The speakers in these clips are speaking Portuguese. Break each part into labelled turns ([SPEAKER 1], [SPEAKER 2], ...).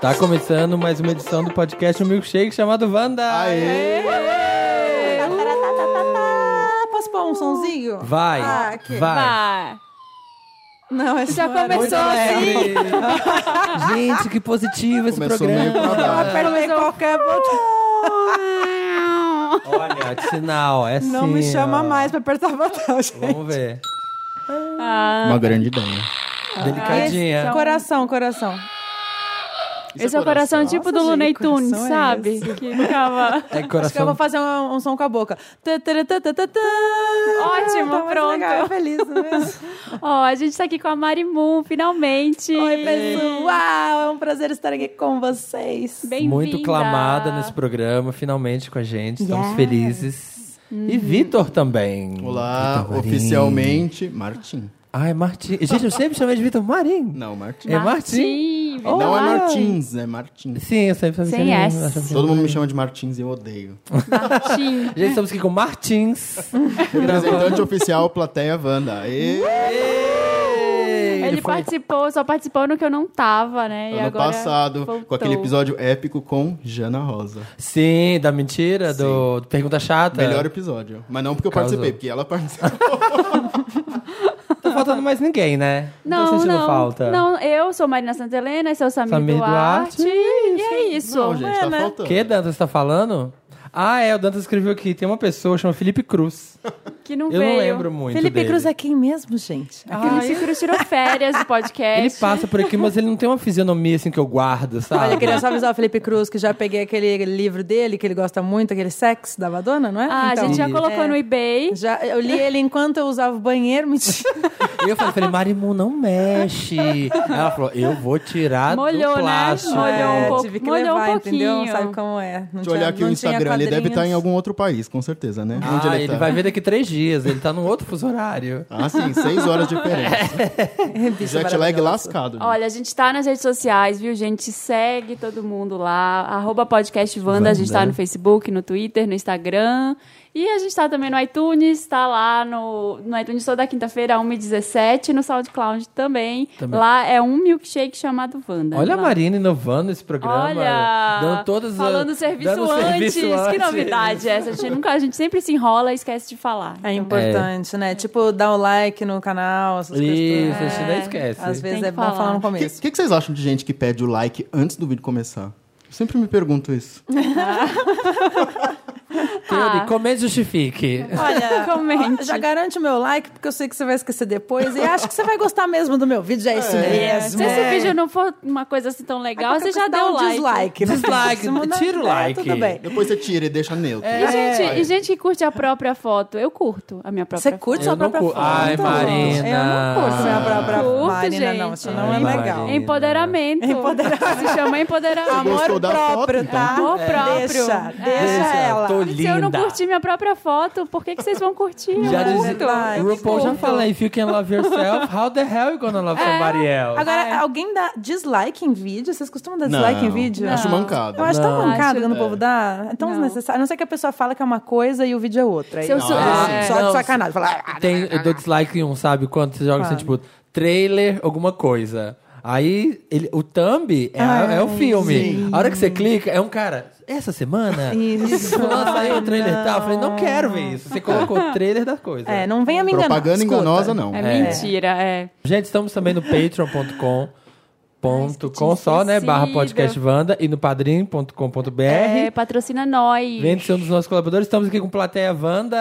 [SPEAKER 1] Tá começando mais uma edição do podcast O Milkshake chamado Wanda.
[SPEAKER 2] Ah, posso pôr um sonzinho?
[SPEAKER 1] Vai,
[SPEAKER 2] Ah, que-
[SPEAKER 1] vai.
[SPEAKER 3] Vai.
[SPEAKER 2] Não, é esse
[SPEAKER 3] Já
[SPEAKER 2] não era.
[SPEAKER 3] começou assim.
[SPEAKER 1] Gente, que positivo esse
[SPEAKER 4] Começou
[SPEAKER 1] programa.
[SPEAKER 4] meio pra
[SPEAKER 2] Eu
[SPEAKER 4] baixo.
[SPEAKER 2] apertei É. qualquer botão.
[SPEAKER 1] Olha, que sinal, é
[SPEAKER 2] Não
[SPEAKER 1] assim,
[SPEAKER 2] me chama
[SPEAKER 1] ó.
[SPEAKER 2] mais pra apertar botão, gente.
[SPEAKER 1] Vamos ver.
[SPEAKER 3] Ah,
[SPEAKER 4] Uma grande ideia.
[SPEAKER 1] Delicadinha.
[SPEAKER 2] é Então- Coração, coração.
[SPEAKER 3] esse é o coração, tipo do
[SPEAKER 2] Nossa,
[SPEAKER 3] Looney
[SPEAKER 2] gente,
[SPEAKER 3] Tunes,
[SPEAKER 2] coração é
[SPEAKER 3] sabe?
[SPEAKER 2] esse?
[SPEAKER 3] que ficava.
[SPEAKER 1] É
[SPEAKER 2] Acho que eu
[SPEAKER 1] coração.
[SPEAKER 2] vou fazer um, um som com a boca. Ótimo,
[SPEAKER 3] pronto.
[SPEAKER 2] é feliz mesmo.
[SPEAKER 3] Ó, a gente tá aqui com a Mari Moon, finalmente.
[SPEAKER 2] Oi, pessoal. É um prazer estar aqui com vocês.
[SPEAKER 3] Bem-vinda.
[SPEAKER 1] Muito clamada nesse programa, finalmente com a gente. Estamos
[SPEAKER 3] Yes.
[SPEAKER 1] felizes.
[SPEAKER 2] Uhum.
[SPEAKER 1] E Vitor também.
[SPEAKER 4] Olá,
[SPEAKER 1] Vitor Marim.
[SPEAKER 4] oficialmente, Martim.
[SPEAKER 1] Ai, Martim. Gente, eu sempre chamei de Vitor Marim.
[SPEAKER 4] Não, Martim.
[SPEAKER 1] É Martim?
[SPEAKER 3] Martim.
[SPEAKER 4] Não é
[SPEAKER 3] Olá.
[SPEAKER 4] Martins, é Martim.
[SPEAKER 1] Sim, eu sempre
[SPEAKER 3] Sem
[SPEAKER 1] chamei
[SPEAKER 3] S.
[SPEAKER 1] eu sempre
[SPEAKER 4] Todo
[SPEAKER 1] chamei-
[SPEAKER 4] mundo me chama de Martins e eu odeio.
[SPEAKER 3] Martim.
[SPEAKER 1] Gente, estamos aqui com Martins.
[SPEAKER 4] Representante oficial, plateia Wanda. Aê!
[SPEAKER 1] Ele,
[SPEAKER 3] Ele,
[SPEAKER 1] foi-
[SPEAKER 3] participou, só participou no que eu não tava, né? e
[SPEAKER 4] Ano
[SPEAKER 3] agora
[SPEAKER 4] passado, com
[SPEAKER 3] voltou.
[SPEAKER 4] aquele episódio épico com Jana Rosa.
[SPEAKER 1] Sim, da mentira, Do, do Pergunta Chata.
[SPEAKER 4] Melhor episódio. Mas não porque eu
[SPEAKER 1] Causou.
[SPEAKER 4] participei, porque ela participou.
[SPEAKER 1] Tá faltando mais ninguém, né?
[SPEAKER 3] Não,
[SPEAKER 1] Tô sentindo
[SPEAKER 3] não.
[SPEAKER 1] falta.
[SPEAKER 3] Não, eu sou Marina Santa Helena, esse é o Samir,
[SPEAKER 1] Samir Duarte.
[SPEAKER 3] Duarte. E é isso.
[SPEAKER 4] Não, gente, tá
[SPEAKER 2] né?
[SPEAKER 4] faltando.
[SPEAKER 1] Que Dantas tá falando? Ah, é, o Dantas escreveu aqui. Tem uma pessoa, chama Felipe Cruz.
[SPEAKER 3] que não
[SPEAKER 1] Eu
[SPEAKER 3] veio.
[SPEAKER 1] não lembro muito
[SPEAKER 2] Felipe
[SPEAKER 1] dele.
[SPEAKER 2] Cruz é quem mesmo, gente?
[SPEAKER 3] Felipe
[SPEAKER 2] é?
[SPEAKER 3] Cruz tirou férias do podcast.
[SPEAKER 1] Ele passa por aqui, mas ele não tem uma fisionomia assim que eu guardo, sabe?
[SPEAKER 2] Olha, eu queria só avisar o Felipe Cruz que já peguei aquele livro dele, que ele gosta muito, aquele Sex da Madonna, não é?
[SPEAKER 3] Ah, a gente já colocou
[SPEAKER 2] É.
[SPEAKER 3] no eBay.
[SPEAKER 2] Já, eu li ele enquanto eu usava o banheiro, mentira.
[SPEAKER 1] Eu falei, falei, Marimu, não mexe. Ela falou, eu vou tirar do
[SPEAKER 3] Molhou, né?
[SPEAKER 1] plástico.
[SPEAKER 3] Molhou um
[SPEAKER 2] É,
[SPEAKER 3] pouco.
[SPEAKER 2] Tive que
[SPEAKER 3] molhou um
[SPEAKER 2] levar, entendeu?
[SPEAKER 3] pouquinho.
[SPEAKER 2] Sabe como é. Não
[SPEAKER 4] Deixa eu olhar aqui o Instagram, ele deve estar em
[SPEAKER 2] algum.
[SPEAKER 4] algum outro país, com certeza, né? Onde
[SPEAKER 1] Ah, ele
[SPEAKER 4] tá?
[SPEAKER 1] vai ver daqui três dias. Ele tá num outro fuso horário.
[SPEAKER 4] Ah, sim, seis horas de diferença.
[SPEAKER 3] é
[SPEAKER 4] Jet lag lascado. gente.
[SPEAKER 3] Olha, a gente tá nas redes sociais, viu, gente? Segue todo mundo lá. Arroba podcast Wanda, a gente tá
[SPEAKER 1] Wanda.
[SPEAKER 3] no Facebook, no Twitter, no Instagram. E a gente tá também no iTunes, tá lá no, no iTunes toda quinta-feira, 1h17, no SoundCloud também.
[SPEAKER 1] Também.
[SPEAKER 3] Lá é um milkshake chamado Wanda.
[SPEAKER 1] Olha a
[SPEAKER 3] Lá.
[SPEAKER 1] Marina inovando esse programa.
[SPEAKER 3] Olha,
[SPEAKER 1] dando todas as-
[SPEAKER 3] falando serviço,
[SPEAKER 1] dando
[SPEAKER 3] antes,
[SPEAKER 1] serviço
[SPEAKER 3] que
[SPEAKER 1] antes.
[SPEAKER 3] novidade é essa? A gente, nunca, a gente sempre se enrola e esquece de falar.
[SPEAKER 2] É importante, né? Tipo, dar o like no canal, essas coisas.
[SPEAKER 1] Isso,
[SPEAKER 2] todas.
[SPEAKER 1] a gente não esquece.
[SPEAKER 2] Às vezes
[SPEAKER 3] Tem
[SPEAKER 2] é
[SPEAKER 3] que
[SPEAKER 2] bom
[SPEAKER 3] falar.
[SPEAKER 2] falar no
[SPEAKER 4] O que,
[SPEAKER 2] começo.
[SPEAKER 4] que que vocês acham de gente que pede o like antes do vídeo começar? Eu sempre me pergunto isso.
[SPEAKER 1] Teori,
[SPEAKER 3] Ah.
[SPEAKER 1] Comente e justifique.
[SPEAKER 2] Olha,
[SPEAKER 3] Comente.
[SPEAKER 2] já garante o meu like, porque eu sei que você vai esquecer depois. E acho que você vai gostar mesmo do meu vídeo, é isso mesmo.
[SPEAKER 3] Ah, Se esse
[SPEAKER 2] é
[SPEAKER 3] vídeo não for uma coisa assim tão legal, você já
[SPEAKER 2] Dá
[SPEAKER 3] deu
[SPEAKER 2] um
[SPEAKER 3] like.
[SPEAKER 2] dislike. né?
[SPEAKER 1] Dislike,
[SPEAKER 2] Se mudar,
[SPEAKER 1] tira o
[SPEAKER 2] né?
[SPEAKER 1] like.
[SPEAKER 2] Tudo bem.
[SPEAKER 4] Depois você tira e deixa neutro.
[SPEAKER 2] É,
[SPEAKER 3] E, gente, e gente que curte a própria foto. Eu curto a minha própria
[SPEAKER 2] Você
[SPEAKER 3] foto.
[SPEAKER 2] curte sua
[SPEAKER 1] Eu não
[SPEAKER 2] própria
[SPEAKER 1] cu-
[SPEAKER 2] foto?
[SPEAKER 1] Ai, Marina.
[SPEAKER 2] Eu não curto minha própria
[SPEAKER 3] Curto,
[SPEAKER 2] foto. Marina,
[SPEAKER 3] gente.
[SPEAKER 2] não. Isso não é
[SPEAKER 1] Ai,
[SPEAKER 2] legal.
[SPEAKER 1] Marina.
[SPEAKER 3] É Empoderamento. Empoderamento. Se chama
[SPEAKER 4] Você
[SPEAKER 3] empoderamento.
[SPEAKER 4] gostou?
[SPEAKER 2] é Amor
[SPEAKER 4] da
[SPEAKER 2] próprio,
[SPEAKER 4] foto,
[SPEAKER 2] tá?
[SPEAKER 3] então? Amor próprio.
[SPEAKER 2] Deixa,
[SPEAKER 3] É.
[SPEAKER 2] deixa
[SPEAKER 1] Deixa,
[SPEAKER 2] ela.
[SPEAKER 1] Tô
[SPEAKER 3] Se eu não
[SPEAKER 1] linda.
[SPEAKER 3] curti minha própria foto, por que, que vocês vão curtir?
[SPEAKER 1] Já
[SPEAKER 3] Eu
[SPEAKER 1] diz...
[SPEAKER 3] curto.
[SPEAKER 2] Ai,
[SPEAKER 1] O RuPaul já
[SPEAKER 2] curto.
[SPEAKER 1] fala, if you can love yourself, how the hell you gonna
[SPEAKER 3] É.
[SPEAKER 1] love somebody else?
[SPEAKER 2] Agora, alguém dá dislike em vídeo? Vocês costumam dar
[SPEAKER 4] Não.
[SPEAKER 2] dislike em vídeo?
[SPEAKER 4] Acho
[SPEAKER 3] Não.
[SPEAKER 4] mancado.
[SPEAKER 2] Eu acho tão
[SPEAKER 1] Não.
[SPEAKER 2] mancado
[SPEAKER 3] Acho-
[SPEAKER 2] quando o povo dá. É tão
[SPEAKER 3] Não.
[SPEAKER 2] desnecessário. A não ser que a pessoa fala que é uma coisa e o vídeo é outra. Aí,
[SPEAKER 3] Se eu
[SPEAKER 2] não,
[SPEAKER 3] sou-
[SPEAKER 2] aí
[SPEAKER 3] é.
[SPEAKER 2] Só de
[SPEAKER 1] Não,
[SPEAKER 2] sacanagem. Fala, "Ah,
[SPEAKER 1] Tem, eu dou dislike em um, sabe? Quando você joga assim, tipo, trailer, alguma coisa. Aí, ele, o thumb é, a-
[SPEAKER 2] Ah,
[SPEAKER 1] é o filme. A hora que você clica, é um cara, essa semana?
[SPEAKER 2] Isso.
[SPEAKER 1] Fulano saiu o trailer
[SPEAKER 2] Ai,
[SPEAKER 1] e tal. Eu falei, não
[SPEAKER 2] não.
[SPEAKER 1] quero ver isso. Você colocou o trailer da coisa.
[SPEAKER 2] É, não venha me enganar.
[SPEAKER 4] Propaganda
[SPEAKER 2] Escuta.
[SPEAKER 4] enganosa, não.
[SPEAKER 3] É mentira, é.
[SPEAKER 1] Gente, estamos também no patreon.com. Ponto com
[SPEAKER 3] tinha
[SPEAKER 1] só, né?
[SPEAKER 3] esquecido.
[SPEAKER 1] Barra podcast Wanda e no padrim.com.br.
[SPEAKER 3] É, patrocina nós.
[SPEAKER 1] Vem ser um dos nossos colaboradores. Estamos aqui com plateia Wanda.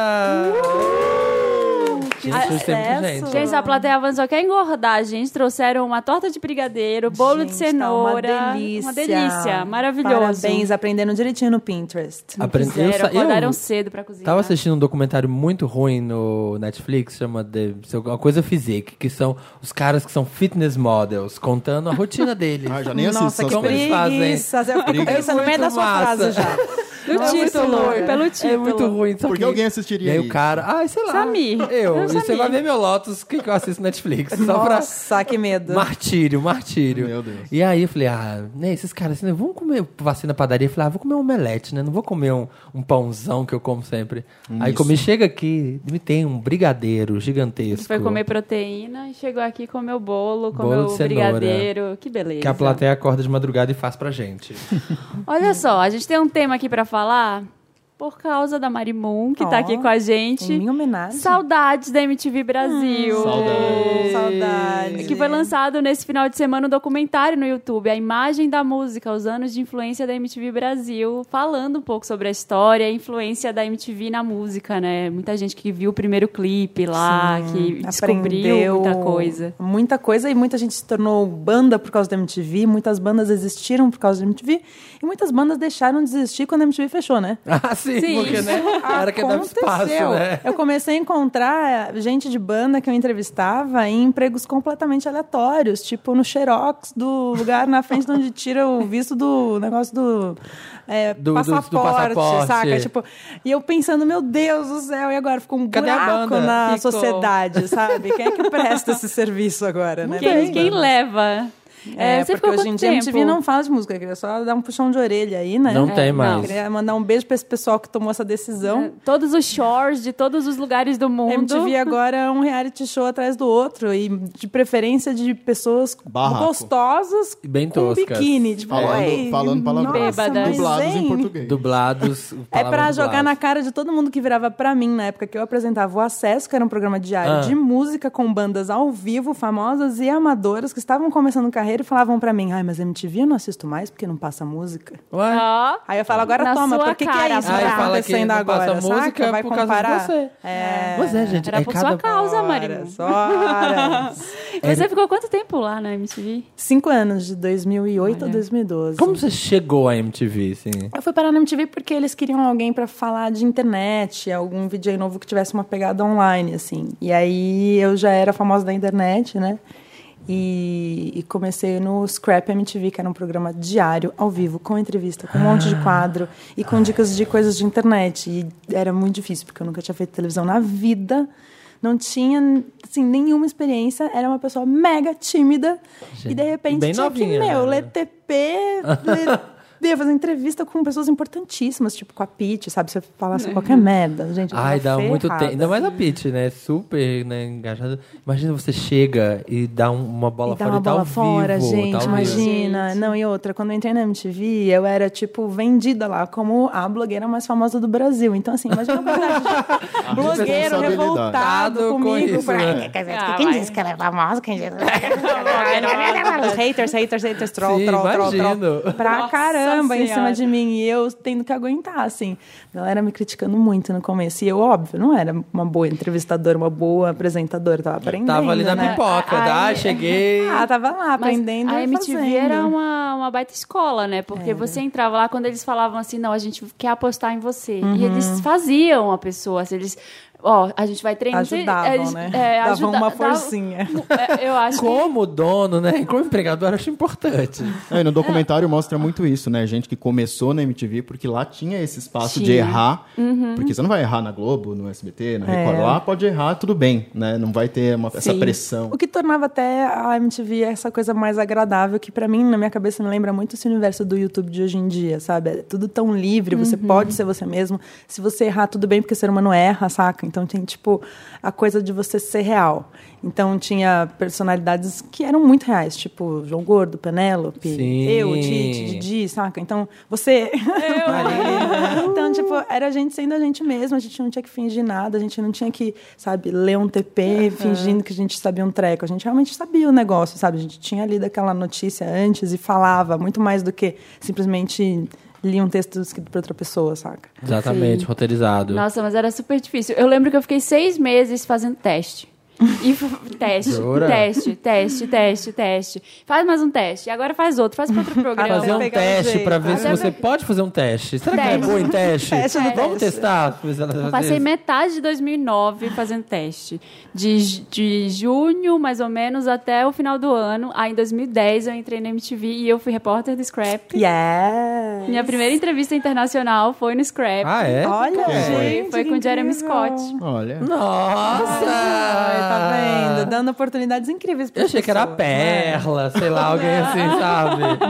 [SPEAKER 1] Gente,
[SPEAKER 2] que
[SPEAKER 1] hoje tem muita
[SPEAKER 2] Uh! sucesso.
[SPEAKER 1] gente.
[SPEAKER 3] Gente, a plateia Avan só quer engordar, gente. Trouxeram uma torta de brigadeiro, bolo de
[SPEAKER 2] Gente, tá uma
[SPEAKER 3] cenoura.
[SPEAKER 2] delícia.
[SPEAKER 3] Uma delícia, maravilhoso.
[SPEAKER 2] Parabéns, aprendendo direitinho no Pinterest.
[SPEAKER 1] Aprendi- eu
[SPEAKER 3] Fizeram,
[SPEAKER 1] sa- eu
[SPEAKER 3] acordaram cedo pra cozinhar.
[SPEAKER 1] Tava assistindo um documentário muito ruim no Netflix, chama The, sei lá, uma coisa physique, que são os caras que são fitness models, contando a rotina deles.
[SPEAKER 4] Ah, já nem assisto
[SPEAKER 2] Nossa,
[SPEAKER 4] essas
[SPEAKER 2] que
[SPEAKER 1] coisas.
[SPEAKER 4] coisas.
[SPEAKER 1] Como eles fazem?
[SPEAKER 2] preguiça. Eu fico
[SPEAKER 1] Preguiça.
[SPEAKER 2] pensando no meio da
[SPEAKER 1] Ah,
[SPEAKER 2] sua
[SPEAKER 1] é Muito massa.
[SPEAKER 2] frase já.
[SPEAKER 3] Do título, pelo título.
[SPEAKER 1] É muito ruim. sabe?
[SPEAKER 4] Porque alguém
[SPEAKER 1] E
[SPEAKER 4] assistiria
[SPEAKER 1] aí o
[SPEAKER 4] isso.
[SPEAKER 1] cara, ai, sei lá.
[SPEAKER 3] Samir.
[SPEAKER 1] Eu.
[SPEAKER 3] É o
[SPEAKER 1] e você
[SPEAKER 3] Samir.
[SPEAKER 1] vai ver meu Lotus, o que, que eu assisto Netflix. Só pra.
[SPEAKER 2] Nossa, que medo.
[SPEAKER 1] Martírio, martírio.
[SPEAKER 4] Meu Deus.
[SPEAKER 1] E aí eu falei, ah, né, esses caras assim, né, vamos comer vacina na padaria. Eu falei, ah, vou comer um omelete, né? Não vou comer um, um pãozão que eu como sempre. Aí comi, chega aqui, me tem um brigadeiro
[SPEAKER 3] A
[SPEAKER 1] gigantesco.
[SPEAKER 3] gente foi comer proteína e chegou aqui, comeu bolo,
[SPEAKER 1] Bolo
[SPEAKER 3] comeu
[SPEAKER 1] de cenoura.
[SPEAKER 3] brigadeiro. Que beleza.
[SPEAKER 1] Que a plateia acorda de madrugada e faz pra gente.
[SPEAKER 3] Olha só, a gente tem um tema aqui pra falar por causa da Mari Moon, que tá
[SPEAKER 2] Ó,
[SPEAKER 3] aqui com a gente.
[SPEAKER 2] Em minha homenagem.
[SPEAKER 3] Saudades da MTV Brasil.
[SPEAKER 1] Ah,
[SPEAKER 4] Saudades.
[SPEAKER 2] Saudade.
[SPEAKER 3] É Que foi lançado nesse final de semana um documentário no YouTube, A Imagem da Música, os anos de influência da MTV Brasil, falando um pouco sobre a história, a influência da MTV na música, né? Muita gente que viu o primeiro clipe lá, Ah, que descobriu
[SPEAKER 2] Aprendeu
[SPEAKER 3] muita coisa.
[SPEAKER 2] Muita coisa e muita gente se tornou banda por causa da MTV, muitas bandas existiram por causa da MTV e muitas bandas deixaram de existir quando a MTV fechou, né?
[SPEAKER 1] ah, sim,
[SPEAKER 3] Sim.
[SPEAKER 1] porque, né? O cara quer dar espaço,
[SPEAKER 2] Ah, Aconteceu.
[SPEAKER 1] né?
[SPEAKER 2] Eu comecei a encontrar eh, gente de banda que eu entrevistava em empregos completamente aleatórios, tipo no xerox do lugar na frente de onde tira o visto do negócio do, é,
[SPEAKER 1] Do- do- do
[SPEAKER 2] passaporte,
[SPEAKER 1] passaporte.
[SPEAKER 2] saca? Tipo, e eu pensando, meu Deus do céu, e agora ficou um
[SPEAKER 1] Cadê a
[SPEAKER 2] buraco
[SPEAKER 1] banda?
[SPEAKER 2] na
[SPEAKER 3] Ficou.
[SPEAKER 2] sociedade, sabe? Quem é que presta esse serviço agora, né?
[SPEAKER 3] Quem,
[SPEAKER 2] Pra
[SPEAKER 3] quem
[SPEAKER 2] banda.
[SPEAKER 3] leva?
[SPEAKER 2] É,
[SPEAKER 3] É, você
[SPEAKER 2] porque
[SPEAKER 3] ficou
[SPEAKER 2] hoje
[SPEAKER 3] quanto
[SPEAKER 2] em dia a MTV
[SPEAKER 3] tempo?
[SPEAKER 2] não fala de música, eu queria só dar um puxão de orelha aí, né?
[SPEAKER 1] Não tem
[SPEAKER 3] não.
[SPEAKER 1] mais.
[SPEAKER 2] Queria mandar um beijo pra esse pessoal que tomou essa decisão.
[SPEAKER 3] É, Todos os shores de todos os lugares do mundo.
[SPEAKER 2] MTV agora é um reality show atrás do outro e de preferência de pessoas
[SPEAKER 4] Barraco.
[SPEAKER 2] gostosas
[SPEAKER 1] E bem
[SPEAKER 2] com
[SPEAKER 1] toscas.
[SPEAKER 2] biquíni, tipo,
[SPEAKER 4] Falando-
[SPEAKER 2] "Ai,
[SPEAKER 4] falando palavrão.
[SPEAKER 2] nossa,
[SPEAKER 3] Bêbadas.
[SPEAKER 2] mas
[SPEAKER 4] Dublados
[SPEAKER 2] hein?"
[SPEAKER 4] em português.
[SPEAKER 1] Dublados.
[SPEAKER 2] É pra
[SPEAKER 1] palavras
[SPEAKER 2] jogar na
[SPEAKER 1] dubladas.
[SPEAKER 2] cara de todo mundo que virava pra mim na época que eu apresentava o Acesso, que era um programa diário
[SPEAKER 1] Ah.
[SPEAKER 2] de música com bandas ao vivo, famosas e amadoras que estavam começando carreira e falavam pra mim: "Ai, mas MTV eu não assisto mais porque não passa música".
[SPEAKER 1] Ué? Ah,
[SPEAKER 3] Ó,
[SPEAKER 2] Aí eu falo, agora
[SPEAKER 3] Na
[SPEAKER 2] toma,
[SPEAKER 3] sua
[SPEAKER 2] por que, que
[SPEAKER 3] cara,
[SPEAKER 2] é isso que
[SPEAKER 3] Aí
[SPEAKER 2] tá
[SPEAKER 1] fala que
[SPEAKER 2] acontecendo
[SPEAKER 1] não passa
[SPEAKER 2] agora?
[SPEAKER 1] música
[SPEAKER 2] saca? Vai
[SPEAKER 1] por causa de
[SPEAKER 2] comparar?
[SPEAKER 1] você.
[SPEAKER 2] É.
[SPEAKER 1] Pois é, gente.
[SPEAKER 3] era
[SPEAKER 1] é
[SPEAKER 3] por
[SPEAKER 1] cada...
[SPEAKER 3] sua causa, Marimu.
[SPEAKER 2] Horas, horas.
[SPEAKER 3] E Você ficou quanto tempo lá na MTV?
[SPEAKER 2] Cinco anos, de 2008 a
[SPEAKER 3] Olha.
[SPEAKER 2] 2012.
[SPEAKER 1] Como você chegou à MTV, assim?
[SPEAKER 2] Eu fui parar na MTV porque eles queriam alguém pra falar de internet, algum DJ novo que tivesse uma pegada online, assim. E aí eu já era famosa da internet, né? E, e comecei no Scrap MTV, que era um programa diário, ao vivo, com entrevista, com um monte
[SPEAKER 1] Ah.
[SPEAKER 2] de quadro e com dicas de coisas de internet. E era muito difícil, porque eu nunca tinha feito televisão na vida. Não tinha, assim, nenhuma experiência. Era uma pessoa mega tímida. e, de repente,
[SPEAKER 1] bem
[SPEAKER 2] tinha
[SPEAKER 1] novinha,
[SPEAKER 2] que, meu,
[SPEAKER 1] né?
[SPEAKER 2] ler TP, né? ia fazer entrevista com pessoas importantíssimas, tipo com a Pete, sabe? Você falar sobre qualquer merda, gente. eu
[SPEAKER 1] É. Ai,
[SPEAKER 2] tava
[SPEAKER 1] dá muito
[SPEAKER 2] tá ferrada.
[SPEAKER 1] tempo. Ainda mais a Pete, né? Super né, engajada. Imagina você chega e dá um- uma bola
[SPEAKER 2] E dá
[SPEAKER 1] fora
[SPEAKER 2] uma
[SPEAKER 1] e tá
[SPEAKER 2] bola
[SPEAKER 1] ao
[SPEAKER 2] fora,
[SPEAKER 1] vivo.
[SPEAKER 2] gente,
[SPEAKER 1] tá ao vivo.
[SPEAKER 2] imagina.
[SPEAKER 3] Gente.
[SPEAKER 2] Não, e outra, quando eu entrei na MTV, eu era, tipo, vendida lá como a blogueira mais famosa do Brasil. Então, assim, imagina um cara de blogueiro
[SPEAKER 4] responsabilidade.
[SPEAKER 2] revoltado
[SPEAKER 1] Dado com
[SPEAKER 2] comigo.
[SPEAKER 1] isso, né?
[SPEAKER 3] Ah,
[SPEAKER 5] quem
[SPEAKER 3] vai.
[SPEAKER 5] disse que ela é famosa? Quem disse?
[SPEAKER 2] Os haters, haters, haters, troll,
[SPEAKER 1] Sim,
[SPEAKER 2] troll, troll,
[SPEAKER 1] imagino.
[SPEAKER 2] troll. Pra
[SPEAKER 3] Nossa
[SPEAKER 2] caramba em cima
[SPEAKER 3] Senhora.
[SPEAKER 2] de mim. E eu tendo que aguentar, assim. A galera me criticando muito no começo. E eu, óbvio, não era uma boa entrevistadora, uma boa apresentadora. Tava aprendendo.
[SPEAKER 1] Tava ali na
[SPEAKER 2] né?
[SPEAKER 1] pipoca.
[SPEAKER 2] Ai,
[SPEAKER 1] Ah, cheguei.
[SPEAKER 2] Ah, tava lá
[SPEAKER 3] Mas
[SPEAKER 2] aprendendo.
[SPEAKER 3] a
[SPEAKER 2] e
[SPEAKER 3] MTV
[SPEAKER 2] fazendo.
[SPEAKER 3] era uma, uma baita escola, né? Porque você entrava lá quando eles falavam assim, não, a gente quer apostar em você.
[SPEAKER 2] Uhum.
[SPEAKER 3] E eles faziam a pessoa, assim, eles... Ó, a gente vai treinar...
[SPEAKER 2] Ajudavam,
[SPEAKER 3] eles,
[SPEAKER 2] né?
[SPEAKER 3] é,
[SPEAKER 2] Davam
[SPEAKER 3] ajuda-
[SPEAKER 2] uma
[SPEAKER 3] dava-
[SPEAKER 2] forcinha.
[SPEAKER 3] É, eu acho que...
[SPEAKER 1] Como dono, né? Como empregador, eu acho importante.
[SPEAKER 4] É, e no documentário mostra muito isso, né? Gente que começou na MTV, porque lá tinha esse espaço de
[SPEAKER 3] Tinha.
[SPEAKER 4] errar. Porque você não vai errar na Globo, no SBT, na Record.
[SPEAKER 2] Uhum. É.
[SPEAKER 4] Lá pode errar, tudo bem, né? Não vai ter uma- essa
[SPEAKER 3] Sim.
[SPEAKER 4] pressão.
[SPEAKER 2] O que tornava até a MTV essa coisa mais agradável, que pra mim, na minha cabeça, me lembra muito esse universo do YouTube de hoje em dia, sabe? É tudo tão livre, você pode ser você mesmo. Se você errar, tudo bem, porque o ser humano erra, saca? Então tem, tipo, a coisa de você ser real. Então tinha personalidades que eram muito reais, tipo João Gordo, Penélope,
[SPEAKER 1] Sim.
[SPEAKER 2] eu, Tite, Didi, saca? Então você. Eu, Então, tipo, era a gente sendo a gente mesmo, a gente não tinha que fingir nada, a gente não tinha que, sabe, ler um TP fingindo que a gente sabia um treco. A gente realmente sabia o negócio, sabe? A gente tinha lido aquela notícia antes e falava muito mais do que simplesmente lia um texto escrito por outra pessoa, saca?
[SPEAKER 1] Exatamente, roteirizado.
[SPEAKER 3] Nossa, mas era super difícil. Eu lembro que eu fiquei seis meses fazendo teste. E f- teste,
[SPEAKER 1] Jura?
[SPEAKER 3] teste, teste, teste, teste. Faz mais um teste. E agora faz outro, faz para outro programa.
[SPEAKER 1] Fazer um
[SPEAKER 2] pegar um
[SPEAKER 1] teste
[SPEAKER 2] jeito.
[SPEAKER 1] pra ver se
[SPEAKER 3] Até
[SPEAKER 1] você
[SPEAKER 3] pra-
[SPEAKER 1] pode fazer um teste. Será que ela é
[SPEAKER 3] Teste.
[SPEAKER 1] boa em teste?
[SPEAKER 2] Teste do
[SPEAKER 1] Vamos
[SPEAKER 2] teste.
[SPEAKER 1] testar. ver se ela vai
[SPEAKER 3] Eu
[SPEAKER 1] fazer
[SPEAKER 3] passei
[SPEAKER 1] isso.
[SPEAKER 3] metade de 2009 fazendo teste. De, ju- de junho, mais ou menos, até o final do ano. Aí, em 2010, eu entrei na MTV e eu fui repórter do Scrap.
[SPEAKER 2] Yeah.
[SPEAKER 3] Minha primeira entrevista internacional foi no Scrap.
[SPEAKER 1] Ah, é?
[SPEAKER 2] Olha,
[SPEAKER 1] Quem foi?
[SPEAKER 2] gente,
[SPEAKER 3] Foi
[SPEAKER 2] que
[SPEAKER 3] com Jeremy
[SPEAKER 2] incrível.
[SPEAKER 3] Scott.
[SPEAKER 4] Olha.
[SPEAKER 1] Nossa!
[SPEAKER 2] Ai, tá vendo? Dando oportunidades incríveis pra né?
[SPEAKER 1] Eu achei que era a Perla, sei lá, alguém assim, sabe?
[SPEAKER 3] Foi com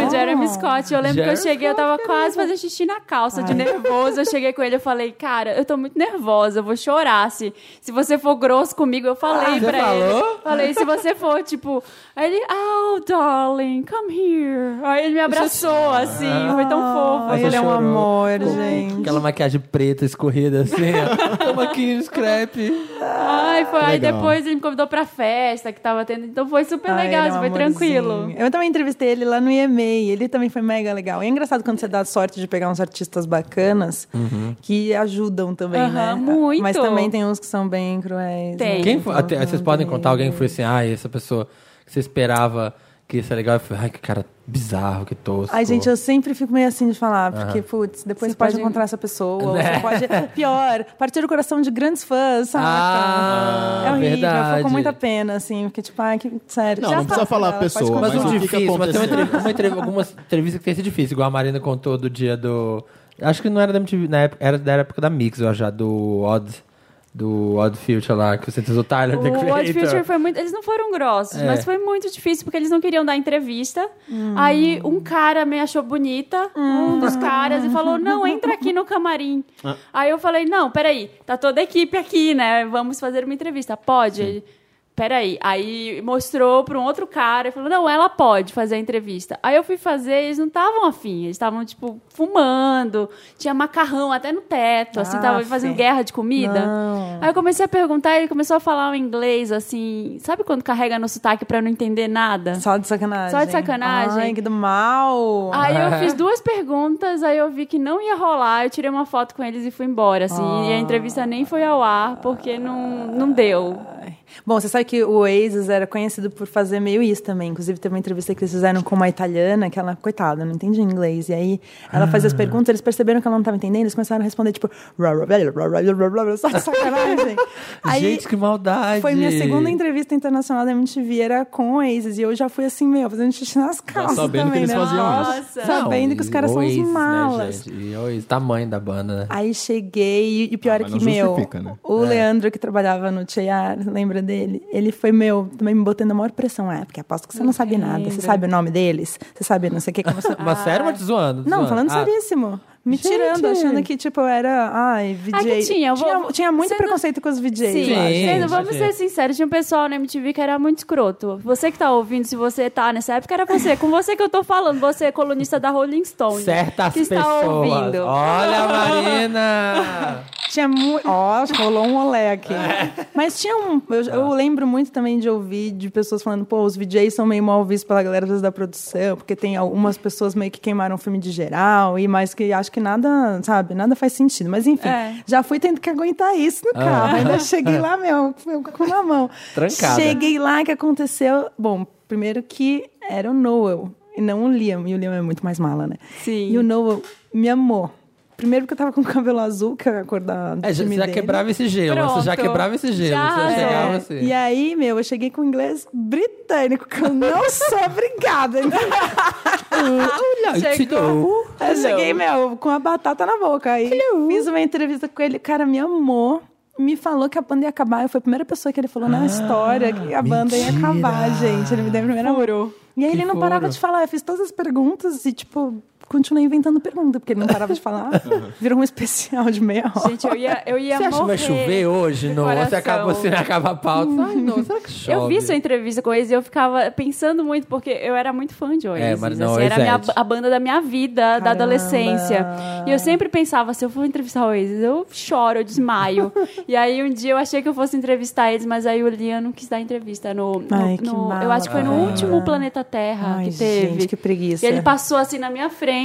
[SPEAKER 3] o
[SPEAKER 2] Não.
[SPEAKER 3] Jeremy Scott. Eu lembro que eu
[SPEAKER 1] Jeremy
[SPEAKER 3] cheguei, eu tava quase fazendo xixi na calça, de nervoso. Eu cheguei com ele, eu falei, cara, eu tô muito nervosa, eu vou chorar. Se, se você for grosso comigo, eu falei
[SPEAKER 1] Ah, você
[SPEAKER 3] pra
[SPEAKER 1] falou?
[SPEAKER 3] ele. Falei, se você for, tipo, aí ele, oh, darling, come here. Aí ele me abraçou, assim, foi tão fofo.
[SPEAKER 2] Ai,
[SPEAKER 1] Nossa,
[SPEAKER 2] ele é um
[SPEAKER 1] chorou.
[SPEAKER 2] amor, gente.
[SPEAKER 1] Aquela maquiagem preta escorrida assim, ó. Tamo aqui no scrap.
[SPEAKER 3] Ai, foi. Aí
[SPEAKER 4] Legal.
[SPEAKER 3] depois ele me convidou pra festa que tava tendo. Então foi super
[SPEAKER 2] Ai,
[SPEAKER 3] legal,
[SPEAKER 2] ele é um
[SPEAKER 3] foi
[SPEAKER 2] amorzinho.
[SPEAKER 3] tranquilo.
[SPEAKER 2] Eu também entrevistei ele lá no IMA, ele também foi mega legal. E é engraçado quando você dá sorte de pegar uns artistas bacanas que ajudam também, né?
[SPEAKER 3] Uhum. Aham, muito.
[SPEAKER 2] Mas também tem uns que são bem cruéis.
[SPEAKER 3] Tem.
[SPEAKER 2] né?
[SPEAKER 1] Quem foi, até-
[SPEAKER 2] Então,
[SPEAKER 1] vocês podem
[SPEAKER 2] tem-
[SPEAKER 1] contar alguém que foi assim, ai, essa pessoa que você esperava que ia ser legal, e foi, ai, que cara bizarro, que tosco.
[SPEAKER 2] Ai, gente, eu sempre fico meio assim de falar, porque, putz, depois
[SPEAKER 3] Você
[SPEAKER 2] você pode,
[SPEAKER 3] pode- Né?
[SPEAKER 2] encontrar essa pessoa, ou você pode, é, pior, partir o coração de grandes fãs, sabe?
[SPEAKER 1] Ah,
[SPEAKER 2] é horrível, eu
[SPEAKER 1] verdade.
[SPEAKER 2] fico com muita pena, assim, porque, tipo, ai, que sério.
[SPEAKER 4] Não,
[SPEAKER 2] Já
[SPEAKER 4] não precisa falar
[SPEAKER 2] fala,
[SPEAKER 4] a
[SPEAKER 2] ela pode
[SPEAKER 4] pessoa,
[SPEAKER 1] Mas
[SPEAKER 2] contar.
[SPEAKER 1] um
[SPEAKER 4] o que que
[SPEAKER 1] difícil, mas tem uma
[SPEAKER 4] aconteceu?
[SPEAKER 1] entrevista, uma entrev- algumas entrevistas que tem sido difícil, igual a Marina contou do dia do. Acho que não era da MTV, na época, era da época da Mix, eu acho, já, do Odd. Do Odd Future lá, que você fez o Tyler The
[SPEAKER 3] O
[SPEAKER 1] Creator.
[SPEAKER 3] Odd Future foi muito. Eles não foram grossos,
[SPEAKER 1] É.
[SPEAKER 3] mas foi muito difícil porque eles não queriam dar entrevista.
[SPEAKER 2] Hum.
[SPEAKER 3] Aí um cara me achou bonita, um dos caras, e falou: Não, entra aqui no camarim.
[SPEAKER 1] Ah.
[SPEAKER 3] Aí eu falei: Não, peraí, tá toda a equipe aqui, né? Vamos fazer uma entrevista. Pode? Ele, Peraí. Aí mostrou pra um outro cara e falou: Não, ela pode fazer a entrevista. Aí eu fui fazer e eles não estavam afim. Eles estavam, tipo, fumando. Tinha macarrão até no teto, assim,
[SPEAKER 2] Ah,
[SPEAKER 3] tava fazendo
[SPEAKER 2] sim. Ah,
[SPEAKER 3] guerra de comida.
[SPEAKER 2] Não.
[SPEAKER 3] Aí eu comecei a perguntar, ele começou a falar um inglês assim, sabe quando carrega no sotaque pra eu não entender nada?
[SPEAKER 2] Só de sacanagem.
[SPEAKER 3] Só de sacanagem. Ah.
[SPEAKER 2] Ai, que do mal.
[SPEAKER 3] Aí eu fiz duas perguntas, aí eu vi que não ia rolar, eu tirei uma foto com eles e fui embora, assim, e a
[SPEAKER 1] Ah.
[SPEAKER 3] entrevista nem foi ao ar, porque não, não deu.
[SPEAKER 2] Ai. Bom, você sabe que o Oasis era conhecido por fazer meio isso também. Inclusive, teve uma entrevista que eles fizeram com uma italiana, que ela, coitada, não entendia inglês. E aí, ela fazia as perguntas, eles perceberam que ela não estava entendendo, eles começaram a responder, tipo... "Rá, rá, rá, rá, rá, rá, rá, rá", Só de sacanagem. aí,
[SPEAKER 1] Gente, que maldade.
[SPEAKER 2] foi minha segunda entrevista internacional da MTV, era com o Oasis. E eu já fui assim, meu, fazendo xixi nas calças
[SPEAKER 4] sabendo
[SPEAKER 2] também,
[SPEAKER 4] que eles
[SPEAKER 2] né?
[SPEAKER 4] faziam isso.
[SPEAKER 3] Nossa.
[SPEAKER 2] Sabendo que os caras são
[SPEAKER 1] Oasis,
[SPEAKER 2] uns
[SPEAKER 1] né,
[SPEAKER 2] malas. Ah,
[SPEAKER 1] gente? E Oasis, tamanho da banda, né?
[SPEAKER 2] Aí cheguei, e o pior
[SPEAKER 4] Ah,
[SPEAKER 2] é
[SPEAKER 4] mas
[SPEAKER 2] que,
[SPEAKER 4] não
[SPEAKER 2] meu,
[SPEAKER 4] justifica, né?
[SPEAKER 2] o Leandro que trabalhava no Cheiar, lembra dele? Ele foi, meu, também me botando a maior pressão. É, porque aposto que você não sabe nada. Você
[SPEAKER 3] Entendo.
[SPEAKER 2] sabe o nome deles? Você sabe não sei o que. Como você...
[SPEAKER 1] Mas sério, mas te zoando? te
[SPEAKER 2] Não,
[SPEAKER 1] zoando?
[SPEAKER 2] falando
[SPEAKER 1] Ah,
[SPEAKER 2] seríssimo. Me
[SPEAKER 1] Gente.
[SPEAKER 2] tirando, achando que, tipo, eu era. Ai, VJ.
[SPEAKER 3] Ah, que tinha, eu vou-
[SPEAKER 2] tinha, tinha muito
[SPEAKER 3] Você não-
[SPEAKER 2] preconceito com os VJs.
[SPEAKER 3] Sim,
[SPEAKER 2] eu acho.
[SPEAKER 1] Sim,
[SPEAKER 3] Sendo- vamos
[SPEAKER 1] sim.
[SPEAKER 3] ser sinceros, tinha um pessoal na MTV que era muito escroto. Você que tá ouvindo, se você tá nessa época, era você. Com você que eu tô falando, você é colunista da Rolling Stone.
[SPEAKER 1] Certas
[SPEAKER 3] que está
[SPEAKER 1] pessoas.
[SPEAKER 3] ouvindo.
[SPEAKER 1] Olha, Marina!
[SPEAKER 2] Tinha muito. Ó, rolou um olé aqui. Mas tinha um. Eu, eu lembro muito também de ouvir de pessoas falando, pô, os VJs são meio mal vistos pela galera às vezes, da produção, porque tem algumas pessoas meio que queimaram o filme de geral, e mais que acho que nada, sabe, nada faz sentido. Mas enfim,
[SPEAKER 3] É.
[SPEAKER 2] já fui tendo que aguentar isso no carro. Ainda cheguei lá, meu, meu, com uma mão.
[SPEAKER 1] Trancada.
[SPEAKER 2] Cheguei lá, que aconteceu. Bom, primeiro que era o Noel. E não o Liam, e o Liam é muito mais mala, né?
[SPEAKER 3] Sim.
[SPEAKER 2] E o Noel me amou. Primeiro porque eu tava com o cabelo azul, que eu ia acordar
[SPEAKER 1] É, já,
[SPEAKER 2] time
[SPEAKER 1] você já
[SPEAKER 2] dele.
[SPEAKER 1] quebrava esse gelo. Você já
[SPEAKER 3] Pronto.
[SPEAKER 1] quebrava esse gelo.
[SPEAKER 3] Já,
[SPEAKER 1] você já
[SPEAKER 3] é.
[SPEAKER 1] chegava
[SPEAKER 2] É,
[SPEAKER 1] assim.
[SPEAKER 2] E aí, meu, eu cheguei com um inglês britânico, que eu não sou obrigada.
[SPEAKER 1] Olha,
[SPEAKER 3] Chegou.
[SPEAKER 2] eu cheguei, meu, com a batata na boca. Aí fiz uma entrevista com ele, o cara me amou. Me falou que a banda ia acabar. Eu fui a primeira pessoa que ele falou na história que a banda ia
[SPEAKER 1] Ah, mentira.
[SPEAKER 2] acabar, gente. Ele me deu a primeira
[SPEAKER 3] Furo.
[SPEAKER 2] E aí
[SPEAKER 1] Que
[SPEAKER 2] ele não parava
[SPEAKER 1] furo.
[SPEAKER 2] de falar. Eu fiz todas as perguntas e, tipo, continuei inventando pergunta, porque ele não parava de falar. Virou um especial de meia hora.
[SPEAKER 3] Gente, eu ia, eu ia
[SPEAKER 1] Você acha que vai
[SPEAKER 3] morrer
[SPEAKER 1] chover hoje?
[SPEAKER 3] de
[SPEAKER 1] Não, você
[SPEAKER 3] coração.
[SPEAKER 1] acaba, você acaba a pauta. Ai, não, será que chove?
[SPEAKER 3] Eu vi sua entrevista com eles e eu ficava pensando muito, porque eu era muito fã de Oasis.
[SPEAKER 1] É, mas não,
[SPEAKER 3] assim, era a,
[SPEAKER 1] Oasis.
[SPEAKER 3] minha- a banda da minha vida, da adolescência. E eu sempre pensava, se eu for entrevistar Oasis, eu choro, eu desmaio. e aí um dia eu achei que eu fosse entrevistar eles, mas aí o Liam não quis dar entrevista no... no-
[SPEAKER 2] Ai, que
[SPEAKER 3] no-
[SPEAKER 2] mala,
[SPEAKER 3] eu acho que foi no
[SPEAKER 2] cara.
[SPEAKER 3] último Planeta Terra
[SPEAKER 2] Ai,
[SPEAKER 3] que teve.
[SPEAKER 2] gente, que preguiça.
[SPEAKER 3] E ele passou assim na minha diferente.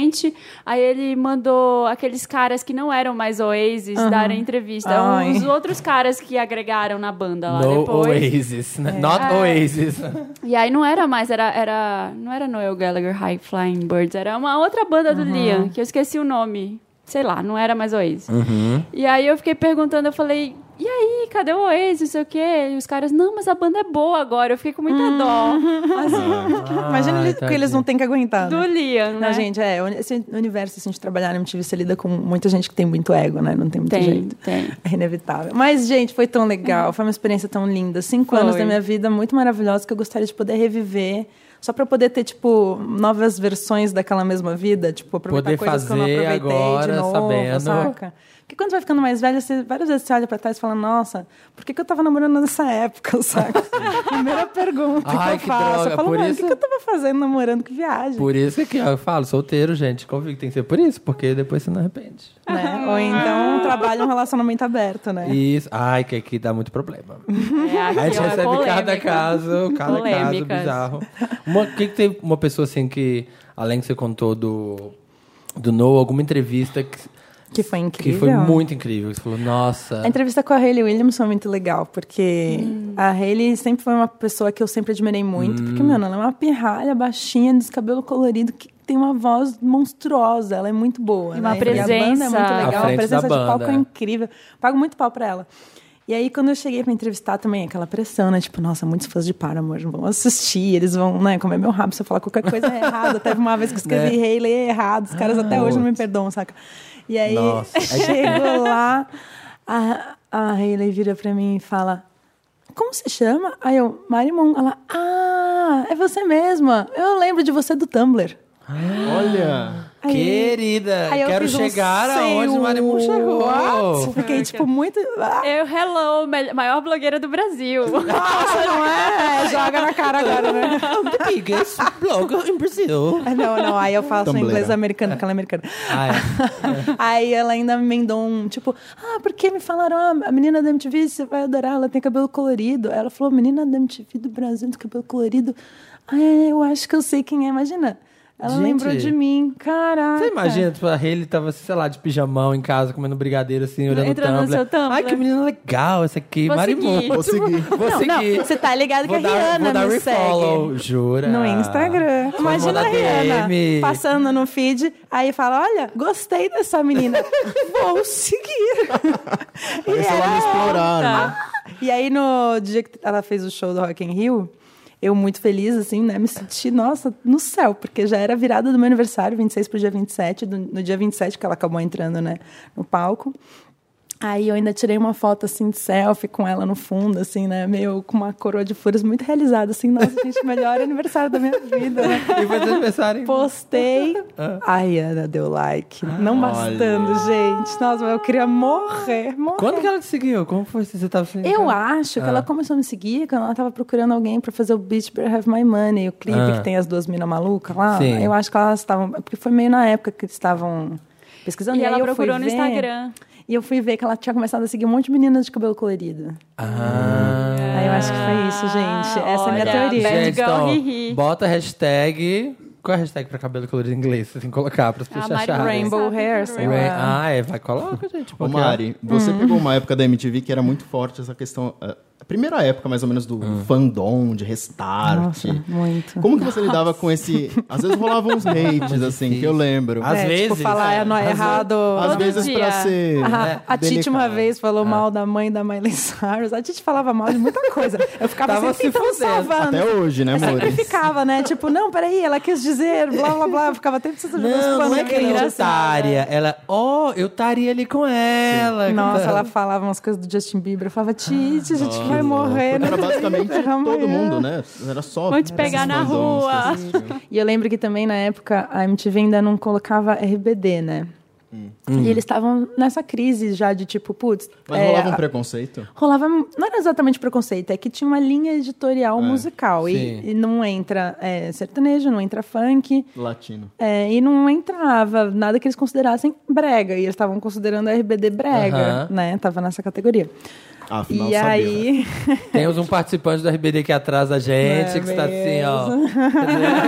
[SPEAKER 3] Aí ele mandou aqueles caras que não eram mais Oasis darem entrevista.
[SPEAKER 2] Ai.
[SPEAKER 3] Os outros caras que agregaram na banda lá
[SPEAKER 1] No
[SPEAKER 3] depois. É.
[SPEAKER 1] Oasis, né? Not Oasis.
[SPEAKER 3] E aí não era mais, era, era não era Noel Gallagher High Flying Birds, era uma outra banda do Liam, que eu esqueci o nome. Sei lá, não era mais Oasis.
[SPEAKER 1] Uhum.
[SPEAKER 3] E aí eu fiquei perguntando, eu falei, e aí, cadê o Oasis, não sei o quê? E os caras, não, mas a banda é boa agora, eu fiquei com muita
[SPEAKER 2] Uhum.
[SPEAKER 3] dó
[SPEAKER 2] Imagina
[SPEAKER 1] Ah,
[SPEAKER 2] eles- que eles não têm que aguentar.
[SPEAKER 3] do
[SPEAKER 2] né?
[SPEAKER 3] Liam, né?
[SPEAKER 2] Não, gente, é. Esse universo assim, de trabalhar na MTV, você lida com muita gente que tem muito ego, né? Não tem muito
[SPEAKER 3] Tem,
[SPEAKER 2] jeito.
[SPEAKER 3] tem.
[SPEAKER 2] É inevitável. Mas, gente, foi tão legal. Foi uma experiência tão linda. Cinco
[SPEAKER 3] Foi.
[SPEAKER 2] anos da minha vida muito maravilhosa que eu gostaria de poder reviver. Só pra poder ter, tipo, novas versões daquela mesma vida. Tipo, aproveitar
[SPEAKER 1] Poder
[SPEAKER 2] coisas que eu não
[SPEAKER 1] fazer
[SPEAKER 2] aproveitei
[SPEAKER 1] agora,
[SPEAKER 2] de novo,
[SPEAKER 1] sabendo.
[SPEAKER 2] saca? Porque quando vai ficando mais velha, você, várias vezes você olha pra trás e fala, nossa, por que, que eu tava namorando nessa época, saca? Primeira pergunta
[SPEAKER 1] Ai,
[SPEAKER 2] que eu
[SPEAKER 1] que
[SPEAKER 2] faço.
[SPEAKER 1] droga,
[SPEAKER 2] eu falo,
[SPEAKER 1] por
[SPEAKER 2] mano, o
[SPEAKER 1] isso-
[SPEAKER 2] que, que eu tava fazendo namorando? Que viagem.
[SPEAKER 1] Por isso que eu falo, solteiro, gente, convicto, tem que ser por isso, porque depois você não arrepende.
[SPEAKER 2] né? Ou então trabalha um relacionamento aberto, né?
[SPEAKER 1] Isso. Ai, que aqui dá muito problema.
[SPEAKER 3] É,
[SPEAKER 1] Aí
[SPEAKER 3] aqui,
[SPEAKER 1] a gente
[SPEAKER 3] ó, é
[SPEAKER 1] recebe cada
[SPEAKER 3] polêmica.
[SPEAKER 1] caso, cada
[SPEAKER 3] Polêmicas.
[SPEAKER 1] caso bizarro. Uma, que, que tem uma pessoa assim que, além que você contou do, do Noah, alguma entrevista que,
[SPEAKER 2] Que foi
[SPEAKER 1] que
[SPEAKER 2] incrível.
[SPEAKER 1] foi muito incrível? que Você falou, nossa.
[SPEAKER 2] A entrevista com a Hayley Williams foi muito legal, porque
[SPEAKER 1] Hum.
[SPEAKER 2] a Hayley sempre foi uma pessoa que eu sempre admirei muito, porque, mano, ela é uma pirralha baixinha, descabelo colorido, que tem uma voz monstruosa, ela é muito boa.
[SPEAKER 3] E uma
[SPEAKER 2] né? E a banda é
[SPEAKER 3] presença.
[SPEAKER 2] muito
[SPEAKER 1] À
[SPEAKER 2] legal,
[SPEAKER 1] frente
[SPEAKER 2] a
[SPEAKER 1] da
[SPEAKER 2] presença de palco
[SPEAKER 1] banda,
[SPEAKER 2] é
[SPEAKER 1] é.
[SPEAKER 2] incrível. Pago muito pau pra ela. E aí, quando eu cheguei pra entrevistar também, aquela pressão, né? Tipo, nossa, muitos fãs de Paramore vão assistir, eles vão, né, comer meu rabo se eu falar qualquer coisa errada. Teve uma vez que eu escrevi
[SPEAKER 1] Né?
[SPEAKER 2] Hayley errado, os
[SPEAKER 1] Ah,
[SPEAKER 2] caras até hoje não me perdoam, saca? E aí,
[SPEAKER 1] Nossa.
[SPEAKER 2] chego lá, a, a Hayley vira pra mim e fala: Como se chama? Aí eu, Marimon. Ela, ah, é você mesma. Eu lembro de você do Tumblr.
[SPEAKER 4] Olha!
[SPEAKER 2] Aí-
[SPEAKER 1] Querida,
[SPEAKER 2] aí eu
[SPEAKER 1] quero
[SPEAKER 2] fiz um
[SPEAKER 1] chegar aonde
[SPEAKER 2] "Say
[SPEAKER 1] o Marimun chegou.
[SPEAKER 2] what?" Fiquei, tipo, muito. "Ah,
[SPEAKER 3] Eu, hello, mel- maior blogueira do Brasil.
[SPEAKER 2] Nossa, não é? Joga na cara agora, né?
[SPEAKER 1] The biggest blogger in Brazil.
[SPEAKER 2] Ah, Não, não, aí eu faço em
[SPEAKER 4] Tumbleira.
[SPEAKER 2] inglês americano, porque ela é americana.
[SPEAKER 1] Ah, é.
[SPEAKER 2] Aí ela ainda me emendou um, tipo, ah, porque me falaram, ah, a menina da MTV, você vai adorar, ela tem cabelo colorido. Aí ela falou, menina da MTV do Brasil tem cabelo colorido. Ah, é, eu acho que eu sei quem é, imagina. Ela
[SPEAKER 1] Gente.
[SPEAKER 2] lembrou de mim, caraca.
[SPEAKER 1] Você imagina, tipo, a Hayley tava, sei lá, de pijamão em casa, comendo brigadeiro, assim, olhando o
[SPEAKER 3] Entrando no
[SPEAKER 1] Tumblr.
[SPEAKER 3] seu Tumblr.
[SPEAKER 1] Ai, que menina legal essa aqui,
[SPEAKER 3] Vou
[SPEAKER 1] Marimun.
[SPEAKER 3] seguir.
[SPEAKER 4] Vou
[SPEAKER 2] Tipo,
[SPEAKER 4] seguir.
[SPEAKER 1] Vou
[SPEAKER 2] Não,
[SPEAKER 1] seguir.
[SPEAKER 2] não, você tá ligado
[SPEAKER 1] Vou
[SPEAKER 2] que a
[SPEAKER 1] dar-
[SPEAKER 2] Rihanna
[SPEAKER 1] vou dar
[SPEAKER 2] me
[SPEAKER 1] refollow, jura?
[SPEAKER 2] No Instagram.
[SPEAKER 1] Vou
[SPEAKER 2] Imagina a
[SPEAKER 1] mandar
[SPEAKER 2] Rihanna
[SPEAKER 1] DM.
[SPEAKER 2] passando no feed, aí fala: Olha, gostei dessa menina, vou seguir. E
[SPEAKER 4] Parece ela me
[SPEAKER 2] é
[SPEAKER 4] explorar, né?
[SPEAKER 2] E aí, no dia que ela fez o show do Rock in Rio, eu muito feliz, assim, né? Me senti, nossa, no céu, porque já era virada do meu aniversário, 26 pro dia 27, do, no dia 27 que ela acabou entrando, né, no palco. Aí eu ainda tirei uma foto, assim, de selfie com ela no fundo, assim, né? Meio com uma coroa de flores muito realizada, assim. Nossa, gente, melhor aniversário da minha vida, né?
[SPEAKER 1] E foi seu aniversário. hein?
[SPEAKER 2] Postei, a Ana deu like. Não bastando, gente. Nossa, eu queria morrer, morrer.
[SPEAKER 1] Quando que ela te seguiu? Como foi se você tava seguindo?
[SPEAKER 2] Eu acho
[SPEAKER 1] Ah.
[SPEAKER 2] que ela começou a me seguir quando ela tava procurando alguém pra fazer o Beach Better Have My Money, o clipe
[SPEAKER 1] Ah.
[SPEAKER 2] que tem as duas minas malucas lá.
[SPEAKER 1] Sim.
[SPEAKER 2] Eu acho que elas estavam. Porque foi meio na época que eles estavam pesquisando.
[SPEAKER 3] E
[SPEAKER 2] aí
[SPEAKER 3] ela
[SPEAKER 2] eu fui
[SPEAKER 3] procurou no
[SPEAKER 2] ver,
[SPEAKER 3] Instagram.
[SPEAKER 2] E eu fui ver que ela tinha começado a seguir um monte de meninas de cabelo colorido.
[SPEAKER 1] Ah.
[SPEAKER 2] Aí eu acho que foi isso, gente. Essa é a minha
[SPEAKER 3] olha,
[SPEAKER 2] teoria.
[SPEAKER 3] bad
[SPEAKER 1] Gente,
[SPEAKER 3] girl,
[SPEAKER 1] então,
[SPEAKER 3] hi, hi.
[SPEAKER 1] bota a hashtag... Qual é a hashtag pra cabelo colorido em inglês? Você tem que colocar
[SPEAKER 2] Ah,
[SPEAKER 1] pras pessoas
[SPEAKER 3] Mari
[SPEAKER 1] acharem.
[SPEAKER 3] Rainbow Hair,
[SPEAKER 2] sei
[SPEAKER 1] Rain-
[SPEAKER 2] lá.
[SPEAKER 1] Ah, é, vai, coloca, gente.
[SPEAKER 4] Ô,
[SPEAKER 1] porque-
[SPEAKER 4] Mari, você
[SPEAKER 2] Hum.
[SPEAKER 4] pegou uma época da MTV que era muito forte essa questão. A a primeira época, mais ou menos, do fandom, de restart.
[SPEAKER 2] Nossa, muito.
[SPEAKER 4] Como que você lidava com esse. Às vezes rolavam uns hates, assim, que eu lembro.
[SPEAKER 1] Às
[SPEAKER 2] é,
[SPEAKER 1] vezes.
[SPEAKER 2] Tipo, falar é, não, é errado.
[SPEAKER 4] Às
[SPEAKER 3] Todo
[SPEAKER 4] vezes
[SPEAKER 3] dia.
[SPEAKER 4] pra
[SPEAKER 1] é,
[SPEAKER 4] ser.
[SPEAKER 1] né,
[SPEAKER 2] A, Ah, a Titi uma
[SPEAKER 4] delicado.
[SPEAKER 2] vez falou
[SPEAKER 1] Ah.
[SPEAKER 2] mal da mãe da Miley Cyrus. A Titi falava mal de muita coisa. Eu ficava
[SPEAKER 1] Tava
[SPEAKER 2] sempre
[SPEAKER 1] se
[SPEAKER 2] tentando
[SPEAKER 1] fudendo.
[SPEAKER 2] salvando.
[SPEAKER 4] Até hoje, né,
[SPEAKER 2] Eu sempre
[SPEAKER 4] amores?
[SPEAKER 2] ficava, né? Tipo, não, peraí, ela quis dizer, blá, blá, blá. Eu ficava até precisando de uns
[SPEAKER 1] Não, não
[SPEAKER 2] panos
[SPEAKER 1] é
[SPEAKER 2] que
[SPEAKER 1] que ela é otária. Ela, ó, eu estaria ali com ela. Então,
[SPEAKER 2] Nossa,
[SPEAKER 1] Cantando.
[SPEAKER 2] ela falava umas coisas do Justin Bieber. Eu falava, Titi, a gente vai morrer.
[SPEAKER 4] Era
[SPEAKER 2] né?
[SPEAKER 4] basicamente todo
[SPEAKER 2] Amanhã.
[SPEAKER 4] mundo, né? Era só.
[SPEAKER 3] Vão te
[SPEAKER 4] esses
[SPEAKER 3] pegar na
[SPEAKER 4] fandoms que
[SPEAKER 3] rua.
[SPEAKER 4] existiam.
[SPEAKER 2] E eu lembro que também, na época, a MTV ainda não colocava RBD, né?
[SPEAKER 1] Hum.
[SPEAKER 2] E eles estavam nessa crise já de tipo, putz...
[SPEAKER 4] Mas
[SPEAKER 2] é,
[SPEAKER 4] rolava um
[SPEAKER 2] a-
[SPEAKER 4] preconceito?
[SPEAKER 2] rolava um, não era exatamente preconceito é que tinha uma linha editorial musical
[SPEAKER 1] É. sim.
[SPEAKER 2] e, e não entra é, sertanejo não entra funk
[SPEAKER 4] Latino.
[SPEAKER 2] é, e não entrava nada que eles considerassem brega e eles estavam considerando a RBD brega
[SPEAKER 1] Aham.
[SPEAKER 2] né tava nessa categoria
[SPEAKER 4] Afinal,
[SPEAKER 2] e
[SPEAKER 4] sabia, né?
[SPEAKER 2] aí.
[SPEAKER 1] Temos um participante da RBD aqui atrás da gente,
[SPEAKER 2] É
[SPEAKER 1] que está assim, ó.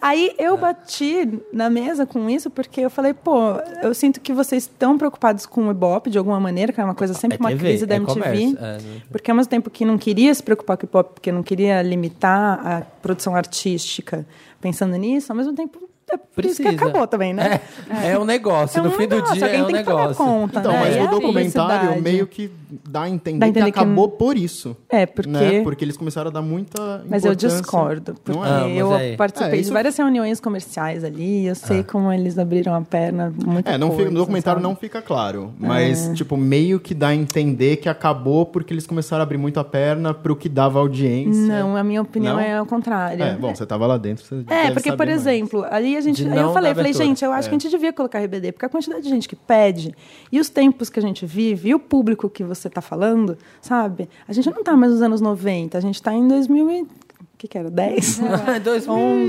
[SPEAKER 2] Aí
[SPEAKER 1] É.
[SPEAKER 2] eu bati na mesa com isso porque eu falei, pô, eu sinto que vocês estão preocupados com o Ibope de alguma maneira, que é uma coisa sempre
[SPEAKER 1] É
[SPEAKER 2] uma
[SPEAKER 1] TV,
[SPEAKER 2] crise da
[SPEAKER 1] é
[SPEAKER 2] MTV.
[SPEAKER 1] comércio, é, né?
[SPEAKER 2] Porque ao mesmo tempo que não queria se preocupar com o Ibope, porque não queria limitar a produção artística pensando nisso, ao mesmo tempo é por
[SPEAKER 1] Precisa.
[SPEAKER 2] isso que acabou também, né?
[SPEAKER 1] É, é um negócio,
[SPEAKER 2] É um
[SPEAKER 1] no fim do
[SPEAKER 2] negócio,
[SPEAKER 1] dia
[SPEAKER 2] alguém
[SPEAKER 1] é um
[SPEAKER 2] tem que pagar
[SPEAKER 1] negócio.
[SPEAKER 2] conta,
[SPEAKER 4] Então,
[SPEAKER 2] né?
[SPEAKER 4] mas
[SPEAKER 2] E
[SPEAKER 3] é
[SPEAKER 4] o
[SPEAKER 2] a
[SPEAKER 4] documentário
[SPEAKER 2] felicidade.
[SPEAKER 4] meio que dá a entender,
[SPEAKER 2] Dá a entender
[SPEAKER 4] que
[SPEAKER 2] que
[SPEAKER 4] acabou por isso.
[SPEAKER 2] É, porque-
[SPEAKER 4] né? Porque eles começaram a dar muita
[SPEAKER 2] Mas eu
[SPEAKER 4] importância.
[SPEAKER 2] discordo, porque
[SPEAKER 4] Não
[SPEAKER 1] Ah,
[SPEAKER 4] é?
[SPEAKER 1] mas
[SPEAKER 2] eu
[SPEAKER 1] aí-
[SPEAKER 2] participei
[SPEAKER 4] É, isso- Ah.
[SPEAKER 2] de várias reuniões comerciais ali, eu sei como eles abriram a perna muito.
[SPEAKER 4] É, não fica- no documentário não fica claro.
[SPEAKER 2] É.
[SPEAKER 4] Mas, tipo, meio que dá a entender que acabou porque eles começaram a abrir muito a perna pro que dava audiência.
[SPEAKER 2] Não, a minha opinião
[SPEAKER 4] Não?
[SPEAKER 2] é ao contrário.
[SPEAKER 4] É, bom, você tava lá dentro, você
[SPEAKER 2] É,
[SPEAKER 4] deve
[SPEAKER 2] porque,
[SPEAKER 4] saber
[SPEAKER 2] por
[SPEAKER 4] mais. É.
[SPEAKER 2] exemplo, ali a gente.
[SPEAKER 1] De
[SPEAKER 2] aí
[SPEAKER 1] não
[SPEAKER 2] eu falei,
[SPEAKER 1] dar
[SPEAKER 2] eu falei,
[SPEAKER 1] abertura.
[SPEAKER 2] gente, eu acho que a gente devia colocar RBD, porque a quantidade de gente que pede, e os tempos que a gente vive, e o público que você tá falando, sabe? A gente não tá mais nos anos 90, a gente tá em 2000 e... O que que era? 10?
[SPEAKER 1] É.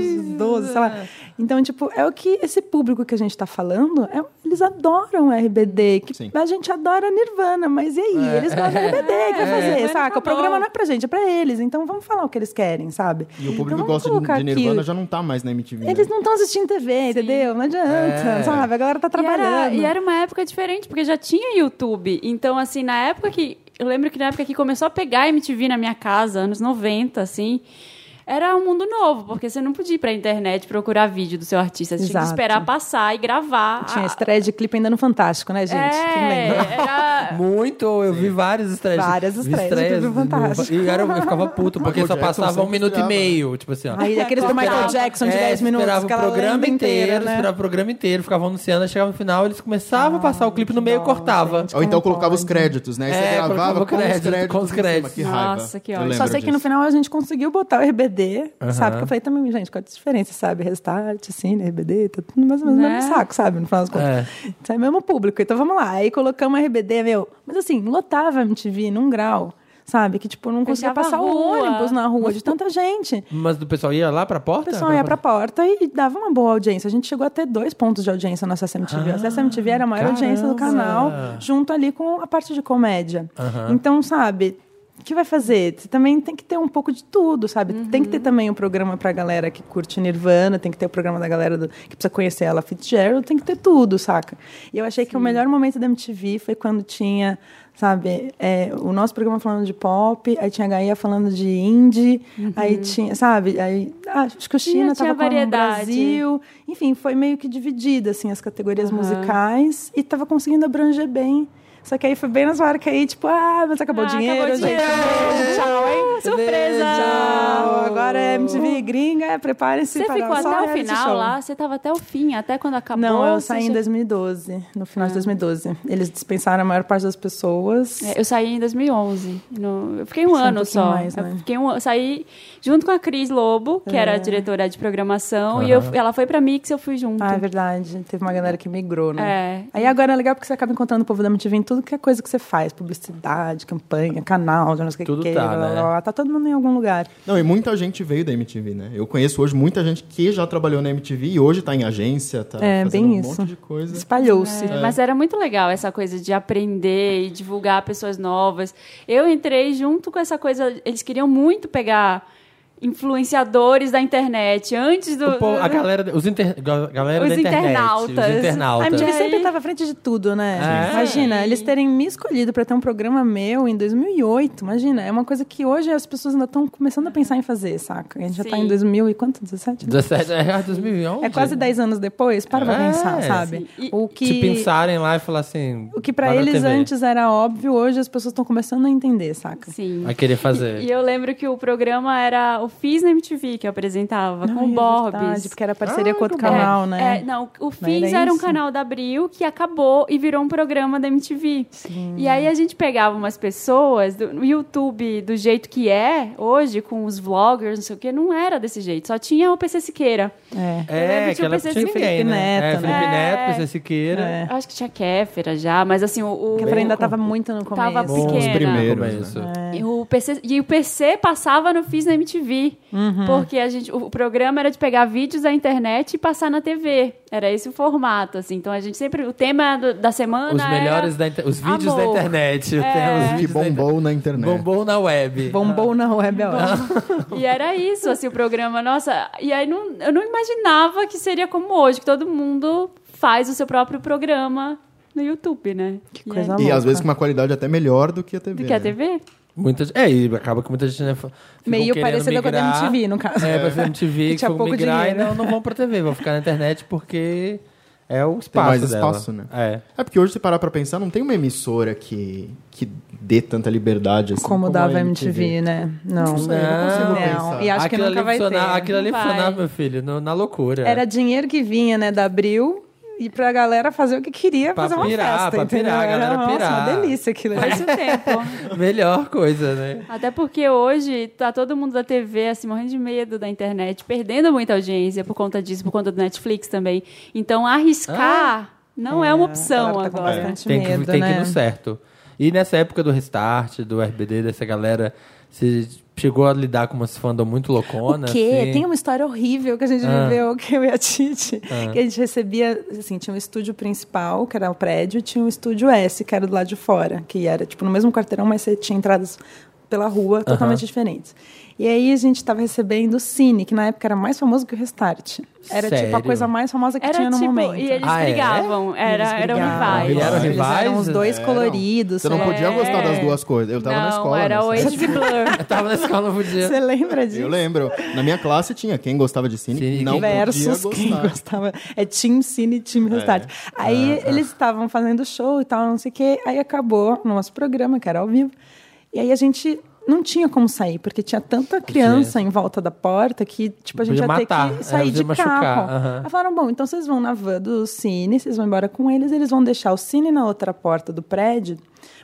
[SPEAKER 2] 11, 12, sei lá. Então, tipo, é o que esse público que a gente tá falando, é- eles adoram RBD, que
[SPEAKER 4] Sim. É.
[SPEAKER 2] a gente adora Nirvana, mas e aí? Eles gostam de RBD, quer fazer,
[SPEAKER 3] É. Nirvana
[SPEAKER 2] saca? O
[SPEAKER 3] acabou.
[SPEAKER 2] programa não é pra gente, é pra eles, então vamos falar o que eles querem, sabe?
[SPEAKER 4] E o público que
[SPEAKER 2] então, vamos
[SPEAKER 4] gosta de,
[SPEAKER 2] colocar
[SPEAKER 4] de Nirvana
[SPEAKER 2] aqui-
[SPEAKER 4] já não tá mais na MTV. né?
[SPEAKER 2] eles não estão assistindo TV, entendeu? Não adianta,
[SPEAKER 1] É.
[SPEAKER 2] sabe? A galera tá trabalhando.
[SPEAKER 3] E era, e era uma época diferente, porque já tinha YouTube. Então, assim, na época que. Eu lembro que na época que começou a pegar MTV na minha casa, anos 90, assim. Era um mundo novo, porque você não podia ir pra internet procurar vídeo do seu artista. Você tinha que
[SPEAKER 2] Exato.
[SPEAKER 3] esperar passar e gravar.
[SPEAKER 2] Tinha
[SPEAKER 3] a-
[SPEAKER 2] estreia de clipe ainda no Fantástico, né, gente? Quem
[SPEAKER 3] É,
[SPEAKER 2] lembra?
[SPEAKER 3] era...
[SPEAKER 1] Muito, eu vi várias estreias.
[SPEAKER 2] Várias
[SPEAKER 1] Vi
[SPEAKER 2] estreias, tudo fantástico.
[SPEAKER 1] E era, eu ficava puto, porque só
[SPEAKER 4] Jackson
[SPEAKER 1] passava um
[SPEAKER 4] sempre
[SPEAKER 1] minuto e
[SPEAKER 4] estreava, né?
[SPEAKER 1] meio, tipo assim, ó.
[SPEAKER 2] Aí aqueles do Michael Jackson de
[SPEAKER 1] É,
[SPEAKER 2] 10 minutos.
[SPEAKER 1] Esperava o
[SPEAKER 2] aquela
[SPEAKER 1] programa
[SPEAKER 2] lenda
[SPEAKER 1] inteiro,
[SPEAKER 2] inteira, né?
[SPEAKER 1] esperava o programa inteiro, ficavam anunciando, aí chegava no final, eles começavam a passar o clipe no meio e
[SPEAKER 2] dó,
[SPEAKER 1] cortava.
[SPEAKER 4] Ou então colocava os créditos, né? Aí você
[SPEAKER 1] É,
[SPEAKER 4] gravava
[SPEAKER 1] colocava
[SPEAKER 4] com os
[SPEAKER 1] crédito,
[SPEAKER 4] créditos.
[SPEAKER 1] com os
[SPEAKER 4] em cima.
[SPEAKER 1] créditos.
[SPEAKER 4] Que raiva.
[SPEAKER 3] Nossa, que
[SPEAKER 4] Eu
[SPEAKER 3] ótimo.
[SPEAKER 4] lembro
[SPEAKER 2] Só sei que
[SPEAKER 4] disso.
[SPEAKER 2] no final a gente conseguiu botar o RBD, sabe? Porque eu falei também, gente, qual é a diferença, sabe? Restart, assim, né? RBD, tá tudo mais ou menos no
[SPEAKER 3] Né?
[SPEAKER 2] mesmo saco, sabe? No final das contas. Isso é mesmo público. Então vamos lá. Aí colocamos RBD, meu. Mas assim, lotava a MTV num grau, sabe? Que tipo, não conseguia
[SPEAKER 3] Fechava a
[SPEAKER 2] passar o
[SPEAKER 3] rua.
[SPEAKER 2] ônibus na rua de tanta gente.
[SPEAKER 1] Mas do pessoal ia lá pra
[SPEAKER 2] O
[SPEAKER 1] porta? assim?
[SPEAKER 2] pessoal ia pra porta e dava uma boa audiência. A gente chegou a ter dois pontos de audiência no SMTV. a SMTV era a maior audiência do canal,
[SPEAKER 1] caramba.
[SPEAKER 2] junto ali com a parte de comédia. Então, sabe, o que vai fazer? Você também tem que ter um pouco de tudo, sabe?
[SPEAKER 3] Uhum.
[SPEAKER 2] Tem que ter também um programa pra galera que curte Nirvana, tem que ter o programa da galera do- que precisa conhecer ela, Fitzgerald, tem que ter tudo, saca? E eu achei que o melhor momento da MTV foi quando tinha, sabe, é, o nosso programa falando de pop, aí tinha a Gaia falando de indie, aí tinha, sabe, aí ah, acho que o China
[SPEAKER 3] Uhum. Tinha- tinha
[SPEAKER 2] estava com o
[SPEAKER 3] variedade.
[SPEAKER 2] Brasil. Enfim, foi meio que dividida, assim, as categorias
[SPEAKER 3] Aham.
[SPEAKER 2] musicais e tava conseguindo abranger bem. Só que aí foi bem nas horas que aí, tipo, ah, mas acabou o
[SPEAKER 3] Ah,
[SPEAKER 2] dinheiro,
[SPEAKER 3] acabou o
[SPEAKER 2] gente.
[SPEAKER 3] dinheiro.
[SPEAKER 2] Tchau, hein?
[SPEAKER 3] Surpresa!
[SPEAKER 2] Tchau! Agora é MTV gringa, preparem-se
[SPEAKER 3] Você
[SPEAKER 2] para
[SPEAKER 3] ficou
[SPEAKER 2] só
[SPEAKER 3] até o
[SPEAKER 2] reality
[SPEAKER 3] final
[SPEAKER 2] show.
[SPEAKER 3] lá? Você tava até o fim, até quando acabou?
[SPEAKER 2] Não, eu
[SPEAKER 3] você
[SPEAKER 2] saí em
[SPEAKER 3] já- Ah.
[SPEAKER 2] 2012, no final de 2012. Eles dispensaram a maior parte das pessoas.
[SPEAKER 3] É, Eu saí em 2011. no- Eu fiquei um
[SPEAKER 2] Foi um
[SPEAKER 3] ano
[SPEAKER 2] pouquinho
[SPEAKER 3] só.
[SPEAKER 2] mais,
[SPEAKER 3] Eu
[SPEAKER 2] né? É.
[SPEAKER 3] fiquei um... eu saí junto com a Cris Lobo, que era a diretora de programação, e eu- ela foi pra Mix e eu fui junto.
[SPEAKER 2] Ah, é verdade. Teve uma galera que migrou, né?
[SPEAKER 3] É.
[SPEAKER 2] Aí agora é legal porque você acaba encontrando o povo da MTV em tudo que é coisa que você faz. Publicidade, campanha, canal, não sei o que
[SPEAKER 1] Tudo
[SPEAKER 2] que,
[SPEAKER 1] tá,
[SPEAKER 2] blá, blá,
[SPEAKER 1] né?
[SPEAKER 2] blá. Tá todo mundo em algum lugar.
[SPEAKER 4] Não, e muita gente veio da MTV, né? Eu conheço hoje muita gente que já trabalhou na MTV e hoje tá em agência, tá
[SPEAKER 2] É,
[SPEAKER 4] fazendo
[SPEAKER 2] bem
[SPEAKER 4] um
[SPEAKER 2] isso.
[SPEAKER 4] monte de coisa.
[SPEAKER 2] Espalhou-se.
[SPEAKER 3] É, Mas era muito legal essa coisa de aprender e divulgar pessoas novas. Eu entrei junto com essa coisa. Eles queriam muito pegar influenciadores da internet antes do.
[SPEAKER 1] O povo- a galera, os inter, ga- galera
[SPEAKER 3] Os
[SPEAKER 1] da internet,
[SPEAKER 3] internautas.
[SPEAKER 1] Os
[SPEAKER 2] A
[SPEAKER 1] internautas.
[SPEAKER 2] MTV
[SPEAKER 3] E
[SPEAKER 2] sempre
[SPEAKER 3] aí-
[SPEAKER 2] estava à frente de tudo, né?
[SPEAKER 1] Sim.
[SPEAKER 2] Imagina,
[SPEAKER 3] Sim.
[SPEAKER 2] eles terem me escolhido para ter um programa meu em 2008. Imagina, é uma coisa que hoje as pessoas ainda estão começando a pensar em fazer, saca? A gente já tá
[SPEAKER 3] Sim.
[SPEAKER 2] em 2000 e quanto? 17?
[SPEAKER 1] 17, é 2011.
[SPEAKER 2] É quase 10 anos depois, para pra
[SPEAKER 1] É.
[SPEAKER 2] pensar, sabe?
[SPEAKER 3] Sim. E-
[SPEAKER 2] O
[SPEAKER 1] Se
[SPEAKER 2] que
[SPEAKER 1] pensarem lá e falar assim...
[SPEAKER 2] o que para
[SPEAKER 1] vai na
[SPEAKER 2] eles
[SPEAKER 1] TV,
[SPEAKER 2] antes era óbvio, hoje as pessoas estão começando a entender, saca?
[SPEAKER 3] Sim.
[SPEAKER 1] A querer fazer.
[SPEAKER 3] E eu lembro que o programa era o Fiz na MTV que eu apresentava com o
[SPEAKER 2] Ai, é
[SPEAKER 3] Bob.
[SPEAKER 2] verdade, porque era parceria
[SPEAKER 1] Ah,
[SPEAKER 2] com outro
[SPEAKER 1] com o
[SPEAKER 2] canal,
[SPEAKER 3] É,
[SPEAKER 2] né?
[SPEAKER 3] é, não, o
[SPEAKER 2] Mas
[SPEAKER 3] Fins
[SPEAKER 2] era
[SPEAKER 3] era um
[SPEAKER 2] isso?
[SPEAKER 3] canal da Abril que acabou e virou um programa da MTV. E aí a gente pegava umas pessoas do, no YouTube do jeito que é hoje, com os vloggers, não sei o que, não era desse jeito. Só tinha o PC Siqueira.
[SPEAKER 2] É.
[SPEAKER 3] lembro
[SPEAKER 1] É,
[SPEAKER 3] que
[SPEAKER 1] que
[SPEAKER 3] eu
[SPEAKER 1] ela
[SPEAKER 3] pensei
[SPEAKER 1] tinha
[SPEAKER 3] assim,
[SPEAKER 1] ninguém,
[SPEAKER 2] Felipe
[SPEAKER 1] né?
[SPEAKER 2] Neto,
[SPEAKER 1] é, Felipe
[SPEAKER 3] né?
[SPEAKER 1] Neto, Pessoa Siqueira.
[SPEAKER 2] É.
[SPEAKER 3] Eu acho que tinha Kéfera já, mas assim, o. o
[SPEAKER 2] Porque ainda é. tava muito no começo.
[SPEAKER 3] Tava
[SPEAKER 1] Bom, né?
[SPEAKER 3] pequena.
[SPEAKER 1] no
[SPEAKER 4] É. primeiros,
[SPEAKER 1] começo.
[SPEAKER 3] E o PC, e o PC passava no Fiz na MTV. MTV.
[SPEAKER 2] Uhum.
[SPEAKER 3] Porque a gente, o programa era de pegar vídeos da internet e passar na TV. Era esse o formato, assim. Então a gente sempre. O tema do- da semana.
[SPEAKER 1] Os
[SPEAKER 3] era-
[SPEAKER 1] melhores da inter- Os vídeos da
[SPEAKER 3] amor.
[SPEAKER 1] internet.
[SPEAKER 2] É.
[SPEAKER 1] Eu
[SPEAKER 3] Ah,
[SPEAKER 1] tenho os
[SPEAKER 4] Que
[SPEAKER 1] vídeos
[SPEAKER 3] né?
[SPEAKER 1] da internet.
[SPEAKER 4] bombou né? na internet.
[SPEAKER 1] Bombou na web.
[SPEAKER 2] Bombou na web, é ótimo.
[SPEAKER 3] E era isso, assim, o programa. Nossa, e aí não, eu não imaginava que seria como hoje, que todo mundo faz o seu próprio programa no YouTube, né? Que
[SPEAKER 4] E
[SPEAKER 2] coisa
[SPEAKER 4] às
[SPEAKER 2] louca.
[SPEAKER 4] vezes com uma qualidade até melhor do que a TV.
[SPEAKER 3] Do que a
[SPEAKER 4] né?
[SPEAKER 3] TV?
[SPEAKER 1] Muita, é, e acaba que muita gente né, ficam
[SPEAKER 2] Meio
[SPEAKER 1] querendo
[SPEAKER 2] parecida com a da
[SPEAKER 1] migrar.
[SPEAKER 2] MTV, no caso.
[SPEAKER 1] É, pra MTV,
[SPEAKER 2] né? Que
[SPEAKER 1] que
[SPEAKER 2] tinha
[SPEAKER 1] foi
[SPEAKER 2] pouco
[SPEAKER 1] migrar e
[SPEAKER 2] dinheiro.
[SPEAKER 1] não, não vão pra TV, vão ficar na internet porque é o espaço
[SPEAKER 4] mais
[SPEAKER 1] dela.
[SPEAKER 4] espaço, né?
[SPEAKER 1] É.
[SPEAKER 4] É porque hoje, se parar pra pensar, não tem uma emissora que, que dê tanta liberdade assim.
[SPEAKER 2] Como dava a MTV, né? Não.
[SPEAKER 4] sei, eu não consigo
[SPEAKER 2] Não,
[SPEAKER 4] pensar.
[SPEAKER 2] E acho
[SPEAKER 1] aquilo
[SPEAKER 2] que nunca
[SPEAKER 1] ali
[SPEAKER 2] vai ter.
[SPEAKER 1] funcionava, Aquilo é. ali
[SPEAKER 3] Não vai.
[SPEAKER 1] funcionava, meu filho, no- na loucura.
[SPEAKER 2] Era dinheiro que vinha, né, da Abril. E pra galera fazer o que queria,
[SPEAKER 1] Pra
[SPEAKER 2] fazer uma
[SPEAKER 1] pirar,
[SPEAKER 2] festa,
[SPEAKER 1] pra
[SPEAKER 2] entendeu?
[SPEAKER 1] pirar, a galera
[SPEAKER 2] Era, nossa,
[SPEAKER 1] pirar.
[SPEAKER 2] uma delícia aquilo. ali.
[SPEAKER 3] Foi isso o tempo.
[SPEAKER 1] Melhor coisa, né?
[SPEAKER 3] Até porque hoje tá todo mundo da TV, assim, morrendo de medo da internet, perdendo muita audiência por conta disso, por conta do Netflix também. Então,
[SPEAKER 1] Ah.
[SPEAKER 3] arriscar não é, uma
[SPEAKER 2] A
[SPEAKER 3] opção
[SPEAKER 2] galera tá com
[SPEAKER 3] agora.
[SPEAKER 2] bastante
[SPEAKER 1] Tem,
[SPEAKER 2] medo,
[SPEAKER 1] que, tem
[SPEAKER 2] né?
[SPEAKER 1] que ir no certo. E nessa época do Restart, do RBD, dessa galera, você chegou a lidar com umas fandom muito loucona?
[SPEAKER 2] O quê?
[SPEAKER 1] assim?
[SPEAKER 2] Tem uma história horrível que a gente
[SPEAKER 1] Ah.
[SPEAKER 2] viveu, que eu e a Titi. Que a gente recebia, assim, tinha um estúdio principal, que era o prédio, e tinha um estúdio S, que era do lado de fora, que era, tipo, no mesmo quarteirão, mas você tinha entradas pela rua totalmente diferentes. E aí a gente tava recebendo o Cine, que na época era mais famoso que o Restart. Era, tipo, a
[SPEAKER 1] Sério?
[SPEAKER 2] coisa mais famosa que
[SPEAKER 3] Era
[SPEAKER 2] tinha no
[SPEAKER 3] tipo,
[SPEAKER 2] momento.
[SPEAKER 3] e eles
[SPEAKER 1] Ah, é?
[SPEAKER 3] brigavam, era,
[SPEAKER 2] Eles
[SPEAKER 3] eram
[SPEAKER 2] brigavam.
[SPEAKER 3] rivais.
[SPEAKER 1] Eles eram
[SPEAKER 2] Eles eram os
[SPEAKER 1] rivais? É.
[SPEAKER 2] dois
[SPEAKER 4] Eram.
[SPEAKER 2] coloridos. é.
[SPEAKER 4] Você não
[SPEAKER 2] sei lá.
[SPEAKER 4] podia gostar das duas coisas. Eu tava
[SPEAKER 3] não,
[SPEAKER 4] na escola.
[SPEAKER 3] era
[SPEAKER 4] nessa época.
[SPEAKER 3] Oasis e Blur.
[SPEAKER 1] Eu tava na escola no dia.
[SPEAKER 2] Você lembra disso?
[SPEAKER 4] Eu lembro. Na minha classe tinha quem gostava de cine
[SPEAKER 1] Cine,
[SPEAKER 4] não
[SPEAKER 2] versus
[SPEAKER 4] podia
[SPEAKER 2] quem
[SPEAKER 4] gostar. É.
[SPEAKER 2] gostava. É Team Cine e Team Restart. Aí eles estavam fazendo show e tal, não sei o quê. Aí acabou o nosso programa, que era ao vivo. E aí a gente não tinha como sair, porque tinha tanta criança em volta da porta que, tipo, a gente
[SPEAKER 1] Podia
[SPEAKER 2] ia ter
[SPEAKER 1] matar,
[SPEAKER 2] que sair
[SPEAKER 1] é,
[SPEAKER 2] de
[SPEAKER 1] podia machucar,
[SPEAKER 2] carro.
[SPEAKER 1] aham.
[SPEAKER 2] Aí falaram, bom, então vocês vão na van do Cine, vocês vão embora com eles, eles vão deixar o Cine na outra porta do prédio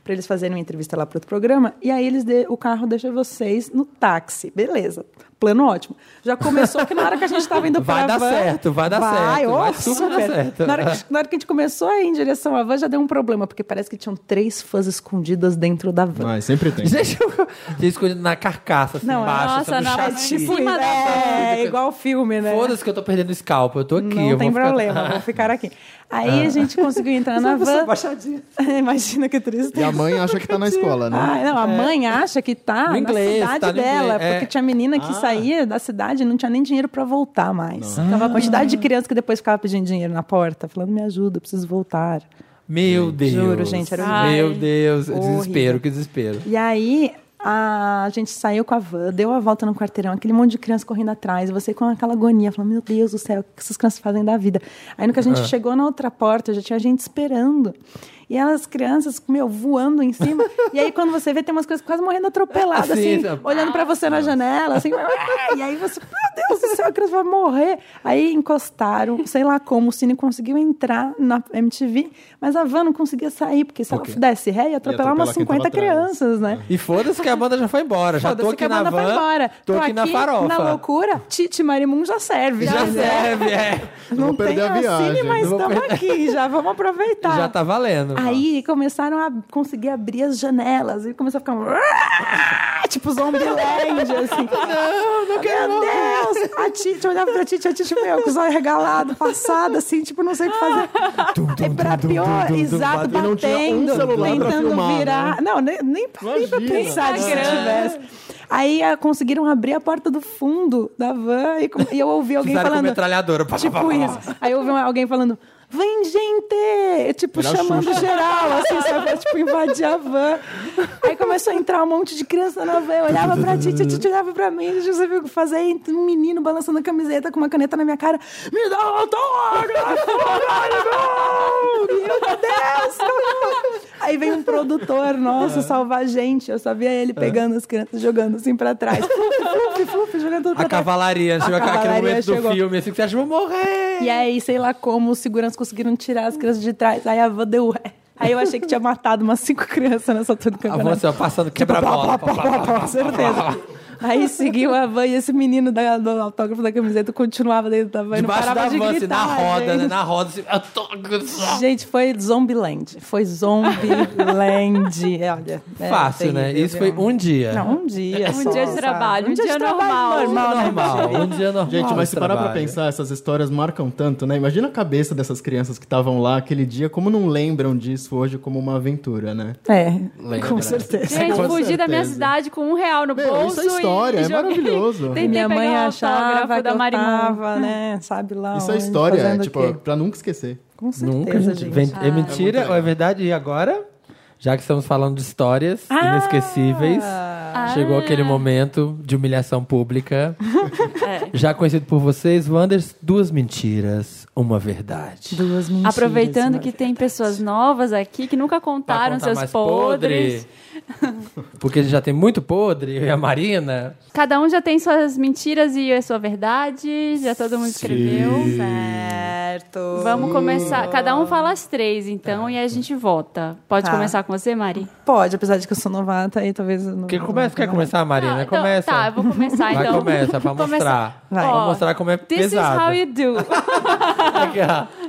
[SPEAKER 2] para eles fazerem uma entrevista lá para outro programa, e aí eles dê- o carro deixa vocês no táxi. Beleza. Plano ótimo. Já começou que na hora que a gente estava indo
[SPEAKER 1] Vai
[SPEAKER 2] pra
[SPEAKER 1] dar
[SPEAKER 2] van,
[SPEAKER 1] certo, vai dar certo,
[SPEAKER 2] ó,
[SPEAKER 1] vai super dar certo.
[SPEAKER 2] Na hora, que, na hora que a gente começou a ir em direção à van, já deu um problema, porque parece que tinham três fãs escondidas dentro da van.
[SPEAKER 4] Mas sempre tem.
[SPEAKER 1] Gente, eu tinha escondido na carcaça, assim,
[SPEAKER 2] Não,
[SPEAKER 1] embaixo.
[SPEAKER 3] nossa,
[SPEAKER 1] assim, no
[SPEAKER 3] não,
[SPEAKER 1] chassi.
[SPEAKER 2] é tipo
[SPEAKER 3] em cima
[SPEAKER 2] isso,
[SPEAKER 3] da
[SPEAKER 2] é,
[SPEAKER 1] van.
[SPEAKER 2] igual filme, né?
[SPEAKER 1] Foda-se que eu tô perdendo scalp, eu tô aqui.
[SPEAKER 2] Não
[SPEAKER 1] eu
[SPEAKER 2] tem
[SPEAKER 1] vou ficar-
[SPEAKER 2] problema, vou ficar aqui. Aí a gente conseguiu entrar na van. Imagina que triste.
[SPEAKER 4] E a mãe acha que tá na escola, né?
[SPEAKER 2] Ah, não, a mãe acha que tá
[SPEAKER 1] é. No
[SPEAKER 2] na
[SPEAKER 1] inglês,
[SPEAKER 2] cidade
[SPEAKER 1] tá no
[SPEAKER 2] dela,
[SPEAKER 1] inglês, é.
[SPEAKER 2] porque tinha menina que saía da cidade e não tinha nem dinheiro pra voltar mais. Tava a quantidade
[SPEAKER 1] Ah.
[SPEAKER 2] de criança que depois ficava pedindo dinheiro na porta, falando: me ajuda, eu preciso voltar.
[SPEAKER 1] Meu Deus.
[SPEAKER 2] Juro, gente, era
[SPEAKER 3] horrível.
[SPEAKER 1] Meu
[SPEAKER 3] Ai.
[SPEAKER 1] Deus,
[SPEAKER 2] Horrível.
[SPEAKER 1] desespero, que desespero.
[SPEAKER 2] E aí a gente saiu com a van, deu a volta no quarteirão, aquele monte de criança correndo atrás, e você com aquela agonia, falando, meu Deus do céu, o que essas crianças fazem da vida? Aí no que
[SPEAKER 4] É.
[SPEAKER 2] a gente chegou na outra porta, já tinha gente esperando. E as crianças, meu, voando em cima. e aí quando você vê, tem umas coisas quase morrendo atropeladas,
[SPEAKER 1] Assim,
[SPEAKER 2] assim,
[SPEAKER 1] tá-
[SPEAKER 2] olhando pra você na janela, assim. e aí você, meu Deus do céu, a criança vai morrer. Aí encostaram, sei lá como, o Cine conseguiu entrar na MTV, mas a van não conseguia sair, porque se
[SPEAKER 4] Ok.
[SPEAKER 2] ela desse ré, ia atropelar umas
[SPEAKER 4] atropelar quem tava
[SPEAKER 2] 50
[SPEAKER 4] atrás.
[SPEAKER 2] crianças, né?
[SPEAKER 1] E foda-se que a banda já foi embora. Uhum. Já tô
[SPEAKER 2] Foda-se que
[SPEAKER 1] aqui
[SPEAKER 2] a
[SPEAKER 1] na
[SPEAKER 2] banda foi
[SPEAKER 1] van.
[SPEAKER 2] embora.
[SPEAKER 1] Tô aqui na farofa.
[SPEAKER 2] Na loucura, Tite Marimum já serve.
[SPEAKER 1] Já
[SPEAKER 2] né?
[SPEAKER 1] serve, é.
[SPEAKER 2] Não
[SPEAKER 4] Vou perder
[SPEAKER 2] tem
[SPEAKER 4] a viagem.
[SPEAKER 2] Cine, mas
[SPEAKER 1] Não vou
[SPEAKER 2] estamos aqui, já vamos aproveitar.
[SPEAKER 1] Já tá valendo.
[SPEAKER 2] Aí começaram a conseguir abrir as janelas e começou a ficar um- tipo zombiland, assim. Não, não quero. Meu Deus! A Titi olhava pra Titi, a Titi meu, com os olhos regalados, passada, assim, tipo, não sei o que fazer. É pra pior, exato,
[SPEAKER 4] E não tinha um
[SPEAKER 2] batendo,
[SPEAKER 4] celular pra
[SPEAKER 2] tentando
[SPEAKER 4] filmar, né?
[SPEAKER 2] virar. Não, nem, nem parei pra
[SPEAKER 4] Imagina.
[SPEAKER 2] pensar nisso se tivesse. Aí ah, conseguiram abrir a porta do fundo da van e, com- e eu ouvi alguém
[SPEAKER 1] Precisaram com
[SPEAKER 2] falando.
[SPEAKER 1] metralhadora. Pá, pá, pá,
[SPEAKER 2] Tipo
[SPEAKER 1] pá, pá.
[SPEAKER 2] isso. Aí eu ouvi uma- alguém falando, vem gente! Tipo,
[SPEAKER 4] Era
[SPEAKER 2] chamando
[SPEAKER 4] Xuxa.
[SPEAKER 2] geral, assim, sabe? Pra, tipo, invadir a van. Aí começou a entrar um monte de criança na van. Eu olhava pra Titi, a Titi olhava pra mim, a gente não sabia o que fazer. Aí um menino balançando a camiseta com uma caneta na minha cara. Me dá um autógrafo, Rodrigo! E eu, meu Deus! socorro!" Aí vem um produtor nosso salvar a gente. Eu só via ele pegando as crianças, jogando assim pra trás. Flup, flup, flup, jogando tudo pra
[SPEAKER 1] A
[SPEAKER 2] trás.
[SPEAKER 1] cavalaria. Chegou aquele
[SPEAKER 2] cavalaria
[SPEAKER 1] momento do
[SPEAKER 2] chegou.
[SPEAKER 1] filme, assim, que você acha que eu vou morrer.
[SPEAKER 2] E aí, sei lá como, os seguranças conseguiram tirar as crianças de trás. Aí a van deu ré. Aí eu achei que tinha matado umas cinco crianças nessa altura do
[SPEAKER 1] A van, assim,
[SPEAKER 2] campeonato.
[SPEAKER 1] ó, passando quebra-bola.
[SPEAKER 2] Pá, pá, pá, pá, pá, pá, certeza. Aí seguiu a van e esse menino da, do autógrafo da camiseta continuava dentro da van. e não
[SPEAKER 1] Debaixo da
[SPEAKER 2] parava de
[SPEAKER 1] van, assim, na
[SPEAKER 2] gritar,
[SPEAKER 1] roda,
[SPEAKER 2] gente.
[SPEAKER 1] né? Na roda, assim, autógrafo.
[SPEAKER 2] Gente, foi Zombieland. Foi Zombieland. É, Olha, é
[SPEAKER 1] Fácil, né?
[SPEAKER 2] terrível,
[SPEAKER 1] Isso foi
[SPEAKER 2] viu?
[SPEAKER 1] um dia.
[SPEAKER 2] Não, um dia.
[SPEAKER 3] Um
[SPEAKER 2] só,
[SPEAKER 3] dia de
[SPEAKER 2] sabe?
[SPEAKER 3] trabalho, um dia
[SPEAKER 2] de trabalho
[SPEAKER 3] normal.
[SPEAKER 2] normal, né?
[SPEAKER 1] normal, um dia normal.
[SPEAKER 4] Gente, mas
[SPEAKER 1] de
[SPEAKER 4] se parar pra
[SPEAKER 1] trabalho.
[SPEAKER 4] pensar, essas histórias marcam tanto, né? Imagina a cabeça dessas crianças que estavam lá aquele dia, como não lembram disso hoje como uma aventura, né?
[SPEAKER 2] É,
[SPEAKER 1] Lembra?
[SPEAKER 2] com certeza.
[SPEAKER 3] Gente,
[SPEAKER 4] Com
[SPEAKER 3] fugi da minha
[SPEAKER 4] certeza.
[SPEAKER 3] cidade com um real no
[SPEAKER 4] Meu,
[SPEAKER 3] bolso
[SPEAKER 4] isso é história,
[SPEAKER 3] e
[SPEAKER 4] é
[SPEAKER 3] joguei-
[SPEAKER 4] maravilhoso.
[SPEAKER 3] Tentei
[SPEAKER 2] Minha mãe
[SPEAKER 3] pegar o
[SPEAKER 2] achava
[SPEAKER 3] autógrafo
[SPEAKER 2] que
[SPEAKER 3] da
[SPEAKER 2] eu
[SPEAKER 3] Marimun.
[SPEAKER 2] tava, né? Sabe lá
[SPEAKER 4] Isso é
[SPEAKER 2] onde,
[SPEAKER 4] história, é,
[SPEAKER 2] fazendo o
[SPEAKER 4] tipo,
[SPEAKER 2] quê.
[SPEAKER 4] pra nunca esquecer.
[SPEAKER 2] Com certeza, Ah.
[SPEAKER 1] Nunca, gente. Vem- É mentira
[SPEAKER 4] legal.
[SPEAKER 1] ou é verdade? E agora, já que estamos falando de histórias inesquecíveis,
[SPEAKER 2] Ah!
[SPEAKER 1] chegou aquele momento de humilhação pública.
[SPEAKER 3] É.
[SPEAKER 1] Já conhecido por vocês, Wanders, duas mentiras, uma verdade.
[SPEAKER 2] Duas mentiras.
[SPEAKER 3] Aproveitando
[SPEAKER 2] né?
[SPEAKER 3] que tem pessoas novas aqui que nunca
[SPEAKER 1] Pra
[SPEAKER 3] contaram
[SPEAKER 1] contar
[SPEAKER 3] seus
[SPEAKER 1] mais
[SPEAKER 3] podres.
[SPEAKER 1] podre, Porque a gente já tem muito podre, eu e a Marina.
[SPEAKER 3] Cada um já tem suas mentiras e a sua verdade. Já todo mundo escreveu. né?
[SPEAKER 2] Certo.
[SPEAKER 3] Vamos começar. Cada um fala as três, então,
[SPEAKER 1] Tá.
[SPEAKER 3] e a gente vota. Pode
[SPEAKER 2] Tá.
[SPEAKER 3] começar com você, Mari?
[SPEAKER 2] Pode, apesar de que eu sou novata aí talvez... eu Não...
[SPEAKER 1] Quer, começa, quer começar, Marina?
[SPEAKER 3] Ah, então-
[SPEAKER 1] começa.
[SPEAKER 3] Tá, eu vou começar
[SPEAKER 1] Vai,
[SPEAKER 3] então.
[SPEAKER 1] começa, pra
[SPEAKER 3] Vou começar.
[SPEAKER 1] mostrar.
[SPEAKER 2] Vai.
[SPEAKER 1] Pra
[SPEAKER 3] Ó,
[SPEAKER 1] mostrar como é
[SPEAKER 3] This is how
[SPEAKER 1] pesado.
[SPEAKER 3] you do.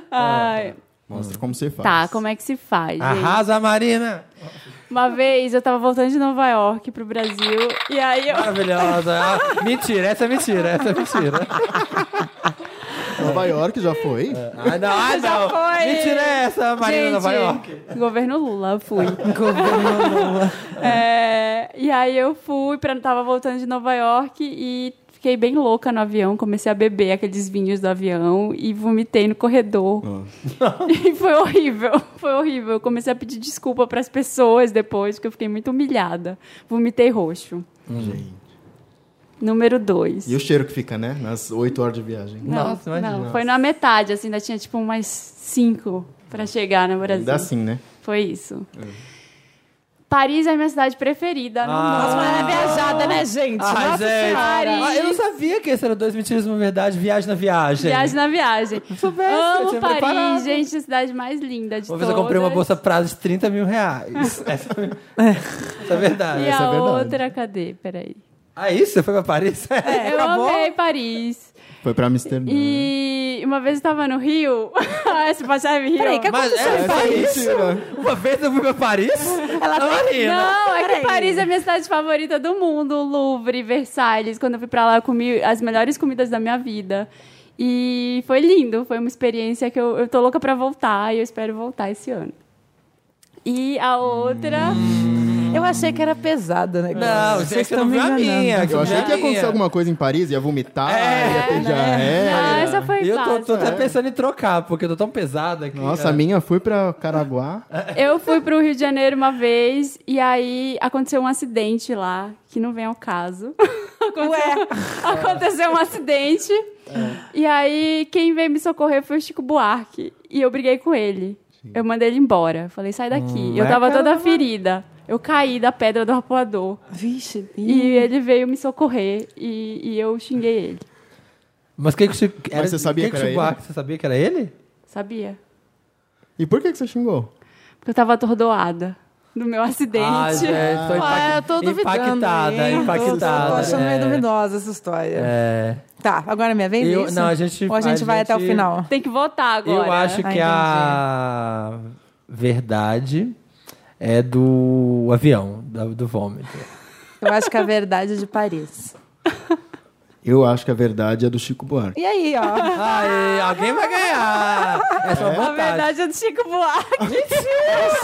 [SPEAKER 3] Ai,
[SPEAKER 4] Mostra como você faz.
[SPEAKER 3] tá, como é que se faz? gente?
[SPEAKER 1] Arrasa, Marina!
[SPEAKER 3] Uma vez eu tava voltando de Nova York pro Brasil e aí eu.
[SPEAKER 1] Maravilhosa. Ah, mentira, essa é mentira, essa é mentira.
[SPEAKER 4] Nova York já foi?
[SPEAKER 1] Ah, não, ah,
[SPEAKER 3] Já
[SPEAKER 1] não.
[SPEAKER 3] foi.
[SPEAKER 1] Mentira é essa, Marina
[SPEAKER 3] Gente,
[SPEAKER 1] Nova York.
[SPEAKER 3] Governo Lula, eu fui.
[SPEAKER 2] Lula.
[SPEAKER 3] É, e aí eu fui, pra, tava voltando de Nova York e fiquei bem louca no avião, comecei a beber aqueles vinhos do avião e vomitei no corredor. E foi horrível, foi horrível. Eu comecei a pedir desculpa pras pessoas depois, porque eu fiquei muito humilhada. Vomitei roxo.
[SPEAKER 4] Gente.
[SPEAKER 3] Número dois.
[SPEAKER 4] Hum. E o cheiro que fica, né? Nas 8 horas de viagem.
[SPEAKER 3] Não,
[SPEAKER 1] Nossa, imagina.
[SPEAKER 3] não, foi na metade, assim, ainda tinha tipo umas cinco pra chegar no Brasil.
[SPEAKER 4] Dá assim, né?
[SPEAKER 3] Foi isso.
[SPEAKER 1] É.
[SPEAKER 3] Paris é a minha cidade preferida
[SPEAKER 1] Ah.
[SPEAKER 3] no mundo.
[SPEAKER 2] é viajada, né, gente?
[SPEAKER 1] Ai,
[SPEAKER 2] Nossa
[SPEAKER 1] gente.
[SPEAKER 2] Senhora.
[SPEAKER 1] Ah, eu não sabia que esse era dois mentiras e uma verdade. Viagem na viagem.
[SPEAKER 3] Viagem na viagem.
[SPEAKER 1] soubesse, eu
[SPEAKER 3] Amo
[SPEAKER 1] tinha
[SPEAKER 3] Paris,
[SPEAKER 1] preparado.
[SPEAKER 3] gente, a cidade mais linda de
[SPEAKER 1] Uma
[SPEAKER 3] todas.
[SPEAKER 1] vez eu comprei uma bolsa prazo de 30 mil reais. Essa, essa é verdade.
[SPEAKER 3] E
[SPEAKER 1] Essa é
[SPEAKER 3] a
[SPEAKER 1] verdade.
[SPEAKER 3] outra, cadê? Peraí.
[SPEAKER 1] Ah, isso? Você foi pra Paris? É.
[SPEAKER 3] eu
[SPEAKER 2] É, acabou?
[SPEAKER 3] amei Paris.
[SPEAKER 4] Foi pra Amsterdã.
[SPEAKER 3] E uma vez eu tava no Rio. Essa passagem Rio.
[SPEAKER 2] Peraí, que
[SPEAKER 1] Mas é,
[SPEAKER 4] Essa é
[SPEAKER 1] isso?
[SPEAKER 4] mentira.
[SPEAKER 1] Uma vez eu fui pra Paris? Ela Marina.
[SPEAKER 3] Não, é
[SPEAKER 2] Peraí.
[SPEAKER 3] que Paris é a minha cidade favorita do mundo. Louvre, Versalhes. Quando eu fui pra lá, eu comi as melhores comidas da minha vida. E foi lindo. Foi uma experiência que eu, eu tô louca pra voltar. E eu espero voltar esse ano. E a outra...
[SPEAKER 2] Eu achei que era pesada, né?
[SPEAKER 1] Não, você, você não viu a minha.
[SPEAKER 4] Eu achei que ia acontecer
[SPEAKER 1] alguma
[SPEAKER 4] alguma coisa em Paris, ia vomitar,
[SPEAKER 1] É,
[SPEAKER 4] ia ter diarreia.
[SPEAKER 3] Não, essa foi
[SPEAKER 1] E eu tô,
[SPEAKER 3] fácil.
[SPEAKER 1] tô até pensando em trocar, porque eu tô tão pesada aqui.
[SPEAKER 4] Nossa, a minha fui pra Caraguá.
[SPEAKER 3] Eu fui pro Rio de Janeiro uma vez e aí aconteceu um acidente lá, que não vem ao caso. Aconteceu, aconteceu um acidente.
[SPEAKER 2] É.
[SPEAKER 3] E aí quem veio me socorrer foi o Chico Buarque. E eu briguei com ele. Eu mandei ele embora. Falei, sai daqui.
[SPEAKER 2] Hum,
[SPEAKER 3] eu
[SPEAKER 1] é
[SPEAKER 3] tava
[SPEAKER 1] aquela
[SPEAKER 3] toda ferida. Eu caí da pedra do arpoador.
[SPEAKER 2] Vixe,
[SPEAKER 3] E ele veio me socorrer e, e eu xinguei ele.
[SPEAKER 1] Mas quem que o Chico- era,
[SPEAKER 4] você sabia
[SPEAKER 1] quem
[SPEAKER 4] que
[SPEAKER 1] o
[SPEAKER 4] era
[SPEAKER 1] Chico
[SPEAKER 4] ele?
[SPEAKER 1] Buarque- Você sabia que era ele?
[SPEAKER 3] Sabia?
[SPEAKER 4] E por que, que você xingou?
[SPEAKER 3] Porque eu tava atordoada do meu acidente.
[SPEAKER 1] Ah, gente, tô
[SPEAKER 2] Ah,
[SPEAKER 1] impacta-
[SPEAKER 2] eu tô duvidando.
[SPEAKER 1] impactada,
[SPEAKER 2] hein?
[SPEAKER 1] impactada.
[SPEAKER 2] Tô, tô achando meio
[SPEAKER 1] é.
[SPEAKER 2] duvidosa essa história.
[SPEAKER 1] É.
[SPEAKER 2] Tá, agora é minha vez?
[SPEAKER 1] Eu-
[SPEAKER 2] isso?
[SPEAKER 1] não, a gente-
[SPEAKER 2] Ou a gente
[SPEAKER 1] a
[SPEAKER 2] vai até o
[SPEAKER 1] gente-
[SPEAKER 2] final?
[SPEAKER 3] Tem que votar agora. ah,
[SPEAKER 1] Eu acho que a verdade é do avião, do, do vômito.
[SPEAKER 2] Eu acho que é a verdade é de Paris.
[SPEAKER 4] Eu acho que a verdade é do Chico Buarque.
[SPEAKER 2] E aí, ó?
[SPEAKER 1] Aí, alguém vai ganhar! Essa é uma
[SPEAKER 3] A
[SPEAKER 1] vantagem.
[SPEAKER 3] verdade é do Chico Buarque.
[SPEAKER 4] Por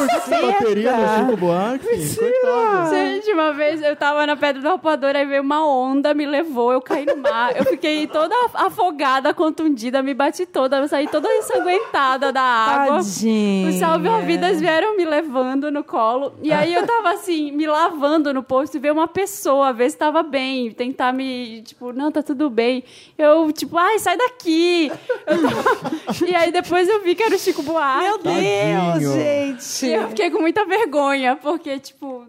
[SPEAKER 4] que você bateria no Chico Buarque? Coitado.
[SPEAKER 3] Gente, uma vez eu tava na Pedra do Arpoador, aí veio uma onda, me levou, eu caí no mar. Eu fiquei toda afogada, contundida, me bati toda, eu saí toda ensanguentada da água.
[SPEAKER 2] Tadinha.
[SPEAKER 3] Os salve-vidas vieram me levando no colo. E aí eu tava assim, me lavando no posto e veio uma pessoa ver se tava bem, tentar me, tipo, não, tá tudo bem. Eu, tipo, ai, sai daqui. Eu tava- E aí depois eu vi que era o Chico Buarque.
[SPEAKER 2] Meu Deus,
[SPEAKER 4] Tadinho.
[SPEAKER 2] gente.
[SPEAKER 3] E eu fiquei com muita vergonha, porque, tipo,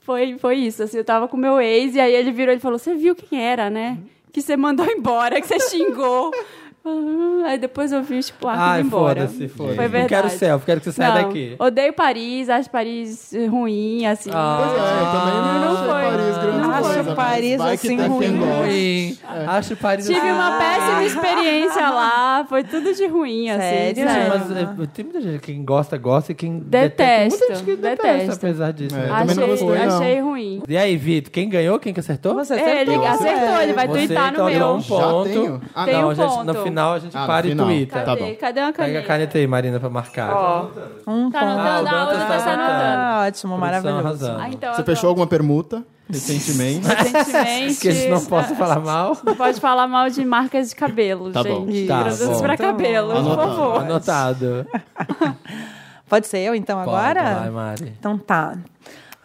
[SPEAKER 3] foi, foi isso. Assim, eu tava com meu ex, e aí ele virou e falou: Você viu quem era, né? Que você mandou embora, que você xingou. "Ah", Aí depois eu vi, tipo, ah,
[SPEAKER 1] Ai,
[SPEAKER 3] vou embora.
[SPEAKER 1] foda-se, foda-se.
[SPEAKER 3] Foi
[SPEAKER 1] Não
[SPEAKER 3] verdade.
[SPEAKER 1] quero selfie, quero que você saia
[SPEAKER 3] Não,
[SPEAKER 1] daqui.
[SPEAKER 3] Odeio Paris, acho Paris ruim, assim.
[SPEAKER 1] Ah.
[SPEAKER 4] Pois é, eu também não
[SPEAKER 3] Não
[SPEAKER 4] achei
[SPEAKER 3] foi.
[SPEAKER 4] Paris grande
[SPEAKER 2] Não
[SPEAKER 4] coisa.
[SPEAKER 2] acho
[SPEAKER 4] mas
[SPEAKER 2] Paris
[SPEAKER 4] vai que
[SPEAKER 2] assim
[SPEAKER 4] tem quem
[SPEAKER 2] ruim.
[SPEAKER 4] gosta.
[SPEAKER 1] Sim, É. acho Paris assim.
[SPEAKER 3] Tive uma péssima experiência lá, foi tudo de ruim, assim.
[SPEAKER 2] Sério?
[SPEAKER 1] Gente,
[SPEAKER 2] Sério?
[SPEAKER 1] mas é, tem muita gente que gosta, gosta e quem
[SPEAKER 3] Detesto,
[SPEAKER 1] detesta. Muita gente que detesta,
[SPEAKER 3] detesto.
[SPEAKER 1] apesar disso.
[SPEAKER 4] É,
[SPEAKER 1] né?
[SPEAKER 4] Eu também não
[SPEAKER 3] Achei,
[SPEAKER 4] gostei, não.
[SPEAKER 3] achei ruim.
[SPEAKER 1] E aí, Vitor, quem ganhou, quem que acertou?
[SPEAKER 2] Você
[SPEAKER 3] Ele
[SPEAKER 2] acertou. né?
[SPEAKER 3] acertou, ele vai
[SPEAKER 1] Você,
[SPEAKER 3] twittar no
[SPEAKER 1] então,
[SPEAKER 3] meu.
[SPEAKER 1] ganhou um
[SPEAKER 4] Já tenho?
[SPEAKER 1] ponto.
[SPEAKER 4] Ah,
[SPEAKER 3] Tem
[SPEAKER 1] não,
[SPEAKER 3] um
[SPEAKER 1] a gente,
[SPEAKER 3] ponto.
[SPEAKER 1] no final a gente
[SPEAKER 4] Ah, no
[SPEAKER 1] para e
[SPEAKER 4] final.
[SPEAKER 1] tuita.
[SPEAKER 4] Tá
[SPEAKER 3] Cadê?
[SPEAKER 4] bom.
[SPEAKER 3] Cadê uma
[SPEAKER 1] Pega
[SPEAKER 3] caneta?
[SPEAKER 1] a caneta aí, Marina, pra marcar.
[SPEAKER 2] Um
[SPEAKER 1] Ah,
[SPEAKER 3] Tá anotando,
[SPEAKER 1] o
[SPEAKER 3] a outra
[SPEAKER 1] Dantas
[SPEAKER 3] tá
[SPEAKER 1] tá
[SPEAKER 3] anotando.
[SPEAKER 2] Ah, ótimo, maravilhoso.
[SPEAKER 1] arrasando.
[SPEAKER 3] Ah, então,
[SPEAKER 4] Você
[SPEAKER 3] eu tô-
[SPEAKER 4] fechou alguma permuta recentemente?
[SPEAKER 3] Recentemente.
[SPEAKER 1] Que a gente não possa falar mal.
[SPEAKER 3] Não pode falar mal de marcas de cabelo,
[SPEAKER 4] Tá bom.
[SPEAKER 3] gente.
[SPEAKER 1] Tá
[SPEAKER 3] Produtos
[SPEAKER 1] bom.
[SPEAKER 3] pra cabelo, por
[SPEAKER 4] Anotado.
[SPEAKER 3] favor.
[SPEAKER 1] Anotado.
[SPEAKER 2] Pode ser eu então agora?
[SPEAKER 1] Pode, vai, Mari.
[SPEAKER 2] Então tá.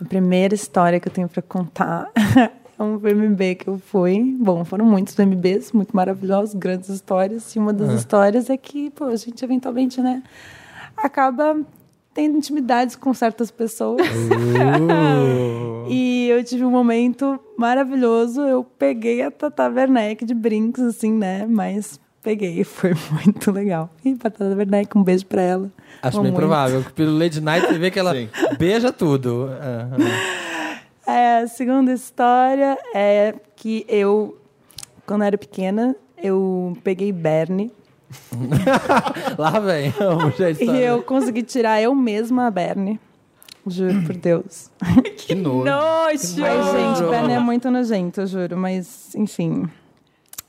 [SPEAKER 2] A primeira história que eu tenho pra contar é um VMB que eu fui. Bom, foram muitos VMBs, muito maravilhosos, grandes histórias. E uma das histórias é que, pô, a gente eventualmente, né, acaba tendo intimidades com certas pessoas.
[SPEAKER 1] Uh,
[SPEAKER 2] E eu tive um momento maravilhoso. Eu peguei a Tata Werneck de brincos, assim, né? Mas peguei, foi muito legal. E pra Tata Werneck, um beijo pra ela.
[SPEAKER 1] Acho
[SPEAKER 2] Amo
[SPEAKER 1] bem
[SPEAKER 2] muito.
[SPEAKER 1] provável. Pelo Lady Night, você vê que ela
[SPEAKER 4] Sim.
[SPEAKER 1] beija tudo. Aham.
[SPEAKER 2] É, a segunda história é que eu, quando eu era pequena, eu peguei Berne
[SPEAKER 1] Lá vem. Vamos, gente.
[SPEAKER 2] e eu consegui tirar eu mesma a Berne. Juro por Deus.
[SPEAKER 4] que nojo.
[SPEAKER 3] Nojo!
[SPEAKER 2] Ai, gente,
[SPEAKER 1] Juro.
[SPEAKER 2] Berne é muito nojento, eu juro. Mas, enfim,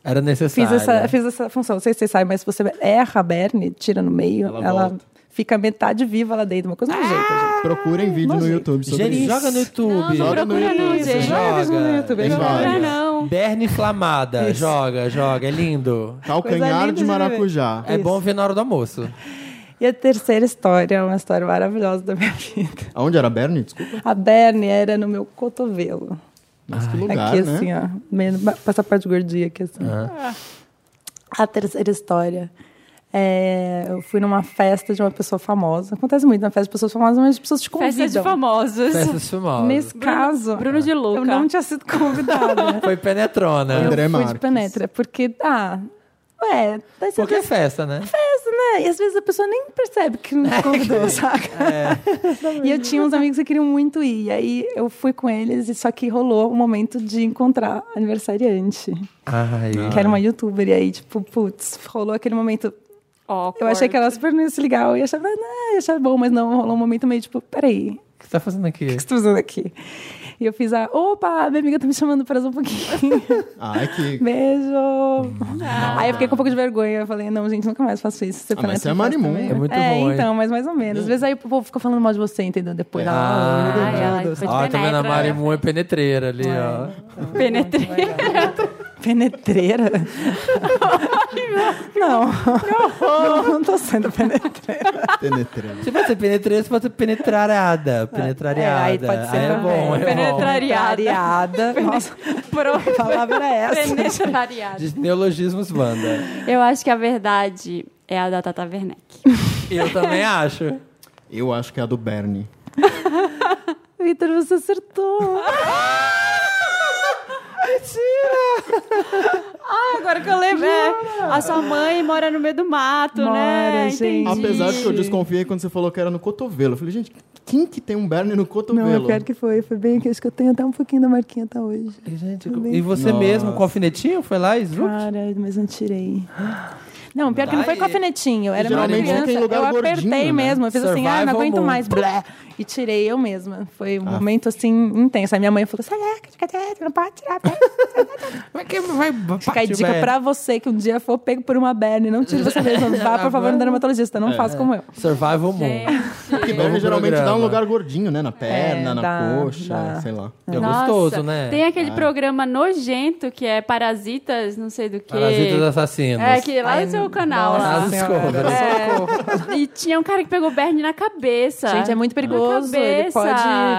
[SPEAKER 1] Era necessário.
[SPEAKER 2] fiz essa, fiz essa função. Não sei se vocês sabem, mas se você erra a Berne, tira no meio,
[SPEAKER 4] Ela
[SPEAKER 2] ela,
[SPEAKER 4] volta. Ah,
[SPEAKER 2] fica metade viva lá dentro. Uma coisa nojenta, gente.
[SPEAKER 4] Procurem vídeo no YouTube sobre
[SPEAKER 1] Gente,
[SPEAKER 4] isso.
[SPEAKER 1] joga no YouTube.
[SPEAKER 3] Não, não
[SPEAKER 4] Joga no
[SPEAKER 3] procura não,
[SPEAKER 4] YouTube,
[SPEAKER 3] gente.
[SPEAKER 1] joga.
[SPEAKER 2] Joga no YouTube.
[SPEAKER 4] Tem
[SPEAKER 2] joga.
[SPEAKER 4] vários.
[SPEAKER 3] Não, não.
[SPEAKER 1] Berna inflamada.
[SPEAKER 2] Isso.
[SPEAKER 1] Joga, joga. É lindo.
[SPEAKER 2] Coisa
[SPEAKER 4] Calcanhar
[SPEAKER 2] linda né,
[SPEAKER 4] de
[SPEAKER 2] de
[SPEAKER 4] maracujá.
[SPEAKER 1] É
[SPEAKER 2] Isso.
[SPEAKER 1] bom ver na hora do almoço.
[SPEAKER 2] E a terceira história é uma história maravilhosa da minha vida.
[SPEAKER 4] Aonde É, era Bernie? Desculpa.
[SPEAKER 2] A Berne era no meu cotovelo.
[SPEAKER 4] Nossa, que lugar,
[SPEAKER 2] aqui
[SPEAKER 4] né?
[SPEAKER 2] assim, ó. Meio, passar parte gordinha aqui assim.
[SPEAKER 3] Ah.
[SPEAKER 2] A terceira história. É, eu fui numa festa de uma pessoa famosa. Acontece muito na festa de pessoas famosas, mas as pessoas te convidam.
[SPEAKER 3] Festa de famosos.
[SPEAKER 1] Festas famosas.
[SPEAKER 2] Nesse caso,
[SPEAKER 3] Bruno é de Luca.
[SPEAKER 2] eu não tinha sido convidada.
[SPEAKER 1] Foi penetrona.
[SPEAKER 4] André
[SPEAKER 2] eu fui de
[SPEAKER 4] Marques.
[SPEAKER 2] penetra, porque, ah, ué, vai ser
[SPEAKER 1] Porque é festa, né?
[SPEAKER 2] festa, né? E às vezes a pessoa nem percebe que não
[SPEAKER 4] É.
[SPEAKER 2] te convidou, saca? E eu tinha uns amigos que queriam muito ir. E aí eu fui com eles, e só que rolou o momento de encontrar aniversariante.
[SPEAKER 1] Ai.
[SPEAKER 4] Ah.
[SPEAKER 2] Que era uma youtuber, e aí, tipo, putz, rolou aquele momento. Eu achei que ela super não ia se ligar, eu ia achar, ah, ia achar bom, mas não, rolou um momento meio tipo, peraí,
[SPEAKER 1] O que você tá fazendo aqui?
[SPEAKER 2] o que você tá fazendo aqui? E eu fiz a, opa, minha amiga tá me chamando pra usar um pouquinho.
[SPEAKER 4] Ai, que...
[SPEAKER 2] Beijo! Aí eu fiquei com um pouco de vergonha. Eu falei, não, gente, nunca mais faço isso. Você
[SPEAKER 4] Ah, mas
[SPEAKER 2] penetra
[SPEAKER 4] você é
[SPEAKER 2] em festa
[SPEAKER 4] marimun,
[SPEAKER 2] também.
[SPEAKER 1] é muito
[SPEAKER 2] É,
[SPEAKER 1] ruim.
[SPEAKER 2] então, mas mais ou menos. Às vezes aí o povo fica falando mal de você, entendeu? Depois da
[SPEAKER 1] Ah,
[SPEAKER 2] aula.
[SPEAKER 3] Ai, ela foi de
[SPEAKER 1] Ó, tá vendo? A
[SPEAKER 3] penetra.
[SPEAKER 1] Marimu é penetreira ali, ó.
[SPEAKER 3] Penetrei.
[SPEAKER 2] Penetreira? não. não. Não tô sendo penetreira.
[SPEAKER 4] penetrante.
[SPEAKER 1] Se você ser penetreira, você pode ser penetrarada. Penetrariada.
[SPEAKER 2] É, aí pode ser
[SPEAKER 1] é
[SPEAKER 2] também.
[SPEAKER 1] bom, é bom.
[SPEAKER 3] Penetrar-
[SPEAKER 2] Ariada. Nossa, a palavra é essa.
[SPEAKER 3] Penetrariado.
[SPEAKER 1] De neologismos banda.
[SPEAKER 3] Eu acho que a verdade é a da Tata Werneck.
[SPEAKER 1] Eu também acho.
[SPEAKER 4] Eu acho que é a do Bernie.
[SPEAKER 2] Vitor, você acertou.
[SPEAKER 3] Ah, agora que eu lembro. É, a sua mãe mora no meio do mato, né?
[SPEAKER 2] Mora, gente.
[SPEAKER 3] Entendi.
[SPEAKER 4] Apesar de que eu desconfiei quando você falou que era no cotovelo. Eu falei, gente, quem que tem um Bernie no
[SPEAKER 2] Não,
[SPEAKER 4] cotovelo?
[SPEAKER 2] pior que foi. Foi bem que acho que eu tenho até um pouquinho da marquinha até hoje.
[SPEAKER 1] E, gente,
[SPEAKER 2] Também.
[SPEAKER 1] e você
[SPEAKER 4] Nossa.
[SPEAKER 1] mesmo, com alfinetinho, foi lá e zrup?
[SPEAKER 2] Cara, mas não tirei. Não, pior que não foi com
[SPEAKER 1] Daí-
[SPEAKER 2] alfinetinho. Era uma
[SPEAKER 4] geralmente
[SPEAKER 2] criança.
[SPEAKER 4] fica em lugar
[SPEAKER 2] Eu
[SPEAKER 4] gordinho,
[SPEAKER 2] apertei
[SPEAKER 4] né?
[SPEAKER 2] mesmo. Eu fiz assim, ah, não
[SPEAKER 1] Survival
[SPEAKER 2] aguento
[SPEAKER 1] mode.
[SPEAKER 2] mais. blé, E tirei eu mesma. Foi um momento, assim, intenso. Aí minha mãe falou, sai lá, não pode tirar. pé."
[SPEAKER 1] Mas que vai
[SPEAKER 2] Fica a dica pra você que um dia for pego por uma berne. Não tire você mesma. Vá, por favor, no dermatologista. Não faça como eu.
[SPEAKER 1] Survival Moon.
[SPEAKER 4] Porque Bernie
[SPEAKER 1] Novo
[SPEAKER 4] geralmente dá um
[SPEAKER 1] programa.
[SPEAKER 4] lugar gordinho, né? Na perna, na
[SPEAKER 2] É, dá,
[SPEAKER 4] coxa,
[SPEAKER 2] dá.
[SPEAKER 4] sei lá.
[SPEAKER 1] É
[SPEAKER 3] Nossa,
[SPEAKER 1] gostoso, né?
[SPEAKER 3] Tem aquele
[SPEAKER 2] Ah.
[SPEAKER 3] programa nojento que é Parasitas, não sei do que.
[SPEAKER 1] Parasitas assassinos. Ah,
[SPEAKER 3] É, que lá
[SPEAKER 2] Ai,
[SPEAKER 3] no seu canal.
[SPEAKER 2] nossa
[SPEAKER 1] Nas
[SPEAKER 3] Lá.
[SPEAKER 2] senhora.
[SPEAKER 1] escovas.
[SPEAKER 3] É. E tinha um cara que pegou Bernie na cabeça.
[SPEAKER 2] Gente, é muito perigoso. Ele
[SPEAKER 3] cabeça.
[SPEAKER 2] pode,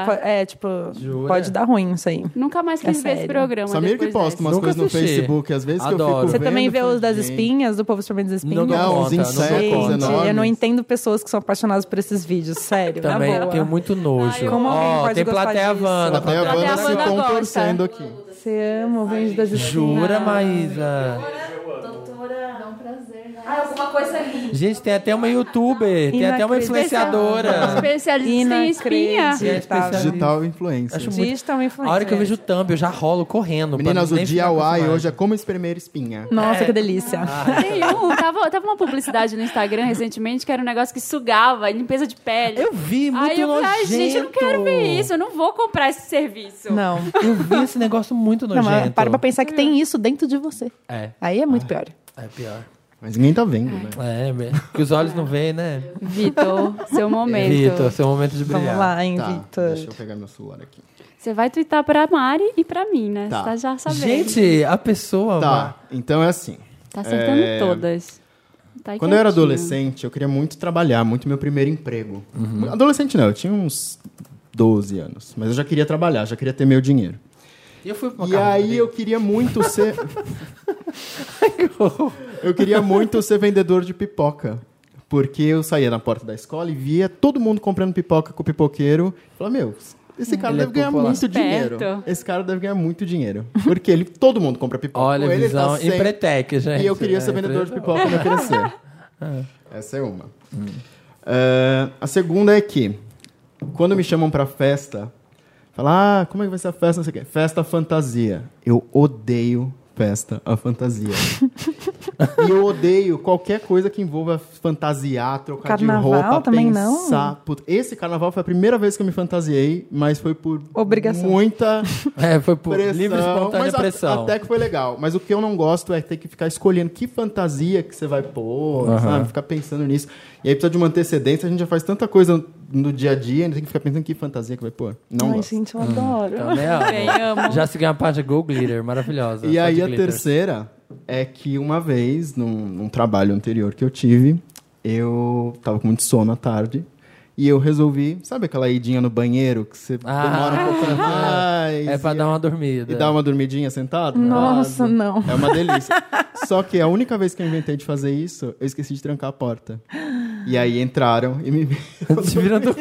[SPEAKER 2] po- É, tipo,
[SPEAKER 1] Jura?
[SPEAKER 2] pode dar ruim isso aí.
[SPEAKER 3] Nunca mais quis
[SPEAKER 2] É
[SPEAKER 3] ver esse
[SPEAKER 2] sério.
[SPEAKER 3] programa.
[SPEAKER 4] Samir que
[SPEAKER 3] depois
[SPEAKER 4] posta
[SPEAKER 3] dessa.
[SPEAKER 4] umas
[SPEAKER 1] Nunca
[SPEAKER 4] coisas no
[SPEAKER 1] assisti.
[SPEAKER 4] Facebook, às vezes que eu
[SPEAKER 1] Adoro.
[SPEAKER 4] fico
[SPEAKER 2] Você
[SPEAKER 4] vendo,
[SPEAKER 2] também
[SPEAKER 4] eu
[SPEAKER 2] vê
[SPEAKER 4] falo,
[SPEAKER 2] os das
[SPEAKER 4] gente,
[SPEAKER 2] espinhas, do povo chamando das espinhas?
[SPEAKER 1] Não dou
[SPEAKER 4] Não, os
[SPEAKER 1] conta,
[SPEAKER 4] insetos
[SPEAKER 1] não dou
[SPEAKER 2] Gente,
[SPEAKER 1] conta.
[SPEAKER 4] enormes.
[SPEAKER 2] eu não entendo pessoas que são apaixonadas por esses vídeos, sério. na
[SPEAKER 1] Também
[SPEAKER 2] boa.
[SPEAKER 1] tenho muito nojo.
[SPEAKER 3] Ai,
[SPEAKER 2] como alguém
[SPEAKER 1] Ó,
[SPEAKER 2] pode
[SPEAKER 1] tem
[SPEAKER 2] gostar
[SPEAKER 1] plateia
[SPEAKER 2] disso?
[SPEAKER 1] Havana.
[SPEAKER 4] tá Até a
[SPEAKER 1] plateia
[SPEAKER 4] Wanda
[SPEAKER 3] Wanda
[SPEAKER 4] se
[SPEAKER 3] gosta.
[SPEAKER 4] contorcendo aqui.
[SPEAKER 2] Você ama o vídeo das espinhas?
[SPEAKER 1] Jura, Maísa?
[SPEAKER 5] Doutora, dá um prazer.
[SPEAKER 3] Ah, alguma coisa linda.
[SPEAKER 1] Gente, tem até uma youtuber, tem até uma
[SPEAKER 2] Inacreditável.
[SPEAKER 1] influenciadora.
[SPEAKER 3] Especialista em espinha.
[SPEAKER 2] Inacreditável.
[SPEAKER 4] Digital influencer.
[SPEAKER 1] Acho muito-
[SPEAKER 3] é
[SPEAKER 2] Digital
[SPEAKER 1] A hora que eu vejo o thumb, eu já rolo correndo. pra
[SPEAKER 4] Meninas, o
[SPEAKER 1] nem ficar com os
[SPEAKER 4] DIY
[SPEAKER 1] mais.
[SPEAKER 4] hoje é como espremer espinha.
[SPEAKER 2] Nossa,
[SPEAKER 1] É.
[SPEAKER 2] que delícia.
[SPEAKER 1] Ah,
[SPEAKER 3] Tem um, tava, tava uma publicidade no Instagram recentemente que era um negócio que sugava, limpeza de pele.
[SPEAKER 1] Eu vi, muito
[SPEAKER 3] Aí eu falei, ai,
[SPEAKER 1] nojento.
[SPEAKER 3] gente, eu não quero ver isso, eu não vou comprar esse serviço.
[SPEAKER 2] Não.
[SPEAKER 1] Eu vi esse negócio muito
[SPEAKER 2] Não,
[SPEAKER 1] é nojento.
[SPEAKER 2] mas para pra pensar que tem isso dentro de você.
[SPEAKER 1] É,
[SPEAKER 2] Aí é muito pior.
[SPEAKER 1] é pior.
[SPEAKER 4] Mas ninguém tá vendo, né?
[SPEAKER 1] É, é, que os olhos não veem, né?
[SPEAKER 3] Vitor, seu momento.
[SPEAKER 1] Vitor, seu momento de brilhar.
[SPEAKER 2] Vamos lá, hein,
[SPEAKER 4] Tá,
[SPEAKER 2] Vitor.
[SPEAKER 4] deixa eu pegar meu celular aqui.
[SPEAKER 3] Você vai twittar pra Mari e pra mim, né? Você
[SPEAKER 4] Tá.
[SPEAKER 3] tá já sabendo.
[SPEAKER 1] Gente, a pessoa.
[SPEAKER 4] Tá, então é assim.
[SPEAKER 3] tá acertando
[SPEAKER 4] é,
[SPEAKER 3] todas. Tá aí
[SPEAKER 4] Quando eu era
[SPEAKER 3] quietinho.
[SPEAKER 4] adolescente, eu queria muito trabalhar, muito meu primeiro emprego. Adolescente não, eu tinha uns 12 anos. Mas eu já queria trabalhar, já queria ter meu dinheiro.
[SPEAKER 1] Eu fui pra
[SPEAKER 4] E aí eu queria muito ser. eu queria muito ser vendedor de pipoca. Porque eu saía na porta da escola e via todo mundo comprando pipoca com o pipoqueiro. Eu Falava, meu, esse cara
[SPEAKER 1] Ele é
[SPEAKER 4] deve ganhar
[SPEAKER 1] popular."
[SPEAKER 4] muito
[SPEAKER 3] Esperto.
[SPEAKER 4] dinheiro. Esse cara deve ganhar muito dinheiro. Porque ele, todo mundo compra pipoca.
[SPEAKER 1] Olha a
[SPEAKER 4] ele
[SPEAKER 1] visão.
[SPEAKER 4] tá sempre-
[SPEAKER 1] Empretec, gente.
[SPEAKER 4] e eu queria
[SPEAKER 1] É,
[SPEAKER 4] ser vendedor de
[SPEAKER 1] empre-
[SPEAKER 4] pipoca quando eu crescer. Essa é uma.
[SPEAKER 1] Hum.
[SPEAKER 4] É, a segunda é que, quando me chamam pra festa, fala, ah, como é que vai ser a festa? Não sei o quê. Festa fantasia. Eu odeio festa a fantasia. e eu odeio qualquer coisa que envolva fantasiar, trocar
[SPEAKER 2] Carnaval
[SPEAKER 4] de roupa,
[SPEAKER 2] também não?
[SPEAKER 4] pensar. Puta, Esse carnaval foi a primeira vez que eu me fantasiei, mas foi por
[SPEAKER 2] Obrigação.
[SPEAKER 4] muita
[SPEAKER 1] É, foi por
[SPEAKER 4] pressão,
[SPEAKER 1] livre e espontânea
[SPEAKER 4] mas a-
[SPEAKER 1] pressão.
[SPEAKER 4] até que foi legal. Mas o que eu não gosto é ter que ficar escolhendo que fantasia que você vai pôr,
[SPEAKER 1] Aham.
[SPEAKER 4] sabe? Ficar pensando nisso. E aí precisa de uma antecedência, a gente já faz tanta coisa no dia a dia, ainda tem que ficar pensando que fantasia que vai pôr. Não
[SPEAKER 2] Ai,
[SPEAKER 4] gosto.
[SPEAKER 2] gente, eu adoro.
[SPEAKER 1] Hum, Também amo.
[SPEAKER 3] Bem, amo.
[SPEAKER 1] Já segui uma página Go Glitter, maravilhosa.
[SPEAKER 4] E
[SPEAKER 1] só
[SPEAKER 4] aí
[SPEAKER 1] de
[SPEAKER 4] a
[SPEAKER 1] glitter.
[SPEAKER 4] terceira é que uma vez, num, num trabalho anterior que eu tive, eu tava com muito sono à tarde. E eu resolvi, sabe aquela idinha no banheiro que você
[SPEAKER 1] Ah.
[SPEAKER 4] demora um pouco mais?
[SPEAKER 1] É pra
[SPEAKER 4] e-
[SPEAKER 1] dar uma dormida.
[SPEAKER 4] E dar uma dormidinha sentado?
[SPEAKER 2] Nossa,
[SPEAKER 4] Ah,
[SPEAKER 2] não.
[SPEAKER 4] É uma delícia. Só que a única vez que eu inventei de fazer isso, eu esqueci de trancar a porta. E aí entraram e me viram.
[SPEAKER 1] Te viram do...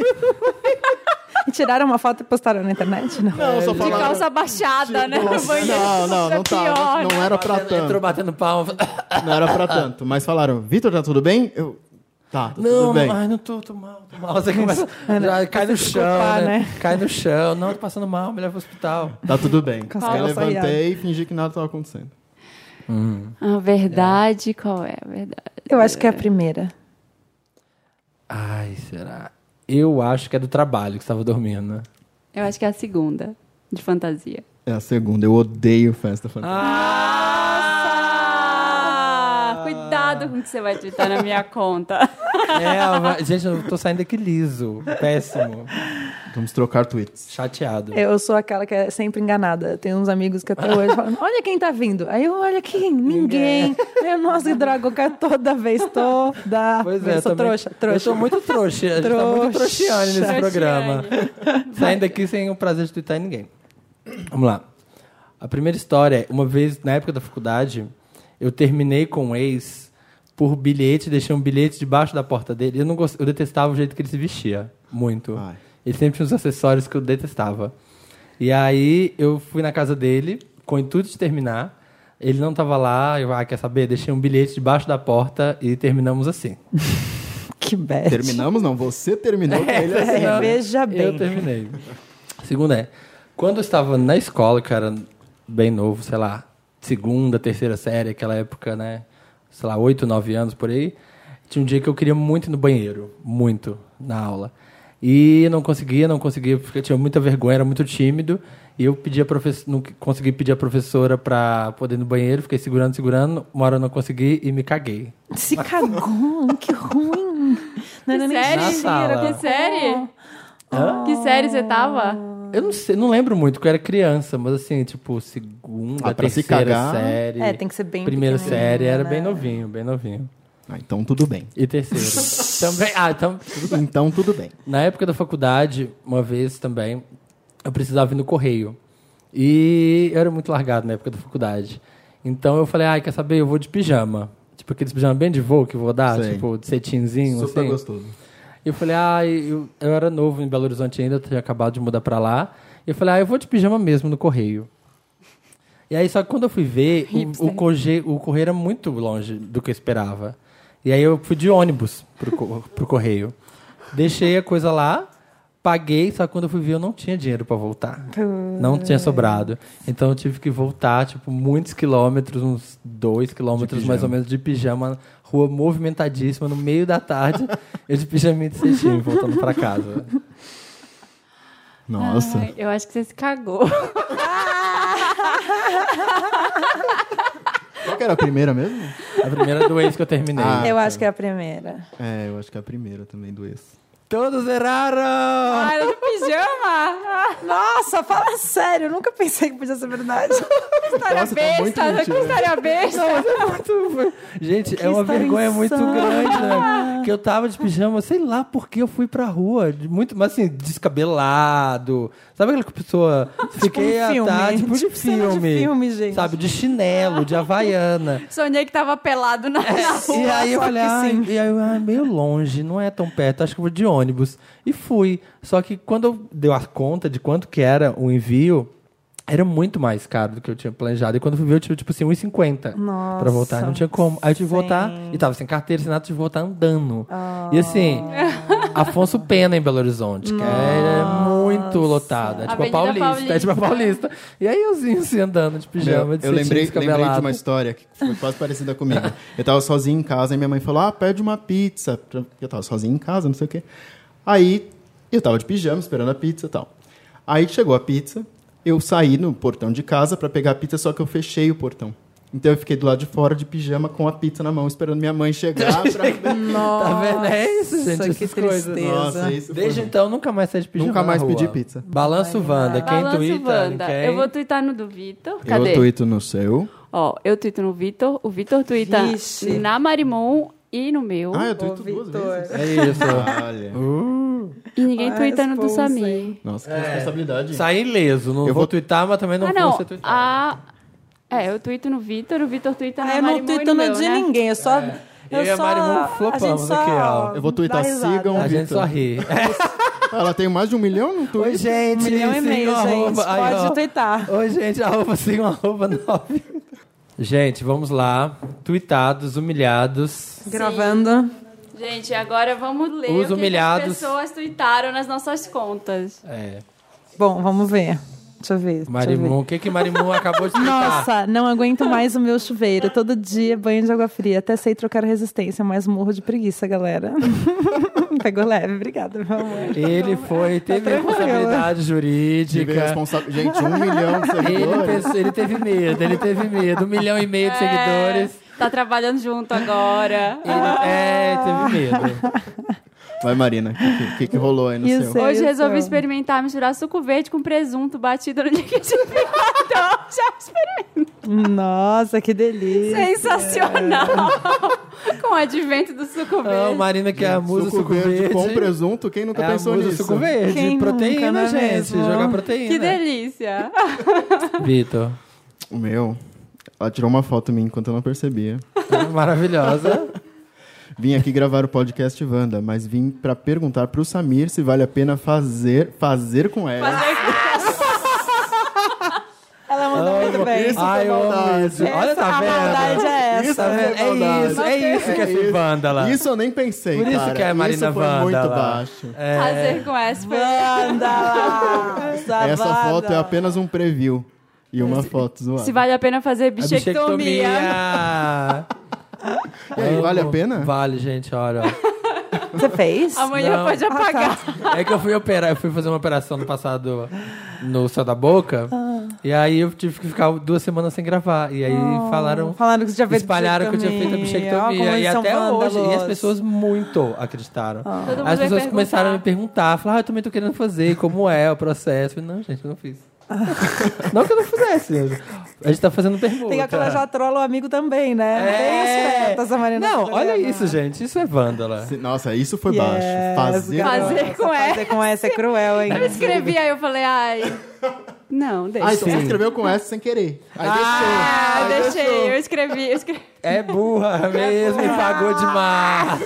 [SPEAKER 2] Tiraram uma foto e postaram na internet? Não.
[SPEAKER 4] Não, só
[SPEAKER 3] De
[SPEAKER 4] falaram.
[SPEAKER 3] calça baixada, né? No
[SPEAKER 4] Nossa,
[SPEAKER 3] banheiro.
[SPEAKER 4] não, não,
[SPEAKER 3] Isso é
[SPEAKER 4] não tá.
[SPEAKER 3] pior,
[SPEAKER 4] Não,
[SPEAKER 3] né?
[SPEAKER 4] não era pra
[SPEAKER 1] Entrou
[SPEAKER 4] tanto. Tá
[SPEAKER 1] batendo palma.
[SPEAKER 4] Não era pra tanto. Mas falaram, Vitor, tá tudo bem? Eu. Tá, tá
[SPEAKER 1] Não,
[SPEAKER 4] tudo bem.
[SPEAKER 1] ai, não tô, tô mal, tô mal. Você começa,
[SPEAKER 2] É, né?
[SPEAKER 1] já cai no chão,
[SPEAKER 2] culpar,
[SPEAKER 1] né?
[SPEAKER 2] né?
[SPEAKER 1] Cai no chão. Não, tô passando mal, melhor pro hospital.
[SPEAKER 4] Tá tudo bem.
[SPEAKER 2] Cancela
[SPEAKER 4] Aí
[SPEAKER 2] essa
[SPEAKER 4] levantei e fingi que nada tava acontecendo.
[SPEAKER 3] A verdade, qual é a verdade?
[SPEAKER 2] Eu acho que é a primeira.
[SPEAKER 1] Ai, será? Eu acho que é do trabalho que você tava dormindo, né?
[SPEAKER 3] Eu acho que é a segunda, de fantasia.
[SPEAKER 4] É a segunda. Eu odeio festa fantástica.
[SPEAKER 3] Ah, cuidado com o que você vai twittar na minha conta.
[SPEAKER 1] É, ela vai- gente, eu tô saindo aqui liso. Péssimo.
[SPEAKER 4] Vamos trocar tweets.
[SPEAKER 1] Chateado.
[SPEAKER 2] Eu sou aquela que é sempre enganada. Tem uns amigos que até hoje falam: Olha quem tá vindo. Aí eu, olha quem? Ninguém. Eu, nossa, que droga, eu caio toda vez, toda.
[SPEAKER 1] Pois
[SPEAKER 2] eu
[SPEAKER 1] é,
[SPEAKER 2] sou
[SPEAKER 1] também-
[SPEAKER 2] trouxa,
[SPEAKER 1] Eu
[SPEAKER 2] trouxa.
[SPEAKER 1] tô muito trouxa. A gente tá muito
[SPEAKER 2] Trouxa.
[SPEAKER 1] trouxiane nesse
[SPEAKER 2] Trouxiane.
[SPEAKER 1] programa. Saindo aqui sem o prazer de twittar em ninguém. Vamos lá. A primeira história é, uma vez, na época da faculdade, eu terminei com um ex por bilhete, deixei um bilhete debaixo da porta dele. Eu, não gost... eu detestava o jeito que ele se vestia, muito.
[SPEAKER 4] Ai.
[SPEAKER 1] Ele sempre tinha uns acessórios que eu detestava. E aí eu fui na casa dele, com o intuito de terminar. Ele não tava lá, eu, ah, quer saber? Deixei um bilhete debaixo da porta e terminamos assim.
[SPEAKER 2] Que bad.
[SPEAKER 4] Terminamos? Não, você terminou com ele assim.
[SPEAKER 2] É, veja
[SPEAKER 1] Eu
[SPEAKER 2] bem.
[SPEAKER 1] terminei. Segunda é, quando eu estava na escola, cara, bem novo, sei lá, segunda, terceira série, aquela época, né? Sei lá, oito, nove anos por aí. Tinha um dia que eu queria muito ir no banheiro, muito, na aula. E não conseguia, não conseguia, porque eu tinha muita vergonha, era muito tímido. E eu pedi a professora, não consegui pedir a professora pra poder ir no banheiro, fiquei segurando, segurando. Uma hora eu não consegui e me caguei.
[SPEAKER 2] Se cagou, que ruim. Não era nem
[SPEAKER 3] série?
[SPEAKER 1] Na
[SPEAKER 2] cheiro,
[SPEAKER 1] sala.
[SPEAKER 2] era
[SPEAKER 3] Que série?
[SPEAKER 4] Ah.
[SPEAKER 3] Que série você tava?
[SPEAKER 1] Eu não sei, não lembro muito, porque eu era criança, mas assim, tipo, segunda,
[SPEAKER 4] Ah, pra se
[SPEAKER 1] terceira
[SPEAKER 4] cagar.
[SPEAKER 1] série.
[SPEAKER 2] É, tem que ser bem
[SPEAKER 1] Primeira
[SPEAKER 2] pequenininho,
[SPEAKER 1] série, era
[SPEAKER 2] né?
[SPEAKER 1] bem novinho, bem novinho.
[SPEAKER 4] Ah, então tudo bem.
[SPEAKER 1] E terceiro. também, ah, então, tudo bem.
[SPEAKER 4] Então tudo bem.
[SPEAKER 1] Na época da faculdade, uma vez também, eu precisava ir no correio. E eu era muito largado na época da faculdade. Então eu falei, ai, quer saber? Eu vou de pijama. Tipo, aqueles pijama bem de voo que eu vou dar,
[SPEAKER 4] Sei.
[SPEAKER 1] tipo, de cetinzinho,
[SPEAKER 4] Super
[SPEAKER 1] assim.
[SPEAKER 4] gostoso.
[SPEAKER 1] E eu falei, ah, eu, eu era novo em Belo Horizonte ainda, tinha acabado de mudar pra lá. E eu falei, ah, eu vou de pijama mesmo no correio. E aí, só que quando eu fui ver, o, o, corje- o correio era muito longe do que eu esperava. E aí eu fui de ônibus pro, co- pro correio. Deixei a coisa lá, paguei, só que quando eu fui ver eu não tinha dinheiro pra voltar. Não tinha sobrado. Então eu tive que voltar, tipo, muitos quilômetros, uns dois quilômetros mais ou menos de pijama, rua movimentadíssima, no meio da tarde, eu de pijaminha de cestinho, voltando pra casa.
[SPEAKER 4] Nossa.
[SPEAKER 3] Ai, eu acho que você se cagou.
[SPEAKER 4] Qual que era a primeira mesmo?
[SPEAKER 1] A primeira doença que eu terminei.
[SPEAKER 4] Ah,
[SPEAKER 2] Eu
[SPEAKER 4] tá.
[SPEAKER 2] acho que é a primeira.
[SPEAKER 4] É, eu acho que é a primeira também do ex.
[SPEAKER 1] Todos erraram!
[SPEAKER 3] Ah, era do pijama.
[SPEAKER 2] Nossa, fala sério, eu nunca pensei que podia ser verdade.
[SPEAKER 3] História
[SPEAKER 4] Nossa, tá muito
[SPEAKER 3] besta, tá
[SPEAKER 4] mentiroso.
[SPEAKER 3] com história besta.
[SPEAKER 1] Muito- Gente, é uma
[SPEAKER 2] história
[SPEAKER 1] vergonha muito
[SPEAKER 2] insana.
[SPEAKER 1] grande, né? Que eu tava de pijama, sei lá porque eu fui pra rua, de muito, mas assim, descabelado. Sabe aquela pessoa fiquei
[SPEAKER 2] um filme,
[SPEAKER 1] à tarde, tipo,
[SPEAKER 2] tipo
[SPEAKER 1] de
[SPEAKER 2] cena de
[SPEAKER 1] filme.
[SPEAKER 2] filme, gente.
[SPEAKER 1] Sabe, de chinelo, de havaiana.
[SPEAKER 3] Sonhei que tava pelado
[SPEAKER 4] É.
[SPEAKER 3] na, na rua.
[SPEAKER 1] E aí eu
[SPEAKER 2] só
[SPEAKER 1] falei,
[SPEAKER 2] que
[SPEAKER 1] ah,
[SPEAKER 2] sim.
[SPEAKER 1] e aí eu, ah, meio longe, não é tão perto, acho que eu vou de ônibus. E fui. Só que quando eu deu a conta de quanto que era o envio, era muito mais caro do que eu tinha planejado. E quando eu fui ver, eu tive, tipo assim, 1,50 pra voltar. Não tinha como. Aí eu tive que voltar, e tava sem carteira, sem nada, tive que voltar andando. E assim,
[SPEAKER 2] Ah.
[SPEAKER 1] Afonso Pena em Belo Horizonte, que é muito lotado. É tipo
[SPEAKER 3] Avenida
[SPEAKER 1] a Paulista, É tipo a Paulista. E aí eu assim, assim, andando de pijama,
[SPEAKER 4] Meu,
[SPEAKER 1] de
[SPEAKER 4] eu
[SPEAKER 1] cetim,
[SPEAKER 4] lembrei, lembrei de
[SPEAKER 1] descabelado.
[SPEAKER 4] uma história que foi quase parecida comigo. Eu tava sozinho em casa e minha mãe falou: Ah, pede uma pizza. pra- Eu tava sozinho em casa, não sei o quê. Aí eu tava de pijama esperando a pizza e tal. Aí chegou a pizza, eu saí no portão de casa pra pegar a pizza, só que eu fechei o portão. Então eu fiquei do lado de fora de pijama com a pizza na mão, esperando minha mãe chegar pra.
[SPEAKER 1] Tá vendo? É isso, gente.
[SPEAKER 2] que
[SPEAKER 1] essas coisas.
[SPEAKER 2] tristeza.
[SPEAKER 4] Nossa, isso foi
[SPEAKER 1] Desde então, nunca mais saí de pijama
[SPEAKER 4] Nunca
[SPEAKER 1] na
[SPEAKER 4] mais
[SPEAKER 1] rua.
[SPEAKER 4] pedi pizza.
[SPEAKER 1] Balanço Wanda. Quem
[SPEAKER 3] Balanço
[SPEAKER 1] twitta?
[SPEAKER 3] Wanda.
[SPEAKER 1] Quem?
[SPEAKER 3] Eu vou twittar no do Vitor.
[SPEAKER 4] Eu
[SPEAKER 3] Cadê?
[SPEAKER 4] tuito no seu.
[SPEAKER 3] Ó, eu tuito no Vitor, o Vitor tuita
[SPEAKER 2] Vixe.
[SPEAKER 3] na Marimon e no meu.
[SPEAKER 4] Ah, eu tuito duas
[SPEAKER 2] Vitor.
[SPEAKER 4] vezes.
[SPEAKER 1] É isso.
[SPEAKER 4] Olha.
[SPEAKER 3] e ninguém
[SPEAKER 2] Ah,
[SPEAKER 3] tuita no do
[SPEAKER 2] responsa,
[SPEAKER 3] Samir.
[SPEAKER 2] hein?
[SPEAKER 4] Nossa, que responsabilidade.
[SPEAKER 1] Saí ileso. Não
[SPEAKER 4] Eu
[SPEAKER 1] eu
[SPEAKER 4] vou-
[SPEAKER 1] vou twittar, mas também não,
[SPEAKER 3] ah, não.
[SPEAKER 1] vou ser twittar.
[SPEAKER 3] A... É, eu tuito no Vitor, o Vitor tuita na
[SPEAKER 2] Ah, eu não
[SPEAKER 3] Marimon e no
[SPEAKER 2] tuito no
[SPEAKER 3] meu,
[SPEAKER 2] de
[SPEAKER 3] né?
[SPEAKER 2] ninguém, eu só.
[SPEAKER 1] Eu
[SPEAKER 2] Eu
[SPEAKER 1] e a
[SPEAKER 2] só.
[SPEAKER 1] Marimu flopamos
[SPEAKER 2] gente só
[SPEAKER 1] aqui, ó.
[SPEAKER 4] Eu vou tuitar,
[SPEAKER 2] dá risada.
[SPEAKER 4] sigam-
[SPEAKER 1] A gente
[SPEAKER 4] Vitor.
[SPEAKER 1] só ri.
[SPEAKER 4] Ela tem mais de um milhão no Twitter.
[SPEAKER 1] Oi, gente.
[SPEAKER 2] Um milhão e
[SPEAKER 1] sigam
[SPEAKER 2] meio, gente.
[SPEAKER 1] arroba- Aí, ó.
[SPEAKER 2] Pode twittar.
[SPEAKER 1] Oi, gente. Arroba, sigam arroba nove. Gente, vamos lá. Tuitados, humilhados.
[SPEAKER 2] Gravando.
[SPEAKER 3] Gente, agora vamos ler
[SPEAKER 1] Os
[SPEAKER 3] o que
[SPEAKER 1] humilhados.
[SPEAKER 3] as pessoas tuitaram nas nossas contas.
[SPEAKER 1] É.
[SPEAKER 2] Bom, vamos ver. Deixa eu ver. deixa eu ver.
[SPEAKER 1] Marimun. O que que Marimun acabou de twittar?
[SPEAKER 2] Nossa, não aguento mais o meu chuveiro. Todo dia banho de água fria. Até sei trocar resistência, mas morro de preguiça, galera. Pegou leve, obrigada, meu amor.
[SPEAKER 1] Ele foi, teve responsabilidade
[SPEAKER 4] Tive
[SPEAKER 1] jurídica.
[SPEAKER 4] responsa- Gente, um milhão de
[SPEAKER 1] Ele,
[SPEAKER 4] seguidores.
[SPEAKER 1] pensou- ele teve medo, ele teve medo. Um milhão e
[SPEAKER 3] É.
[SPEAKER 1] meio de seguidores.
[SPEAKER 3] Tá trabalhando junto agora.
[SPEAKER 2] Ah.
[SPEAKER 1] Ele, é, teve medo.
[SPEAKER 4] Vai, Marina, o que, que, que rolou aí no
[SPEAKER 2] E o
[SPEAKER 4] seu?
[SPEAKER 2] seu?
[SPEAKER 3] Hoje
[SPEAKER 2] isso.
[SPEAKER 3] resolvi experimentar misturar suco verde com presunto batido no liquidificador. Já experimentei.
[SPEAKER 2] Nossa, que delícia.
[SPEAKER 3] Sensacional! com o advento do suco verde.
[SPEAKER 1] Não, Marina, que é a musa
[SPEAKER 4] suco verde, com presunto, quem nunca
[SPEAKER 1] é a
[SPEAKER 4] pensou
[SPEAKER 1] musa
[SPEAKER 4] nisso?
[SPEAKER 1] suco verde.
[SPEAKER 2] Quem
[SPEAKER 1] proteína,
[SPEAKER 2] nunca, não é
[SPEAKER 1] gente.
[SPEAKER 2] mesmo?
[SPEAKER 1] Jogar proteína.
[SPEAKER 3] que delícia!
[SPEAKER 1] Vitor,
[SPEAKER 4] O meu, ela tirou uma foto minha enquanto eu não percebia.
[SPEAKER 1] maravilhosa.
[SPEAKER 4] Vim aqui gravar o podcast Wanda, mas vim pra perguntar pro Samir se vale a pena fazer, fazer com ela.
[SPEAKER 2] Ela mandou muito bem.
[SPEAKER 4] isso
[SPEAKER 1] Ai,
[SPEAKER 4] foi
[SPEAKER 1] eu amo
[SPEAKER 4] maldade.
[SPEAKER 1] isso. Olha,
[SPEAKER 2] Essa-
[SPEAKER 1] tá
[SPEAKER 2] a maldade
[SPEAKER 1] vendo?
[SPEAKER 2] é essa.
[SPEAKER 4] Isso
[SPEAKER 1] Tá vendo? É
[SPEAKER 4] maldade.
[SPEAKER 1] isso, é isso que é ser vândala.
[SPEAKER 4] Isso eu nem pensei,
[SPEAKER 1] Por isso
[SPEAKER 4] cara.
[SPEAKER 1] que é a Marina
[SPEAKER 4] Isso foi muito
[SPEAKER 1] Vândala.
[SPEAKER 4] baixo.
[SPEAKER 3] Fazer com essa foi
[SPEAKER 2] Vanda!
[SPEAKER 4] Essa foto é apenas um preview e uma foto zoada.
[SPEAKER 3] Se vale a pena fazer
[SPEAKER 1] A
[SPEAKER 3] bichectomia.
[SPEAKER 4] E aí, vale a pena?
[SPEAKER 1] Vale, gente, olha. ó. é-
[SPEAKER 2] Você fez?
[SPEAKER 3] Amanhã
[SPEAKER 1] Não.
[SPEAKER 3] pode apagar.
[SPEAKER 1] É que eu fui operar, eu fui fazer uma operação no passado no céu da boca.
[SPEAKER 2] Ah.
[SPEAKER 1] E aí eu tive que ficar duas semanas sem gravar. E aí
[SPEAKER 2] Oh,
[SPEAKER 1] falaram.
[SPEAKER 2] Falaram que você tinha feito
[SPEAKER 1] Espalharam que eu tinha feito a
[SPEAKER 2] Ó, como
[SPEAKER 1] bichectomia.
[SPEAKER 2] eles
[SPEAKER 1] E
[SPEAKER 2] são
[SPEAKER 1] até hoje. E as
[SPEAKER 2] vândalos.
[SPEAKER 1] pessoas muito acreditaram.
[SPEAKER 3] Todo mundo
[SPEAKER 1] As
[SPEAKER 3] vai
[SPEAKER 1] pessoas
[SPEAKER 3] perguntar.
[SPEAKER 1] começaram a me perguntar, falaram, ah, eu também tô querendo fazer, como é o processo? Eu falei, não, gente, eu não fiz. não que eu não fizesse. A gente tá fazendo pergunta.
[SPEAKER 2] Tem aquela já trola o amigo também, né? Não Tem
[SPEAKER 1] É.
[SPEAKER 2] esperta essa Marina.
[SPEAKER 1] Não, olha
[SPEAKER 2] Soriano.
[SPEAKER 1] isso, gente. Isso é vândala.
[SPEAKER 4] Se- Nossa, isso foi
[SPEAKER 2] Yes,
[SPEAKER 4] baixo. Fazer,
[SPEAKER 2] garota.
[SPEAKER 3] Fazer com
[SPEAKER 2] Fazer com essa é cruel, hein?
[SPEAKER 3] Eu escrevi, aí eu falei, ai. Não, deixa.
[SPEAKER 4] Ah, então você escreveu com S sem querer. Aí
[SPEAKER 3] Ah, deixei. Eu escrevi, eu escrevi.
[SPEAKER 1] É burra mesmo e pagou demais.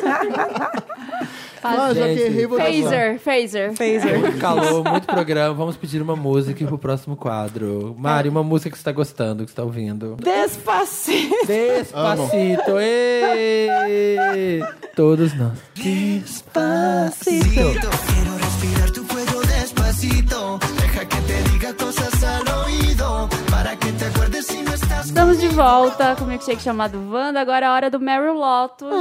[SPEAKER 3] Faz-
[SPEAKER 4] Ah, já que errei, vou deixar.
[SPEAKER 3] Phaser, phaser.
[SPEAKER 2] Phaser.
[SPEAKER 1] Muito calor, muito programa. Vamos pedir uma música pro próximo quadro. Mari, uma música que você tá gostando, que você tá ouvindo.
[SPEAKER 2] Despacito.
[SPEAKER 1] Despacito. ê! Todos nós.
[SPEAKER 2] Despacito.
[SPEAKER 5] Quiero respirar tu cuello despacito. Deja que te diga cosas al oído. Para que te acuerdes si no estás.
[SPEAKER 3] Estamos de volta com o milkshake chamado Wanda. Agora é a hora do Mary Lotus.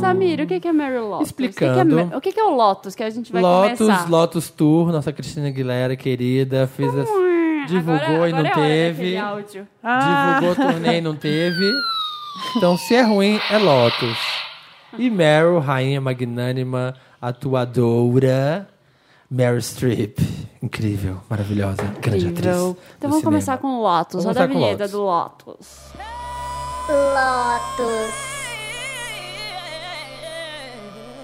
[SPEAKER 3] Samir, o que que é Mary Lotus?
[SPEAKER 1] Explicando.
[SPEAKER 3] O que que é, o que que é o Lotus que a gente vai
[SPEAKER 1] Lotus,
[SPEAKER 3] começar?
[SPEAKER 1] Lotus Tour, nossa Cristina Aguilera, querida, fez as- divulgou
[SPEAKER 3] Agora-
[SPEAKER 1] e não
[SPEAKER 3] agora é a hora daquele
[SPEAKER 1] teve.
[SPEAKER 3] áudio.
[SPEAKER 1] Divulgou turnê e não teve. Então, se é ruim, é Lotus. E Meryl, rainha magnânima, atuadora, Meryl Streep. Incrível, maravilhosa, grande atriz.
[SPEAKER 3] Então
[SPEAKER 1] do
[SPEAKER 3] vamos começar
[SPEAKER 1] cinema.
[SPEAKER 3] com o Lotus.
[SPEAKER 1] Vamos
[SPEAKER 3] Roda
[SPEAKER 1] começar
[SPEAKER 3] a
[SPEAKER 1] com
[SPEAKER 3] vinheta
[SPEAKER 1] Lotus.
[SPEAKER 3] do Lotus.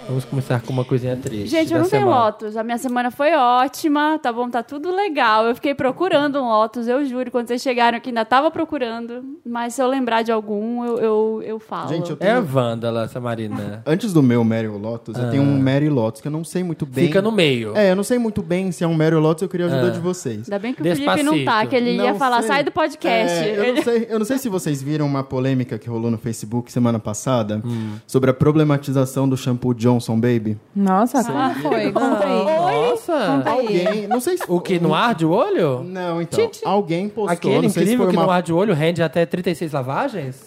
[SPEAKER 1] Vamos começar com uma coisinha triste.
[SPEAKER 3] Gente, eu
[SPEAKER 1] da
[SPEAKER 3] não tenho
[SPEAKER 1] semana.
[SPEAKER 3] Lotus. A minha semana foi ótima, tá bom, tá tudo legal. Eu fiquei procurando um Lotus, eu juro. Quando vocês chegaram aqui, ainda tava procurando. Mas se eu lembrar de algum, eu, eu, eu falo.
[SPEAKER 4] Gente, eu
[SPEAKER 1] É a
[SPEAKER 4] tenho...
[SPEAKER 1] Wanda, Samarina.
[SPEAKER 4] Antes do meu Mary Lotus, eu tenho um Mary Lotus que eu não sei muito bem...
[SPEAKER 1] Ah. Fica no Ah. meio.
[SPEAKER 4] É, eu não sei muito bem se é um Mary Lotus, eu queria ajudar de vocês.
[SPEAKER 3] Ainda bem que o Felipe não
[SPEAKER 1] Despacito.
[SPEAKER 3] tá, que ele ia
[SPEAKER 4] Não
[SPEAKER 3] falar,
[SPEAKER 4] sei.
[SPEAKER 3] sai do podcast.
[SPEAKER 4] É, eu,
[SPEAKER 3] Ele-
[SPEAKER 4] não sei, eu não sei se vocês viram uma polêmica que rolou no Facebook semana passada
[SPEAKER 1] Hum.
[SPEAKER 4] sobre a problematização do shampoo Johnson Baby.
[SPEAKER 2] Nossa, como foi? Conta aí.
[SPEAKER 1] Nossa!
[SPEAKER 4] Alguém, não sei se...
[SPEAKER 1] O que? Não arde o olho?
[SPEAKER 4] Não, então. Alguém postou,
[SPEAKER 1] Aquele
[SPEAKER 4] não sei se
[SPEAKER 1] incrível
[SPEAKER 4] foi
[SPEAKER 1] que
[SPEAKER 4] uma
[SPEAKER 1] não arde o olho rende até 36 lavagens?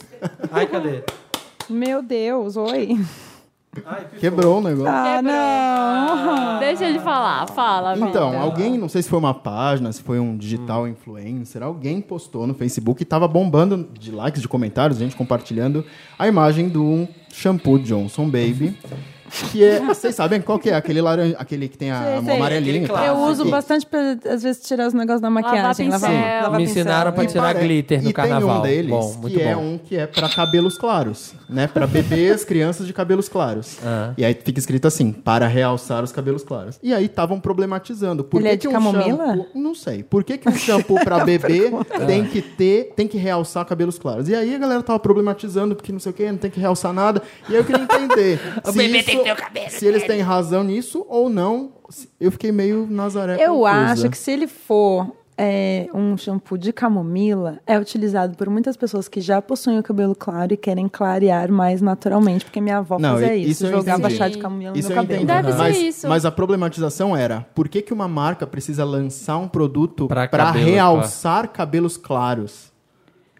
[SPEAKER 1] Ai, cadê?
[SPEAKER 2] Meu Deus, oi.
[SPEAKER 4] Quebrou o negócio.
[SPEAKER 2] Ah, não.
[SPEAKER 3] Deixa ele falar, fala.
[SPEAKER 1] Ah,
[SPEAKER 3] amiga.
[SPEAKER 4] Então, alguém, não sei se foi uma página, se foi um digital influencer, alguém postou no Facebook e tava bombando de likes, de comentários, gente compartilhando a imagem do um shampoo Johnson Baby. Que é, vocês sabem qual que é? Aquele laranja, aquele que tem a
[SPEAKER 2] Sei, sei.
[SPEAKER 4] amarelinha. e tal,
[SPEAKER 2] Eu
[SPEAKER 4] não sei o
[SPEAKER 2] uso
[SPEAKER 4] quê.
[SPEAKER 2] bastante pra, às vezes, tirar os negócios da maquiagem.
[SPEAKER 3] Lavar pincel.
[SPEAKER 1] Me ensinaram pra
[SPEAKER 4] E
[SPEAKER 1] tirar
[SPEAKER 4] pare-
[SPEAKER 1] glitter no
[SPEAKER 4] e
[SPEAKER 1] carnaval.
[SPEAKER 4] Tem um deles
[SPEAKER 1] bom, muito
[SPEAKER 4] que é
[SPEAKER 1] bom.
[SPEAKER 4] um que é pra cabelos claros, né? Pra bebês, crianças de cabelos claros.
[SPEAKER 1] Ah.
[SPEAKER 4] E aí fica escrito assim, para realçar os cabelos claros. E aí estavam problematizando. Por
[SPEAKER 2] Ele
[SPEAKER 4] que
[SPEAKER 2] é de
[SPEAKER 4] que um
[SPEAKER 2] camomila? É
[SPEAKER 4] shampoo- Não sei. Por que, que um shampoo pra bebê tem que ter, tem que realçar cabelos claros? E aí a galera tava problematizando, porque não sei o que, não tem que realçar nada. E aí eu queria entender. o bebê tem que ter o cabelo. Se eles têm razão nisso ou não. Se- Eu fiquei meio nazaré.
[SPEAKER 2] Eu
[SPEAKER 4] confusa.
[SPEAKER 2] acho que se ele for é, um shampoo de camomila, é utilizado por muitas pessoas que já possuem o cabelo claro e querem clarear mais naturalmente, porque minha avó
[SPEAKER 4] Não,
[SPEAKER 2] fazia
[SPEAKER 4] isso
[SPEAKER 2] isso,
[SPEAKER 4] eu
[SPEAKER 2] jogava
[SPEAKER 4] entendi.
[SPEAKER 2] chá de camomila
[SPEAKER 4] Isso
[SPEAKER 2] no
[SPEAKER 4] eu
[SPEAKER 2] meu cabelo.
[SPEAKER 4] entendi.
[SPEAKER 3] Deve ser
[SPEAKER 4] mas,
[SPEAKER 3] isso.
[SPEAKER 4] mas a problematização era, por que, que uma marca precisa lançar um produto
[SPEAKER 1] Pra
[SPEAKER 4] pra
[SPEAKER 1] cabelo,
[SPEAKER 4] realçar cabelos claros?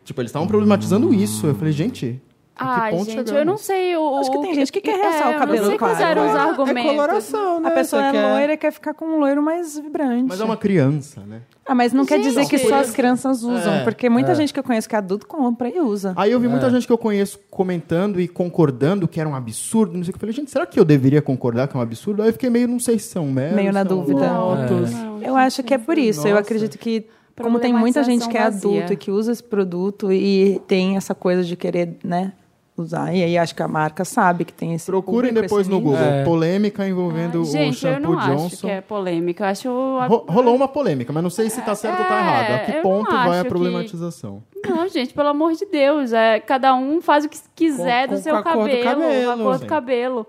[SPEAKER 4] Tipo,
[SPEAKER 1] Hum.
[SPEAKER 4] eles estavam problematizando isso. Eu falei, gente, a
[SPEAKER 3] Ai,
[SPEAKER 4] que ponto
[SPEAKER 3] gente,
[SPEAKER 4] chegamos?
[SPEAKER 3] eu não sei o.
[SPEAKER 2] Acho que
[SPEAKER 3] o é,
[SPEAKER 2] tem gente que quer realçar o
[SPEAKER 3] Eu
[SPEAKER 2] cabelo
[SPEAKER 3] não sei
[SPEAKER 2] claro.
[SPEAKER 3] quais eram os
[SPEAKER 2] É
[SPEAKER 3] argumentos.
[SPEAKER 1] né?
[SPEAKER 2] A pessoa é loira e quer ficar com um loiro mais vibrante.
[SPEAKER 4] Mas é uma criança, né?
[SPEAKER 2] Ah, mas não quer dizer que
[SPEAKER 3] Gente.
[SPEAKER 2] só as crianças usam,
[SPEAKER 4] É, Ah,
[SPEAKER 2] porque muita gente que eu conheço que é adulto compra e usa.
[SPEAKER 4] Aí eu vi
[SPEAKER 1] É.
[SPEAKER 4] muita gente que eu conheço comentando e concordando que era um absurdo, não sei o que. Eu falei, gente, será que eu deveria concordar que é um absurdo? Aí eu fiquei meio, não sei se são meros,
[SPEAKER 2] Meio na
[SPEAKER 4] são
[SPEAKER 2] dúvida.
[SPEAKER 4] lotos.
[SPEAKER 2] Eu acho que é por isso. Eu
[SPEAKER 4] Nossa.
[SPEAKER 2] acredito que, como tem muita gente que é
[SPEAKER 3] Problematização
[SPEAKER 2] adulto
[SPEAKER 3] vazia.
[SPEAKER 2] e que usa esse produto e tem essa coisa de querer, né, usar, e aí acho que a marca sabe que tem esse
[SPEAKER 4] Procurem
[SPEAKER 2] público,
[SPEAKER 4] depois
[SPEAKER 2] esse
[SPEAKER 4] no
[SPEAKER 2] nicho.
[SPEAKER 4] Google.
[SPEAKER 1] É.
[SPEAKER 4] Polêmica envolvendo o
[SPEAKER 3] Gente, eu
[SPEAKER 4] shampoo
[SPEAKER 3] não
[SPEAKER 4] Johnson.
[SPEAKER 3] acho que é polêmica. Eu acho.
[SPEAKER 4] Ro- rolou uma polêmica, mas não sei se tá certo ou tá
[SPEAKER 3] É,
[SPEAKER 4] errado. A
[SPEAKER 3] eu
[SPEAKER 4] que ponto
[SPEAKER 3] não
[SPEAKER 4] vai
[SPEAKER 3] acho
[SPEAKER 4] a
[SPEAKER 3] que-
[SPEAKER 4] problematização?
[SPEAKER 3] Não, gente, pelo amor de Deus. É, cada um faz o que quiser
[SPEAKER 1] Com-
[SPEAKER 3] do
[SPEAKER 1] com
[SPEAKER 3] seu
[SPEAKER 1] a cor do
[SPEAKER 3] cabelo,
[SPEAKER 1] cabelo,
[SPEAKER 3] com a cor do
[SPEAKER 1] sim.
[SPEAKER 3] cabelo.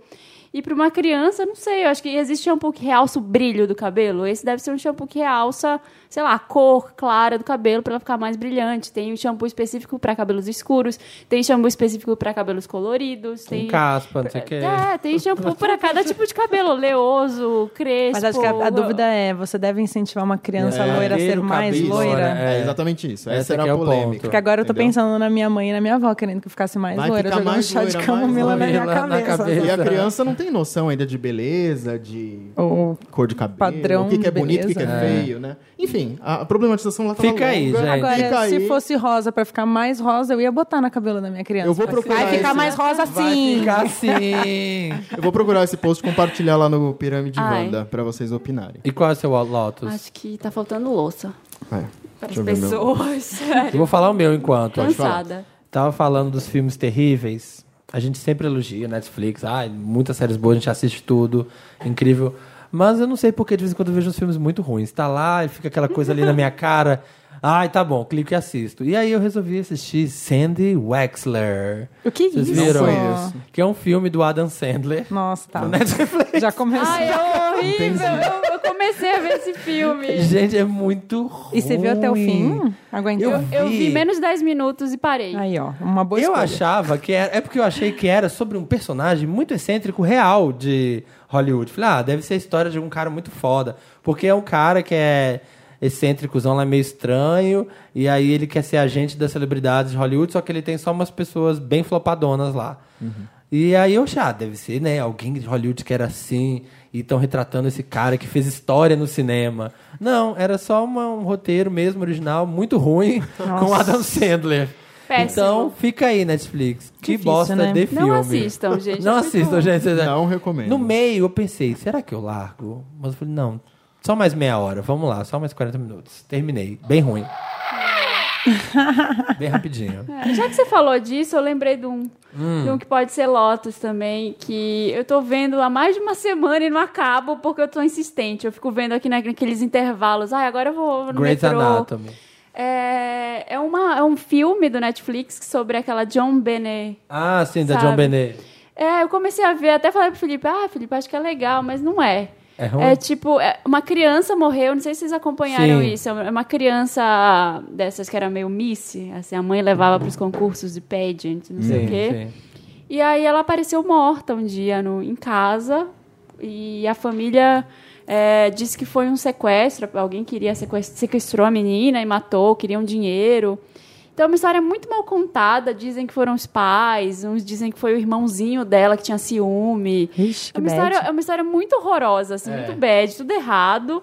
[SPEAKER 3] E pra uma criança, não sei, eu acho que existe shampoo que realça o brilho do cabelo. Esse deve ser um shampoo que realça, sei lá, a cor clara do cabelo pra ela ficar mais brilhante. Tem um shampoo específico pra cabelos escuros, tem shampoo específico pra cabelos coloridos,
[SPEAKER 1] Tem
[SPEAKER 3] tem
[SPEAKER 1] um caspa, não sei o que.
[SPEAKER 3] É, tem shampoo para cada tipo de cabelo. Oleoso, crespo.
[SPEAKER 2] Mas acho que a, a dúvida é, você deve incentivar uma criança loira a ser
[SPEAKER 1] Cabelo,
[SPEAKER 2] mais
[SPEAKER 1] cabelo,
[SPEAKER 2] loira?
[SPEAKER 1] né?
[SPEAKER 4] É,
[SPEAKER 1] É.
[SPEAKER 4] exatamente isso. Essa,
[SPEAKER 1] Essa
[SPEAKER 4] era
[SPEAKER 1] que
[SPEAKER 4] a
[SPEAKER 1] é o
[SPEAKER 4] polêmica.
[SPEAKER 1] ponto.
[SPEAKER 2] Porque agora eu tô
[SPEAKER 4] Entendeu?
[SPEAKER 2] pensando na minha mãe e na minha avó, querendo que eu ficasse mais
[SPEAKER 4] Vai
[SPEAKER 2] loira,
[SPEAKER 4] ficar
[SPEAKER 2] jogando um
[SPEAKER 4] mais
[SPEAKER 2] chá de
[SPEAKER 4] loira, mais
[SPEAKER 2] camomila na minha
[SPEAKER 1] loira na
[SPEAKER 2] cabeça.
[SPEAKER 1] cabeça.
[SPEAKER 4] E a criança não tem noção ainda de beleza, de
[SPEAKER 2] Ou-
[SPEAKER 4] cor de cabelo,
[SPEAKER 2] Padrão
[SPEAKER 4] o que, que é
[SPEAKER 2] de
[SPEAKER 4] bonito, o que, que
[SPEAKER 2] beleza.
[SPEAKER 4] é feio, né? Enfim, a a problematização lá tava
[SPEAKER 1] Fica aí,
[SPEAKER 4] longa.
[SPEAKER 1] gente.
[SPEAKER 2] Agora,
[SPEAKER 4] Fica aí.
[SPEAKER 2] se fosse rosa pra ficar mais rosa, eu ia botar na cabelo da minha criança.
[SPEAKER 4] Eu vou procurar
[SPEAKER 2] Vai ficar
[SPEAKER 4] esse-
[SPEAKER 2] mais rosa
[SPEAKER 1] Vai
[SPEAKER 2] sim.
[SPEAKER 1] ficar assim.
[SPEAKER 4] Eu vou procurar esse post e compartilhar lá no Pirâmide
[SPEAKER 3] Ai.
[SPEAKER 4] Wanda pra vocês opinarem.
[SPEAKER 1] e qual é o seu Lotus?
[SPEAKER 3] Acho que tá faltando louça
[SPEAKER 4] Vai.
[SPEAKER 3] para
[SPEAKER 4] Deixa eu
[SPEAKER 3] as
[SPEAKER 4] ver meu-
[SPEAKER 3] pessoas.
[SPEAKER 1] Eu vou falar o meu enquanto.
[SPEAKER 3] Cansada.
[SPEAKER 1] Tava falando dos filmes terríveis. A gente sempre elogia Netflix. Ai, muitas séries boas, a gente assiste tudo. Incrível. Mas eu não sei porque de vez em quando eu vejo uns filmes muito ruins. Tá lá e fica aquela coisa ali na minha cara. Ai, tá bom, clico e assisto. E aí eu resolvi assistir Sandy Wexler.
[SPEAKER 2] O que é
[SPEAKER 1] Vocês
[SPEAKER 2] isso?
[SPEAKER 1] viram? Que é um filme do Adam Sandler.
[SPEAKER 2] Nossa, tá.
[SPEAKER 1] No Netflix.
[SPEAKER 2] Já começou.
[SPEAKER 3] Ai, é
[SPEAKER 4] entendi.
[SPEAKER 3] horrível! Eu, eu comecei a ver esse filme.
[SPEAKER 1] Gente, é muito ruim.
[SPEAKER 2] e você viu até o fim? Aguentou?
[SPEAKER 3] Eu, eu vi menos de 10 minutos e parei.
[SPEAKER 2] Aí, ó. Uma boa
[SPEAKER 1] eu
[SPEAKER 2] escolha.
[SPEAKER 1] achava que era. É porque eu achei que era sobre um personagem muito excêntrico real de Hollywood. Falei, ah, deve ser a história de um cara muito foda. Porque é um cara que é excêntricozão lá, é meio estranho. E aí ele quer ser agente das celebridades de Hollywood, só que ele tem só umas pessoas bem flopadonas lá. E aí eu achei, ah, deve ser, né? Alguém de Hollywood que era assim. E estão retratando esse cara que fez história no cinema. Não, era só uma- um roteiro mesmo, original, muito ruim, com Adam Sandler.
[SPEAKER 3] Péssimo.
[SPEAKER 1] Então, fica aí, Netflix. Que
[SPEAKER 2] Difícil,
[SPEAKER 1] bosta
[SPEAKER 2] né?
[SPEAKER 1] de filme.
[SPEAKER 3] Não assistam, gente.
[SPEAKER 1] Não
[SPEAKER 3] É muito
[SPEAKER 1] assistam,
[SPEAKER 3] ruim.
[SPEAKER 1] gente. Vocês-
[SPEAKER 4] Não recomendo.
[SPEAKER 1] No meio, eu pensei, será que eu largo? Mas eu falei, não, só mais meia hora. Vamos lá, só mais 40 minutos. Terminei. Bem ruim. Bem rapidinho.
[SPEAKER 3] É, Já que você falou disso, eu lembrei de um,
[SPEAKER 4] Hum.
[SPEAKER 3] de um que pode ser Lotus também, que eu tô vendo há mais de uma semana e não acabo porque eu tô insistente. Eu fico vendo aqui na- naqueles intervalos. Ai, agora eu vou no
[SPEAKER 1] Great
[SPEAKER 3] metrô.
[SPEAKER 1] Anatomy.
[SPEAKER 3] É, é, uma, é um filme do Netflix sobre aquela John Benet.
[SPEAKER 1] Ah, sim, da
[SPEAKER 3] Sabe?
[SPEAKER 1] John Benet.
[SPEAKER 3] É, eu comecei a ver, até falei pro Felipe, ah, Felipe, acho que é legal, mas não é.
[SPEAKER 1] É ruim?
[SPEAKER 3] tipo, é, uma criança morreu, não sei se vocês acompanharam
[SPEAKER 1] Sim.
[SPEAKER 3] isso. É uma criança dessas que era meio miss, assim, a mãe levava pros concursos de pageant, não sei o quê. E aí ela apareceu morta um dia no, em casa e a família é, disse que foi um sequestro, alguém queria sequest- sequestrou a menina e matou, queriam dinheiro. Então é uma história muito mal contada, dizem que foram os pais, uns dizem que foi o irmãozinho dela que tinha ciúme.
[SPEAKER 2] Ixi,
[SPEAKER 3] É
[SPEAKER 2] que
[SPEAKER 3] uma, história,
[SPEAKER 2] bad.
[SPEAKER 3] é uma história muito horrorosa, assim, muito bad, tudo errado.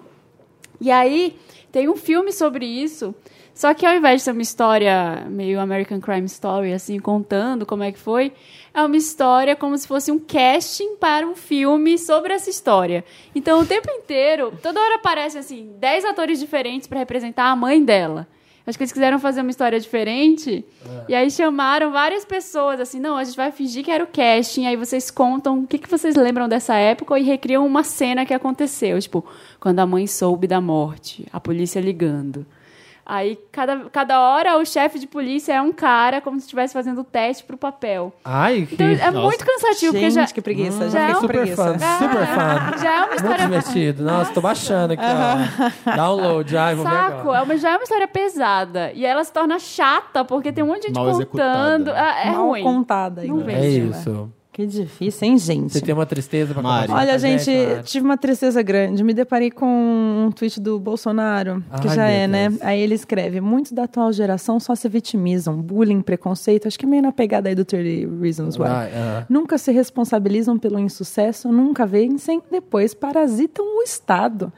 [SPEAKER 3] E aí tem um filme sobre isso, só que ao invés de ser uma história meio American Crime Story, assim, contando como é que foi, é uma história como se fosse um casting para um filme sobre essa história. Então o tempo inteiro, toda hora aparecem, assim, 10 atores diferentes para representar a mãe dela. Acho que eles quiseram fazer uma história diferente. E aí chamaram várias pessoas, assim, não, a gente vai fingir que era o casting, aí vocês contam o que, que vocês lembram dessa época e recriam uma cena que aconteceu. Tipo, quando a mãe soube da morte, a polícia ligando. Aí, cada, cada hora, o chefe de polícia é um cara, como se estivesse fazendo o teste pro papel.
[SPEAKER 1] Ai, que
[SPEAKER 3] Então, é muito cansativo, porque
[SPEAKER 2] Gente,
[SPEAKER 3] já...
[SPEAKER 2] que preguiça.
[SPEAKER 3] já
[SPEAKER 2] Já fiquei
[SPEAKER 3] é um
[SPEAKER 2] com
[SPEAKER 1] super
[SPEAKER 2] preguiça.
[SPEAKER 1] fã, super fã.
[SPEAKER 3] Já é uma
[SPEAKER 1] Muito
[SPEAKER 3] história
[SPEAKER 1] divertido. Nossa, tô baixando aqui, ó. Download, ai, vou ver
[SPEAKER 3] Saco,
[SPEAKER 1] agora.
[SPEAKER 3] é uma, já é uma história pesada. E ela se torna chata, porque tem um monte de gente
[SPEAKER 4] Mal
[SPEAKER 3] contando.
[SPEAKER 4] executada.
[SPEAKER 3] É, é
[SPEAKER 2] Mal
[SPEAKER 3] ruim.
[SPEAKER 2] contada.
[SPEAKER 3] Não
[SPEAKER 2] igual.
[SPEAKER 3] vejo.
[SPEAKER 1] É isso.
[SPEAKER 2] Que difícil, hein, gente?
[SPEAKER 1] Você tem uma tristeza pra
[SPEAKER 4] Mari.
[SPEAKER 1] compartilhar com
[SPEAKER 2] Olha,
[SPEAKER 1] a
[SPEAKER 2] gente,
[SPEAKER 1] Mari?
[SPEAKER 2] tive uma tristeza grande. Me deparei com um tweet do Bolsonaro, que
[SPEAKER 1] Ai,
[SPEAKER 2] já é,
[SPEAKER 1] meu
[SPEAKER 2] né?
[SPEAKER 1] Deus.
[SPEAKER 2] Aí ele escreve: Muitos da atual geração só se vitimizam, bullying, preconceito. Acho que é meio na pegada aí do 30 Reasons Why.
[SPEAKER 1] Vai, ah.
[SPEAKER 2] Nunca se responsabilizam pelo insucesso, nunca vencem, depois parasitam o Estado.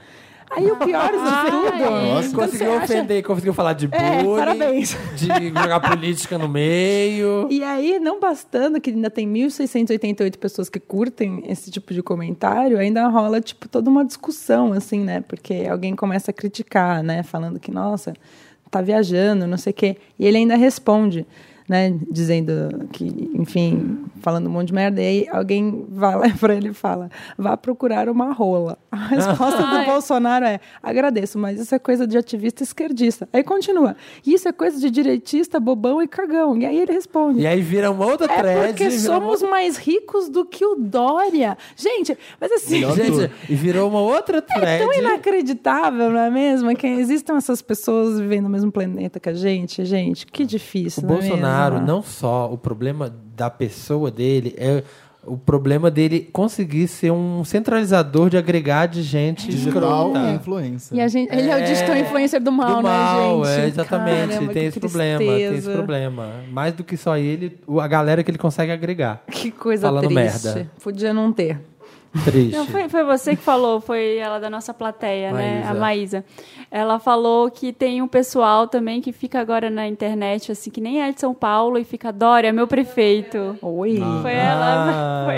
[SPEAKER 2] Aí o pior de tudo.
[SPEAKER 4] Nossa.
[SPEAKER 2] quando
[SPEAKER 1] Conseguiu
[SPEAKER 2] você acha-
[SPEAKER 1] ofender, conseguiu falar de
[SPEAKER 2] É,
[SPEAKER 1] bullying,
[SPEAKER 2] parabéns.
[SPEAKER 1] de jogar política no meio.
[SPEAKER 2] E aí, não bastando que ainda tem 1.688 pessoas que curtem esse tipo de comentário, ainda rola, tipo, toda uma discussão, assim, né? Porque alguém começa a criticar, né? Falando que, nossa, tá viajando, não sei o quê. E ele ainda responde, né? Dizendo que, enfim, falando um monte de merda. E aí, alguém vai lá pra ele e fala, vá procurar uma rola. A resposta do
[SPEAKER 3] Ai.
[SPEAKER 2] Bolsonaro é, agradeço, mas isso é coisa de ativista esquerdista. Aí continua, isso é coisa de direitista, bobão e cagão. E aí ele responde,
[SPEAKER 1] E aí vira uma outra
[SPEAKER 2] é
[SPEAKER 1] thread.
[SPEAKER 2] porque
[SPEAKER 1] vira
[SPEAKER 2] somos
[SPEAKER 1] uma...
[SPEAKER 2] mais ricos do que o Dória. Gente, mas assim.
[SPEAKER 1] outra- Gente, e virou uma outra
[SPEAKER 2] É
[SPEAKER 1] thread.
[SPEAKER 2] tão inacreditável, não é mesmo? Que existam essas pessoas vivendo no mesmo planeta que a gente, gente. Que difícil,
[SPEAKER 1] o
[SPEAKER 2] não é
[SPEAKER 1] Bolsonaro,
[SPEAKER 2] mesmo?
[SPEAKER 1] não só o problema da pessoa dele, é o problema dele conseguir ser um centralizador de agregar de gente
[SPEAKER 4] Digital
[SPEAKER 1] escrota.
[SPEAKER 4] influencer.
[SPEAKER 2] E a gente, ele é o digital influencer do mal,
[SPEAKER 1] do mal,
[SPEAKER 2] né, gente?
[SPEAKER 1] é, exatamente.
[SPEAKER 2] Caramba,
[SPEAKER 1] tem
[SPEAKER 2] que
[SPEAKER 1] esse problema, tem esse
[SPEAKER 2] tristeza.
[SPEAKER 1] problema. Mais do que só ele, o- a galera que ele consegue agregar.
[SPEAKER 2] Que coisa
[SPEAKER 1] Falando
[SPEAKER 2] triste.
[SPEAKER 1] merda.
[SPEAKER 2] Podia não ter.
[SPEAKER 1] Triste.
[SPEAKER 3] Não, foi, foi você que falou, foi ela da nossa plateia, né?
[SPEAKER 1] Maísa.
[SPEAKER 3] A Maísa. Ela falou que tem um pessoal também que fica agora na internet, assim, que nem é de São Paulo e fica, Dória, meu prefeito.
[SPEAKER 2] Oi.
[SPEAKER 3] Foi ela.
[SPEAKER 1] Ah,
[SPEAKER 3] Foi,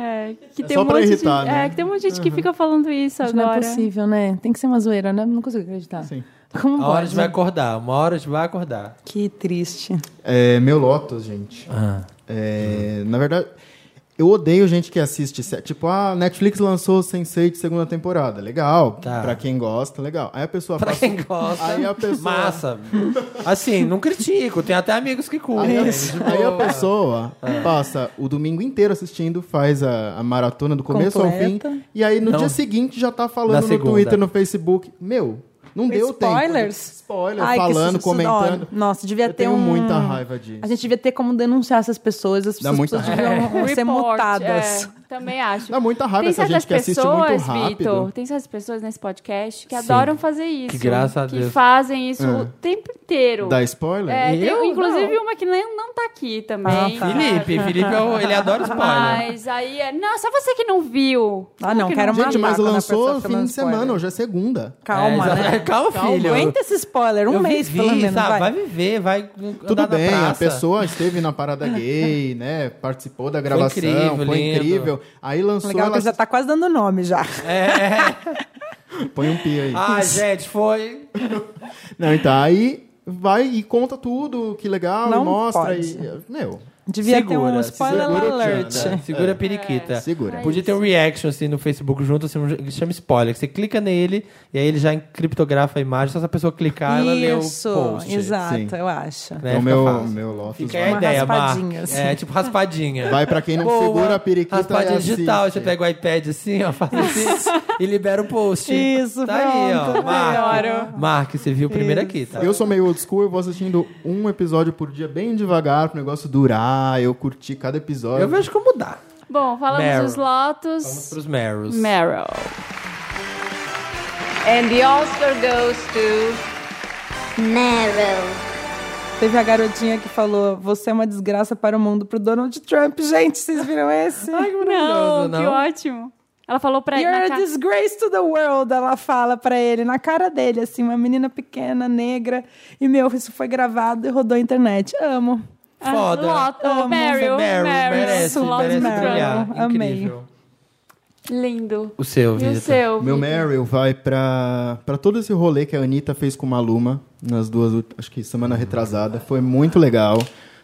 [SPEAKER 3] é, que
[SPEAKER 4] É
[SPEAKER 3] tem
[SPEAKER 4] só
[SPEAKER 3] um
[SPEAKER 4] pra
[SPEAKER 3] monte
[SPEAKER 4] irritar,
[SPEAKER 3] de,
[SPEAKER 4] né?
[SPEAKER 3] É, que tem um monte de gente que fica falando isso
[SPEAKER 2] Gente, Não
[SPEAKER 3] agora.
[SPEAKER 2] é possível, né? Tem que ser uma zoeira, né? Não consigo acreditar.
[SPEAKER 4] Sim.
[SPEAKER 2] Como
[SPEAKER 1] Uma hora a
[SPEAKER 2] pode? né?
[SPEAKER 1] gente vai acordar, uma hora a gente vai acordar.
[SPEAKER 2] Que triste.
[SPEAKER 4] É, meu Lotus, gente.
[SPEAKER 1] Ah.
[SPEAKER 4] É, Na verdade, Eu odeio gente que assiste, sé- tipo, ah, Netflix lançou Sense8 segunda temporada. Legal.
[SPEAKER 6] Tá.
[SPEAKER 4] Pra quem gosta, legal. Aí a pessoa
[SPEAKER 6] Pra
[SPEAKER 4] passa-
[SPEAKER 6] quem gosta.
[SPEAKER 4] Aí a pessoa-
[SPEAKER 6] Massa. Assim, não critico. Tem até amigos que
[SPEAKER 4] Aí,
[SPEAKER 6] curtem. de
[SPEAKER 1] Tipo,
[SPEAKER 4] a, aí a
[SPEAKER 6] boa.
[SPEAKER 4] pessoa passa o domingo inteiro assistindo, faz a, a maratona do começo
[SPEAKER 2] Completa.
[SPEAKER 4] ao fim. E aí no
[SPEAKER 1] Não.
[SPEAKER 4] dia seguinte já tá
[SPEAKER 1] Na
[SPEAKER 4] falando no
[SPEAKER 1] segunda.
[SPEAKER 4] Twitter, no Facebook. Meu, não deu tempo.
[SPEAKER 2] Spoilers?
[SPEAKER 4] Spoilers,
[SPEAKER 2] Ai, que
[SPEAKER 4] falando,
[SPEAKER 2] susto- olha,
[SPEAKER 4] comentando.
[SPEAKER 2] Nossa, devia
[SPEAKER 4] Eu
[SPEAKER 2] ter
[SPEAKER 4] tenho
[SPEAKER 2] um...
[SPEAKER 4] muita raiva disso.
[SPEAKER 2] A gente devia ter como denunciar essas pessoas. As
[SPEAKER 4] Dá
[SPEAKER 2] pessoas
[SPEAKER 4] muita
[SPEAKER 2] deviam
[SPEAKER 1] É, um
[SPEAKER 2] ser
[SPEAKER 3] Report,
[SPEAKER 2] multadas.
[SPEAKER 3] é, também acho.
[SPEAKER 4] Dá muita raiva
[SPEAKER 3] Tem
[SPEAKER 4] essa
[SPEAKER 3] certas
[SPEAKER 4] gente que assiste muito
[SPEAKER 3] pessoas,
[SPEAKER 4] rápido.
[SPEAKER 3] Vitor, tem certas pessoas nesse podcast que
[SPEAKER 1] Sim.
[SPEAKER 3] adoram fazer isso.
[SPEAKER 1] Que graças a
[SPEAKER 3] Que
[SPEAKER 1] Deus.
[SPEAKER 3] fazem isso
[SPEAKER 4] Ah.
[SPEAKER 3] o tempo inteiro.
[SPEAKER 4] Dá spoiler?
[SPEAKER 3] É, tem-
[SPEAKER 1] Eu? Ah,
[SPEAKER 3] inclusive uma que nem, não tá aqui também. sabe?
[SPEAKER 1] Felipe, Felipe, é o- ele adora spoiler.
[SPEAKER 3] Mas aí é. Não, só você que não viu.
[SPEAKER 2] Ah, não,
[SPEAKER 3] que
[SPEAKER 2] quero
[SPEAKER 4] Gente, mas
[SPEAKER 2] matar quando a
[SPEAKER 4] lançou
[SPEAKER 2] pessoa fica
[SPEAKER 4] fim
[SPEAKER 2] dando
[SPEAKER 4] de semana,
[SPEAKER 2] spoiler.
[SPEAKER 4] hoje é segunda.
[SPEAKER 2] Calma,
[SPEAKER 1] É, exa-
[SPEAKER 2] né?
[SPEAKER 1] Calma, filho.
[SPEAKER 2] Aguenta esse spoiler, um
[SPEAKER 1] Eu
[SPEAKER 2] mês
[SPEAKER 1] vivi,
[SPEAKER 2] pelo menos,
[SPEAKER 1] sabe?
[SPEAKER 2] vai.
[SPEAKER 1] Vai. viver, vai andar
[SPEAKER 4] Tudo bem,
[SPEAKER 1] na praça.
[SPEAKER 4] a pessoa esteve na parada gay, né? Participou da gravação, foi
[SPEAKER 1] incrível,
[SPEAKER 4] incrível.
[SPEAKER 1] lindo.
[SPEAKER 4] Aí lançou,
[SPEAKER 2] Legal
[SPEAKER 4] ela
[SPEAKER 2] que já tá quase dando nome já.
[SPEAKER 1] É.
[SPEAKER 4] põe um pi aí.
[SPEAKER 1] Ah.
[SPEAKER 6] Ai, gente, foi.
[SPEAKER 4] Não, então, aí vai e conta tudo, que legal,
[SPEAKER 2] Não
[SPEAKER 4] e mostra.
[SPEAKER 2] pode.
[SPEAKER 4] E, meu,
[SPEAKER 2] Devia ter um
[SPEAKER 1] Segura,
[SPEAKER 2] spoiler
[SPEAKER 4] segura o tchan,
[SPEAKER 2] alert.
[SPEAKER 4] né?
[SPEAKER 1] Segura
[SPEAKER 4] É.
[SPEAKER 1] a periquita.
[SPEAKER 4] segura.
[SPEAKER 1] Podia ter um reaction assim no Facebook junto, assim, um- que chama spoiler. Que você clica nele e aí ele já criptografa a imagem. Só se a pessoa clicar, ela lê o
[SPEAKER 2] Isso,
[SPEAKER 1] post.
[SPEAKER 2] exato,
[SPEAKER 4] Sim.
[SPEAKER 2] eu acho.
[SPEAKER 1] Né?
[SPEAKER 4] Então,
[SPEAKER 1] Fica
[SPEAKER 4] meu,
[SPEAKER 1] fácil.
[SPEAKER 4] meu Lotus
[SPEAKER 1] Fica
[SPEAKER 4] vai.
[SPEAKER 1] aí a
[SPEAKER 2] Uma
[SPEAKER 1] ideia, Mar.
[SPEAKER 2] raspadinha, assim.
[SPEAKER 1] É tipo raspadinha.
[SPEAKER 4] vai pra quem não
[SPEAKER 1] Boa.
[SPEAKER 4] segura a periquita é assim,
[SPEAKER 1] Raspadinha
[SPEAKER 4] e assiste.
[SPEAKER 1] digital, você pega o iPad assim, ó, faz assim e libera o post.
[SPEAKER 2] Isso,
[SPEAKER 1] tá aí, ó.
[SPEAKER 2] pronto,
[SPEAKER 1] Mark,
[SPEAKER 2] melhorou.
[SPEAKER 1] Mark, você viu primeiro aqui, tá?
[SPEAKER 4] Eu sou meio old school, eu vou assistindo um episódio por dia bem devagar, pro negócio durar, eu curti cada episódio.
[SPEAKER 1] Eu vejo como dá.
[SPEAKER 3] Bom, falamos
[SPEAKER 1] Meryl.
[SPEAKER 3] dos
[SPEAKER 1] Vamos
[SPEAKER 3] Lotus.
[SPEAKER 1] pros Meryls.
[SPEAKER 3] Meryl.
[SPEAKER 7] And the Oscar goes to
[SPEAKER 8] Meryl.
[SPEAKER 2] Teve a garotinha que falou: Você é uma desgraça para o mundo pro Donald Trump. Gente, vocês viram esse?
[SPEAKER 3] Não,
[SPEAKER 1] não.
[SPEAKER 3] que ótimo. Ela falou pra ele.
[SPEAKER 2] You're
[SPEAKER 3] na
[SPEAKER 2] a
[SPEAKER 3] ca-
[SPEAKER 2] disgrace to the world, ela fala pra ele, na cara dele, assim, uma menina pequena, negra. E, meu, isso foi gravado e rodou a internet. Amo.
[SPEAKER 3] Ah,
[SPEAKER 1] Foda.
[SPEAKER 3] Lotus,
[SPEAKER 2] Amo.
[SPEAKER 3] Meryl,
[SPEAKER 1] é Meryl, merece,
[SPEAKER 3] Meryl.
[SPEAKER 1] merece
[SPEAKER 3] Lotus Meryl.
[SPEAKER 1] brilhar.
[SPEAKER 2] Amei.
[SPEAKER 1] Incrível.
[SPEAKER 3] Lindo.
[SPEAKER 1] O seu,
[SPEAKER 3] E o
[SPEAKER 1] Vitor.
[SPEAKER 3] seu?
[SPEAKER 4] Meu
[SPEAKER 3] Vitor?
[SPEAKER 4] Meryl vai pra, pra todo esse rolê que a Anitta fez com Maluma nas duas, ult- acho que semana retrasada. Foi muito legal.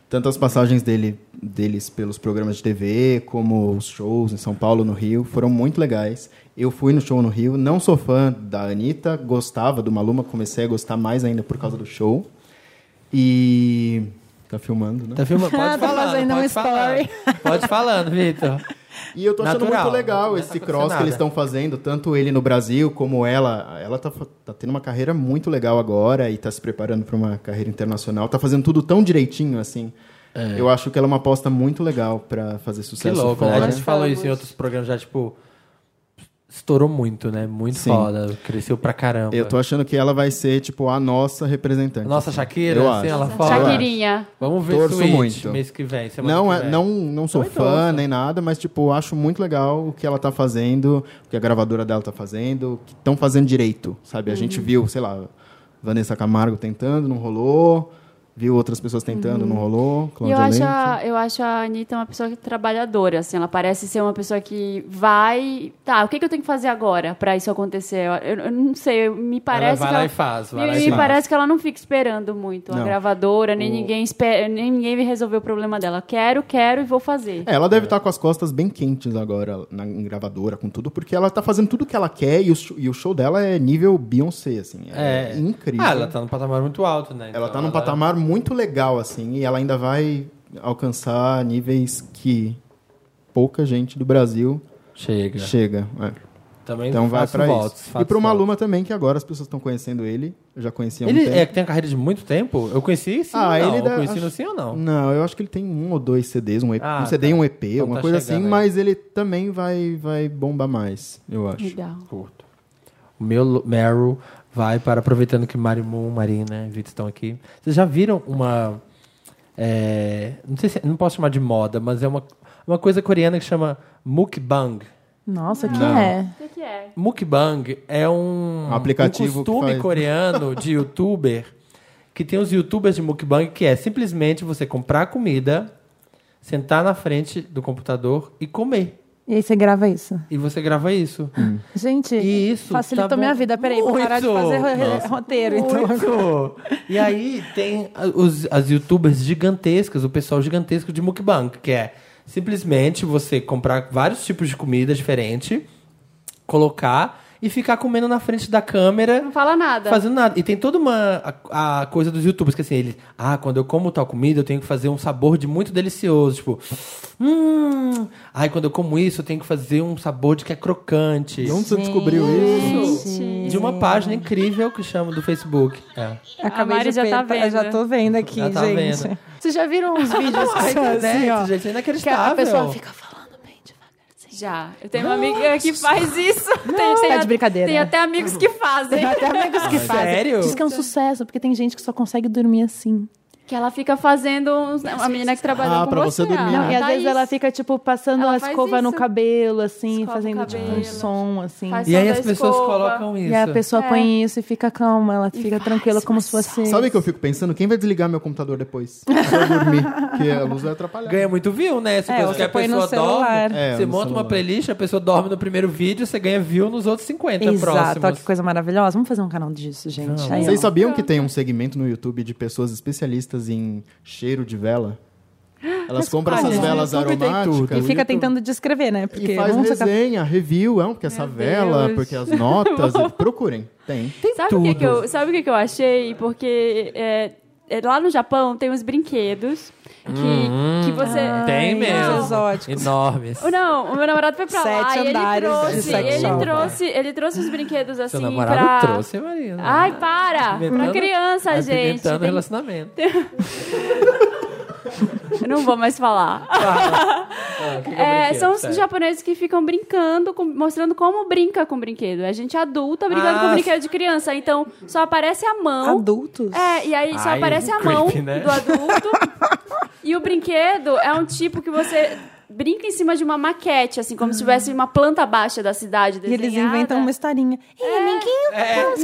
[SPEAKER 4] Tanto as passagens dele, deles pelos programas de TV, como os shows em São Paulo, no Rio, foram muito legais. Eu fui no show no Rio, não sou fã da Anitta, gostava do Maluma, comecei a gostar mais ainda por causa do show. E. Tá filmando, né?
[SPEAKER 1] Tá filmando? Pode
[SPEAKER 2] Tá
[SPEAKER 1] falando,
[SPEAKER 2] fazendo
[SPEAKER 1] pode
[SPEAKER 2] um
[SPEAKER 1] falando. Pode falando, Vitor.
[SPEAKER 4] E eu tô achando
[SPEAKER 1] Natural,
[SPEAKER 4] muito legal
[SPEAKER 1] não tá
[SPEAKER 4] esse
[SPEAKER 1] acontecendo
[SPEAKER 4] cross que
[SPEAKER 1] nada.
[SPEAKER 4] eles estão fazendo, tanto ele no Brasil como ela. Ela tá, fa- tá tendo uma carreira muito legal agora e tá se preparando para uma carreira internacional. Tá fazendo tudo tão direitinho assim. Eu acho que ela é uma aposta muito legal para fazer
[SPEAKER 1] Que
[SPEAKER 4] sucesso
[SPEAKER 1] louco, né?
[SPEAKER 4] fora.
[SPEAKER 1] A gente falou isso em outros programas já, tipo... Estourou muito, né? Muito
[SPEAKER 4] Sim.
[SPEAKER 1] foda. Cresceu pra caramba.
[SPEAKER 4] Eu tô achando que ela vai ser, tipo, a nossa representante.
[SPEAKER 1] Nossa Shakira,
[SPEAKER 4] É Eu
[SPEAKER 1] assim,
[SPEAKER 4] acho.
[SPEAKER 1] ela fala.
[SPEAKER 3] Shakirinha.
[SPEAKER 1] Vamos ver
[SPEAKER 4] Torço
[SPEAKER 1] Switch
[SPEAKER 4] muito.
[SPEAKER 1] mês que vem, semana
[SPEAKER 4] Não,
[SPEAKER 1] que
[SPEAKER 4] é,
[SPEAKER 1] vem.
[SPEAKER 4] não, não sou
[SPEAKER 1] Então,
[SPEAKER 4] fã
[SPEAKER 1] então.
[SPEAKER 4] nem nada, mas tipo, acho muito legal o que ela tá fazendo, o que a gravadora dela tá fazendo, o que estão fazendo direito, sabe? A
[SPEAKER 1] Uhum.
[SPEAKER 4] gente viu, sei lá, Vanessa Camargo tentando, não rolou. Viu outras pessoas tentando,
[SPEAKER 1] Uhum.
[SPEAKER 4] não rolou.
[SPEAKER 3] E eu
[SPEAKER 4] Cláudia
[SPEAKER 3] acho,
[SPEAKER 4] Leite.
[SPEAKER 3] a, eu acho a Anitta uma pessoa que- trabalhadora, assim, ela parece ser uma pessoa que vai, tá, o que, que eu tenho que fazer agora pra isso acontecer? Eu, eu- eu não sei, eu- me
[SPEAKER 1] Ela
[SPEAKER 3] parece
[SPEAKER 1] vai
[SPEAKER 3] que
[SPEAKER 1] lá
[SPEAKER 3] ela,
[SPEAKER 1] e faz. Vai
[SPEAKER 3] me,
[SPEAKER 1] lá e
[SPEAKER 3] me
[SPEAKER 1] faz.
[SPEAKER 3] parece que ela não fica esperando muito a
[SPEAKER 4] Não.
[SPEAKER 3] gravadora, nem
[SPEAKER 1] O-
[SPEAKER 3] ninguém espera, nem ninguém resolveu o problema dela. Quero, quero e vou fazer.
[SPEAKER 4] É, ela deve estar com as costas bem quentes agora na em gravadora, com tudo, porque ela tá fazendo tudo o que ela quer e o, sh- e o show dela é nível Beyoncé, assim. É,
[SPEAKER 1] É.
[SPEAKER 4] incrível.
[SPEAKER 1] Ah, ela tá num patamar muito alto, né?
[SPEAKER 4] Ela
[SPEAKER 1] Então,
[SPEAKER 4] tá num patamar muito legal, assim, e ela ainda vai alcançar níveis que pouca gente do Brasil
[SPEAKER 1] Chega.
[SPEAKER 4] chega. é.
[SPEAKER 1] Também
[SPEAKER 4] Então vai
[SPEAKER 1] faço
[SPEAKER 4] pra
[SPEAKER 1] votos,
[SPEAKER 4] isso.
[SPEAKER 1] faço
[SPEAKER 4] E pra uma
[SPEAKER 1] votos.
[SPEAKER 4] Maluma também, que agora as pessoas estão conhecendo ele. Eu já conhecia há um
[SPEAKER 1] Ele
[SPEAKER 4] tempo.
[SPEAKER 1] é que tem a carreira de muito tempo? Eu conheci sim
[SPEAKER 4] Ah,
[SPEAKER 1] ou não?
[SPEAKER 4] ele
[SPEAKER 1] Eu
[SPEAKER 4] dá-
[SPEAKER 1] conheci no
[SPEAKER 4] acho-
[SPEAKER 1] sim ou não?
[SPEAKER 4] Não, eu acho que ele tem um ou dois CDs, um, EP,
[SPEAKER 1] Ah,
[SPEAKER 4] um CD e
[SPEAKER 1] tá.
[SPEAKER 4] um EP,
[SPEAKER 1] Então
[SPEAKER 4] alguma
[SPEAKER 1] tá
[SPEAKER 4] coisa
[SPEAKER 1] chegando
[SPEAKER 4] assim,
[SPEAKER 1] aí.
[SPEAKER 4] mas ele também vai, vai bombar mais, eu acho.
[SPEAKER 3] Legal.
[SPEAKER 1] Curto. O meu lo- Meryl vai para, aproveitando que Marimun, Marina e Vitor estão aqui. Vocês já viram uma. é, não sei se. Não posso chamar de moda, mas é uma, uma coisa coreana que chama mukbang.
[SPEAKER 2] Nossa, que
[SPEAKER 4] Não.
[SPEAKER 2] é?
[SPEAKER 3] O que, que é?
[SPEAKER 1] Mukbang é um,
[SPEAKER 4] Um aplicativo
[SPEAKER 1] um
[SPEAKER 4] que
[SPEAKER 1] costume
[SPEAKER 4] faz-
[SPEAKER 1] coreano de youtuber que tem os youtubers de mukbang que é simplesmente você comprar comida, sentar na frente do computador e comer.
[SPEAKER 2] E aí você grava isso.
[SPEAKER 1] E você grava isso.
[SPEAKER 4] Hum.
[SPEAKER 2] Gente,
[SPEAKER 1] E isso
[SPEAKER 2] facilitou
[SPEAKER 1] tá bom
[SPEAKER 2] minha vida. Peraí, vou parar de
[SPEAKER 1] muito.
[SPEAKER 2] fazer ro- roteiro, então.
[SPEAKER 1] Muito! E aí tem a- os, as youtubers gigantescas, o pessoal gigantesco de mukbang, que é simplesmente você comprar vários tipos de comida diferente, colocar e ficar comendo na frente da câmera.
[SPEAKER 3] Não fala nada.
[SPEAKER 1] Fazendo nada. E tem toda uma a, a coisa dos youtubers que assim, eles, ah, quando eu como tal comida, eu tenho que fazer um sabor de muito delicioso, tipo, hum, ai, quando eu como isso, eu tenho que fazer um sabor de que é crocante.
[SPEAKER 4] Onde você descobriu isso?
[SPEAKER 1] De uma página incrível que chama do Facebook. É.
[SPEAKER 2] Acabei
[SPEAKER 3] Mari
[SPEAKER 2] de
[SPEAKER 3] já
[SPEAKER 2] pe-
[SPEAKER 3] tá vendo.
[SPEAKER 2] Já tô vendo aqui,
[SPEAKER 1] Já tá
[SPEAKER 2] gente.
[SPEAKER 1] vendo.
[SPEAKER 2] Vocês já viram uns vídeos que
[SPEAKER 1] A
[SPEAKER 2] são
[SPEAKER 1] internet,
[SPEAKER 2] assim, ó?
[SPEAKER 1] gente, é
[SPEAKER 2] Que a
[SPEAKER 1] inacreditável.
[SPEAKER 2] pessoa fica falando bem devagarzinho.
[SPEAKER 3] Já. Eu tenho uma amiga que faz isso. Tem, tem
[SPEAKER 2] Tá
[SPEAKER 3] a-
[SPEAKER 2] de brincadeira.
[SPEAKER 3] Tem até amigos que fazem.
[SPEAKER 2] Tem até amigos que fazem.
[SPEAKER 1] Ah, sério?
[SPEAKER 2] Diz que é um sucesso, porque tem gente que só consegue dormir assim.
[SPEAKER 3] Que ela fica fazendo. uns- Uma menina que trabalha
[SPEAKER 4] Ah,
[SPEAKER 3] com
[SPEAKER 4] pra
[SPEAKER 3] você.
[SPEAKER 4] você dormir,
[SPEAKER 2] Não,
[SPEAKER 4] né?
[SPEAKER 2] e às
[SPEAKER 3] Thaís
[SPEAKER 2] vezes ela fica, tipo, passando
[SPEAKER 3] tá Ela
[SPEAKER 2] a
[SPEAKER 3] faz
[SPEAKER 2] escova no
[SPEAKER 3] isso.
[SPEAKER 2] cabelo, assim,
[SPEAKER 3] Escova o
[SPEAKER 2] fazendo, tipo, um
[SPEAKER 3] cabelo.
[SPEAKER 2] som, assim.
[SPEAKER 3] faz
[SPEAKER 1] E aí
[SPEAKER 3] som
[SPEAKER 1] as
[SPEAKER 3] da
[SPEAKER 1] pessoas
[SPEAKER 3] escova.
[SPEAKER 1] colocam isso.
[SPEAKER 2] E a pessoa
[SPEAKER 3] É.
[SPEAKER 2] põe isso e fica calma, ela fica tranquila como se fosse.
[SPEAKER 4] Sabe o que eu fico pensando? Quem vai desligar meu computador depois? Pra eu dormir. Porque a luz vai atrapalhar.
[SPEAKER 1] Ganha muito view, né? Essa
[SPEAKER 2] É,
[SPEAKER 1] coisa
[SPEAKER 2] você
[SPEAKER 1] que a
[SPEAKER 2] põe no
[SPEAKER 1] pessoa
[SPEAKER 2] celular.
[SPEAKER 1] dorme.
[SPEAKER 4] É,
[SPEAKER 1] você
[SPEAKER 4] no
[SPEAKER 1] monta
[SPEAKER 4] celular.
[SPEAKER 1] uma playlist, a pessoa dorme no primeiro vídeo, você ganha view nos outros 50
[SPEAKER 2] Exato, olha
[SPEAKER 1] próximos.
[SPEAKER 2] que coisa maravilhosa. Vamos fazer um canal disso, gente. Aí,
[SPEAKER 4] Vocês
[SPEAKER 2] ó.
[SPEAKER 4] sabiam que tem um segmento no YouTube de pessoas especialistas em cheiro de vela? Elas
[SPEAKER 3] Ah,
[SPEAKER 4] compram essas
[SPEAKER 1] gente, no
[SPEAKER 4] velas
[SPEAKER 1] YouTube tem tudo.
[SPEAKER 4] aromáticas.
[SPEAKER 2] E fica
[SPEAKER 4] no YouTube-
[SPEAKER 2] tentando descrever, né? Porque
[SPEAKER 4] E faz
[SPEAKER 2] um saca-
[SPEAKER 4] resenha, review, é, porque essa vela,
[SPEAKER 3] Deus.
[SPEAKER 4] porque as notas. procurem, tem.
[SPEAKER 3] Sabe o que, que eu, sabe o que, que eu achei? Porque é, é, lá no Japão tem uns brinquedos que, que você.
[SPEAKER 2] Ah.
[SPEAKER 1] Tem mesmo.
[SPEAKER 2] Os exóticos.
[SPEAKER 1] Enormes.
[SPEAKER 3] Não, o meu namorado foi pra lá
[SPEAKER 2] Sete
[SPEAKER 3] e ele
[SPEAKER 2] andares de
[SPEAKER 3] trouxe,
[SPEAKER 2] sex
[SPEAKER 3] ele
[SPEAKER 2] shop. é.
[SPEAKER 3] trouxe, ele trouxe uns brinquedos assim
[SPEAKER 1] Seu namorado
[SPEAKER 3] pra
[SPEAKER 1] trouxe, Marina.
[SPEAKER 3] Ai, para! Pra
[SPEAKER 1] Apimentando-
[SPEAKER 3] criança, tá, gente.
[SPEAKER 1] apimentando o
[SPEAKER 3] Tem-
[SPEAKER 1] relacionamento.
[SPEAKER 3] Eu não vou mais falar.
[SPEAKER 1] Ah, fica
[SPEAKER 3] É,
[SPEAKER 1] brinquedo,
[SPEAKER 3] são os
[SPEAKER 1] sério.
[SPEAKER 3] japoneses que ficam brincando, com- mostrando como brinca com brinquedo. É gente adulta brincando
[SPEAKER 1] Ah,
[SPEAKER 3] com brinquedo de criança. Então, só aparece a mão.
[SPEAKER 2] Adultos?
[SPEAKER 3] É, e aí só
[SPEAKER 1] Ai,
[SPEAKER 3] aparece a
[SPEAKER 1] creepy,
[SPEAKER 3] mão
[SPEAKER 1] né?
[SPEAKER 3] do adulto. e o brinquedo é um tipo que você brinca em cima de uma maquete, assim, como se tivesse uma planta baixa da cidade
[SPEAKER 2] E
[SPEAKER 3] desenhada.
[SPEAKER 2] eles inventam uma historinha. Ih, amiguinho,
[SPEAKER 3] É, não, é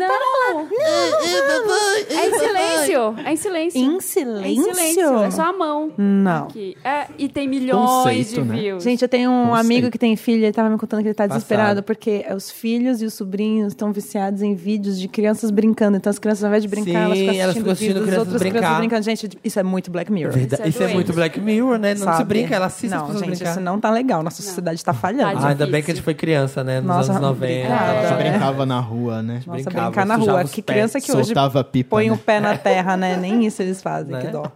[SPEAKER 3] em silêncio. É em silêncio.
[SPEAKER 2] em
[SPEAKER 3] É em
[SPEAKER 2] silêncio?
[SPEAKER 3] silêncio. É só a mão.
[SPEAKER 2] Não.
[SPEAKER 3] aqui. É, e tem milhões de
[SPEAKER 4] Conceito, né?
[SPEAKER 3] views.
[SPEAKER 2] Gente, eu tenho um
[SPEAKER 4] Conceito.
[SPEAKER 2] amigo que tem filho, ele tava me contando que ele tá desesperado, porque os filhos e os sobrinhos estão viciados em vídeos de crianças brincando. Então as crianças, ao invés de brincar,
[SPEAKER 1] Sim,
[SPEAKER 2] elas ficam
[SPEAKER 1] elas
[SPEAKER 2] assistindo,
[SPEAKER 1] ficam assistindo
[SPEAKER 2] vídeos das
[SPEAKER 1] crianças
[SPEAKER 2] outras crianças
[SPEAKER 1] brincar.
[SPEAKER 2] brincando. Gente, isso é muito Black Mirror.
[SPEAKER 1] Verdade,
[SPEAKER 3] Isso é
[SPEAKER 1] Isso é
[SPEAKER 3] doente.
[SPEAKER 1] muito Black Mirror, né? Não se
[SPEAKER 2] sabe?
[SPEAKER 1] brinca, ela assiste as
[SPEAKER 2] Não,
[SPEAKER 1] pessoas
[SPEAKER 2] gente,
[SPEAKER 1] brincar.
[SPEAKER 2] isso não tá legal. Nossa sociedade tá falhando.
[SPEAKER 3] Tadinho.
[SPEAKER 1] Ah, ainda bem que a
[SPEAKER 3] difícil.
[SPEAKER 1] gente foi criança, né? Nos
[SPEAKER 2] Nossa,
[SPEAKER 1] anos 90.
[SPEAKER 2] obrigada.
[SPEAKER 4] Você
[SPEAKER 2] É.
[SPEAKER 4] brincava na rua, né?
[SPEAKER 2] Nossa,
[SPEAKER 1] brincava,
[SPEAKER 2] brincar na
[SPEAKER 1] sujava
[SPEAKER 2] rua.
[SPEAKER 1] os
[SPEAKER 2] Que
[SPEAKER 1] pés,
[SPEAKER 2] criança que hoje
[SPEAKER 4] Soltava pipa.
[SPEAKER 2] põe
[SPEAKER 4] né?
[SPEAKER 2] o pé na terra, né? Nem isso eles fazem,
[SPEAKER 1] Né?
[SPEAKER 2] que dó.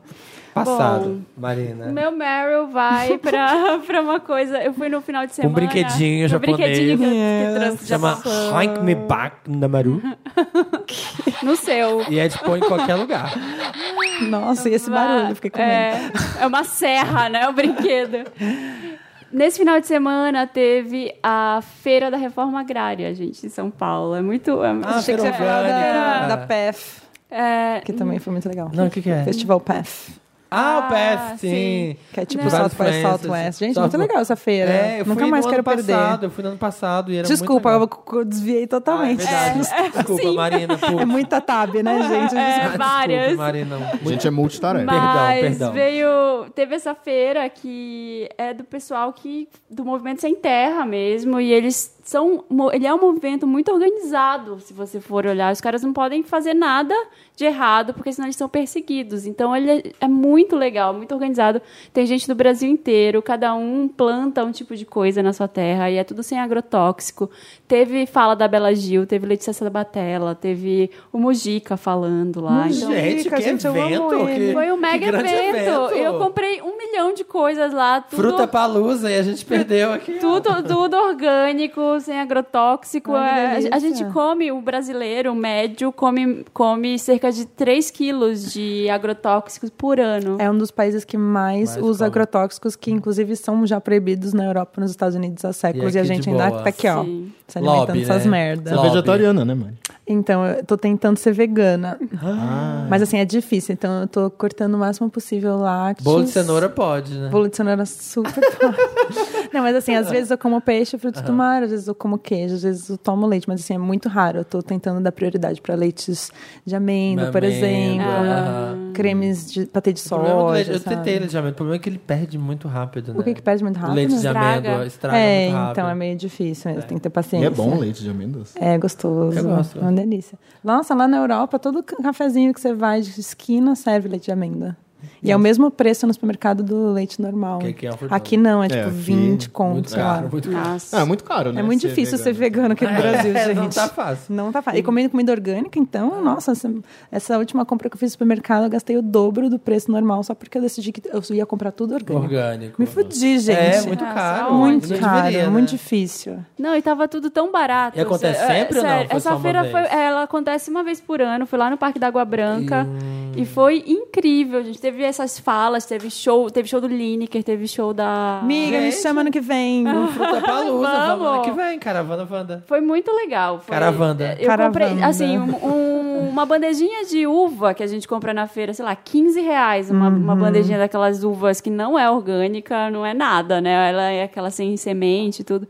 [SPEAKER 1] Passado, Marina.
[SPEAKER 3] O meu Meryl vai pra, pra uma coisa. Eu fui no final de semana.
[SPEAKER 1] brinquedinho
[SPEAKER 3] um
[SPEAKER 1] japonês.
[SPEAKER 3] brinquedinho que,
[SPEAKER 2] É,
[SPEAKER 3] que trouxe do
[SPEAKER 1] Chama
[SPEAKER 3] Japão.
[SPEAKER 1] Hank Me Back Namaru.
[SPEAKER 3] No seu.
[SPEAKER 1] e é tipo em qualquer lugar.
[SPEAKER 2] Nossa, e esse barulho, fiquei com medo.
[SPEAKER 3] É, é uma serra, né? O brinquedo. Nesse final de semana teve a Feira da Reforma Agrária, gente, em São Paulo. É muito. É,
[SPEAKER 2] Achei que você ia falar da,
[SPEAKER 1] orgânica.
[SPEAKER 2] da PEF,
[SPEAKER 3] é,
[SPEAKER 2] Ah, que também foi muito legal.
[SPEAKER 1] Não, o que, que é?
[SPEAKER 2] Festival PEF.
[SPEAKER 1] Ah,
[SPEAKER 3] Ah,
[SPEAKER 1] o Path,
[SPEAKER 3] sim.
[SPEAKER 1] sim.
[SPEAKER 2] Que é tipo
[SPEAKER 1] Não.
[SPEAKER 2] South by
[SPEAKER 1] Várias
[SPEAKER 2] Southwest.
[SPEAKER 1] influências.
[SPEAKER 2] Gente,
[SPEAKER 1] South
[SPEAKER 2] muito
[SPEAKER 1] by-
[SPEAKER 2] legal essa feira.
[SPEAKER 1] É, eu fui
[SPEAKER 2] Nunca mais
[SPEAKER 1] no
[SPEAKER 2] quero
[SPEAKER 1] ano
[SPEAKER 2] perder.
[SPEAKER 1] passado, eu fui no ano passado e era
[SPEAKER 2] Desculpa,
[SPEAKER 1] muito
[SPEAKER 2] eu,
[SPEAKER 1] legal.
[SPEAKER 2] eu desviei totalmente.
[SPEAKER 1] Ah, é
[SPEAKER 2] é,
[SPEAKER 1] verdade. Desculpa, Marina. putz.
[SPEAKER 2] muita tab, né, gente?
[SPEAKER 3] É,
[SPEAKER 1] Desculpa,
[SPEAKER 3] várias.
[SPEAKER 1] Marina.
[SPEAKER 4] A gente é multitarefa.
[SPEAKER 1] Mas-
[SPEAKER 3] Mas
[SPEAKER 1] perdão.
[SPEAKER 3] veio. Teve essa feira que é do pessoal que. do movimento sem terra mesmo. E eles são. mo- Ele é um movimento muito organizado, se você for olhar. Os caras não podem fazer nada de errado, porque senão eles são perseguidos. Então ele é, é muito legal, muito organizado. Tem gente do Brasil inteiro, cada um planta um tipo de coisa na sua terra e é tudo sem agrotóxico. Teve fala da Bela Gil, teve Letícia Sabatella, teve o Mujica falando lá. Então,
[SPEAKER 1] Gente,
[SPEAKER 2] Rica,
[SPEAKER 1] que
[SPEAKER 2] gente, eu
[SPEAKER 1] evento.
[SPEAKER 2] amo ele.
[SPEAKER 1] que-
[SPEAKER 3] foi um
[SPEAKER 1] que
[SPEAKER 3] mega
[SPEAKER 1] grande
[SPEAKER 3] evento.
[SPEAKER 1] evento.
[SPEAKER 3] Eu comprei um milhão de coisas lá. Tudo,
[SPEAKER 1] Fruta palusa e a gente perdeu aqui.
[SPEAKER 3] tudo, tudo orgânico, sem agrotóxico.
[SPEAKER 2] Ai, que
[SPEAKER 3] É, a, a
[SPEAKER 2] delícia.
[SPEAKER 3] gente come, o brasileiro médio come, come cerca de 3 quilos de agrotóxicos por ano.
[SPEAKER 2] É um dos países que mais,
[SPEAKER 1] Mais
[SPEAKER 2] usa
[SPEAKER 1] come.
[SPEAKER 2] agrotóxicos, que inclusive são já proibidos na Europa e nos Estados Unidos há séculos.
[SPEAKER 1] aqui
[SPEAKER 2] E, a gente
[SPEAKER 1] de
[SPEAKER 2] ainda
[SPEAKER 1] boa.
[SPEAKER 2] tá aqui, ó,
[SPEAKER 3] Sim.
[SPEAKER 2] se alimentando
[SPEAKER 1] Lobby,
[SPEAKER 2] dessas
[SPEAKER 1] né?
[SPEAKER 2] merdas.
[SPEAKER 4] Você é
[SPEAKER 1] Lobby.
[SPEAKER 4] vegetariana, né, Mari?
[SPEAKER 2] Então, eu tô tentando ser vegana.
[SPEAKER 4] Ah,
[SPEAKER 1] Ah.
[SPEAKER 2] Mas assim, é difícil. Então, eu tô cortando o máximo possível lácteos.
[SPEAKER 1] Bolo de cenoura pode, né?
[SPEAKER 2] Bolo de cenoura super forte. Não, mas assim, às vezes eu como peixe, frutos do mar, às vezes eu como queijo, às vezes eu tomo leite, mas assim, é muito raro. Eu tô tentando dar prioridade pra leites de amêndoa, por
[SPEAKER 1] Amêndoa,
[SPEAKER 2] exemplo,
[SPEAKER 1] aham.
[SPEAKER 2] cremes de patê de
[SPEAKER 1] O problema é do leite,
[SPEAKER 2] soja,
[SPEAKER 1] eu
[SPEAKER 2] sabe?
[SPEAKER 1] tentei leite de amêndoa. O problema é que ele perde muito rápido, né?
[SPEAKER 2] O que que perde muito rápido? né?
[SPEAKER 1] O leite de
[SPEAKER 3] Estraga.
[SPEAKER 1] amêndoa estraga
[SPEAKER 2] É,
[SPEAKER 1] muito rápido.
[SPEAKER 2] então é meio difícil, mesmo, tem que ter
[SPEAKER 4] E
[SPEAKER 2] paciência.
[SPEAKER 4] é bom o leite de amêndoas.
[SPEAKER 2] É gostoso.
[SPEAKER 1] Eu gosto.
[SPEAKER 2] É uma delícia. Nossa, lá na Europa, todo ca- cafezinho que você vai de esquina serve leite de amêndoa. E é o mesmo preço no supermercado do leite normal.
[SPEAKER 1] Que aqui é uma fortuna.
[SPEAKER 2] Aqui não, é tipo
[SPEAKER 4] aqui,
[SPEAKER 2] 20 contos, sei lá.
[SPEAKER 1] Caro, muito caro.
[SPEAKER 3] Nossa.
[SPEAKER 4] Ah, é muito caro, né?
[SPEAKER 2] É muito
[SPEAKER 4] ser
[SPEAKER 2] difícil ser
[SPEAKER 4] vegano.
[SPEAKER 2] vegano aqui no Brasil, gente.
[SPEAKER 1] Não tá fácil. É.
[SPEAKER 2] Não tá fácil. E comendo comida orgânica, então, nossa, essa, essa última compra que eu fiz no supermercado, eu gastei o dobro do preço normal, só porque eu decidi que eu ia comprar tudo orgânico.
[SPEAKER 1] Orgânico.
[SPEAKER 2] Me fudi, gente.
[SPEAKER 1] É, muito caro.
[SPEAKER 2] Muito
[SPEAKER 1] Não
[SPEAKER 2] caro,
[SPEAKER 1] deveria, né?
[SPEAKER 2] muito difícil.
[SPEAKER 3] Não, e tava tudo tão barato.
[SPEAKER 1] E acontece
[SPEAKER 3] Cê- é,
[SPEAKER 1] sempre ou não?
[SPEAKER 3] sério,
[SPEAKER 1] Foi só
[SPEAKER 3] Essa
[SPEAKER 1] uma
[SPEAKER 3] feira
[SPEAKER 1] vez?
[SPEAKER 3] foi. é, Ela acontece uma vez por ano. Fui lá no Parque da Água Branca.
[SPEAKER 1] Hum.
[SPEAKER 3] E foi incrível, gente. Teve essas falas, teve show, teve show do Lineker, teve show da.
[SPEAKER 2] Amiga, me
[SPEAKER 1] Ah, Gente.
[SPEAKER 2] chama ano que vem.
[SPEAKER 1] Fruta palusa, vamos
[SPEAKER 3] Vamos.
[SPEAKER 1] ano que vem, caravana Wanda.
[SPEAKER 3] Foi muito legal. Foi,
[SPEAKER 1] Caravanda.
[SPEAKER 2] É,
[SPEAKER 3] Eu comprei,
[SPEAKER 2] Caravanda.
[SPEAKER 3] assim, um- um- uma bandejinha de uva que a gente compra na feira, sei lá, 15 reais. Uma, uma bandejinha daquelas uvas que não é orgânica, não é nada, né? Ela é aquela sem semente e tudo.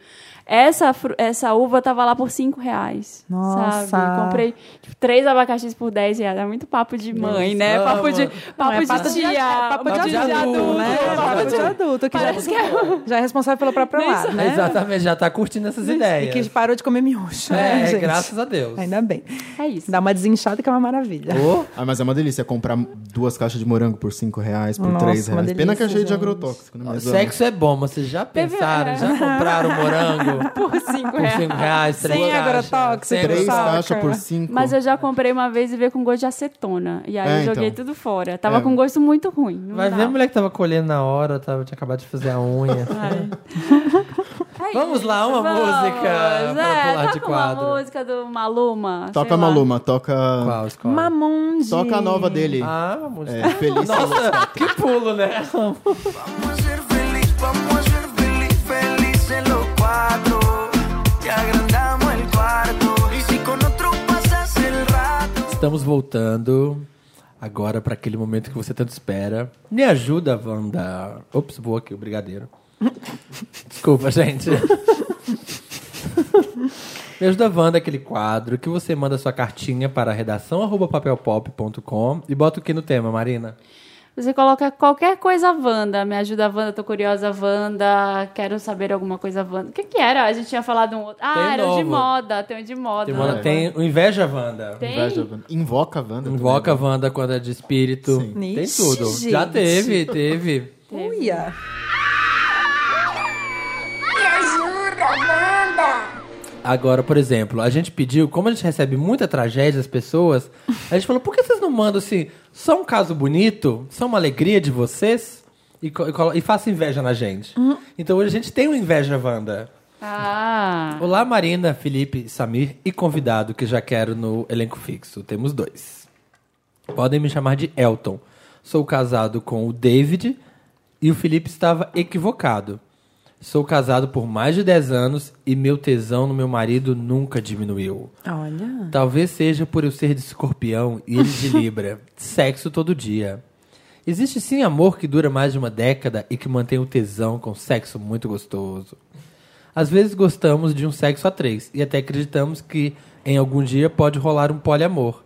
[SPEAKER 3] Essa, fru- essa uva tava lá por 5 reais.
[SPEAKER 2] Nossa.
[SPEAKER 3] Sabe? Comprei tipo, três abacaxis por 10 reais. É muito papo de mãe, né?
[SPEAKER 1] Nossa,
[SPEAKER 3] Papo de,
[SPEAKER 1] mano.
[SPEAKER 3] papo
[SPEAKER 2] é
[SPEAKER 3] de
[SPEAKER 2] papo de-
[SPEAKER 3] tia.
[SPEAKER 2] é papo de
[SPEAKER 1] adulto,
[SPEAKER 2] né?
[SPEAKER 1] É,
[SPEAKER 2] Papo de adulto, que já,
[SPEAKER 3] Parece que é
[SPEAKER 1] um-
[SPEAKER 2] já é responsável pelo próprio
[SPEAKER 3] Nem
[SPEAKER 2] lado, né?
[SPEAKER 1] Exatamente, já tá curtindo essas ideias.
[SPEAKER 2] E que parou de comer miojo. né,
[SPEAKER 1] É,
[SPEAKER 2] gente?
[SPEAKER 1] graças a Deus.
[SPEAKER 2] Ainda bem.
[SPEAKER 3] É isso.
[SPEAKER 2] Dá uma desinchada que é uma maravilha.
[SPEAKER 1] Ô,
[SPEAKER 4] Ah, mas é uma delícia comprar duas caixas de morango por 5 reais, por
[SPEAKER 2] Nossa,
[SPEAKER 4] 3
[SPEAKER 2] uma
[SPEAKER 4] reais. Pena que é
[SPEAKER 2] delícia,
[SPEAKER 4] cheio de
[SPEAKER 2] gente.
[SPEAKER 4] agrotóxico, né? Mas,
[SPEAKER 1] sexo é bom, mas vocês já
[SPEAKER 3] Teve-
[SPEAKER 1] pensaram,
[SPEAKER 3] é.
[SPEAKER 1] já compraram um morango
[SPEAKER 3] Por 5
[SPEAKER 1] por
[SPEAKER 3] reais.
[SPEAKER 1] 5 reais, 3
[SPEAKER 2] Sem agrotóxico,
[SPEAKER 1] É,
[SPEAKER 4] ó, Três
[SPEAKER 2] Saca.
[SPEAKER 4] caixas
[SPEAKER 1] né?
[SPEAKER 4] por 5.
[SPEAKER 3] Mas eu já comprei uma vez e veio com gosto de acetona. E aí
[SPEAKER 4] É,
[SPEAKER 3] eu joguei
[SPEAKER 4] então.
[SPEAKER 3] tudo fora. Tava
[SPEAKER 4] É.
[SPEAKER 3] com gosto muito ruim. Não
[SPEAKER 1] Vai
[SPEAKER 3] dá.
[SPEAKER 1] ver a mulher que tava colhendo na hora, tava, tinha acabado de fazer a unha.
[SPEAKER 3] É
[SPEAKER 1] Vamos lá, uma
[SPEAKER 3] Vamos.
[SPEAKER 1] música pra
[SPEAKER 3] é,
[SPEAKER 1] pular
[SPEAKER 3] toca
[SPEAKER 1] de
[SPEAKER 3] uma
[SPEAKER 1] quadro.
[SPEAKER 3] música do Maluma.
[SPEAKER 4] Toca
[SPEAKER 3] sei lá.
[SPEAKER 4] Maluma, toca.
[SPEAKER 1] Qual, escola?
[SPEAKER 2] Mamundi.
[SPEAKER 4] Toca a nova dele.
[SPEAKER 1] Ah, uma música.
[SPEAKER 4] É, feliz
[SPEAKER 1] Nossa, que pulo, né?
[SPEAKER 5] Vamos a ser feliz, vamos a ser feliz, felices los cuatro. Te agrandamos el cuarto. Y si con otro pasas el rato.
[SPEAKER 1] Estamos voltando agora para aquele momento que você tanto espera. Me ajuda, Wanda. Ops, vou aqui, o brigadeiro. Desculpa, gente. Me ajuda, Wanda, aquele quadro que você manda sua cartinha para redação arroba papelpop.com e bota o que no tema, Marina?
[SPEAKER 3] Você coloca qualquer coisa Wanda. Me ajuda Wanda, tô curiosa Wanda. Quero saber alguma coisa Wanda. O que que era? A gente tinha falado um outro. Ah,
[SPEAKER 1] Tem
[SPEAKER 3] era o de
[SPEAKER 1] novo.
[SPEAKER 3] moda. Tem o de moda.
[SPEAKER 1] Tem, uma- Ah, tem o Inveja, Wanda.
[SPEAKER 3] Tem?
[SPEAKER 4] Inveja, Wanda. Invoca a Wanda.
[SPEAKER 1] Invoca a Wanda quando é de espírito.
[SPEAKER 4] Sim.
[SPEAKER 1] Tem
[SPEAKER 2] Ixi,
[SPEAKER 1] tudo. Já
[SPEAKER 2] gente.
[SPEAKER 1] teve, teve.
[SPEAKER 2] Uia.
[SPEAKER 8] Me ajuda, Wanda!
[SPEAKER 1] Agora, por exemplo, a gente pediu, como a gente recebe muita tragédia das pessoas, a gente falou, por que vocês não mandam assim, só um caso bonito, só uma alegria de vocês? E, co- e, colo- e faça inveja na gente. Então hoje a gente tem uma inveja, Wanda.
[SPEAKER 3] Ah.
[SPEAKER 1] Olá, Marina, Felipe, Samir e convidado que já quero no elenco fixo. Temos dois. Podem me chamar de Elton. Sou casado com o David e o Felipe estava equivocado. Sou casado por mais de 10 anos e meu tesão no meu marido nunca diminuiu.
[SPEAKER 2] Olha.
[SPEAKER 1] Talvez seja por eu ser de escorpião e ele de Libra. Sexo todo dia. Existe sim amor que dura mais de uma década e que mantém o tesão com sexo muito gostoso. Às vezes gostamos de um sexo a três e até acreditamos que em algum dia pode rolar um poliamor.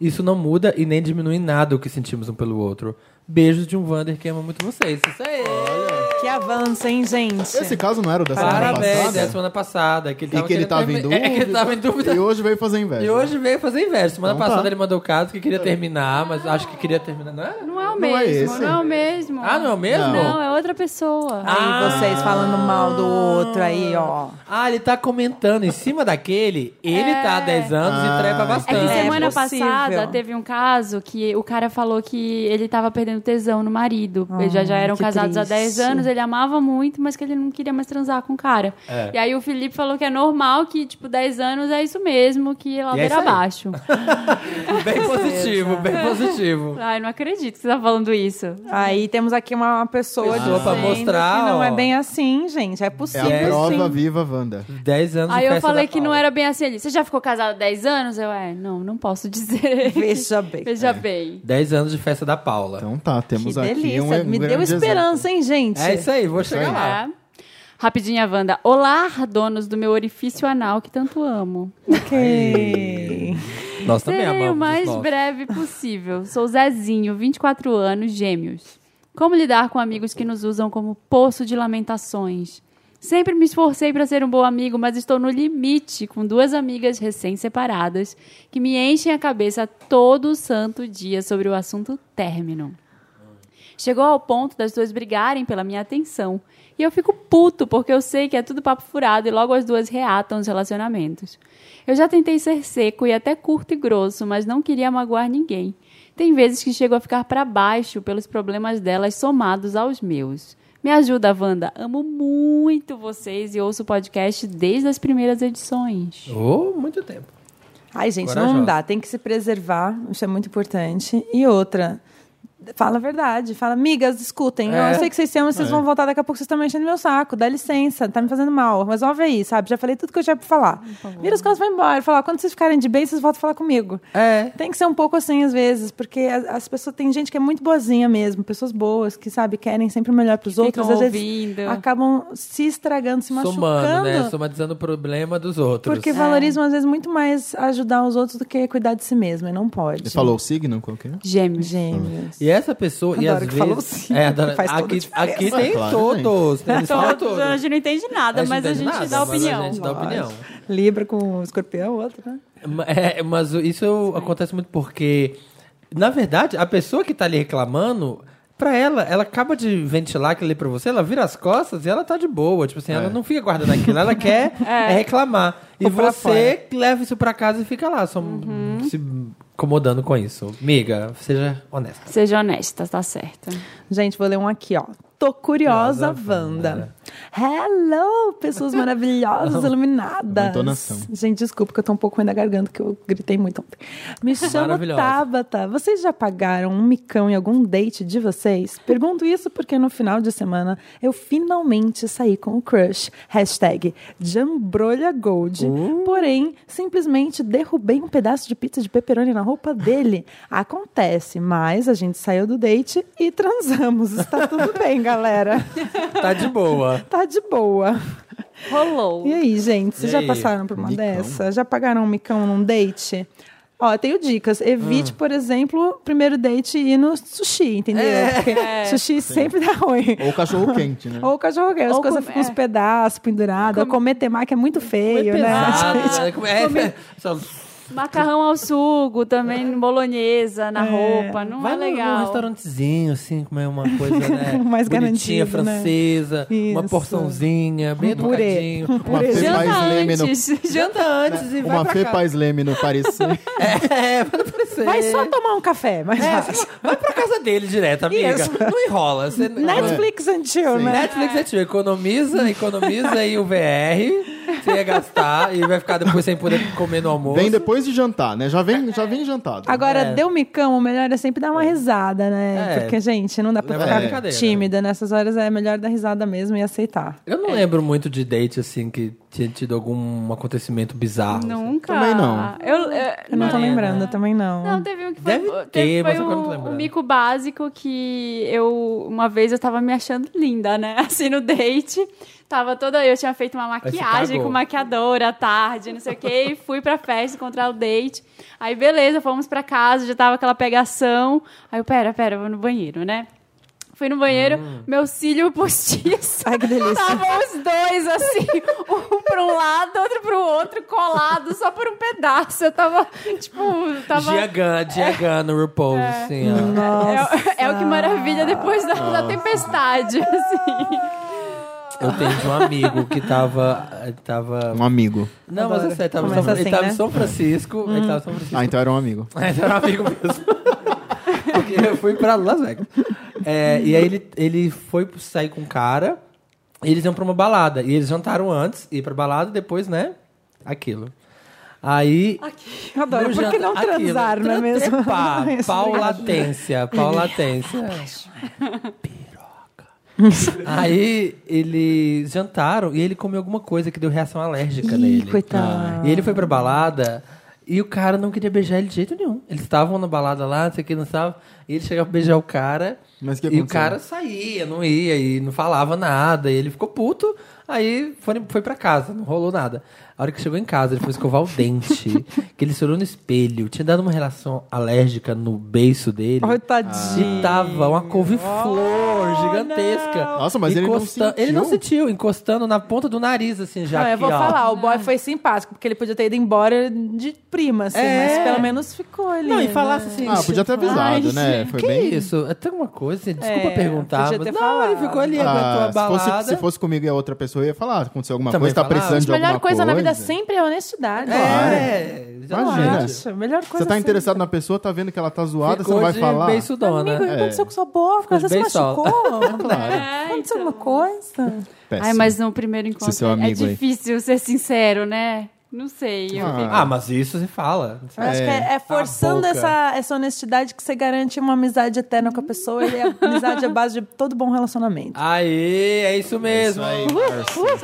[SPEAKER 1] Isso não muda e nem diminui em nada o que sentimos um pelo outro. Beijos de um Wander que ama muito vocês. Isso aí!
[SPEAKER 2] Que avanço, hein, gente?
[SPEAKER 4] Esse caso não era o da semana
[SPEAKER 1] Parabéns, é a
[SPEAKER 4] passada?
[SPEAKER 1] semana passada. Que ele
[SPEAKER 4] E
[SPEAKER 1] tava
[SPEAKER 4] que ele
[SPEAKER 1] querendo
[SPEAKER 4] tava em
[SPEAKER 1] termi-
[SPEAKER 4] dúvida.
[SPEAKER 1] É, que ele tava em dúvida.
[SPEAKER 4] E hoje veio fazer inveja.
[SPEAKER 1] E hoje veio fazer inverso. Semana
[SPEAKER 4] Então tá.
[SPEAKER 1] passada ele mandou o caso que queria terminar, mas acho que queria terminar, não é?
[SPEAKER 3] Não é o
[SPEAKER 4] Não é
[SPEAKER 3] mesmo.
[SPEAKER 4] esse?
[SPEAKER 3] não é o mesmo.
[SPEAKER 1] Ah, não Ah, é o mesmo?
[SPEAKER 3] Não, é outra pessoa.
[SPEAKER 2] Aí vocês falando mal do outro aí, ó.
[SPEAKER 1] Ah, ele tá comentando em cima daquele. Ele tá há 10 anos
[SPEAKER 4] Ah,
[SPEAKER 1] e trepa
[SPEAKER 3] É
[SPEAKER 1] bastante.
[SPEAKER 3] que
[SPEAKER 2] Tanto.
[SPEAKER 3] semana
[SPEAKER 2] É possível.
[SPEAKER 3] passada teve um caso que o cara falou que ele tava perdendo tesão no marido. Eles já, já eram
[SPEAKER 2] que
[SPEAKER 3] casados há 10
[SPEAKER 2] triste.
[SPEAKER 3] anos, ele amava muito, mas que ele não queria mais transar com o cara.
[SPEAKER 1] É.
[SPEAKER 3] E aí o Felipe falou que é normal que, tipo, 10 anos é isso mesmo, que
[SPEAKER 1] E é
[SPEAKER 3] ladeira
[SPEAKER 1] isso aí.
[SPEAKER 3] abaixo.
[SPEAKER 1] Bem positivo, bem positivo.
[SPEAKER 3] Ai, não acredito que você tá falando isso.
[SPEAKER 2] Aí temos aqui uma pessoa
[SPEAKER 1] Pessoa pra
[SPEAKER 2] dizendo
[SPEAKER 1] mostrar,
[SPEAKER 2] que não é
[SPEAKER 1] ó.
[SPEAKER 2] bem assim, gente. É
[SPEAKER 4] É
[SPEAKER 2] possível
[SPEAKER 4] a prova
[SPEAKER 2] sim.
[SPEAKER 4] viva Wanda.
[SPEAKER 1] 10 anos de
[SPEAKER 3] Aí eu
[SPEAKER 1] festa
[SPEAKER 3] falei
[SPEAKER 1] da
[SPEAKER 3] que não
[SPEAKER 1] Paula.
[SPEAKER 3] era bem assim. Ele, você já ficou casado há 10 anos? Eu, é, não, não posso dizer.
[SPEAKER 2] Veja bem.
[SPEAKER 1] É.
[SPEAKER 3] Veja bem.
[SPEAKER 1] 10 anos de festa da Paula.
[SPEAKER 4] Então tá, temos
[SPEAKER 2] Que
[SPEAKER 4] aqui um,
[SPEAKER 2] delícia.
[SPEAKER 4] um
[SPEAKER 2] Me deu
[SPEAKER 4] grande
[SPEAKER 2] esperança, hein, gente?
[SPEAKER 1] é isso aí, vou chegar
[SPEAKER 4] aí.
[SPEAKER 1] lá.
[SPEAKER 3] É. Rapidinha, Wanda. Olá, donos do meu orifício anal que tanto amo.
[SPEAKER 2] Ok.
[SPEAKER 1] Nós também
[SPEAKER 3] Serei
[SPEAKER 1] amamos.
[SPEAKER 3] É. o
[SPEAKER 1] os
[SPEAKER 3] mais
[SPEAKER 1] nossos.
[SPEAKER 3] breve possível. Sou Zezinho, 24 anos, gêmeos. Como lidar com amigos que nos usam como poço de lamentações? Sempre me esforcei para ser um bom amigo, mas estou no limite com duas amigas recém-separadas que me enchem a cabeça todo santo dia sobre o assunto término. Chegou ao ponto das duas brigarem pela minha atenção. E eu fico puto, porque eu sei que é tudo papo furado e logo as duas reatam os relacionamentos. Eu já tentei ser seco e até curto e grosso, mas não queria magoar ninguém. Tem vezes que chego a ficar para baixo pelos problemas delas somados aos meus. Me ajuda, Wanda. Amo muito vocês e ouço o podcast desde as primeiras edições.
[SPEAKER 1] Oh, muito tempo.
[SPEAKER 2] Ai, gente,
[SPEAKER 1] Corajosa.
[SPEAKER 2] não dá. Tem que se preservar. Isso é muito importante. E outra, fala a verdade. Fala, amigas, escutem.
[SPEAKER 1] É.
[SPEAKER 2] Eu sei que vocês se amam, vocês vão voltar daqui a pouco. Vocês estão mexendo meu saco. Dá licença, tá me fazendo mal. Resolve aí, sabe? Já falei tudo que eu tinha pra falar. Vira as costas, vai embora. Fala, quando vocês ficarem de bem, vocês voltam a falar comigo.
[SPEAKER 1] É.
[SPEAKER 2] Tem que ser um pouco assim às vezes, porque as, as pessoas tem gente que é muito boazinha mesmo, pessoas boas que sabe querem sempre o melhor para os outros,
[SPEAKER 3] ficam
[SPEAKER 2] às vezes
[SPEAKER 3] ouvindo.
[SPEAKER 2] acabam se estragando, se machucando,
[SPEAKER 1] Somando, né? Somatizando o problema dos outros.
[SPEAKER 2] porque valorizam às vezes muito mais ajudar os outros do que cuidar de si mesmo, e não pode.
[SPEAKER 4] Ele falou o signo é? qualquer?
[SPEAKER 3] Gêmeos.
[SPEAKER 2] Gêmeos.
[SPEAKER 1] E essa pessoa, e às
[SPEAKER 2] Adoro que
[SPEAKER 1] vezes.
[SPEAKER 2] falou sim,
[SPEAKER 1] é, adoro-
[SPEAKER 2] faz toda a
[SPEAKER 1] aqui,
[SPEAKER 2] diferença.
[SPEAKER 1] aqui tem
[SPEAKER 4] Claro,
[SPEAKER 1] todos. Tem, eles falam
[SPEAKER 3] Então,
[SPEAKER 1] todos.
[SPEAKER 3] a gente não entende nada, mas a
[SPEAKER 1] entende
[SPEAKER 3] gente
[SPEAKER 1] nada,
[SPEAKER 3] dá
[SPEAKER 1] mas
[SPEAKER 3] opinião.
[SPEAKER 1] A gente dá opinião.
[SPEAKER 2] Libra com escorpião, outro, né?
[SPEAKER 1] Ma- é, mas isso acontece muito porque, na verdade, a pessoa que tá ali reclamando, pra ela, ela acaba de ventilar aquilo ali pra você, ela vira as costas e ela tá de boa. Tipo assim, ela não fica guardando aquilo, ela quer é reclamar. E
[SPEAKER 2] Pôr pra
[SPEAKER 1] você leva isso pra casa e fica lá, só
[SPEAKER 3] Uhum.
[SPEAKER 1] se incomodando com isso. Miga, seja honesta.
[SPEAKER 3] Seja honesta, tá certo.
[SPEAKER 2] Gente, vou ler um aqui, ó. Tô curiosa,
[SPEAKER 1] Curiosa,
[SPEAKER 2] Wanda. Hello, pessoas maravilhosas, iluminadas.
[SPEAKER 4] Uma entonação.
[SPEAKER 2] Gente, desculpa que eu tô um pouco ruim da garganta, que eu gritei muito ontem. Me chamo
[SPEAKER 1] Maravilhosa.
[SPEAKER 2] é Tabata. Vocês já pagaram um micão em algum date de vocês? Pergunto isso porque no final de semana eu finalmente saí com o crush. Hashtag Jambrolha Gold. Porém, simplesmente derrubei um pedaço de pizza de pepperoni na roupa dele. Acontece, mas a gente saiu do date e transamos. Está tudo bem, galera.
[SPEAKER 1] Tá de boa.
[SPEAKER 2] Tá de boa.
[SPEAKER 3] Rolou.
[SPEAKER 2] E aí, gente, vocês
[SPEAKER 1] E
[SPEAKER 2] já
[SPEAKER 1] aí?
[SPEAKER 2] passaram por uma
[SPEAKER 4] Micão?
[SPEAKER 2] dessa? Já pagaram um micão num date? Ó, eu tenho dicas.
[SPEAKER 1] Ah.
[SPEAKER 2] Evite, por exemplo, primeiro date ir no sushi, entendeu?
[SPEAKER 1] É.
[SPEAKER 2] Porque sushi sempre dá ruim.
[SPEAKER 4] Ou cachorro quente, né?
[SPEAKER 2] Ou cachorro quente, as
[SPEAKER 3] Ou
[SPEAKER 2] coisas
[SPEAKER 3] com-
[SPEAKER 2] ficam uns
[SPEAKER 3] é.
[SPEAKER 2] pedaços pendurados. Ou comer temaki é muito feio, né?
[SPEAKER 1] Pesado, né? Como é? Só-
[SPEAKER 3] Macarrão ao sugo, também bolonhesa na roupa,
[SPEAKER 2] Ah,
[SPEAKER 3] não
[SPEAKER 1] Vai
[SPEAKER 3] é
[SPEAKER 1] num-
[SPEAKER 3] legal.
[SPEAKER 1] num restaurantezinho, assim, comer uma coisa, né?
[SPEAKER 2] Mais
[SPEAKER 1] bonitinha,
[SPEAKER 2] garantido, né?
[SPEAKER 1] francesa, uma
[SPEAKER 2] Isso.
[SPEAKER 1] porçãozinha, bem
[SPEAKER 2] Um purê.
[SPEAKER 1] educadinho.
[SPEAKER 4] Uma fê
[SPEAKER 3] Janta
[SPEAKER 4] mais leme no...
[SPEAKER 3] antes. Janta
[SPEAKER 1] Janta antes e vai
[SPEAKER 4] Uma
[SPEAKER 1] pra
[SPEAKER 4] fê
[SPEAKER 1] casa.
[SPEAKER 4] paz leme no parecer.
[SPEAKER 1] É, vai pra você.
[SPEAKER 2] Vai só tomar um café, mas
[SPEAKER 1] É,
[SPEAKER 2] vai.
[SPEAKER 1] vai pra casa dele direto, amiga.
[SPEAKER 2] Isso. Né?
[SPEAKER 1] Não enrola. Você...
[SPEAKER 2] Netflix and chill, né?
[SPEAKER 1] É. Netflix é tio, economiza, economiza aí o VR, você ia gastar e vai ficar depois sem poder comer no almoço.
[SPEAKER 4] Vem depois de jantar, né? Já vem, já vem jantado.
[SPEAKER 2] Agora, deu micão, o melhor é sempre dar uma risada, né?
[SPEAKER 1] É.
[SPEAKER 2] Porque, gente, não dá pra
[SPEAKER 1] Leva na
[SPEAKER 2] ficar
[SPEAKER 1] brincadeira. né?
[SPEAKER 2] tímida. Nessas horas é melhor dar risada mesmo e aceitar.
[SPEAKER 1] Eu não lembro muito de date, assim, que tinha tido algum acontecimento bizarro. assim.
[SPEAKER 3] Nunca.
[SPEAKER 4] Também não.
[SPEAKER 3] Eu, eu-
[SPEAKER 2] Eu não, tô
[SPEAKER 1] Não é,
[SPEAKER 2] lembrando,
[SPEAKER 1] né?
[SPEAKER 2] também não.
[SPEAKER 3] Não, teve um que foi,
[SPEAKER 1] Deve ter,
[SPEAKER 3] teve,
[SPEAKER 1] mas
[SPEAKER 3] foi
[SPEAKER 1] agora eu não tô
[SPEAKER 3] um,
[SPEAKER 1] lembrando.
[SPEAKER 3] um mico básico que eu, uma vez eu tava me achando linda, né? Assim, no date, tava toda, eu tinha feito uma
[SPEAKER 1] você
[SPEAKER 3] maquiagem
[SPEAKER 1] cagou.
[SPEAKER 3] com maquiadora à tarde, não sei o quê, e fui pra festa encontrar o date. Aí, beleza, fomos pra casa, já tava aquela pegação. Aí eu, pera, pera, eu vou no banheiro, né? Fui no banheiro,
[SPEAKER 1] Ah.
[SPEAKER 3] meu cílio postiço.
[SPEAKER 2] Ai, que delícia.
[SPEAKER 3] Estavam os dois, assim, um pra um lado, outro pro outro, colado, só por um pedaço. Eu tava, tipo, tava...
[SPEAKER 1] Diagan, Diagan no RuPaul's, assim, ó.
[SPEAKER 3] É, é o que maravilha depois da, da tempestade, assim.
[SPEAKER 1] Eu tenho de um amigo que tava. tava...
[SPEAKER 4] Um amigo.
[SPEAKER 1] Não, mas é sério, tava em São,
[SPEAKER 2] Começa
[SPEAKER 1] ele
[SPEAKER 2] assim,
[SPEAKER 1] tava em
[SPEAKER 2] né?
[SPEAKER 1] São Francisco. Ele tava em São Francisco.
[SPEAKER 4] Ah, então era um amigo.
[SPEAKER 1] Mas era um amigo mesmo. Porque eu fui pra Las Vegas. É, e aí ele, ele foi sair com um cara. E eles iam pra uma balada. E eles jantaram antes, ir pra balada, depois, né? Aquilo. Aí.
[SPEAKER 2] Eu adoro,
[SPEAKER 1] no
[SPEAKER 2] por
[SPEAKER 1] janta-
[SPEAKER 2] que não transar, não é
[SPEAKER 1] Tre-
[SPEAKER 2] mesmo?
[SPEAKER 1] Trepar,
[SPEAKER 2] Isso, né? obrigada.
[SPEAKER 1] paulatência, paulatência. Aí eles jantaram e ele comeu alguma coisa que deu reação alérgica
[SPEAKER 2] Ih,
[SPEAKER 1] nele.
[SPEAKER 2] coitado.
[SPEAKER 1] E ele foi pra balada e o cara não queria beijar ele de jeito nenhum. Eles estavam na balada lá, não sei o que, não estava. E ele chegava pra beijar o cara.
[SPEAKER 4] Mas o que
[SPEAKER 1] e o
[SPEAKER 4] aconteceu?
[SPEAKER 1] cara saía, não ia e não falava nada. E ele ficou puto. Aí foi, foi pra casa, não rolou nada. A hora que chegou em casa, ele foi escovar o dente. que ele se olhou no espelho. Tinha dado uma relação alérgica no beiço dele.
[SPEAKER 2] Ai, tadinho. Oh,
[SPEAKER 1] E tava uma couve-flor, gigantesca.
[SPEAKER 4] Nossa, mas ele não sentiu.
[SPEAKER 1] Ele não sentiu, encostando na ponta do nariz, assim, já
[SPEAKER 2] Não, eu
[SPEAKER 1] aqui,
[SPEAKER 2] vou
[SPEAKER 1] ó.
[SPEAKER 2] falar, o boy foi simpático, porque ele podia ter ido embora de prima, assim,
[SPEAKER 1] É.
[SPEAKER 2] mas pelo menos ficou ali.
[SPEAKER 1] Não, e
[SPEAKER 2] né?
[SPEAKER 1] falasse assim...
[SPEAKER 4] Ah, podia ter avisado, né? Foi
[SPEAKER 1] Que
[SPEAKER 4] bem
[SPEAKER 1] isso? É tem uma coisa, assim, desculpa
[SPEAKER 2] É,
[SPEAKER 1] perguntar.
[SPEAKER 2] podia
[SPEAKER 1] mas-
[SPEAKER 2] ter
[SPEAKER 1] não,
[SPEAKER 2] falado.
[SPEAKER 1] ele ficou ali, aguentou a
[SPEAKER 4] Ah, se
[SPEAKER 1] balada.
[SPEAKER 4] fosse, se fosse comigo e a outra pessoa, eu ia falar. Aconteceu alguma
[SPEAKER 1] Também
[SPEAKER 4] coisa, tá
[SPEAKER 1] falava.
[SPEAKER 4] precisando de
[SPEAKER 2] A melhor
[SPEAKER 4] alguma coisa.
[SPEAKER 2] coisa na vida sempre é a honestidade.
[SPEAKER 1] É,
[SPEAKER 4] Imagina.
[SPEAKER 1] exatamente.
[SPEAKER 2] Nossa, a melhor coisa
[SPEAKER 4] Você tá
[SPEAKER 2] sempre-
[SPEAKER 4] interessado na pessoa, tá vendo que ela tá zoada,
[SPEAKER 1] Ficou
[SPEAKER 4] você não vai
[SPEAKER 1] de
[SPEAKER 4] falar.
[SPEAKER 1] beiçudona.
[SPEAKER 2] Amigo, o que
[SPEAKER 4] É.
[SPEAKER 2] aconteceu com sua boca?
[SPEAKER 1] Ficou
[SPEAKER 2] Você se
[SPEAKER 1] bem solto.
[SPEAKER 2] machucou?
[SPEAKER 4] Claro.
[SPEAKER 3] É,
[SPEAKER 2] Aconteceu
[SPEAKER 3] então.
[SPEAKER 2] alguma coisa?
[SPEAKER 3] Ai, mas no primeiro encontro
[SPEAKER 4] seu
[SPEAKER 3] é
[SPEAKER 4] amigo aí.
[SPEAKER 3] difícil ser sincero, né? Não sei. Eu
[SPEAKER 4] Ah.
[SPEAKER 3] fico-
[SPEAKER 1] Ah, mas isso se fala.
[SPEAKER 2] Eu acho que é, é forçando
[SPEAKER 1] boca.
[SPEAKER 2] essa, essa honestidade que você garante uma amizade eterna com a pessoa e a amizade é a base de todo bom relacionamento.
[SPEAKER 1] Aí, é isso mesmo.
[SPEAKER 3] Isso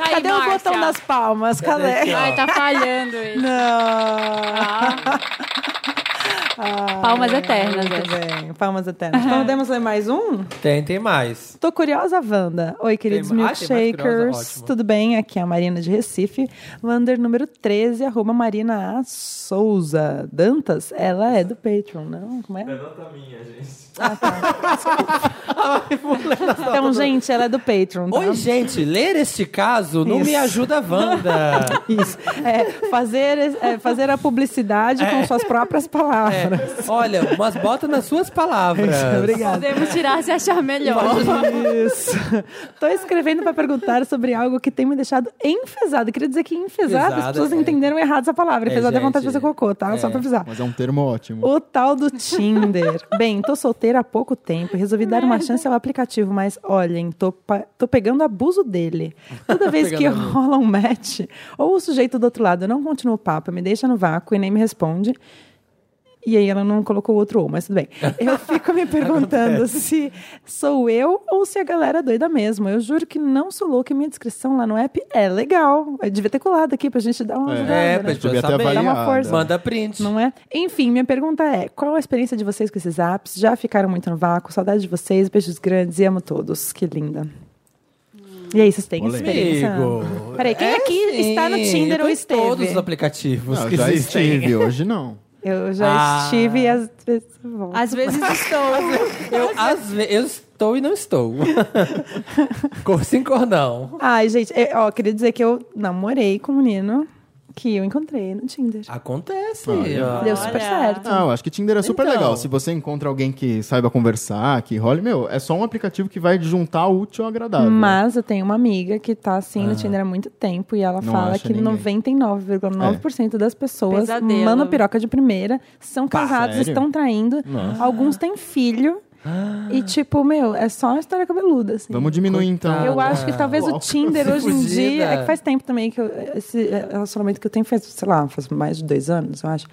[SPEAKER 3] aí,
[SPEAKER 2] Cadê o
[SPEAKER 3] Márcia?
[SPEAKER 2] botão das palmas? Cadê?
[SPEAKER 3] Ai, tá falhando ele.
[SPEAKER 2] Não.
[SPEAKER 3] Ah. Palmas eternas.
[SPEAKER 2] Muito
[SPEAKER 3] essa.
[SPEAKER 2] bem, palmas eternas. Então, Podemos ler mais um?
[SPEAKER 1] Tem, tem mais.
[SPEAKER 2] Tô curiosa, Wanda. Oi, queridos
[SPEAKER 1] Tem- Ah, tem mais curiosa,
[SPEAKER 2] milkshakers.
[SPEAKER 1] ótimo.
[SPEAKER 2] Tudo bem? Aqui é a Marina de Recife. Wander número 13, arroba Marina A. Souza. Dantas? Ela é do Patreon, não? Como é? É nota minha, gente. tá. então, gente, ela é do Patreon, tá?
[SPEAKER 1] Oi, gente, ler este caso não
[SPEAKER 2] Isso.
[SPEAKER 1] me ajuda, Wanda.
[SPEAKER 2] Isso. É, fazer, é, fazer a publicidade com suas próprias palavras.
[SPEAKER 1] É, Olha, mas bota nas suas palavras.
[SPEAKER 2] Obrigada.
[SPEAKER 3] Podemos tirar se achar melhor.
[SPEAKER 2] Isso. Tô escrevendo pra perguntar sobre algo que tem me deixado enfesada. Queria dizer que enfesada, as
[SPEAKER 1] Enfesada,
[SPEAKER 2] pessoas
[SPEAKER 1] é.
[SPEAKER 2] entenderam errado essa palavra.
[SPEAKER 1] É,
[SPEAKER 2] Enfesada é, vontade de
[SPEAKER 1] gente,
[SPEAKER 2] fazer cocô, tá? Só pra avisar.
[SPEAKER 4] Mas é um termo ótimo.
[SPEAKER 2] O tal do Tinder. Bem, tô solteira há pouco tempo e resolvi dar uma chance ao aplicativo, mas olhem, tô, pa- tô pegando abuso dele. Toda vez que
[SPEAKER 1] Pegando abuso.
[SPEAKER 2] rola um match, ou o sujeito do outro lado não continua o papo, me deixa no vácuo e nem me responde. E aí ela não colocou o outro ou, mas tudo bem. Eu fico me perguntando se sou eu ou se a galera é doida mesmo. Eu juro que não sou louca e minha descrição lá no app é legal. Eu devia ter colado aqui pra gente dar uma ajudada,
[SPEAKER 1] É,
[SPEAKER 2] né?
[SPEAKER 1] pra gente
[SPEAKER 4] Devia ter
[SPEAKER 1] saber.
[SPEAKER 2] Dá uma
[SPEAKER 4] avaliado.
[SPEAKER 2] força.
[SPEAKER 1] Manda print.
[SPEAKER 2] Não é? Enfim, minha pergunta é: qual a experiência de vocês com esses apps? Já ficaram muito no vácuo? Saudade de vocês, beijos grandes e amo todos. Que linda. E aí, vocês têm
[SPEAKER 4] Polêmico.
[SPEAKER 2] experiência?
[SPEAKER 1] Amigo.
[SPEAKER 2] Peraí, quem
[SPEAKER 1] É
[SPEAKER 2] aqui
[SPEAKER 1] sim,
[SPEAKER 2] está no Tinder
[SPEAKER 1] eu
[SPEAKER 2] ou
[SPEAKER 1] tô em
[SPEAKER 2] esteve?
[SPEAKER 1] todos os aplicativos
[SPEAKER 4] Não,
[SPEAKER 1] que
[SPEAKER 4] já
[SPEAKER 1] existem.
[SPEAKER 4] estive, hoje não.
[SPEAKER 2] Eu já
[SPEAKER 1] Ah.
[SPEAKER 2] estive e às vezes.
[SPEAKER 3] Às vezes estou.
[SPEAKER 1] Eu, às vezes, eu estou e não estou. cor sim, cor não.
[SPEAKER 2] Ai, gente, eu, ó, queria dizer que eu namorei com um menino que eu encontrei no Tinder.
[SPEAKER 1] Acontece.
[SPEAKER 4] Olha.
[SPEAKER 1] ó.
[SPEAKER 2] Deu super
[SPEAKER 3] Olha.
[SPEAKER 2] certo.
[SPEAKER 4] Não, eu acho que Tinder é super
[SPEAKER 1] Então.
[SPEAKER 4] legal. Se você encontra alguém que saiba conversar, que role, meu, é só um aplicativo que vai juntar o útil ao agradável.
[SPEAKER 2] Mas eu tenho uma amiga que tá assim no Tinder há muito tempo e ela
[SPEAKER 4] Ah. Não
[SPEAKER 2] fala
[SPEAKER 4] acha
[SPEAKER 2] que
[SPEAKER 4] ninguém. É.
[SPEAKER 2] 99,9% das pessoas
[SPEAKER 3] Pesadelo.
[SPEAKER 2] mandam piroca de primeira, são
[SPEAKER 1] Pá,
[SPEAKER 2] casados,
[SPEAKER 4] sério? Ah.
[SPEAKER 2] estão traindo, alguns têm filho. E tipo, meu, é só uma história cabeluda, assim.
[SPEAKER 4] Vamos diminuir então.
[SPEAKER 2] Eu acho que talvez o
[SPEAKER 4] Uau.
[SPEAKER 2] Tinder hoje em
[SPEAKER 1] Fugida.
[SPEAKER 2] dia. É que faz tempo também que eu, esse é, relacionamento que eu tenho faz, sei lá, faz mais de dois anos, eu acho.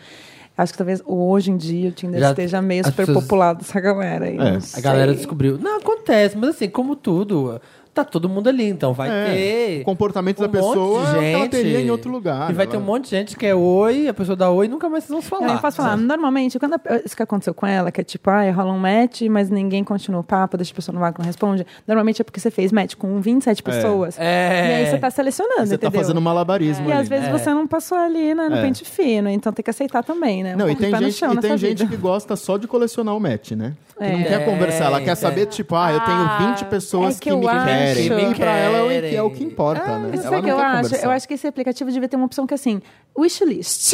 [SPEAKER 2] Acho que talvez hoje em dia o Tinder
[SPEAKER 1] Já-
[SPEAKER 2] esteja meio
[SPEAKER 1] as
[SPEAKER 2] super
[SPEAKER 1] pessoas-
[SPEAKER 2] populado essa galera aí.
[SPEAKER 4] É.
[SPEAKER 2] não
[SPEAKER 1] A galera
[SPEAKER 2] sei.
[SPEAKER 1] descobriu. Não, acontece, mas assim, como tudo, tá todo mundo ali, então vai
[SPEAKER 4] É,
[SPEAKER 1] ter.
[SPEAKER 4] o comportamento
[SPEAKER 1] um
[SPEAKER 4] da pessoa
[SPEAKER 1] monte de
[SPEAKER 4] é o que
[SPEAKER 1] gente.
[SPEAKER 4] ela teria em outro lugar,
[SPEAKER 1] E vai
[SPEAKER 4] né?
[SPEAKER 1] ter um monte de gente que é oi, a pessoa dá oi e nunca mais vocês vão se
[SPEAKER 2] Não,
[SPEAKER 1] falar.
[SPEAKER 2] eu posso falar, normalmente, quando a- isso que aconteceu com ela, que é tipo, ah, rola um match, mas ninguém continua o papo, deixa a pessoa no vácuo, não responde. Normalmente é porque você fez match com 27 pessoas.
[SPEAKER 1] É.
[SPEAKER 2] E aí você tá selecionando,
[SPEAKER 4] Você
[SPEAKER 2] entendeu? É.
[SPEAKER 4] tá fazendo um malabarismo
[SPEAKER 2] E
[SPEAKER 4] ali.
[SPEAKER 2] às vezes você não passou ali né, no
[SPEAKER 4] É.
[SPEAKER 2] pente fino, então tem que aceitar também, né? Um
[SPEAKER 4] Não, e
[SPEAKER 2] pouco de
[SPEAKER 4] tem
[SPEAKER 2] pé no
[SPEAKER 4] gente,
[SPEAKER 2] chão
[SPEAKER 4] e tem
[SPEAKER 2] nessa
[SPEAKER 4] gente
[SPEAKER 2] vida.
[SPEAKER 4] que gosta só de colecionar o match, né? Que não
[SPEAKER 2] É.
[SPEAKER 4] quer conversar, ela
[SPEAKER 1] É,
[SPEAKER 4] quer saber, tipo, ah, eu tenho 20 pessoas
[SPEAKER 2] é que
[SPEAKER 4] que,
[SPEAKER 2] eu
[SPEAKER 4] me
[SPEAKER 2] acho.
[SPEAKER 4] querem.
[SPEAKER 2] Que me
[SPEAKER 4] E pra ela é o
[SPEAKER 1] querem.
[SPEAKER 4] que, é o que importa, né?
[SPEAKER 2] Mas
[SPEAKER 4] Ela
[SPEAKER 2] sabe o que
[SPEAKER 4] não
[SPEAKER 2] eu
[SPEAKER 4] quer
[SPEAKER 2] acho?
[SPEAKER 4] conversar.
[SPEAKER 2] Eu acho que esse aplicativo devia ter uma opção que é assim, wishlist.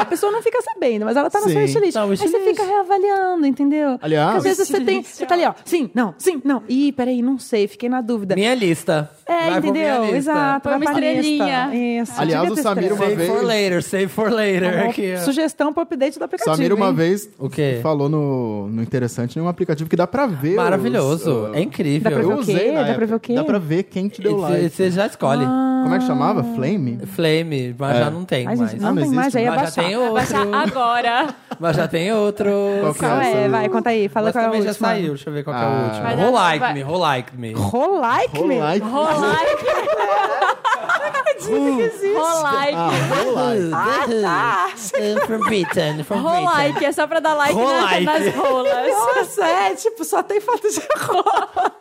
[SPEAKER 2] A pessoa não fica sabendo, mas ela tá na
[SPEAKER 4] Sim.
[SPEAKER 2] sua wishlist.
[SPEAKER 1] Tá,
[SPEAKER 2] Aí você
[SPEAKER 1] wishlist.
[SPEAKER 2] fica reavaliando, entendeu?
[SPEAKER 4] Aliás-
[SPEAKER 2] Porque às vezes você tem. Você tá ali, ó. Sim, não, sim, não. Ih, peraí, não sei, fiquei na dúvida.
[SPEAKER 1] Minha lista.
[SPEAKER 2] É,
[SPEAKER 1] Vai por minha
[SPEAKER 2] entendeu?
[SPEAKER 1] lista.
[SPEAKER 2] Exato.
[SPEAKER 3] Põe
[SPEAKER 2] vai
[SPEAKER 3] uma
[SPEAKER 2] pra lista.
[SPEAKER 3] estrelinha.
[SPEAKER 2] Isso.
[SPEAKER 4] Aliás,
[SPEAKER 2] devia
[SPEAKER 4] o
[SPEAKER 2] ter
[SPEAKER 4] Samir
[SPEAKER 2] estrela.
[SPEAKER 4] uma
[SPEAKER 1] Save for
[SPEAKER 4] vez-
[SPEAKER 1] later, save for later. Aqui,
[SPEAKER 2] Uma
[SPEAKER 1] ó.
[SPEAKER 2] Sugestão pro update do aplicativo.
[SPEAKER 4] Samir uma
[SPEAKER 2] hein?
[SPEAKER 4] vez
[SPEAKER 1] O quê?
[SPEAKER 4] falou no, no interessante num aplicativo que dá pra ver. os-
[SPEAKER 1] Maravilhoso.
[SPEAKER 4] os-
[SPEAKER 1] é incrível.
[SPEAKER 2] Dá pra ver
[SPEAKER 4] Eu
[SPEAKER 2] o quê?
[SPEAKER 4] usei. na
[SPEAKER 2] Dá pra
[SPEAKER 4] época.
[SPEAKER 2] ver o quê?
[SPEAKER 4] Dá pra ver quem te deu like.
[SPEAKER 1] Você já escolhe.
[SPEAKER 4] Como é que chamava? Flame?
[SPEAKER 1] Flame, mas já não tem
[SPEAKER 2] Ah. Ai,
[SPEAKER 1] mais.
[SPEAKER 2] gente, não,
[SPEAKER 4] Ah, não
[SPEAKER 2] tem mais,
[SPEAKER 4] existe
[SPEAKER 2] aí é
[SPEAKER 1] mas já
[SPEAKER 2] baixar.
[SPEAKER 1] tem outro.
[SPEAKER 3] Baixar agora.
[SPEAKER 1] Mas já tem outro.
[SPEAKER 4] Qual que
[SPEAKER 2] Qual
[SPEAKER 4] Essa,
[SPEAKER 2] é?
[SPEAKER 4] né?
[SPEAKER 2] Vai, conta aí. Fala
[SPEAKER 1] Mas
[SPEAKER 2] qual é a
[SPEAKER 1] também já
[SPEAKER 2] última.
[SPEAKER 1] saiu. Deixa eu ver qual que é
[SPEAKER 4] Ah.
[SPEAKER 1] o último.
[SPEAKER 3] Vai dar-
[SPEAKER 1] Roll like
[SPEAKER 3] vai-
[SPEAKER 1] me, roll like me.
[SPEAKER 2] Roll like,
[SPEAKER 4] Roll
[SPEAKER 2] meu.
[SPEAKER 4] like.
[SPEAKER 3] Roll like. Roll like.
[SPEAKER 4] Roll like.
[SPEAKER 1] Ah, tá. From Britain, from
[SPEAKER 3] Roll like. É só pra dar like,
[SPEAKER 1] Roll
[SPEAKER 3] nas-
[SPEAKER 1] like.
[SPEAKER 3] nas rolas.
[SPEAKER 2] Nossa, é, tipo, só tem foto de rola.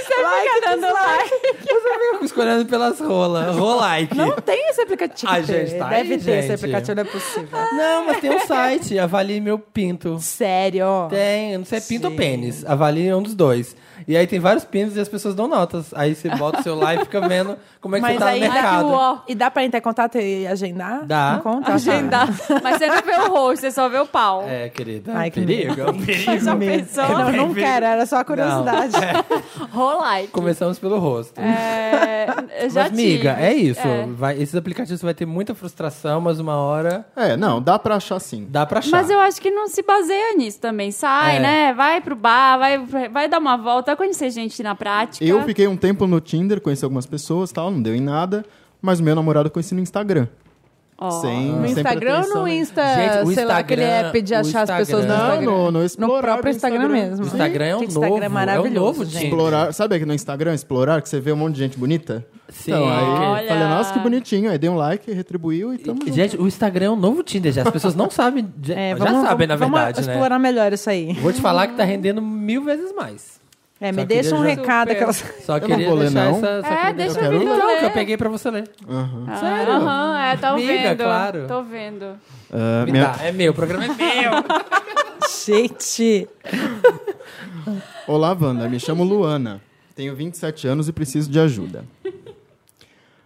[SPEAKER 3] fica dando like.
[SPEAKER 1] Escolhendo pelas rolas. Rolike.
[SPEAKER 2] Não tem esse aplicativo.
[SPEAKER 1] Ah, gente, tá aí,
[SPEAKER 2] Deve ter esse
[SPEAKER 1] gente.
[SPEAKER 2] aplicativo, não é possível.
[SPEAKER 1] Não, mas tem um site, avalie meu pinto.
[SPEAKER 2] Sério?
[SPEAKER 1] Tem, eu não sei, é pinto ou pênis. Avalie um dos dois. E aí tem vários pinos e as pessoas dão notas. Aí você bota o seu lá e fica vendo como é que
[SPEAKER 2] Mas
[SPEAKER 1] você tá
[SPEAKER 2] aí-
[SPEAKER 1] no
[SPEAKER 2] Ai, que
[SPEAKER 1] mercado.
[SPEAKER 3] Ó,
[SPEAKER 2] E dá pra entrar em contato e agendar? Tá.
[SPEAKER 1] Dá.
[SPEAKER 2] Encontro?
[SPEAKER 3] agendar. Mas você não vê o rosto, você só vê o pau.
[SPEAKER 1] É, querida. é
[SPEAKER 2] Ai,
[SPEAKER 1] um
[SPEAKER 2] que
[SPEAKER 1] perigo, é um perigo.
[SPEAKER 3] Já pensou?
[SPEAKER 2] Não, não quero, era só a curiosidade.
[SPEAKER 1] É,
[SPEAKER 3] Rolike.
[SPEAKER 1] Começamos pelo rosto.
[SPEAKER 3] É, eu já
[SPEAKER 1] mas, miga,
[SPEAKER 3] tive.
[SPEAKER 1] é isso.
[SPEAKER 3] É.
[SPEAKER 1] Vai- esses aplicativos vai ter muita frustração, mas uma hora
[SPEAKER 4] É, não, dá pra achar sim.
[SPEAKER 1] dá pra achar.
[SPEAKER 3] Mas eu acho que não se baseia nisso também. Sai,
[SPEAKER 1] É.
[SPEAKER 3] né? Vai pro bar, vai, vai dar uma volta, vai conhecer gente na prática.
[SPEAKER 2] Tá.
[SPEAKER 4] Eu fiquei um tempo no Tinder, conheci algumas pessoas tal, não deu em nada. Mas o meu namorado eu conheci no Instagram.
[SPEAKER 3] Ó.
[SPEAKER 4] Sem,
[SPEAKER 2] No
[SPEAKER 4] sem
[SPEAKER 2] Instagram ou
[SPEAKER 4] pretensão,
[SPEAKER 2] no
[SPEAKER 4] né?
[SPEAKER 2] Insta,
[SPEAKER 1] Gente, o
[SPEAKER 2] sei lá, aquele
[SPEAKER 1] Instagram-
[SPEAKER 2] app de
[SPEAKER 1] o
[SPEAKER 2] achar as pessoas no
[SPEAKER 1] Instagram-
[SPEAKER 4] Não,
[SPEAKER 2] Instagram?
[SPEAKER 4] no, no
[SPEAKER 2] No
[SPEAKER 4] explorar.
[SPEAKER 2] próprio
[SPEAKER 4] do
[SPEAKER 2] Instagram, mesmo.
[SPEAKER 1] O Instagram é um
[SPEAKER 2] Que
[SPEAKER 1] novo.
[SPEAKER 2] Instagram maravilhoso,
[SPEAKER 1] é um novo,
[SPEAKER 2] gente.
[SPEAKER 1] gente.
[SPEAKER 4] Explorar, sabe aqui no Instagram, explorar, que você vê um monte de gente bonita?
[SPEAKER 1] Sim.
[SPEAKER 4] Então, aí
[SPEAKER 3] Olha.
[SPEAKER 4] falei, nossa, que bonitinho. Aí dei um like, retribuiu e tamo junto.
[SPEAKER 1] Gente, o Instagram é um novo Tinder já. As pessoas não sabem. Já,
[SPEAKER 2] É,
[SPEAKER 1] já
[SPEAKER 2] vamos,
[SPEAKER 1] sabem, na
[SPEAKER 2] vamos
[SPEAKER 1] verdade, né?
[SPEAKER 2] explorar melhor isso aí.
[SPEAKER 1] Vou te falar que tá rendendo mil vezes mais.
[SPEAKER 2] É,
[SPEAKER 1] Só
[SPEAKER 2] me deixa um
[SPEAKER 1] queria já-
[SPEAKER 2] recado.
[SPEAKER 3] Super.
[SPEAKER 2] Aquelas...
[SPEAKER 1] Só
[SPEAKER 4] não
[SPEAKER 1] queria
[SPEAKER 4] vou ler,
[SPEAKER 1] deixar
[SPEAKER 4] não.
[SPEAKER 1] essa. Só
[SPEAKER 3] É,
[SPEAKER 1] queria-
[SPEAKER 3] deixa
[SPEAKER 1] eu
[SPEAKER 3] o
[SPEAKER 1] quero-
[SPEAKER 3] Vitor
[SPEAKER 1] Não,
[SPEAKER 3] ler.
[SPEAKER 1] que eu peguei pra você ler.
[SPEAKER 4] Aham.
[SPEAKER 3] Ah, é. Aham, é, tá
[SPEAKER 1] Miga,
[SPEAKER 3] vendo.
[SPEAKER 1] claro.
[SPEAKER 3] Tô vendo.
[SPEAKER 4] Ah,
[SPEAKER 1] Me
[SPEAKER 4] minha-
[SPEAKER 1] dá, é meu, o programa é meu.
[SPEAKER 2] Gente,
[SPEAKER 4] Olá, Wanda. Me chamo Luana. Tenho 27 anos e preciso de ajuda.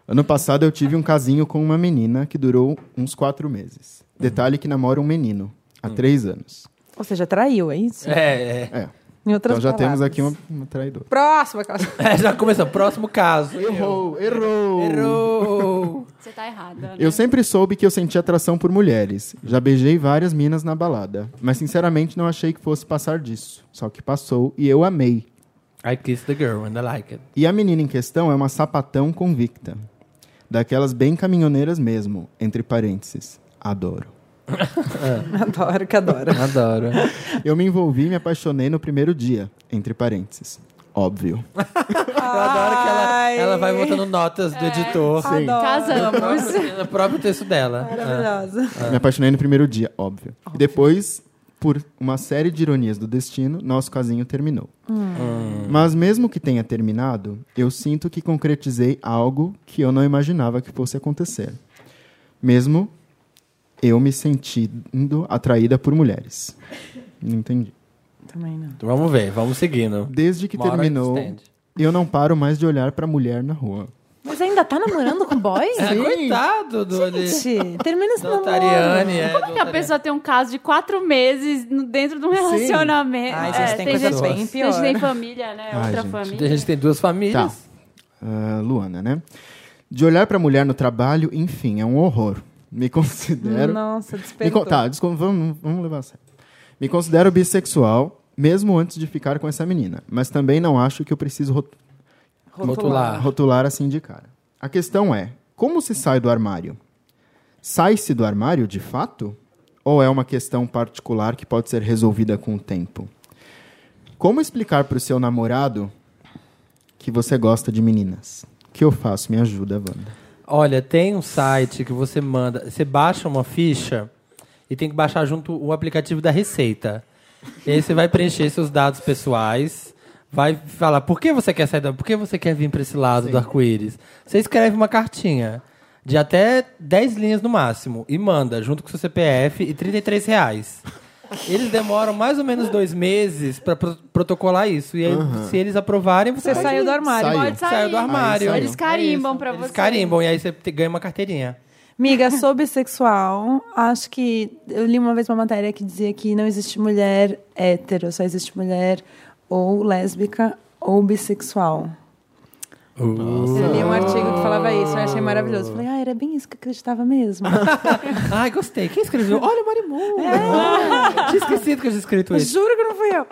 [SPEAKER 4] Ano passado eu tive um casinho com uma menina que durou uns quatro meses. Detalhe que namora um menino, há
[SPEAKER 1] Hum.
[SPEAKER 4] três anos.
[SPEAKER 2] ou seja, traiu, é isso?
[SPEAKER 1] é, é.
[SPEAKER 4] É,
[SPEAKER 2] Em outras
[SPEAKER 4] então já temos
[SPEAKER 2] palavras.
[SPEAKER 4] aqui uma, uma traidora.
[SPEAKER 2] Próxima, aquelas...
[SPEAKER 1] É, já começou. Próximo caso.
[SPEAKER 4] Errou, errou!
[SPEAKER 1] né? Errou.
[SPEAKER 3] Você tá errada.
[SPEAKER 4] Eu sempre soube que eu sentia atração por mulheres. Já beijei várias minas na balada. Mas sinceramente não achei que fosse passar disso. Só que passou e eu amei.
[SPEAKER 1] I kissed the girl and I like it.
[SPEAKER 4] E a menina em questão é uma sapatão convicta. Daquelas bem caminhoneiras mesmo, entre parênteses. Adoro.
[SPEAKER 2] Adoro que adoro.
[SPEAKER 1] Adoro.
[SPEAKER 4] Eu me envolvi e me apaixonei no primeiro dia, entre parênteses. Óbvio.
[SPEAKER 1] Eu adoro que ela,
[SPEAKER 2] Ai.
[SPEAKER 1] ela vai botando notas do editor.
[SPEAKER 4] Sim.
[SPEAKER 3] Casamos.
[SPEAKER 1] No próprio texto dela. Ah.
[SPEAKER 2] Maravilhosa.
[SPEAKER 4] É. Me apaixonei no primeiro dia, óbvio. E depois, por uma série de ironias do destino, nosso casinho terminou.
[SPEAKER 1] Ah.
[SPEAKER 4] Mas mesmo que tenha terminado, eu sinto que concretizei algo que eu não imaginava que fosse acontecer. Mesmo eu me sentindo atraída por mulheres. Não entendi.
[SPEAKER 2] Também não.
[SPEAKER 1] Vamos ver, vamos seguindo.
[SPEAKER 4] Desde que
[SPEAKER 1] Uma hora
[SPEAKER 4] terminou,
[SPEAKER 1] stand.
[SPEAKER 4] eu não paro mais de olhar pra mulher na rua.
[SPEAKER 2] Mas ainda tá namorando com boy?
[SPEAKER 1] É, coitado do ali.
[SPEAKER 2] Gente, termina esse
[SPEAKER 1] Do
[SPEAKER 2] namoro.
[SPEAKER 1] Tariane, é.
[SPEAKER 3] Como é que a pessoa tem um caso de quatro meses no- dentro de um relacionamento?
[SPEAKER 2] Ai,
[SPEAKER 3] É,
[SPEAKER 2] gente, tem coisa
[SPEAKER 1] gente-
[SPEAKER 2] bem
[SPEAKER 3] tem
[SPEAKER 2] pior.
[SPEAKER 3] gente que tem família, né?
[SPEAKER 4] Ai,
[SPEAKER 3] Outra
[SPEAKER 4] gente.
[SPEAKER 1] A
[SPEAKER 3] família.
[SPEAKER 1] gente tem duas
[SPEAKER 4] Tá.
[SPEAKER 1] famílias.
[SPEAKER 4] Ah, Luana, né? De olhar pra mulher no trabalho, enfim, é um horror. Me considero.
[SPEAKER 2] Nossa,
[SPEAKER 4] Me con-
[SPEAKER 2] despertou.
[SPEAKER 4] tá, desculpa, vamos, vamos levar a sério. Me considero bissexual, mesmo antes de ficar com essa menina, mas também não acho que eu preciso rot-
[SPEAKER 1] Rotular.
[SPEAKER 4] rotular assim de cara. A questão é, como se sai do armário? Sai-se do armário, de fato? Ou é uma questão particular que pode ser resolvida com o tempo? Como explicar para o seu namorado que você gosta de meninas? O que eu faço? Me ajuda, Wanda.
[SPEAKER 1] Olha, tem um site que você manda, você baixa uma ficha e tem que baixar junto o aplicativo da Receita. E aí você vai preencher seus dados pessoais, vai falar por que você quer sair da, por que você quer vir para esse lado do arco-íris. Você escreve uma cartinha de até 10 linhas no máximo e manda junto com seu CPF e 33 reais. Eles demoram mais ou menos dois meses para protocolar isso. E aí, se eles aprovarem, você,
[SPEAKER 2] Você
[SPEAKER 1] pode
[SPEAKER 2] saiu
[SPEAKER 1] ir.
[SPEAKER 2] do armário.
[SPEAKER 4] Saiu.
[SPEAKER 3] Pode sair.
[SPEAKER 1] Saiu do armário. É
[SPEAKER 4] Aí
[SPEAKER 3] Eles
[SPEAKER 4] saiu.
[SPEAKER 3] carimbam pra
[SPEAKER 1] Eles
[SPEAKER 3] você.
[SPEAKER 1] carimbam e aí você te- ganha uma carteirinha.
[SPEAKER 2] Miga, sou bissexual. Acho que eu li uma vez uma matéria que dizia que não existe mulher hétero, só existe mulher ou lésbica ou bissexual. Eu li um artigo que falava isso, eu achei maravilhoso. Falei, ah, era bem isso que eu acreditava mesmo.
[SPEAKER 1] Ai, gostei. Quem escreveu? Olha o Marimu.
[SPEAKER 3] É.
[SPEAKER 1] Tinha esquecido que eu tinha escrito isso.
[SPEAKER 2] Juro que não fui eu.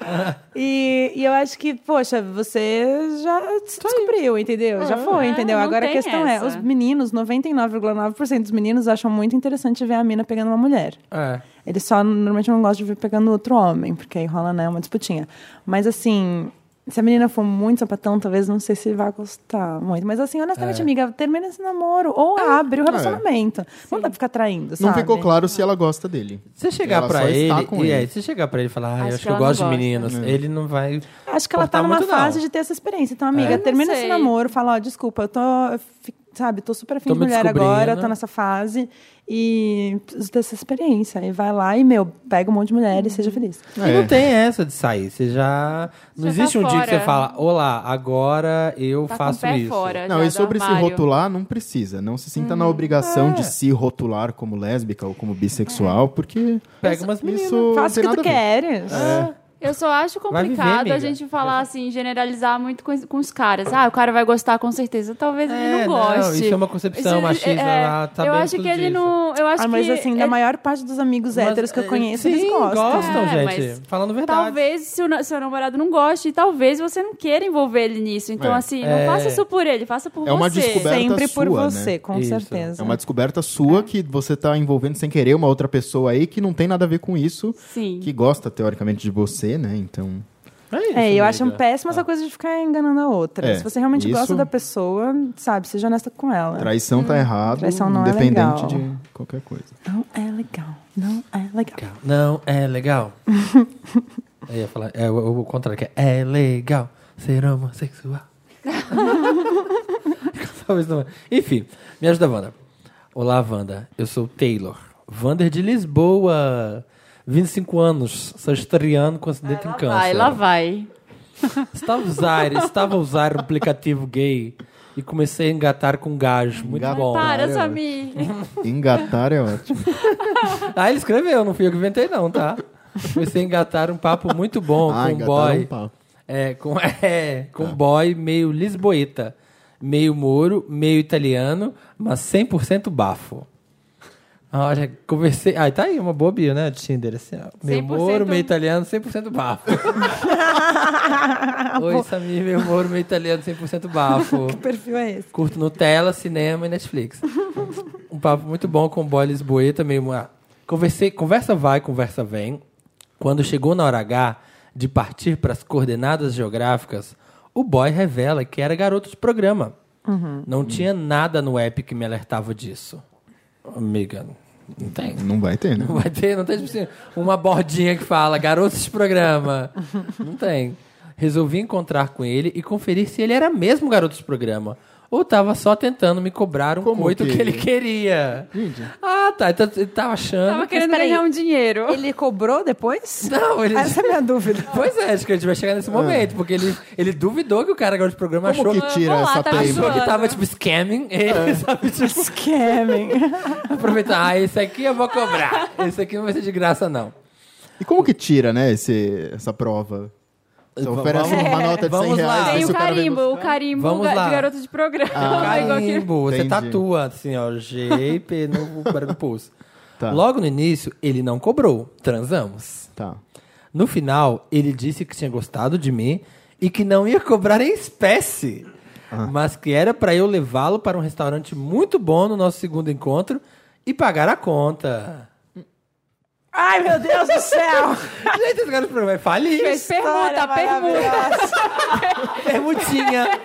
[SPEAKER 2] E, e eu acho que, poxa, você já se descobriu, entendeu? Já foi,
[SPEAKER 3] Tá É,
[SPEAKER 2] entendeu?
[SPEAKER 3] não
[SPEAKER 2] Agora a
[SPEAKER 3] tem
[SPEAKER 2] questão
[SPEAKER 3] essa.
[SPEAKER 2] é, os meninos, 99,9% dos meninos acham muito interessante ver a mina pegando uma mulher.
[SPEAKER 1] É.
[SPEAKER 2] Eles só normalmente não gostam de ver pegando outro homem, porque aí rola, né, uma disputinha. Mas assim, Se a menina for muito sapatão, talvez não sei se vai gostar muito. Mas assim, honestamente, amiga, termina esse namoro. Ou abre o relacionamento. Não dá pra ficar traindo,
[SPEAKER 4] Não
[SPEAKER 2] sabe?
[SPEAKER 4] ficou claro se ela gosta dele.
[SPEAKER 1] Se você chegar
[SPEAKER 4] Ela só
[SPEAKER 1] pra
[SPEAKER 4] está
[SPEAKER 1] ele, É.
[SPEAKER 4] com
[SPEAKER 1] e
[SPEAKER 4] ele.
[SPEAKER 1] aí, se você chegar pra ele e falar, ah, eu
[SPEAKER 3] Acho
[SPEAKER 1] acho
[SPEAKER 3] que
[SPEAKER 1] que eu
[SPEAKER 3] ela não
[SPEAKER 1] gosto de
[SPEAKER 3] gosta.
[SPEAKER 1] meninos, ele não vai.
[SPEAKER 2] Acho que ela tá
[SPEAKER 1] Cortar
[SPEAKER 2] numa
[SPEAKER 1] muito, não.
[SPEAKER 2] fase de ter essa experiência. Então, amiga,
[SPEAKER 3] É, não
[SPEAKER 2] termina esse
[SPEAKER 3] sei.
[SPEAKER 2] namoro, fala, ó, desculpa, eu tô. eu fi- Sabe, tô super afim
[SPEAKER 1] Tô
[SPEAKER 2] de
[SPEAKER 1] me
[SPEAKER 2] mulher agora, eu tô
[SPEAKER 1] descobrindo.
[SPEAKER 2] nessa fase e preciso ter essa experiência. E vai lá e, meu, pega um monte de mulher e seja feliz.
[SPEAKER 1] E
[SPEAKER 4] É.
[SPEAKER 1] não tem essa de sair. Você já. Não
[SPEAKER 3] Já
[SPEAKER 1] existe
[SPEAKER 3] tá
[SPEAKER 1] um dia que
[SPEAKER 3] fora.
[SPEAKER 1] você fala, olá, agora eu
[SPEAKER 3] Tá com o
[SPEAKER 1] faço
[SPEAKER 3] pé
[SPEAKER 1] isso.
[SPEAKER 3] fora.
[SPEAKER 4] Não,
[SPEAKER 3] já
[SPEAKER 4] e
[SPEAKER 3] do
[SPEAKER 4] sobre se
[SPEAKER 3] armário.
[SPEAKER 4] rotular, não precisa. Não se sinta na obrigação de se rotular como lésbica ou como bissexual, porque
[SPEAKER 1] Pega umas meninas.
[SPEAKER 4] isso
[SPEAKER 2] Faça o
[SPEAKER 4] tem
[SPEAKER 2] que tu
[SPEAKER 4] nada a ver.
[SPEAKER 2] queres.
[SPEAKER 3] É. Ah,
[SPEAKER 4] é.
[SPEAKER 3] Eu só acho
[SPEAKER 1] Vai viver,
[SPEAKER 3] complicado
[SPEAKER 1] amiga.
[SPEAKER 3] a gente falar assim, generalizar muito com, com os caras. Ah, o cara vai gostar com certeza. Talvez
[SPEAKER 1] É,
[SPEAKER 3] ele não
[SPEAKER 1] não,
[SPEAKER 3] goste.
[SPEAKER 1] isso é uma concepção
[SPEAKER 3] Isso, é,
[SPEAKER 1] machista, ela tá
[SPEAKER 3] eu
[SPEAKER 1] bem
[SPEAKER 3] acho que
[SPEAKER 1] tudo
[SPEAKER 3] ele
[SPEAKER 1] disso.
[SPEAKER 3] não. Eu acho
[SPEAKER 2] Ah, mas
[SPEAKER 3] que
[SPEAKER 2] assim,
[SPEAKER 3] é-
[SPEAKER 2] da maior parte dos amigos
[SPEAKER 1] Mas,
[SPEAKER 2] héteros que eu
[SPEAKER 1] eh,
[SPEAKER 2] conheço,
[SPEAKER 1] sim,
[SPEAKER 2] eles gostam.
[SPEAKER 1] gostam,
[SPEAKER 3] É,
[SPEAKER 1] gente.
[SPEAKER 3] mas
[SPEAKER 1] Falando a verdade.
[SPEAKER 3] Talvez se o na- seu namorado não goste, e talvez você não queira envolver ele nisso. Então,
[SPEAKER 4] É.
[SPEAKER 3] assim, não
[SPEAKER 1] É.
[SPEAKER 3] faça isso por ele, faça por
[SPEAKER 4] É uma
[SPEAKER 3] você.
[SPEAKER 4] descoberta.
[SPEAKER 2] Sempre por
[SPEAKER 4] sua, né?
[SPEAKER 2] você, com
[SPEAKER 1] Isso.
[SPEAKER 2] certeza.
[SPEAKER 4] É uma descoberta sua que você tá envolvendo sem querer uma outra pessoa aí que não tem nada a ver com isso,
[SPEAKER 3] Sim.
[SPEAKER 4] que gosta teoricamente de você, né? Então,
[SPEAKER 1] É, isso,
[SPEAKER 2] É, eu
[SPEAKER 1] amiga.
[SPEAKER 2] acho péssima essa coisa de ficar enganando a outra.
[SPEAKER 4] Ah. É,
[SPEAKER 2] Se você realmente
[SPEAKER 4] isso-
[SPEAKER 2] gosta da pessoa, sabe, seja honesta com ela.
[SPEAKER 4] traição tá errado,
[SPEAKER 2] Traição não é
[SPEAKER 4] independente
[SPEAKER 2] legal.
[SPEAKER 4] de qualquer coisa.
[SPEAKER 2] Não é legal. Não é legal.
[SPEAKER 1] Não, é legal. eu ia falar, é o, o contrário, que é, é legal ser homossexual. Talvez não. é. Enfim, me ajuda, Wanda. Olá, Wanda. Eu sou o Taylor. Wander de Lisboa. 25 anos, sagitariano com acidente em câncer.
[SPEAKER 3] Vai, lá vai.
[SPEAKER 1] Estava a usar, estava a usar um aplicativo gay e comecei a engatar com gajo. Muito
[SPEAKER 4] Engatar.
[SPEAKER 1] bom.
[SPEAKER 3] Para,
[SPEAKER 4] Olha.
[SPEAKER 3] Samir.
[SPEAKER 4] Engatar é ótimo.
[SPEAKER 1] Ah, ele escreveu, não fui eu que inventei, não, tá? Comecei a engatar um papo muito bom
[SPEAKER 4] Ah,
[SPEAKER 1] com um
[SPEAKER 4] engatar
[SPEAKER 1] boy.
[SPEAKER 4] um papo. Tá.
[SPEAKER 1] É, com, é, com um boy meio lisboeta, meio mouro, meio italiano, mas 100% bafo. Olha, conversei. Ah, tá aí, uma boa bio, né? Tinder, assim, ó. Meio
[SPEAKER 3] 100%
[SPEAKER 1] mouro, meio italiano, 100% bafo. Oi, Samir, meio mouro, meio italiano, 100% bafo.
[SPEAKER 2] Que perfil é esse?
[SPEAKER 1] Curto Nutella, cinema e Netflix. um papo muito bom com o boy Lisboeta, meio... ah, Conversei, conversa vai, conversa vem. Quando chegou na hora H de partir para as coordenadas geográficas, o boy revela que era garoto de programa. Não tinha nada no app que me alertava disso. Amiga, não tem.
[SPEAKER 4] Não vai ter, né?
[SPEAKER 1] Não vai ter, não tem tipo assim, uma bordinha que fala garotos de programa. Não tem. Resolvi encontrar com ele e conferir se ele era mesmo garoto de programa. Ou tava só tentando me cobrar um
[SPEAKER 4] Como
[SPEAKER 1] coito
[SPEAKER 4] que
[SPEAKER 1] que ele
[SPEAKER 4] ele-
[SPEAKER 1] queria. Ah, tá. Então ele tava achando.
[SPEAKER 3] Tava querendo
[SPEAKER 2] peraí.
[SPEAKER 3] ganhar um dinheiro.
[SPEAKER 2] Ele cobrou depois?
[SPEAKER 1] Não, ele.
[SPEAKER 2] Essa é a minha dúvida.
[SPEAKER 1] Pois é, acho que a gente vai chegar nesse momento, porque ele, ele duvidou que o cara garoto de programa
[SPEAKER 4] Como
[SPEAKER 1] achou
[SPEAKER 4] que É. tira
[SPEAKER 3] Vou lá,
[SPEAKER 4] essa
[SPEAKER 3] tá
[SPEAKER 4] teima?
[SPEAKER 1] achou que tava, tipo, scamming ele, sabe? Tipo,
[SPEAKER 2] Scamming.
[SPEAKER 1] aproveitar. Ah, esse aqui eu vou cobrar. Esse aqui não vai ser de graça, não.
[SPEAKER 4] E como que tira, né, esse, essa prova? Você
[SPEAKER 1] Vamos-
[SPEAKER 4] oferece uma nota de 100
[SPEAKER 1] Vamos lá.
[SPEAKER 4] reais.
[SPEAKER 1] Ah,
[SPEAKER 3] Tem
[SPEAKER 4] vê se
[SPEAKER 3] o
[SPEAKER 4] cara vem
[SPEAKER 3] carimbo, o
[SPEAKER 4] buscar.
[SPEAKER 3] carimbo
[SPEAKER 1] Vamos
[SPEAKER 3] ga-
[SPEAKER 1] lá. Ah.
[SPEAKER 3] de garoto de programa. é Igual que-
[SPEAKER 1] Carimbo, você
[SPEAKER 4] Ah, Entendi.
[SPEAKER 1] tatua assim, ó, G, P no barulho do pulso.
[SPEAKER 4] Tá.
[SPEAKER 1] Logo no início, ele não cobrou, transamos.
[SPEAKER 4] Tá.
[SPEAKER 1] No final, ele disse que tinha gostado de mim e que não ia cobrar em espécie,
[SPEAKER 4] Ah.
[SPEAKER 1] mas que era pra eu levá-lo para um restaurante muito bom no nosso segundo encontro e pagar a conta.
[SPEAKER 2] Ai, meu Deus do céu! é
[SPEAKER 1] Gente, esse cara do programa é
[SPEAKER 3] Fez
[SPEAKER 1] falista.
[SPEAKER 3] permuta, permuta.
[SPEAKER 1] Permutinha.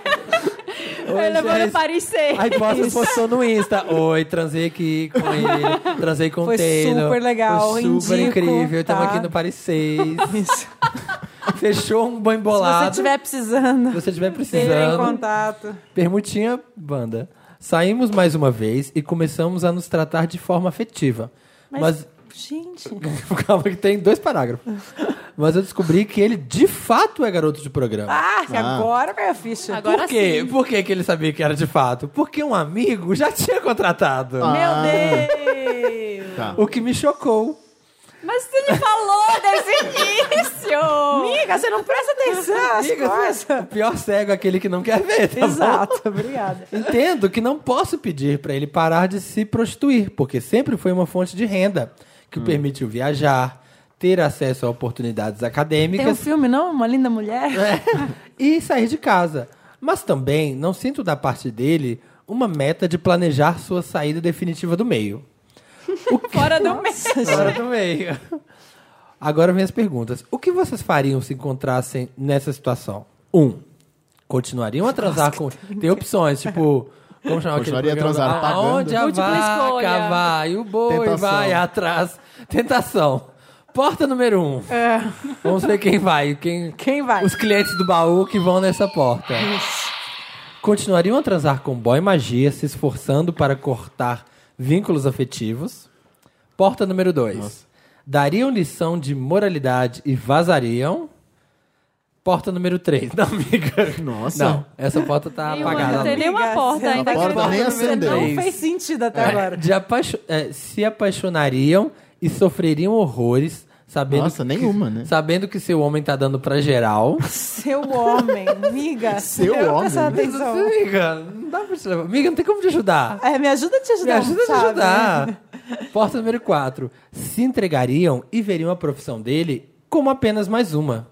[SPEAKER 1] é
[SPEAKER 3] Ele levou
[SPEAKER 1] gente.
[SPEAKER 3] no Paris C.
[SPEAKER 2] É
[SPEAKER 1] Aí posta, postou no Insta. Oi, transei aqui com ele. Transei com
[SPEAKER 2] Foi
[SPEAKER 1] o Taylor.
[SPEAKER 2] super legal,
[SPEAKER 1] Foi super
[SPEAKER 2] indico,
[SPEAKER 1] incrível. Estamos
[SPEAKER 2] tá?
[SPEAKER 1] aqui no Paris 6. Fechou um banho
[SPEAKER 2] Se você
[SPEAKER 1] bolado.
[SPEAKER 2] estiver precisando,
[SPEAKER 1] Se você estiver
[SPEAKER 2] esteja em
[SPEAKER 1] precisando.
[SPEAKER 2] contato.
[SPEAKER 1] Permutinha, banda. Saímos mais uma vez e começamos a nos tratar de forma afetiva. Mas,
[SPEAKER 2] Gente,
[SPEAKER 1] calma que tem dois parágrafos. Mas eu descobri que ele de fato é garoto de programa.
[SPEAKER 2] ah, que agora caiu a ficha.
[SPEAKER 3] Agora
[SPEAKER 1] Por quê?
[SPEAKER 3] sim.
[SPEAKER 1] Por que, que ele sabia que era de fato? Porque um amigo já tinha contratado.
[SPEAKER 4] Ah,
[SPEAKER 2] Meu Deus!
[SPEAKER 1] O que me chocou.
[SPEAKER 3] Mas se ele falou desde o início.
[SPEAKER 2] Amiga, você não presta atenção às
[SPEAKER 1] Amiga,
[SPEAKER 2] coisas.
[SPEAKER 1] O pior cego é aquele que não quer ver, tá bom?
[SPEAKER 2] Exato, obrigada.
[SPEAKER 1] Entendo que não posso pedir pra ele parar de se prostituir, porque sempre foi uma fonte de renda que o permitiu viajar, ter acesso a oportunidades
[SPEAKER 2] Tem um
[SPEAKER 1] acadêmicas
[SPEAKER 2] filme, não? Uma linda mulher?
[SPEAKER 1] É. e sair de casa. Mas também não sinto da parte dele uma meta de planejar sua saída definitiva do meio.
[SPEAKER 3] Fora do mês.
[SPEAKER 1] Fora do meio. Agora vem as perguntas. O que vocês fariam se encontrassem nessa situação? Um, continuariam a transar com. Tem opções, tipo. Como chamar aquele
[SPEAKER 4] Continuaria a
[SPEAKER 1] programa?
[SPEAKER 4] transar
[SPEAKER 1] A-
[SPEAKER 4] pagando.
[SPEAKER 1] Aonde a
[SPEAKER 3] Múltipla
[SPEAKER 1] vaca
[SPEAKER 3] escolha.
[SPEAKER 1] vai, o boi
[SPEAKER 4] Tentação.
[SPEAKER 1] vai atrás. Tentação. Porta número um. Vamos ver quem vai. Quem,
[SPEAKER 2] Quem vai?
[SPEAKER 1] Os clientes do baú que vão nessa porta. Continuariam a transar com boy magia, se esforçando para cortar vínculos afetivos. Porta número dois. Dariam lição de moralidade e vazariam. Porta número três. Não, amiga.
[SPEAKER 4] Nossa.
[SPEAKER 1] Não, essa porta tá
[SPEAKER 3] Nenhuma-
[SPEAKER 1] apagada.
[SPEAKER 3] não tem nenhuma
[SPEAKER 2] Amiga,
[SPEAKER 3] porta
[SPEAKER 2] você
[SPEAKER 3] ainda.
[SPEAKER 4] não
[SPEAKER 3] que
[SPEAKER 4] pode nem
[SPEAKER 3] eu-
[SPEAKER 4] acender.
[SPEAKER 2] Não
[SPEAKER 1] Três.
[SPEAKER 2] fez sentido
[SPEAKER 1] É.
[SPEAKER 2] até agora.
[SPEAKER 1] De apaixo- é, se apaixonariam e sofreriam horrores, sabendo
[SPEAKER 4] Nossa,
[SPEAKER 1] que,
[SPEAKER 4] nenhuma, né?
[SPEAKER 1] Sabendo que seu homem tá dando pra geral.
[SPEAKER 2] Seu homem, amiga.
[SPEAKER 4] Seu
[SPEAKER 2] eu
[SPEAKER 4] homem?
[SPEAKER 2] prestar atenção.
[SPEAKER 3] um.
[SPEAKER 1] Amiga, não dá pra te levar. Amiga, não tem como te ajudar.
[SPEAKER 2] É, me ajuda a te
[SPEAKER 1] Me
[SPEAKER 2] ajudar.
[SPEAKER 1] ajuda a te
[SPEAKER 2] sabe?
[SPEAKER 1] ajudar. Porta número 4. Se entregariam e veriam a profissão dele como apenas mais uma.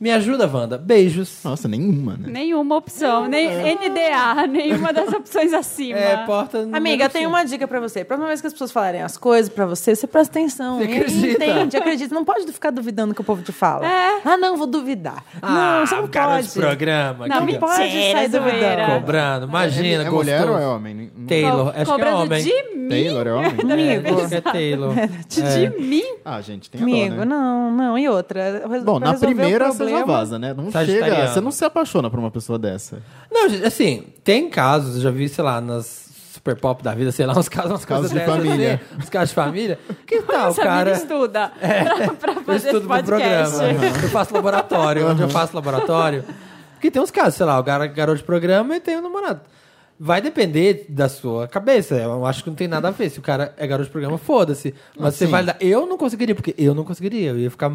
[SPEAKER 1] Me ajuda, Wanda. Beijos.
[SPEAKER 4] Nossa, nenhuma, né?
[SPEAKER 3] Nenhuma opção, nem
[SPEAKER 4] É.
[SPEAKER 3] NDA, nenhuma das opções acima.
[SPEAKER 1] É, porta número
[SPEAKER 2] Amiga, eu tenho
[SPEAKER 1] cinco.
[SPEAKER 2] uma dica pra você. Próxima vez que as pessoas falarem as coisas pra você, você presta atenção.
[SPEAKER 1] Você
[SPEAKER 2] E-
[SPEAKER 1] acredita.
[SPEAKER 2] Entende, acredita. Não pode ficar duvidando que o povo te fala.
[SPEAKER 3] É.
[SPEAKER 2] Ah, não, vou duvidar.
[SPEAKER 1] Ah,
[SPEAKER 2] não, você não
[SPEAKER 1] garoto de
[SPEAKER 2] pode.
[SPEAKER 1] programa.
[SPEAKER 3] Não,
[SPEAKER 1] que
[SPEAKER 3] me
[SPEAKER 2] Não pode
[SPEAKER 3] Mentira,
[SPEAKER 2] sair
[SPEAKER 3] zoeira.
[SPEAKER 2] duvidando.
[SPEAKER 1] Cobrando. Imagina,
[SPEAKER 4] é, é
[SPEAKER 1] gostoso.
[SPEAKER 4] mulher ou é homem? Não-
[SPEAKER 1] Taylor,
[SPEAKER 3] Co-
[SPEAKER 1] acho que é
[SPEAKER 3] cobrando
[SPEAKER 1] homem.
[SPEAKER 3] de mim.
[SPEAKER 4] Taylor é homem?
[SPEAKER 1] É, acho que é Taylor.
[SPEAKER 3] De mim?
[SPEAKER 4] Ah, gente, tem a dó, né?
[SPEAKER 2] Amigo, não, não. E outra? Res-
[SPEAKER 4] Bom,
[SPEAKER 2] pra
[SPEAKER 4] na
[SPEAKER 2] resolver o
[SPEAKER 4] primeira você já
[SPEAKER 2] problema-
[SPEAKER 4] vaza, né? Não chega,
[SPEAKER 1] Sagitariano.
[SPEAKER 4] você não se apaixona por uma pessoa dessa.
[SPEAKER 1] Não, gente, assim, tem casos, eu já vi, sei lá, nas super pop da vida, sei lá, uns casos, umas coisas
[SPEAKER 4] Casos de
[SPEAKER 1] dessas,
[SPEAKER 4] família.
[SPEAKER 1] né? Uns casos de família. Que tal,
[SPEAKER 3] Essa menina
[SPEAKER 1] cara? é,
[SPEAKER 3] estuda pra, pra
[SPEAKER 1] Eu
[SPEAKER 3] fazer
[SPEAKER 1] estudo
[SPEAKER 3] esse
[SPEAKER 1] pro
[SPEAKER 3] podcast.
[SPEAKER 1] programa. né? Eu faço laboratório, onde eu faço laboratório. Porque tem uns casos, sei lá, o gar- garoto de programa e tem o namorado. Vai depender da sua cabeça. Eu acho que não tem nada a ver. Se o cara é garoto de programa, foda-se. Mas você
[SPEAKER 4] sim.
[SPEAKER 1] vai dar. Eu não conseguiria, porque eu não conseguiria. Eu ia ficar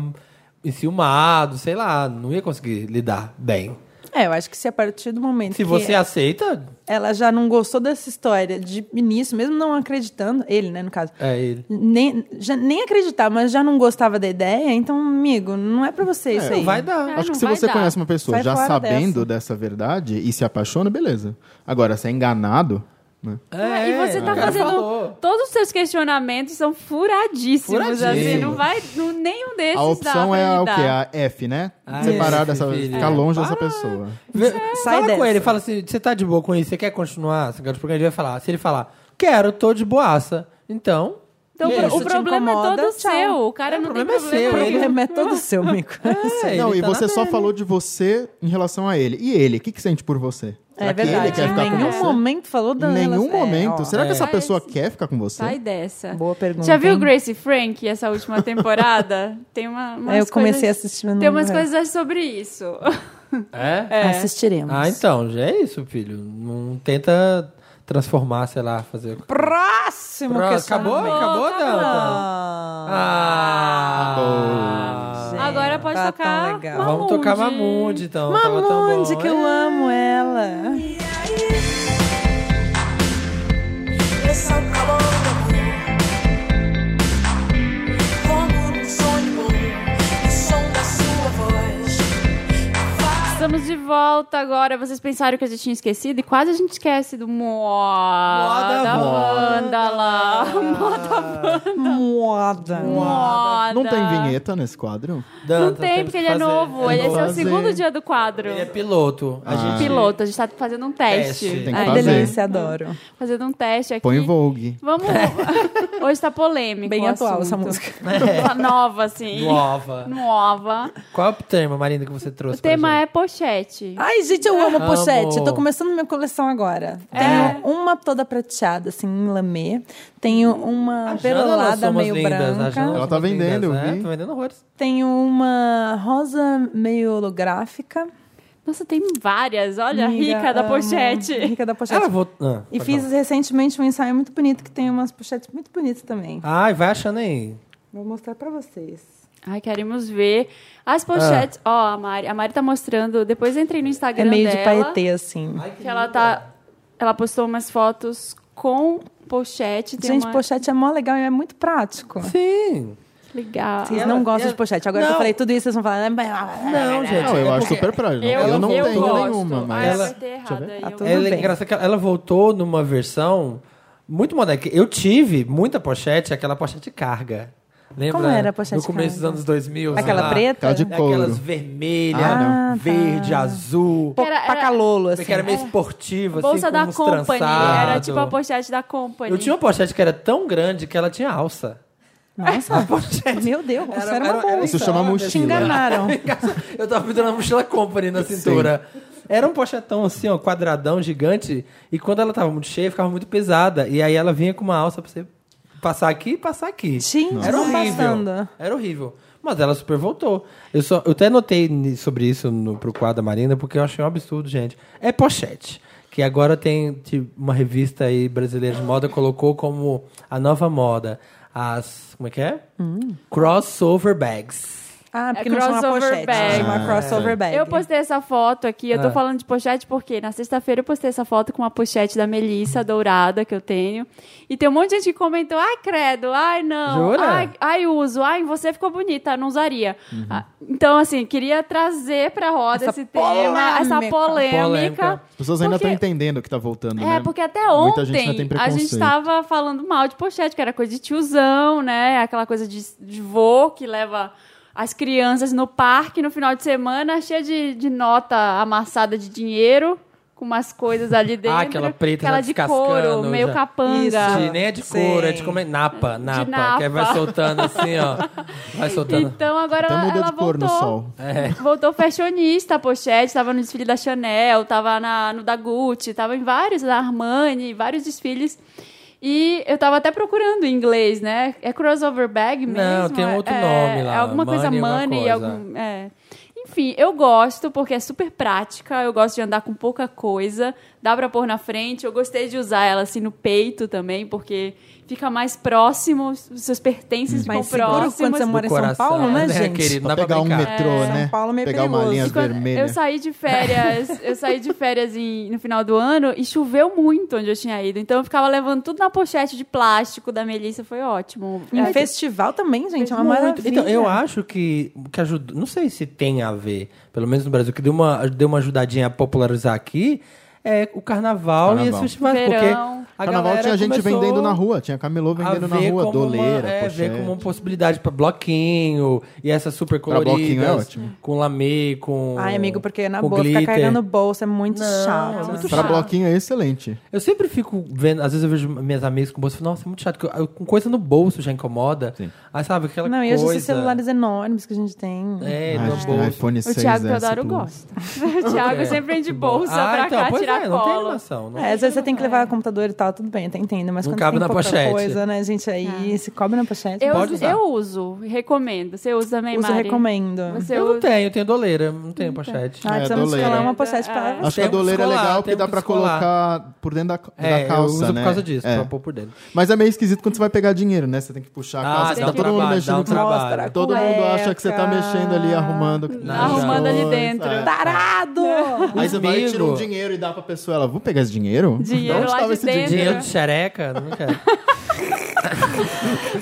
[SPEAKER 1] enciumado, sei lá, não ia conseguir lidar bem.
[SPEAKER 2] É, eu acho que se a partir do momento
[SPEAKER 1] Se
[SPEAKER 2] que
[SPEAKER 1] você aceita,
[SPEAKER 2] ela já não gostou dessa história de início, mesmo não acreditando, ele, né, no caso.
[SPEAKER 1] é ele.
[SPEAKER 2] Nem, já, nem acreditar, mas já não gostava da ideia, então, amigo, não é pra você isso
[SPEAKER 1] Não
[SPEAKER 2] aí.
[SPEAKER 1] vai dar.
[SPEAKER 3] É,
[SPEAKER 4] Acho
[SPEAKER 3] não
[SPEAKER 4] que se
[SPEAKER 3] vai
[SPEAKER 4] você
[SPEAKER 3] dar.
[SPEAKER 4] conhece uma pessoa
[SPEAKER 2] Sai
[SPEAKER 4] já
[SPEAKER 2] fora
[SPEAKER 4] sabendo dessa. verdade e se apaixona, beleza. Agora, se é enganado, né?
[SPEAKER 1] É,
[SPEAKER 3] e você
[SPEAKER 1] o
[SPEAKER 3] tá
[SPEAKER 1] cara
[SPEAKER 3] fazendo.
[SPEAKER 1] falou.
[SPEAKER 3] Todos os seus questionamentos são furadíssimos,
[SPEAKER 1] Furadíssimos.
[SPEAKER 3] assim. Não vai. Não, nenhum desses.
[SPEAKER 4] A opção
[SPEAKER 3] dá
[SPEAKER 4] é
[SPEAKER 3] pra
[SPEAKER 4] a, o quê?
[SPEAKER 3] lidar.
[SPEAKER 4] A F, né?
[SPEAKER 1] Ah,
[SPEAKER 4] Separar
[SPEAKER 1] F,
[SPEAKER 4] dessa.
[SPEAKER 1] filho.
[SPEAKER 4] Ficar
[SPEAKER 1] É.
[SPEAKER 4] longe dessa pessoa.
[SPEAKER 1] Vê-
[SPEAKER 2] Sai
[SPEAKER 1] É, fala com
[SPEAKER 2] dessa.
[SPEAKER 1] ele, fala assim, você tá de boa com isso, você quer continuar? Você quer porque ele vai falar. Se ele falar, quero, tô de boaça. Então,
[SPEAKER 3] Então,
[SPEAKER 1] e
[SPEAKER 3] o
[SPEAKER 1] aí?
[SPEAKER 3] pro-
[SPEAKER 2] Isso
[SPEAKER 3] o
[SPEAKER 2] te
[SPEAKER 3] problema é
[SPEAKER 2] incomoda,
[SPEAKER 3] todo
[SPEAKER 2] tchau.
[SPEAKER 3] seu. O cara
[SPEAKER 1] É,
[SPEAKER 3] não
[SPEAKER 1] o
[SPEAKER 3] tem
[SPEAKER 1] problema é
[SPEAKER 3] problema.
[SPEAKER 2] O
[SPEAKER 1] seu, ele-
[SPEAKER 2] problema é todo seu, amigo.
[SPEAKER 1] É,
[SPEAKER 4] não,
[SPEAKER 1] ele
[SPEAKER 4] e
[SPEAKER 1] tá
[SPEAKER 4] você
[SPEAKER 1] na
[SPEAKER 4] só
[SPEAKER 1] dele.
[SPEAKER 4] falou de você em relação a ele. E ele, o que, que sente por você?
[SPEAKER 2] É
[SPEAKER 4] Será que ele
[SPEAKER 2] verdade.
[SPEAKER 4] quer ficar
[SPEAKER 2] Em
[SPEAKER 4] com
[SPEAKER 2] nenhum
[SPEAKER 4] você?
[SPEAKER 2] momento falou da
[SPEAKER 4] Em nenhum
[SPEAKER 2] relação- é,
[SPEAKER 4] momento.
[SPEAKER 2] ó.
[SPEAKER 4] Será que essa
[SPEAKER 3] É.
[SPEAKER 4] pessoa quer ficar com você?
[SPEAKER 3] Sai dessa.
[SPEAKER 2] Boa pergunta,
[SPEAKER 3] Já viu
[SPEAKER 2] hein?
[SPEAKER 3] Grace Frank essa última temporada? Tem uma. umas
[SPEAKER 2] É, eu comecei
[SPEAKER 3] coisas-
[SPEAKER 2] a assistir, mas não
[SPEAKER 3] Tem umas
[SPEAKER 2] é.
[SPEAKER 3] coisas sobre isso.
[SPEAKER 1] é?
[SPEAKER 3] É.
[SPEAKER 2] Assistiremos.
[SPEAKER 1] Ah, então, já é isso, filho. Não tenta transformar, sei lá, fazer.
[SPEAKER 2] Próximo
[SPEAKER 1] Pro- Acabou?
[SPEAKER 2] questionamento.
[SPEAKER 1] Acabou,
[SPEAKER 3] Acabou.
[SPEAKER 1] Danta?
[SPEAKER 2] Ah.
[SPEAKER 1] Ah!
[SPEAKER 2] Gente,
[SPEAKER 3] Agora pode
[SPEAKER 2] tá tão
[SPEAKER 3] tocar.
[SPEAKER 2] legal.
[SPEAKER 3] Mamundi.
[SPEAKER 1] Vamos tocar Mamundi, então. Tava tão bom.
[SPEAKER 2] Mamonde, que eu amo ela.
[SPEAKER 8] Esse é o calor do amor. Como um sonho bom, o som da sua voz.
[SPEAKER 3] Estamos de volta agora. Vocês pensaram que a gente tinha esquecido e quase a gente esquece do
[SPEAKER 1] Moda
[SPEAKER 3] Moda Wanda lá.
[SPEAKER 1] É.
[SPEAKER 2] Moda.
[SPEAKER 3] Moda.
[SPEAKER 4] Não tem vinheta nesse quadro?
[SPEAKER 1] Danta,
[SPEAKER 3] Não tem,
[SPEAKER 1] temos
[SPEAKER 3] porque
[SPEAKER 1] que
[SPEAKER 3] ele é
[SPEAKER 1] fazer.
[SPEAKER 3] novo. Ele esse é Ah. o
[SPEAKER 4] fazer.
[SPEAKER 3] segundo dia do quadro.
[SPEAKER 1] Ele é piloto. A gente
[SPEAKER 3] Piloto, a gente tá fazendo um teste.
[SPEAKER 1] Teste,
[SPEAKER 4] tem que
[SPEAKER 3] Ai,
[SPEAKER 4] fazer.
[SPEAKER 2] Delícia, adoro.
[SPEAKER 3] Fazendo um teste aqui.
[SPEAKER 4] Põe em Vogue.
[SPEAKER 3] Vamos. Hoje tá polêmico.
[SPEAKER 2] Bem
[SPEAKER 3] o
[SPEAKER 2] atual
[SPEAKER 3] assunto.
[SPEAKER 2] essa música. É.
[SPEAKER 3] Tá Nova, assim.
[SPEAKER 1] nova.
[SPEAKER 3] Nova.
[SPEAKER 1] Qual é o tema, Marina, que você trouxe?
[SPEAKER 3] O tema é pochete.
[SPEAKER 2] Ai, gente, eu amo
[SPEAKER 1] Amo. É?
[SPEAKER 2] pochete. Eu tô começando minha coleção agora. Tenho uma toda prateada, assim, em lamê. Tenho uma perolada Tá meio branca.
[SPEAKER 4] Ela tá vendendo, eu vi.
[SPEAKER 1] Tá vendendo horrores.
[SPEAKER 2] Tenho uma rosa meio holográfica.
[SPEAKER 3] Nossa, tem várias. Olha,
[SPEAKER 2] Amiga,
[SPEAKER 3] rica da
[SPEAKER 2] amo.
[SPEAKER 3] pochete.
[SPEAKER 2] Rica da pochete.
[SPEAKER 1] Ela vou... ah,
[SPEAKER 2] E
[SPEAKER 1] pode
[SPEAKER 2] fiz
[SPEAKER 1] falar.
[SPEAKER 2] recentemente um ensaio muito bonito que tem umas pochetes muito bonitas também.
[SPEAKER 1] Ai, vai achando aí.
[SPEAKER 2] Vou mostrar pra vocês.
[SPEAKER 3] Ai, queremos ver. As pochetes. Ó, a Mari. A Mari tá mostrando. Depois entrei no
[SPEAKER 2] É
[SPEAKER 3] Instagram
[SPEAKER 2] meio de
[SPEAKER 3] dela.
[SPEAKER 2] paetê, assim.
[SPEAKER 3] Que ela tá. Ela postou umas fotos com pochete. Tem
[SPEAKER 2] Gente,
[SPEAKER 3] uma...
[SPEAKER 2] pochete é mó legal e é muito prático.
[SPEAKER 1] Sim.
[SPEAKER 3] Legal.
[SPEAKER 2] Vocês
[SPEAKER 1] Ela-
[SPEAKER 2] não gostam
[SPEAKER 1] ela-
[SPEAKER 2] de pochete. Agora que
[SPEAKER 1] Não.
[SPEAKER 2] eu falei tudo isso, vocês vão falar. "Ah, Não,
[SPEAKER 1] Não, gente.
[SPEAKER 4] Não, eu
[SPEAKER 1] é
[SPEAKER 4] acho
[SPEAKER 1] porque
[SPEAKER 4] super prático. Eu, não
[SPEAKER 1] eu
[SPEAKER 4] tenho
[SPEAKER 1] gosto.
[SPEAKER 4] nenhuma,
[SPEAKER 3] Ah,
[SPEAKER 4] mas.
[SPEAKER 3] ela...
[SPEAKER 1] ela-
[SPEAKER 3] vai ter errado aí.
[SPEAKER 2] Tá
[SPEAKER 3] eu-
[SPEAKER 2] tudo
[SPEAKER 1] Ela, é
[SPEAKER 2] bem.
[SPEAKER 1] engraçado que ela- ela voltou numa versão muito moderna. que Eu tive muita pochete, aquela pochete carga. Lembra?
[SPEAKER 2] Como era a pochete
[SPEAKER 1] No começo dos
[SPEAKER 2] Carmen?
[SPEAKER 1] anos 2000, sei
[SPEAKER 2] Aquela
[SPEAKER 1] lá,
[SPEAKER 2] preta?
[SPEAKER 4] Aquela de
[SPEAKER 1] é
[SPEAKER 4] couro.
[SPEAKER 1] Aquelas vermelhas,
[SPEAKER 4] Ah, não.
[SPEAKER 2] Ah, tá.
[SPEAKER 1] verde, azul.
[SPEAKER 2] Pô,
[SPEAKER 3] Era- era-
[SPEAKER 2] Pacalolo, assim.
[SPEAKER 1] que era meio esportiva,
[SPEAKER 3] Bolsa
[SPEAKER 1] assim, com
[SPEAKER 3] da
[SPEAKER 1] uns
[SPEAKER 3] Company. Era
[SPEAKER 1] trançado.
[SPEAKER 3] tipo a pochete da Company.
[SPEAKER 1] Eu tinha um uma pochete que era tão grande que ela tinha alça.
[SPEAKER 2] Nossa, meu Deus, isso era,
[SPEAKER 1] um-
[SPEAKER 2] uma bolsa.
[SPEAKER 4] Isso chama
[SPEAKER 1] enorme,
[SPEAKER 2] Te
[SPEAKER 4] mochila.
[SPEAKER 2] enganaram.
[SPEAKER 1] Eu tava pendurando uma mochila company na cintura. Era um pochetão assim, ó, quadradão, gigante. E quando ela tava muito cheia, ficava muito pesada. E aí ela vinha com uma alça pra você passar aqui e passar aqui.
[SPEAKER 2] Gente,
[SPEAKER 1] Era
[SPEAKER 2] não
[SPEAKER 1] horrível.
[SPEAKER 2] passando.
[SPEAKER 1] Era horrível. Mas ela super voltou. Eu, só, eu até notei ni- sobre isso no, pro quadro da Marina, porque eu achei um absurdo, gente. É pochete. Que agora tem tipo, uma revista aí brasileira de moda colocou como a nova moda. As. Como é que é?
[SPEAKER 2] Hum.
[SPEAKER 1] Crossover bags.
[SPEAKER 2] Ah, porque
[SPEAKER 3] É
[SPEAKER 2] não chama
[SPEAKER 3] crossover
[SPEAKER 2] pochete.
[SPEAKER 3] bag.
[SPEAKER 2] Chama crossover bag.
[SPEAKER 1] né?
[SPEAKER 3] Eu postei essa foto aqui, eu tô
[SPEAKER 1] Ah.
[SPEAKER 3] falando de pochete porque na sexta-feira eu postei essa foto com uma pochete da Melissa dourada que eu tenho. E tem um monte de gente que comentou: ai, credo, ai, não,
[SPEAKER 1] Jura?
[SPEAKER 3] ai, ai, uso, ai, você ficou bonita, não usaria.
[SPEAKER 1] Uhum.
[SPEAKER 3] Ah, então, assim, queria trazer pra roda
[SPEAKER 2] Essa
[SPEAKER 3] esse tema, essa
[SPEAKER 2] polêmica.
[SPEAKER 3] polêmica.
[SPEAKER 1] Polêmica.
[SPEAKER 4] As pessoas ainda estão
[SPEAKER 3] porque-
[SPEAKER 4] entendendo que tá voltando, né?
[SPEAKER 3] é, porque até
[SPEAKER 4] Muita gente ainda tem
[SPEAKER 3] ontem a gente
[SPEAKER 4] preconceito.
[SPEAKER 3] tava falando mal de pochete, que era coisa de tiozão, né? Aquela coisa de, de vô que leva as crianças no parque no final de semana, cheia de, de nota amassada de dinheiro, com umas coisas ali
[SPEAKER 4] Ah,
[SPEAKER 3] dentro.
[SPEAKER 1] Ah, aquela preta já
[SPEAKER 3] aquela de couro,
[SPEAKER 1] descascando,
[SPEAKER 3] meio
[SPEAKER 1] já.
[SPEAKER 3] capanga.
[SPEAKER 1] De, nem é de
[SPEAKER 2] Sim.
[SPEAKER 1] couro, é de como é? Napa, napa. Que aí vai
[SPEAKER 3] napa.
[SPEAKER 1] soltando assim, ó. Vai soltando.
[SPEAKER 3] Então agora
[SPEAKER 4] Até
[SPEAKER 3] ela,
[SPEAKER 4] mudou
[SPEAKER 3] ela
[SPEAKER 4] de cor no
[SPEAKER 3] voltou.
[SPEAKER 4] sol.
[SPEAKER 1] É,
[SPEAKER 3] Voltou fashionista, a pochete, tava no desfile da Chanel, tava na, no da Gucci, tava em vários, da Armani, vários desfiles. E eu tava até procurando em inglês, né? É crossover bag mesmo?
[SPEAKER 1] Não, tem um outro
[SPEAKER 3] É-
[SPEAKER 1] nome lá,
[SPEAKER 3] É alguma coisa
[SPEAKER 1] money, alguma
[SPEAKER 3] money,
[SPEAKER 1] coisa.
[SPEAKER 3] algum- é. Enfim, eu gosto porque é super prática, eu gosto de andar com pouca coisa, dá pra pôr na frente, eu gostei de usar ela assim no peito também, porque fica mais próximo, os seus pertences ficam
[SPEAKER 2] Mas seguro
[SPEAKER 3] próximos.
[SPEAKER 2] quando você mora em São Paulo, né, gente?
[SPEAKER 1] Querido, dá
[SPEAKER 4] Pra
[SPEAKER 1] pra
[SPEAKER 4] pegar um
[SPEAKER 1] brincar.
[SPEAKER 4] metrô,
[SPEAKER 2] São
[SPEAKER 4] né?
[SPEAKER 2] Paulo é meio
[SPEAKER 4] pegar uma
[SPEAKER 2] perigoso.
[SPEAKER 4] linha
[SPEAKER 3] E quando Eu
[SPEAKER 4] vermelha.
[SPEAKER 3] saí de férias, eu saí de férias em- no final do ano e choveu muito onde eu tinha ido. Então eu ficava levando tudo na pochete de plástico da Melissa, foi ótimo.
[SPEAKER 2] Em
[SPEAKER 3] É,
[SPEAKER 2] festival também, gente, é uma
[SPEAKER 3] Muito.
[SPEAKER 2] maravilha.
[SPEAKER 1] Então, eu acho que, que ajudou. Não sei se tem a ver, pelo menos no Brasil, que deu uma, deu uma ajudadinha a popularizar aqui. É o carnaval,
[SPEAKER 4] Carnaval.
[SPEAKER 1] e esses festivais.
[SPEAKER 3] Verão.
[SPEAKER 1] Porque a
[SPEAKER 4] Carnaval
[SPEAKER 1] galera
[SPEAKER 4] tinha gente
[SPEAKER 1] começou
[SPEAKER 4] vendendo na rua, tinha camelô
[SPEAKER 1] a
[SPEAKER 4] vendendo na
[SPEAKER 1] ver
[SPEAKER 4] rua,
[SPEAKER 1] como
[SPEAKER 4] doleira,
[SPEAKER 1] uma, é, ver
[SPEAKER 4] pochete.
[SPEAKER 1] como uma possibilidade pra bloquinho e essas super coloridas.
[SPEAKER 4] bloquinho é ótimo.
[SPEAKER 1] Com lamê, com.
[SPEAKER 2] Ai, amigo, porque é na
[SPEAKER 1] com
[SPEAKER 2] boa ficar
[SPEAKER 1] glitter.
[SPEAKER 2] carregando bolsa é muito
[SPEAKER 1] Não,
[SPEAKER 2] chato.
[SPEAKER 1] é muito
[SPEAKER 4] Pra
[SPEAKER 3] chato.
[SPEAKER 4] bloquinho é excelente.
[SPEAKER 1] Eu sempre fico vendo, às vezes eu vejo minhas amigas com bolsa e falo, nossa, é muito chato, que eu- eu- com coisa no bolso já incomoda. Aí sabe aquela
[SPEAKER 2] Não,
[SPEAKER 1] coisa.
[SPEAKER 2] e hoje esses celulares enormes que a gente tem.
[SPEAKER 1] É,
[SPEAKER 4] Ah, a
[SPEAKER 1] no
[SPEAKER 4] gente tem
[SPEAKER 1] bolso.
[SPEAKER 4] iPhone é,
[SPEAKER 3] O
[SPEAKER 4] 6S
[SPEAKER 3] Thiago Teodoro
[SPEAKER 4] Plus.
[SPEAKER 3] gosta. O Thiago
[SPEAKER 1] É.
[SPEAKER 3] sempre vende bolsa
[SPEAKER 1] ah,
[SPEAKER 3] pra
[SPEAKER 1] então,
[SPEAKER 3] cá
[SPEAKER 1] pois
[SPEAKER 3] tirar
[SPEAKER 1] é, não tem
[SPEAKER 3] cola.
[SPEAKER 1] noção. Não.
[SPEAKER 2] É, às vezes você tem que levar o computador e tal, tudo bem, tá entendendo. Mas
[SPEAKER 1] Não
[SPEAKER 2] quando
[SPEAKER 1] cabe
[SPEAKER 2] tem
[SPEAKER 1] na
[SPEAKER 2] pouca
[SPEAKER 1] pochete.
[SPEAKER 2] coisa, né, gente,
[SPEAKER 3] É.
[SPEAKER 2] aí se cobre na pochete.
[SPEAKER 3] Eu,
[SPEAKER 1] Pode usar.
[SPEAKER 3] eu uso, recomendo. Você usa também,
[SPEAKER 2] uso,
[SPEAKER 3] Mari?
[SPEAKER 2] recomendo.
[SPEAKER 3] Você
[SPEAKER 1] Eu não
[SPEAKER 3] usa.
[SPEAKER 1] tenho, eu tenho doleira, não tenho pochete.
[SPEAKER 2] Ah,
[SPEAKER 4] É,
[SPEAKER 2] precisamos
[SPEAKER 4] doleira.
[SPEAKER 2] escalar uma pochete pra...
[SPEAKER 4] Acho que
[SPEAKER 1] Tem
[SPEAKER 4] a
[SPEAKER 1] que
[SPEAKER 4] doleira é
[SPEAKER 1] descolar,
[SPEAKER 4] legal porque
[SPEAKER 1] tem
[SPEAKER 4] dá
[SPEAKER 1] que
[SPEAKER 4] pra
[SPEAKER 1] descolar.
[SPEAKER 4] colocar por dentro da, ca-
[SPEAKER 1] É,
[SPEAKER 4] da calça,
[SPEAKER 1] eu uso
[SPEAKER 4] né?
[SPEAKER 1] por causa disso,
[SPEAKER 4] É.
[SPEAKER 1] pra pôr por dentro.
[SPEAKER 4] Mas é meio esquisito quando você vai pegar dinheiro, né? Você tem que puxar a
[SPEAKER 1] Ah,
[SPEAKER 4] calça,
[SPEAKER 1] dá um
[SPEAKER 4] tá todo mundo
[SPEAKER 1] trabalho, dá
[SPEAKER 4] mexendo
[SPEAKER 1] um
[SPEAKER 4] com a
[SPEAKER 1] trabalho.
[SPEAKER 2] Mostra a
[SPEAKER 4] Todo mundo acha que você tá
[SPEAKER 2] cueca.
[SPEAKER 4] mexendo ali, arrumando.
[SPEAKER 3] Arrumando ali
[SPEAKER 4] coisas,
[SPEAKER 3] dentro.
[SPEAKER 4] é.
[SPEAKER 2] Tarado!
[SPEAKER 4] Aí você vai e tira um
[SPEAKER 1] Amigo.
[SPEAKER 4] dinheiro e dá pra pessoa. Ela, vou pegar esse dinheiro?
[SPEAKER 3] Dinheiro
[SPEAKER 4] onde
[SPEAKER 3] lá
[SPEAKER 4] tava
[SPEAKER 3] de
[SPEAKER 4] esse
[SPEAKER 3] dentro.
[SPEAKER 1] Dinheiro de xereca, não quero.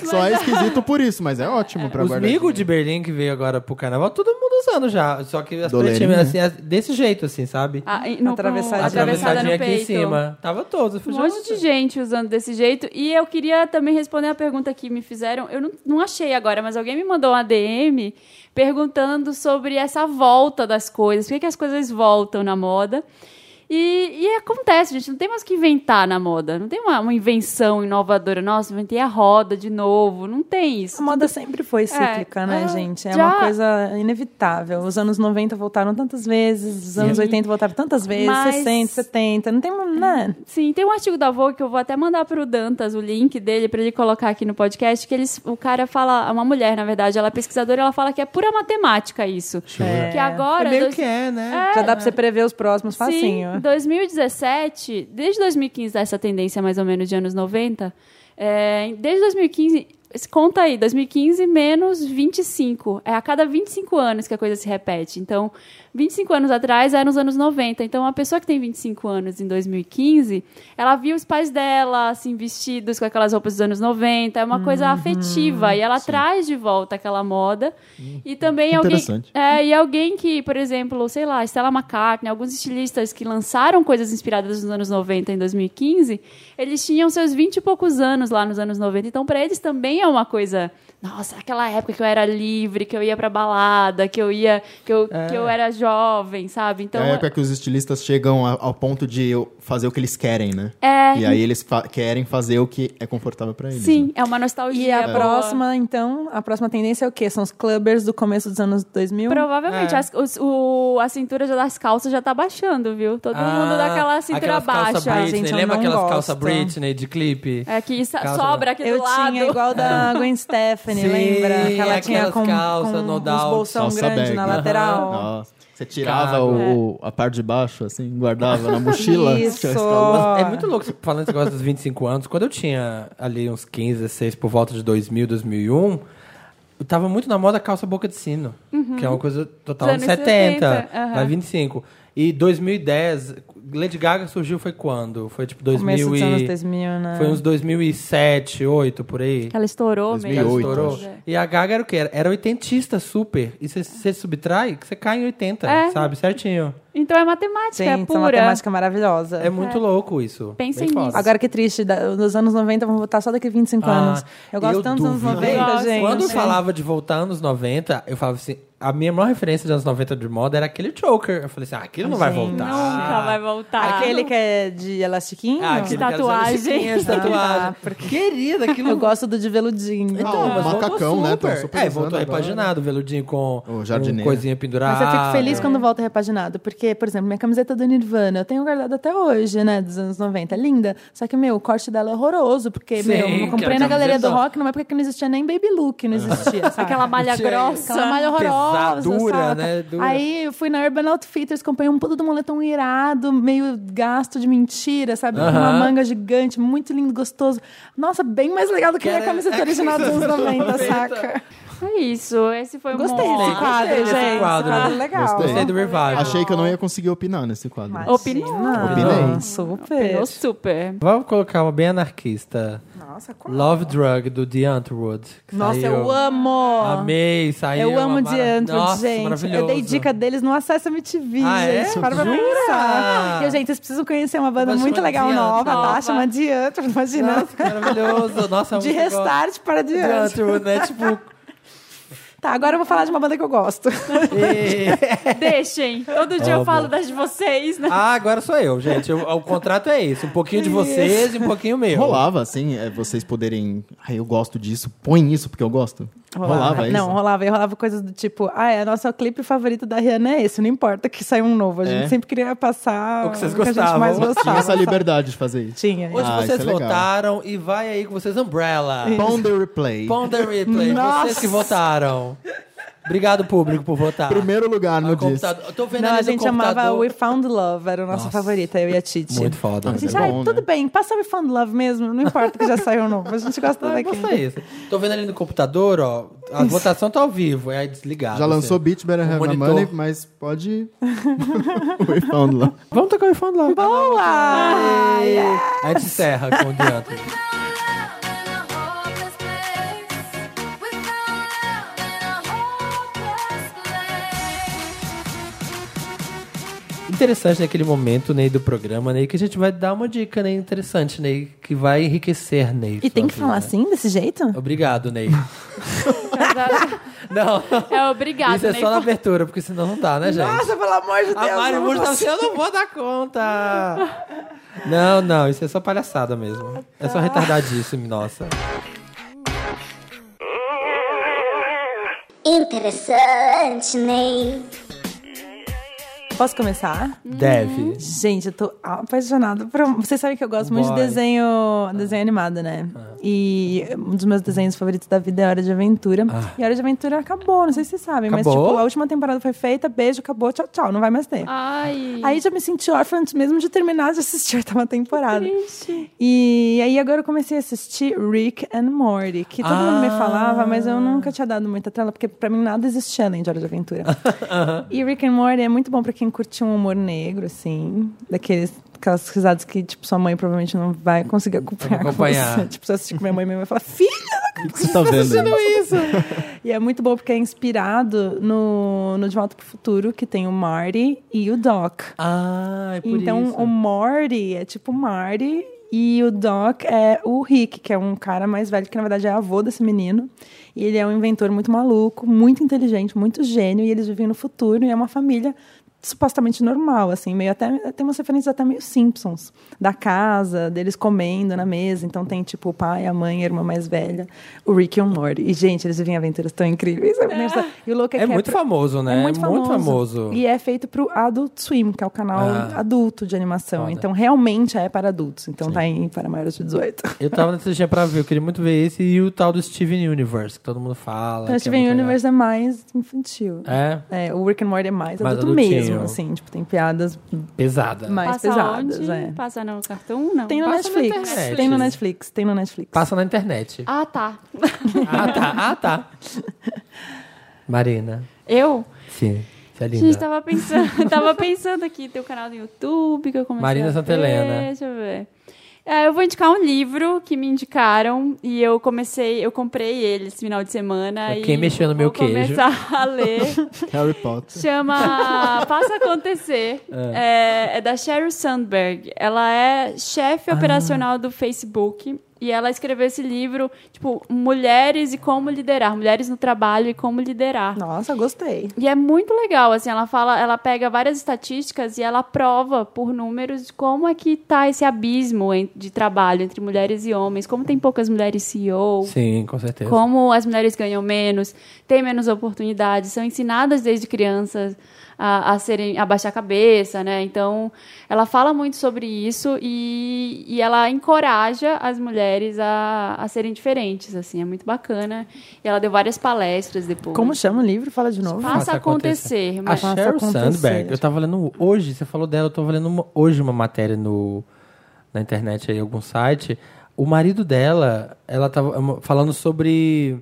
[SPEAKER 4] Só é esquisito por isso, mas é ótimo pra
[SPEAKER 1] Os
[SPEAKER 4] guardar.
[SPEAKER 1] migos
[SPEAKER 4] dinheiro.
[SPEAKER 1] de Berlim que veio agora pro carnaval, todo mundo usando já. Só que as
[SPEAKER 4] Doleirinha.
[SPEAKER 1] pretinhas, assim, as- desse jeito, assim, sabe?
[SPEAKER 3] Ah, e no-
[SPEAKER 2] Atravessadinha.
[SPEAKER 3] atravessada no
[SPEAKER 1] Atravessadinha
[SPEAKER 3] peito.
[SPEAKER 1] aqui em cima. Tava todos. eu
[SPEAKER 3] Um
[SPEAKER 1] falei,
[SPEAKER 3] monte
[SPEAKER 1] "Nossa".
[SPEAKER 3] de gente usando desse jeito. E eu queria também responder a pergunta que me fizeram. Eu não, não achei agora, mas alguém me mandou um uma DM perguntando sobre essa volta das coisas. Por que, que as coisas voltam na moda? E, e acontece, gente. Não tem mais o que inventar na moda. Não tem uma, uma invenção inovadora. Nossa, inventei a roda de novo. Não tem isso.
[SPEAKER 2] A moda sempre foi cíclica, né,
[SPEAKER 3] Ah,
[SPEAKER 2] gente? É
[SPEAKER 3] já-
[SPEAKER 2] uma coisa inevitável. Os anos 90 voltaram tantas vezes, os anos 80 voltaram tantas vezes,
[SPEAKER 3] Mas-
[SPEAKER 2] 60, 70, não tem... Né?
[SPEAKER 3] Sim, tem um artigo da Vogue que eu vou até mandar pro Dantas o link dele pra ele colocar aqui no podcast, que eles, o cara fala, uma mulher, na verdade, ela é pesquisadora, ela fala que é pura matemática isso. Que agora
[SPEAKER 1] É meio
[SPEAKER 3] dois-
[SPEAKER 1] que é, né?
[SPEAKER 2] Já dá pra você prever os próximos
[SPEAKER 3] Sim,
[SPEAKER 2] facinho.
[SPEAKER 3] 2017, desde 2015 dá tá essa tendência mais ou menos de anos 90, é, desde 2015, conta aí, 2015 menos 25, é a cada 25 anos que a coisa se repete, então 25 anos atrás era nos anos 90, então uma pessoa que tem 25 anos em 2015, ela viu os pais dela, assim, vestidos com aquelas roupas dos anos 90, é uma coisa afetiva, e ela traz de volta aquela moda, e também alguém...
[SPEAKER 4] Interessante.
[SPEAKER 3] É, e alguém que, por exemplo, sei lá, Stella McCartney, alguns estilistas que lançaram coisas inspiradas nos anos 90 em 2015, eles tinham seus 20 e poucos anos lá nos anos 90. Então, para eles também é uma coisa Nossa, aquela época que eu era livre, que eu ia pra balada, que eu ia. que eu,
[SPEAKER 1] É.
[SPEAKER 3] que eu era jovem, sabe? Então.
[SPEAKER 4] é a época que os estilistas chegam a- ao ponto de fazer o que eles querem, né?
[SPEAKER 3] É.
[SPEAKER 4] E aí eles fa- querem fazer o que é confortável pra eles.
[SPEAKER 3] Sim, é uma
[SPEAKER 2] E
[SPEAKER 3] nostalgia.
[SPEAKER 2] a
[SPEAKER 3] boa.
[SPEAKER 2] próxima, então, a próxima tendência é o quê? São os clubbers do começo dos anos 2000?
[SPEAKER 3] Provavelmente.
[SPEAKER 1] É.
[SPEAKER 3] as- os- o, a cintura já das calças já tá baixando, viu? Todo mundo daquela cintura
[SPEAKER 1] Ah, aquelas calça
[SPEAKER 3] baixa.
[SPEAKER 1] Britney,
[SPEAKER 2] gente, eu
[SPEAKER 1] lembra
[SPEAKER 2] não
[SPEAKER 1] aquelas
[SPEAKER 2] gosto.
[SPEAKER 1] calças Britney de clipe?
[SPEAKER 3] É que isso
[SPEAKER 1] Calça-
[SPEAKER 3] sobra aqui
[SPEAKER 2] Eu
[SPEAKER 3] do lado.
[SPEAKER 2] tinha igual da Gwen Stefani,
[SPEAKER 1] Sim,
[SPEAKER 2] lembra? Que ela
[SPEAKER 1] aquelas
[SPEAKER 2] tinha com,
[SPEAKER 1] calça,
[SPEAKER 2] com
[SPEAKER 1] no
[SPEAKER 2] uns
[SPEAKER 1] doubt.
[SPEAKER 2] bolsão
[SPEAKER 4] Calça
[SPEAKER 2] um grande
[SPEAKER 4] bag.
[SPEAKER 2] na
[SPEAKER 4] Aham.
[SPEAKER 2] lateral.
[SPEAKER 4] Nossa. Você tirava
[SPEAKER 1] Cago.
[SPEAKER 4] o- a parte de baixo, assim, guardava na mochila.
[SPEAKER 2] Isso.
[SPEAKER 4] tinha escalão.
[SPEAKER 1] É muito louco você falando esse negócio dos 25 anos. Quando eu tinha ali uns 15, 16, por volta de 2000, 2001, eu um, tava muito na moda calça boca de sino, que é uma coisa total
[SPEAKER 3] Uhum. Dos
[SPEAKER 1] anos
[SPEAKER 3] anos
[SPEAKER 1] 70,
[SPEAKER 3] 70, aham.
[SPEAKER 1] vai 25. E 2010, Lady Gaga surgiu foi quando? Foi tipo 2000
[SPEAKER 2] Começo dos anos
[SPEAKER 1] e
[SPEAKER 2] 2000, né?
[SPEAKER 1] foi uns 2007, 2008 por aí.
[SPEAKER 3] Ela estourou
[SPEAKER 1] Ela
[SPEAKER 4] 2008,
[SPEAKER 3] mesmo.
[SPEAKER 1] estourou.
[SPEAKER 3] É.
[SPEAKER 1] E a Gaga era o quê? Era- Era oitentista super. E se você subtrai, que você cai em 80,
[SPEAKER 3] É.
[SPEAKER 1] sabe? Certinho.
[SPEAKER 3] Então é matemática,
[SPEAKER 2] Gente,
[SPEAKER 3] é
[SPEAKER 2] é uma
[SPEAKER 3] pura.
[SPEAKER 2] matemática maravilhosa.
[SPEAKER 1] É muito louco isso.
[SPEAKER 3] Pensem
[SPEAKER 1] Bem foda.
[SPEAKER 3] nisso.
[SPEAKER 2] Agora que triste, da- nos anos 90 vão voltar só daqui 25
[SPEAKER 1] Ah,
[SPEAKER 2] anos. Eu gosto tanto dos anos
[SPEAKER 1] duvido.
[SPEAKER 2] 90,
[SPEAKER 3] Nossa,
[SPEAKER 2] gente. É.
[SPEAKER 1] Quando eu falava de voltar anos 90, eu falava assim, a minha maior referência dos anos 90 de moda era aquele choker. Eu falei assim, ah, aquilo não vai voltar.
[SPEAKER 3] Nunca vai voltar.
[SPEAKER 2] Tá. Aquele que é de elastiquinho?
[SPEAKER 1] Ah, aquele
[SPEAKER 3] Tatuagem.
[SPEAKER 1] Que era tatuagem.
[SPEAKER 3] Tá,
[SPEAKER 2] Ah,
[SPEAKER 1] Querida, aquilo...
[SPEAKER 2] Eu gosto do de veludinho.
[SPEAKER 1] Então,
[SPEAKER 4] Não, mas voltou macacão, né? Tão super
[SPEAKER 1] é, voltou
[SPEAKER 4] usando agora.
[SPEAKER 1] repaginado, veludinho com
[SPEAKER 4] O
[SPEAKER 1] um
[SPEAKER 4] jardineiro.
[SPEAKER 1] coisinha pendurada.
[SPEAKER 2] Mas eu fico feliz quando volta repaginado, porque, por exemplo, minha camiseta do Nirvana, eu tenho guardado até hoje, né, dos anos 90, linda. Só que, meu, o corte dela é horroroso, porque,
[SPEAKER 1] Sim,
[SPEAKER 2] meu, eu
[SPEAKER 1] aquela
[SPEAKER 2] comprei na galeria do
[SPEAKER 1] camiseta.
[SPEAKER 2] rock numa época que não existia nem baby look, não existia, sabe?
[SPEAKER 3] Aquela malha
[SPEAKER 1] Tinha-
[SPEAKER 3] grossa.
[SPEAKER 2] Aquela malha horrorosa,
[SPEAKER 1] Pesadura,
[SPEAKER 2] saca?
[SPEAKER 1] né? Dura.
[SPEAKER 2] Aí eu fui na Urban Outfitters, comprei um puto do moletom irado, meio gasto de mentira, sabe? Com uma
[SPEAKER 1] Aham.
[SPEAKER 2] manga gigante, muito lindo, gostoso. Nossa, bem mais legal do que, a
[SPEAKER 1] Cara,
[SPEAKER 2] camiseta
[SPEAKER 1] é-
[SPEAKER 2] original dos anos 90, saca?
[SPEAKER 3] É isso. Esse foi
[SPEAKER 2] Gostei
[SPEAKER 3] um
[SPEAKER 2] desse
[SPEAKER 3] monte.
[SPEAKER 2] quadro,
[SPEAKER 1] Gostei
[SPEAKER 2] gente.
[SPEAKER 1] desse quadro.
[SPEAKER 2] Esse quadro é legal.
[SPEAKER 4] Gostei.
[SPEAKER 1] Gostei do revival.
[SPEAKER 4] Achei que eu não ia conseguir opinar nesse quadro.
[SPEAKER 2] Imagina,
[SPEAKER 3] Opinião.
[SPEAKER 4] Opinei.
[SPEAKER 2] Super.
[SPEAKER 3] super.
[SPEAKER 1] Vamos colocar uma bem anarquista.
[SPEAKER 2] Nossa, qual?
[SPEAKER 1] Love Drug, do The Antwood. que
[SPEAKER 2] Nossa,
[SPEAKER 1] saiu.
[SPEAKER 2] eu amo.
[SPEAKER 1] Amei, saiu.
[SPEAKER 2] Eu amo
[SPEAKER 1] uma mara-
[SPEAKER 2] Diantro,
[SPEAKER 1] Nossa,
[SPEAKER 2] gente.
[SPEAKER 1] maravilhoso.
[SPEAKER 2] Eu dei dica deles no Acesso MTV,
[SPEAKER 1] Ah, é?
[SPEAKER 2] gente. Para pra
[SPEAKER 1] Jura?
[SPEAKER 2] pensar. E, gente, vocês precisam conhecer uma banda
[SPEAKER 1] Mas
[SPEAKER 2] muito
[SPEAKER 1] chama
[SPEAKER 2] legal
[SPEAKER 1] Diantro.
[SPEAKER 2] nova,
[SPEAKER 3] Nova.
[SPEAKER 2] tá? Chama Diantro, imagina.
[SPEAKER 1] Nossa, que maravilhoso. Nossa,
[SPEAKER 2] né?
[SPEAKER 1] é
[SPEAKER 2] De
[SPEAKER 1] muito
[SPEAKER 2] restart para
[SPEAKER 1] bom. The
[SPEAKER 2] Diantro.
[SPEAKER 1] Antwood, né? Tipo...
[SPEAKER 2] Tá, agora eu vou falar de uma banda que eu gosto.
[SPEAKER 1] e-
[SPEAKER 3] Deixem. Todo dia eu
[SPEAKER 1] Amo.
[SPEAKER 3] falo das de vocês, né?
[SPEAKER 1] Ah, agora sou eu, gente. Eu- o contrato é esse. Um pouquinho de vocês e um pouquinho meu.
[SPEAKER 4] Rolava, assim, é, vocês poderem. Ah, eu gosto disso, põe isso porque eu gosto. Rolava, isso.
[SPEAKER 2] Não, rolava. E rolava coisas do tipo, ah, é, nosso clipe favorito da Rihanna é esse. Não importa que saia um novo. A gente
[SPEAKER 4] É.
[SPEAKER 2] sempre queria passar
[SPEAKER 1] O que vocês
[SPEAKER 2] a gente
[SPEAKER 1] gostavam.
[SPEAKER 2] mais
[SPEAKER 1] Tinha
[SPEAKER 2] gostava.
[SPEAKER 4] Tinha essa
[SPEAKER 2] sabe?
[SPEAKER 4] liberdade de fazer isso.
[SPEAKER 2] Tinha.
[SPEAKER 1] Hoje
[SPEAKER 4] Ah,
[SPEAKER 1] vocês
[SPEAKER 4] isso é legal.
[SPEAKER 1] votaram e vai aí com vocês Umbrella.
[SPEAKER 4] Pão the replay.
[SPEAKER 1] Ponder Replay, vocês que votaram. Obrigado, público, por votar.
[SPEAKER 4] Primeiro lugar no
[SPEAKER 1] Ah,
[SPEAKER 4] disco.
[SPEAKER 1] computador. Eu tô vendo
[SPEAKER 2] Não,
[SPEAKER 1] ali
[SPEAKER 2] a
[SPEAKER 1] no
[SPEAKER 2] gente
[SPEAKER 1] computador.
[SPEAKER 2] chamava We Found Love, era a nossa
[SPEAKER 1] Nossa.
[SPEAKER 2] favorita, eu e a Titi.
[SPEAKER 1] Muito foda.
[SPEAKER 2] A gente,
[SPEAKER 4] É
[SPEAKER 2] ai,
[SPEAKER 4] bom,
[SPEAKER 2] tudo
[SPEAKER 4] né?
[SPEAKER 2] bem, passa We Found Love mesmo, não importa que já saiu novo, a gente gosta
[SPEAKER 1] Ah,
[SPEAKER 2] daquele.
[SPEAKER 1] Mostra isso. Tô vendo ali no computador, ó. A votação tá ao vivo, é desligado.
[SPEAKER 4] Já lançou
[SPEAKER 1] assim.
[SPEAKER 4] Beat Better
[SPEAKER 1] O
[SPEAKER 4] Have My
[SPEAKER 1] monitor.
[SPEAKER 4] Money, mas pode. We found love.
[SPEAKER 1] Vamos tocar o iPhone lá.
[SPEAKER 2] Boa!
[SPEAKER 1] Aí A gente encerra com o Diantro. Interessante naquele momento, Ney, do programa, Ney, que a gente vai dar uma dica, Ney, interessante, Ney, que vai enriquecer, Ney.
[SPEAKER 2] E
[SPEAKER 1] sua
[SPEAKER 2] tem que
[SPEAKER 1] vida.
[SPEAKER 2] falar assim, desse jeito?
[SPEAKER 1] Obrigado, Ney. não,
[SPEAKER 3] É obrigado,
[SPEAKER 1] isso é
[SPEAKER 3] né?
[SPEAKER 1] só na abertura, porque senão não dá, né, gente?
[SPEAKER 2] Nossa, pelo amor de Deus!
[SPEAKER 1] A Mari
[SPEAKER 2] eu não
[SPEAKER 1] Murta tá
[SPEAKER 2] posso-
[SPEAKER 1] assim, eu não vou dar conta. Não, não, isso é só palhaçada mesmo. É
[SPEAKER 2] Tá.
[SPEAKER 1] só retardadíssimo, nossa.
[SPEAKER 9] Interessante, Ney.
[SPEAKER 2] Posso começar? Hum.
[SPEAKER 1] Deve.
[SPEAKER 2] Gente, eu tô apaixonada por. um, Vocês sabem que eu gosto muito de
[SPEAKER 1] Bora. Ah.
[SPEAKER 2] desenho, desenho animado, né? E um dos meus desenhos favoritos da vida é Hora de Aventura. E Hora de Aventura acabou, não sei se vocês sabem, mas
[SPEAKER 1] Ah. Acabou? Ah.
[SPEAKER 2] tipo, a última temporada foi feita, beijo, acabou, tchau, tchau, não vai mais ter.
[SPEAKER 3] Ai.
[SPEAKER 2] Aí já me senti órfã antes mesmo de terminar de assistir a oitava temporada. E aí agora eu comecei a assistir Rick and Morty, que todo mundo me
[SPEAKER 1] Ah.
[SPEAKER 2] falava, mas eu nunca tinha dado muita tela, porque pra mim nada existia além de Hora de Aventura. E Rick and Morty é muito bom pra quem curte um humor negro, assim, daqueles aquelas risadas que, tipo, sua mãe provavelmente não vai conseguir acompanhar. com
[SPEAKER 1] acompanhar.
[SPEAKER 2] você. Tipo, se eu assistir com minha mãe, minha mãe vai falar, filha,
[SPEAKER 4] O que que você tá vendo aí?
[SPEAKER 2] isso. e é muito bom porque é inspirado no, no De Volta pro Futuro, que tem o Marty e o Doc.
[SPEAKER 1] Ah, é por
[SPEAKER 2] Então,
[SPEAKER 1] isso.
[SPEAKER 2] o Morty é tipo Marty E o Doc é o Rick, que é um cara mais velho, que na verdade é avô desse menino. E ele é um inventor muito maluco, muito inteligente, muito gênio. E eles vivem no futuro e é uma família supostamente normal, assim, meio até tem umas referências até meio Simpsons, da casa, deles comendo na mesa, então tem tipo o pai, a mãe, a irmã mais velha, o Rick e o Morty. E gente, eles vivem aventuras tão incríveis. E o louco
[SPEAKER 1] É
[SPEAKER 2] que
[SPEAKER 1] muito
[SPEAKER 2] pro-
[SPEAKER 1] famoso, né?
[SPEAKER 2] É muito,
[SPEAKER 1] famoso.
[SPEAKER 2] E é feito pro Adult Swim, que é o canal
[SPEAKER 1] Ah.
[SPEAKER 2] adulto de animação. Então realmente é para adultos, então tá em para maiores de 18.
[SPEAKER 1] Eu tava nessa tinha pra ver, eu queria muito ver esse e o tal do Steven Universe, que todo mundo fala.
[SPEAKER 2] Então,
[SPEAKER 1] que é
[SPEAKER 2] Steven
[SPEAKER 1] muito legal.
[SPEAKER 2] Universe é mais infantil.
[SPEAKER 1] É,
[SPEAKER 2] É, o Rick and Morty é mais,
[SPEAKER 1] Mais
[SPEAKER 2] adulto
[SPEAKER 1] adultinho.
[SPEAKER 2] mesmo, assim, tipo, tem piadas
[SPEAKER 1] pesada.
[SPEAKER 2] mais
[SPEAKER 3] Passa
[SPEAKER 2] pesadas,
[SPEAKER 3] onde?
[SPEAKER 2] é.
[SPEAKER 3] Passa no cartão? Não.
[SPEAKER 2] Tem no
[SPEAKER 1] Passa na
[SPEAKER 2] Netflix.
[SPEAKER 1] internet.
[SPEAKER 2] tem no Netflix, tem no Netflix.
[SPEAKER 1] Passa na internet.
[SPEAKER 3] Ah, tá.
[SPEAKER 1] Ah, tá, ah, tá. Marina,
[SPEAKER 3] Eu?
[SPEAKER 1] sim, você é
[SPEAKER 3] A gente
[SPEAKER 2] tá
[SPEAKER 1] linda.
[SPEAKER 3] tava pensando, tava pensando aqui, tem o canal do YouTube que eu comecei
[SPEAKER 1] Marina
[SPEAKER 3] a
[SPEAKER 1] Santa
[SPEAKER 3] ver,
[SPEAKER 1] Helena.
[SPEAKER 3] Deixa eu ver. É, eu vou indicar um livro que me indicaram e eu comecei, eu comprei ele esse final de semana.
[SPEAKER 1] É, Quem
[SPEAKER 3] e
[SPEAKER 1] mexeu no meu
[SPEAKER 3] vou
[SPEAKER 1] queijo?
[SPEAKER 3] começar a ler.
[SPEAKER 4] Harry Potter.
[SPEAKER 3] Chama Faça Acontecer. É, é da Sheryl Sandberg. Ela é
[SPEAKER 1] Ah.
[SPEAKER 3] chefe operacional do Facebook. E ela escreveu esse livro, tipo, Mulheres e Como Liderar. Mulheres no Trabalho e Como Liderar.
[SPEAKER 2] Nossa, gostei.
[SPEAKER 3] E é muito legal, assim, ela fala, ela pega várias estatísticas e ela prova por números de como é que tá esse abismo en- de trabalho entre mulheres e homens, como tem poucas mulheres CEO,
[SPEAKER 1] Sim, com certeza.
[SPEAKER 3] como as mulheres ganham menos, têm menos oportunidades, são ensinadas desde crianças a, a serem a baixar a cabeça, né? Então, ela fala muito sobre isso e, e ela encoraja as mulheres a, a serem diferentes, assim, é muito bacana. E ela deu várias palestras depois.
[SPEAKER 2] Como chama o livro? Fala de novo.
[SPEAKER 3] Faça
[SPEAKER 1] Faça acontecer.
[SPEAKER 3] acontecer.
[SPEAKER 1] A
[SPEAKER 3] mas-
[SPEAKER 2] Faça
[SPEAKER 1] Sheryl
[SPEAKER 2] acontecer.
[SPEAKER 1] Sandberg, eu tava lendo hoje, você falou dela, eu tava lendo uma- hoje uma matéria no, na internet aí, algum site. O marido dela, ela tava um, falando sobre.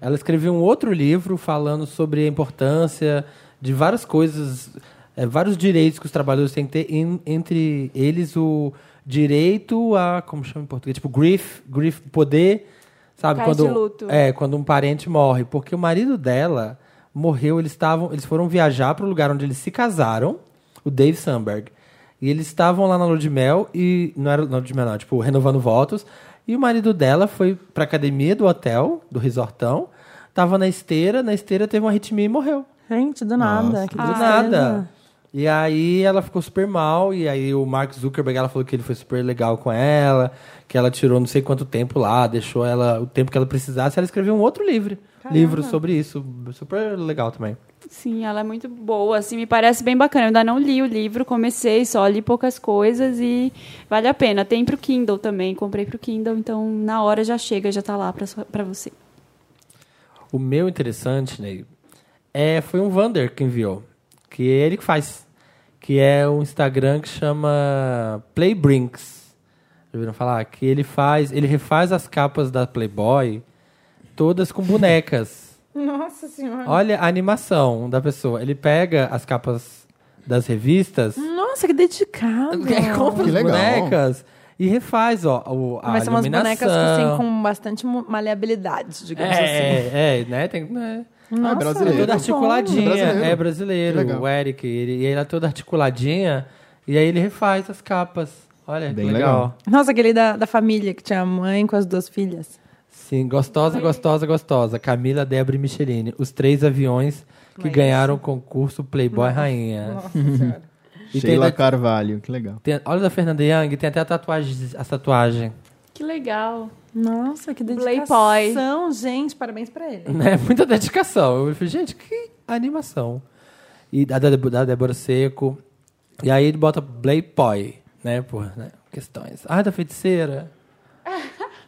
[SPEAKER 1] Ela escreveu um outro livro falando sobre a importância de várias coisas, eh, vários direitos que os trabalhadores têm que ter, em- entre eles o direito a. Como chama em português? Tipo, grief, grief poder. Sabe?
[SPEAKER 3] Cais
[SPEAKER 1] Quando,
[SPEAKER 3] de luto.
[SPEAKER 1] É, é, quando um parente morre, porque o marido dela morreu, eles estavam, eles foram viajar para o lugar onde eles se casaram, o Dave Sandberg. E eles estavam lá na lua de mel e não era lua de mel, não, tipo, renovando votos, e o marido dela foi para academia do hotel, do resortão, tava na esteira, na esteira teve uma arritmia e morreu.
[SPEAKER 2] Gente, do nada. que
[SPEAKER 1] Do
[SPEAKER 2] tristeza.
[SPEAKER 1] nada. E aí ela ficou super mal, e aí o Mark Zuckerberg ela falou que ele foi super legal com ela, que ela tirou não sei quanto tempo lá, deixou ela o tempo que ela precisasse, ela escreveu um outro livro, livro sobre isso, super legal também.
[SPEAKER 3] Sim, ela é muito boa, assim, me parece bem bacana. Eu ainda não li o livro, comecei, só li poucas coisas e vale a pena. Tem pro Kindle também, comprei pro Kindle, então na hora já chega, já tá lá pra, sua- pra você.
[SPEAKER 1] O meu interessante, Ney, é, foi um Vander que enviou, que é ele que faz, que é um Instagram que chama Playbrinks. Já ouviram falar? Que ele faz, ele refaz as capas da Playboy todas com bonecas.
[SPEAKER 2] Nossa senhora.
[SPEAKER 1] Olha a animação da pessoa. Ele pega as capas das revistas,
[SPEAKER 2] Nossa, que dedicado.
[SPEAKER 1] compra
[SPEAKER 4] Que
[SPEAKER 1] as
[SPEAKER 4] legal.
[SPEAKER 1] bonecas e refaz, ó, o, a
[SPEAKER 2] Mas são umas bonecas assim,
[SPEAKER 1] Ah, iluminação.
[SPEAKER 2] com bastante mo- maleabilidade, digamos assim.
[SPEAKER 1] É, é, né? Tem, né?
[SPEAKER 2] Nossa,
[SPEAKER 4] Ah, é
[SPEAKER 1] É
[SPEAKER 4] brasileiro.
[SPEAKER 1] toda articuladinha.
[SPEAKER 4] É brasileiro.
[SPEAKER 1] É
[SPEAKER 4] Que
[SPEAKER 1] brasileiro,
[SPEAKER 4] legal.
[SPEAKER 1] o Eric. Ele, e ela é toda articuladinha. E aí ele refaz as capas. Olha,
[SPEAKER 4] Bem
[SPEAKER 1] que legal.
[SPEAKER 4] legal.
[SPEAKER 2] Nossa, aquele da, da família que tinha a mãe com as duas filhas.
[SPEAKER 1] Sim, gostosa, gostosa, gostosa. Camila, Débora e Micheline. Os três aviões que
[SPEAKER 2] Mas-
[SPEAKER 1] ganharam o concurso Playboy Rainha.
[SPEAKER 2] senhora.
[SPEAKER 1] E tem
[SPEAKER 4] Sheila
[SPEAKER 1] da-
[SPEAKER 4] Carvalho, que legal.
[SPEAKER 1] Tem- olha da Fernanda Young, tem até a tatuagem. A tatuagem.
[SPEAKER 3] Que legal.
[SPEAKER 2] Nossa, que
[SPEAKER 3] Playboy.
[SPEAKER 2] dedicação, gente. Parabéns pra ele.
[SPEAKER 1] Né? Muita dedicação. Eu falei, gente, que animação. E da, da, da Débora Seco. E aí ele bota Playboy, né? Por né? questões. Ah, da feiticeira.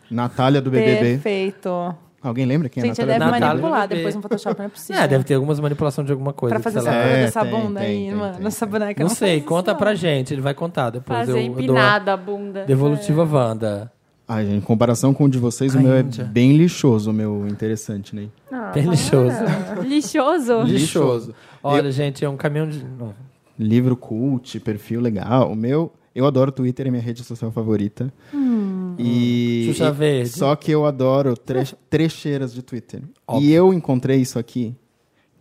[SPEAKER 4] Natália do BBB.
[SPEAKER 2] Perfeito.
[SPEAKER 4] Alguém lembra quem
[SPEAKER 2] Gente,
[SPEAKER 4] é a
[SPEAKER 2] ele deve
[SPEAKER 4] Natália do
[SPEAKER 1] Natália.
[SPEAKER 4] BBB?
[SPEAKER 2] manipular
[SPEAKER 1] bebê.
[SPEAKER 2] depois no Photoshop, não é possível.
[SPEAKER 1] Ah, deve ter algumas manipulação de alguma coisa.
[SPEAKER 2] Pra fazer
[SPEAKER 1] sei
[SPEAKER 2] essa
[SPEAKER 1] lá.
[SPEAKER 4] É,
[SPEAKER 2] coisa dessa
[SPEAKER 4] tem,
[SPEAKER 2] bunda aí,
[SPEAKER 4] tem, tem,
[SPEAKER 2] mano.
[SPEAKER 4] tem.
[SPEAKER 2] Essa boneca.
[SPEAKER 1] Não
[SPEAKER 2] faz
[SPEAKER 1] sei,
[SPEAKER 2] isso,
[SPEAKER 1] conta
[SPEAKER 2] não.
[SPEAKER 1] pra gente. Ele vai contar depois.
[SPEAKER 3] Fazer
[SPEAKER 1] eu, eu dou a
[SPEAKER 3] empinado a
[SPEAKER 2] né?
[SPEAKER 3] bunda.
[SPEAKER 1] devolutiva Wanda.
[SPEAKER 4] Ai, gente, em comparação com o de vocês, o meu
[SPEAKER 1] Índia.
[SPEAKER 4] é bem lixoso, o meu interessante, né?
[SPEAKER 2] Ah,
[SPEAKER 1] Bem lixoso.
[SPEAKER 3] Lixoso.
[SPEAKER 1] Lixoso. Olha, gente, é um caminhão de. não.
[SPEAKER 4] Livro cult, perfil legal. O meu, eu adoro Twitter, é minha rede social favorita.
[SPEAKER 1] Hum.
[SPEAKER 4] E,
[SPEAKER 1] Xuxa
[SPEAKER 4] e-
[SPEAKER 1] Verde.
[SPEAKER 4] Só que eu adoro tre- trecheiras de Twitter. E eu encontrei isso aqui,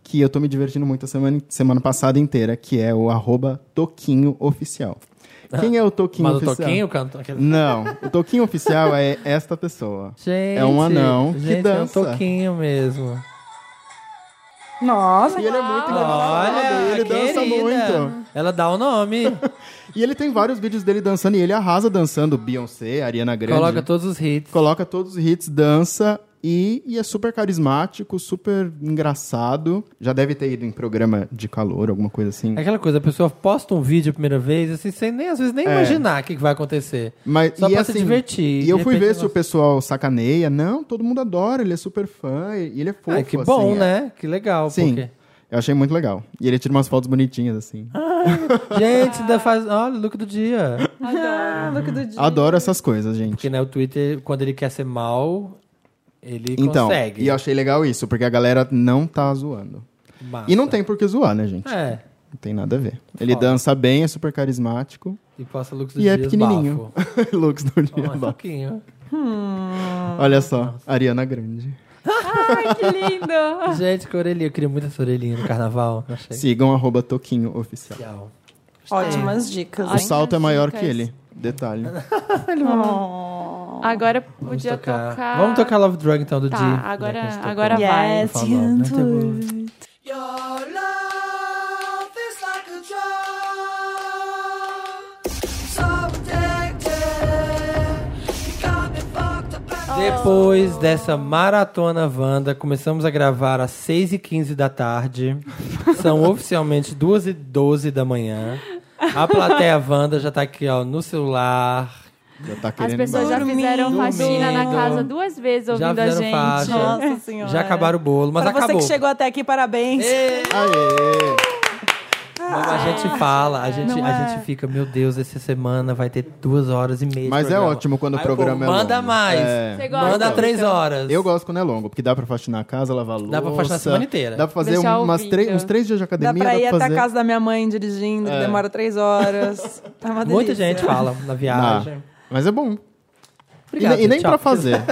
[SPEAKER 4] que eu tô me divertindo muito a semana, semana passada inteira, que é o arroba Toquinho Oficial. Quem é o Toquinho
[SPEAKER 1] Ah, Mas o
[SPEAKER 4] oficial?
[SPEAKER 1] Toquinho canta aquele...
[SPEAKER 4] Não, o Toquinho oficial é esta pessoa.
[SPEAKER 1] Gente,
[SPEAKER 4] é um anão que
[SPEAKER 1] gente,
[SPEAKER 4] dança.
[SPEAKER 1] é um Toquinho mesmo.
[SPEAKER 2] Nossa,
[SPEAKER 4] E ele é muito engraçado,
[SPEAKER 1] Olha,
[SPEAKER 4] ele dança
[SPEAKER 1] querida.
[SPEAKER 4] muito.
[SPEAKER 1] Ela dá o nome.
[SPEAKER 4] E ele tem vários vídeos dele dançando e ele arrasa dançando Beyoncé, Ariana Grande.
[SPEAKER 1] Coloca todos os hits.
[SPEAKER 4] Coloca todos os hits, dança e, e é super carismático, super engraçado. Já deve ter ido em programa de calor, alguma coisa assim.
[SPEAKER 1] É Aquela coisa, a pessoa posta um vídeo a primeira vez, assim, sem nem, às vezes
[SPEAKER 4] É.
[SPEAKER 1] nem imaginar o que, que vai acontecer.
[SPEAKER 4] Mas,
[SPEAKER 1] Só
[SPEAKER 4] e
[SPEAKER 1] pra se
[SPEAKER 4] assim,
[SPEAKER 1] divertir.
[SPEAKER 4] E
[SPEAKER 1] De
[SPEAKER 4] eu fui
[SPEAKER 1] repente
[SPEAKER 4] ver se
[SPEAKER 1] ela-
[SPEAKER 4] o pessoal sacaneia. Não, todo mundo adora, ele é super fã e e ele é fofo.
[SPEAKER 1] Ah, que
[SPEAKER 4] assim,
[SPEAKER 1] bom,
[SPEAKER 4] é.
[SPEAKER 1] né? Que legal.
[SPEAKER 4] Sim.
[SPEAKER 1] porque- Ah,
[SPEAKER 4] Eu achei muito legal. E ele tira umas fotos bonitinhas, assim.
[SPEAKER 1] Gente, ainda faz... olha o look do dia.
[SPEAKER 4] Adoro essas coisas, gente.
[SPEAKER 1] Porque né, o Twitter, quando ele quer ser mal, ele
[SPEAKER 4] Então,
[SPEAKER 1] consegue.
[SPEAKER 4] e eu achei legal isso, porque a galera não tá zoando.
[SPEAKER 1] Massa.
[SPEAKER 4] E não tem por que zoar, né, gente?
[SPEAKER 1] É.
[SPEAKER 4] Não tem nada a ver. Ele dança bem, é super carismático.
[SPEAKER 1] E posta looks do
[SPEAKER 4] E é
[SPEAKER 1] Dias
[SPEAKER 4] pequenininho.
[SPEAKER 1] bafo.
[SPEAKER 4] Looks do dia
[SPEAKER 1] Ó, Um
[SPEAKER 4] bafo.
[SPEAKER 1] pouquinho.
[SPEAKER 4] Olha só, Ariana Grande.
[SPEAKER 3] Que lindo!
[SPEAKER 1] Gente, que orelhinha. Eu queria muito essa orelhinha no carnaval. Não achei.
[SPEAKER 4] Sigam arroba Toquinho Oficial.
[SPEAKER 1] legal.
[SPEAKER 2] ótimas dicas.
[SPEAKER 4] O
[SPEAKER 3] Ai,
[SPEAKER 4] salto é
[SPEAKER 2] assim,
[SPEAKER 4] maior
[SPEAKER 3] dicas.
[SPEAKER 4] que ele. Detalhe.
[SPEAKER 3] Agora
[SPEAKER 1] Vamos
[SPEAKER 3] podia
[SPEAKER 1] tocar.
[SPEAKER 3] tocar.
[SPEAKER 1] Vamos tocar Love Drug então do
[SPEAKER 3] Tá,
[SPEAKER 1] Di. já que
[SPEAKER 3] agora-
[SPEAKER 1] a gente tocou.
[SPEAKER 3] agora vai.
[SPEAKER 2] Yes,
[SPEAKER 1] Por favor, né? Tá bom.
[SPEAKER 8] Your love is like a drug, so addicted. You got me fucked up. and
[SPEAKER 1] Depois dessa maratona Wanda, começamos a gravar às 6h15 da tarde. São oficialmente 2h12 da manhã. A plateia Wanda já tá aqui, ó, no celular.
[SPEAKER 4] Já tá
[SPEAKER 3] As
[SPEAKER 4] querendo ir
[SPEAKER 3] pessoas já
[SPEAKER 4] embora.
[SPEAKER 3] fizeram faxina na
[SPEAKER 1] Dormindo.
[SPEAKER 3] casa duas vezes Tá ouvindo a
[SPEAKER 1] fizeram
[SPEAKER 3] gente.
[SPEAKER 1] faixa.
[SPEAKER 2] Nossa senhora.
[SPEAKER 1] Já acabaram o bolo, mas
[SPEAKER 2] Pra você
[SPEAKER 1] acabou.
[SPEAKER 2] que chegou até aqui, parabéns.
[SPEAKER 1] Ê!
[SPEAKER 4] Aê!
[SPEAKER 1] Mas a gente fala, a gente,
[SPEAKER 3] é.
[SPEAKER 1] a gente fica, meu Deus, essa semana vai ter duas horas e meia. de
[SPEAKER 4] Mas é
[SPEAKER 1] programa."
[SPEAKER 4] ótimo quando o
[SPEAKER 1] Aí povo,
[SPEAKER 4] programa é longo.
[SPEAKER 1] Manda mais.
[SPEAKER 4] É.
[SPEAKER 3] Você gosta?
[SPEAKER 1] Manda três horas.
[SPEAKER 4] Eu gosto quando é longo, porque dá pra faxinar a casa, lavar louça.
[SPEAKER 1] Dá pra faxinar a semana inteira.
[SPEAKER 4] Dá pra fazer
[SPEAKER 3] Deixar
[SPEAKER 4] umas
[SPEAKER 3] ouvindo.
[SPEAKER 4] três, uns três dias de
[SPEAKER 2] Dá
[SPEAKER 4] academia.
[SPEAKER 2] pra ir até
[SPEAKER 4] fazer...
[SPEAKER 2] a casa da minha mãe dirigindo, que demora três horas. É uma
[SPEAKER 1] Muita
[SPEAKER 2] delícia.
[SPEAKER 1] gente fala na
[SPEAKER 4] Ah,
[SPEAKER 1] viagem.
[SPEAKER 4] mas é bom.
[SPEAKER 1] Obrigado,
[SPEAKER 4] e, ne- e nem
[SPEAKER 1] tchau.
[SPEAKER 4] pra fazer.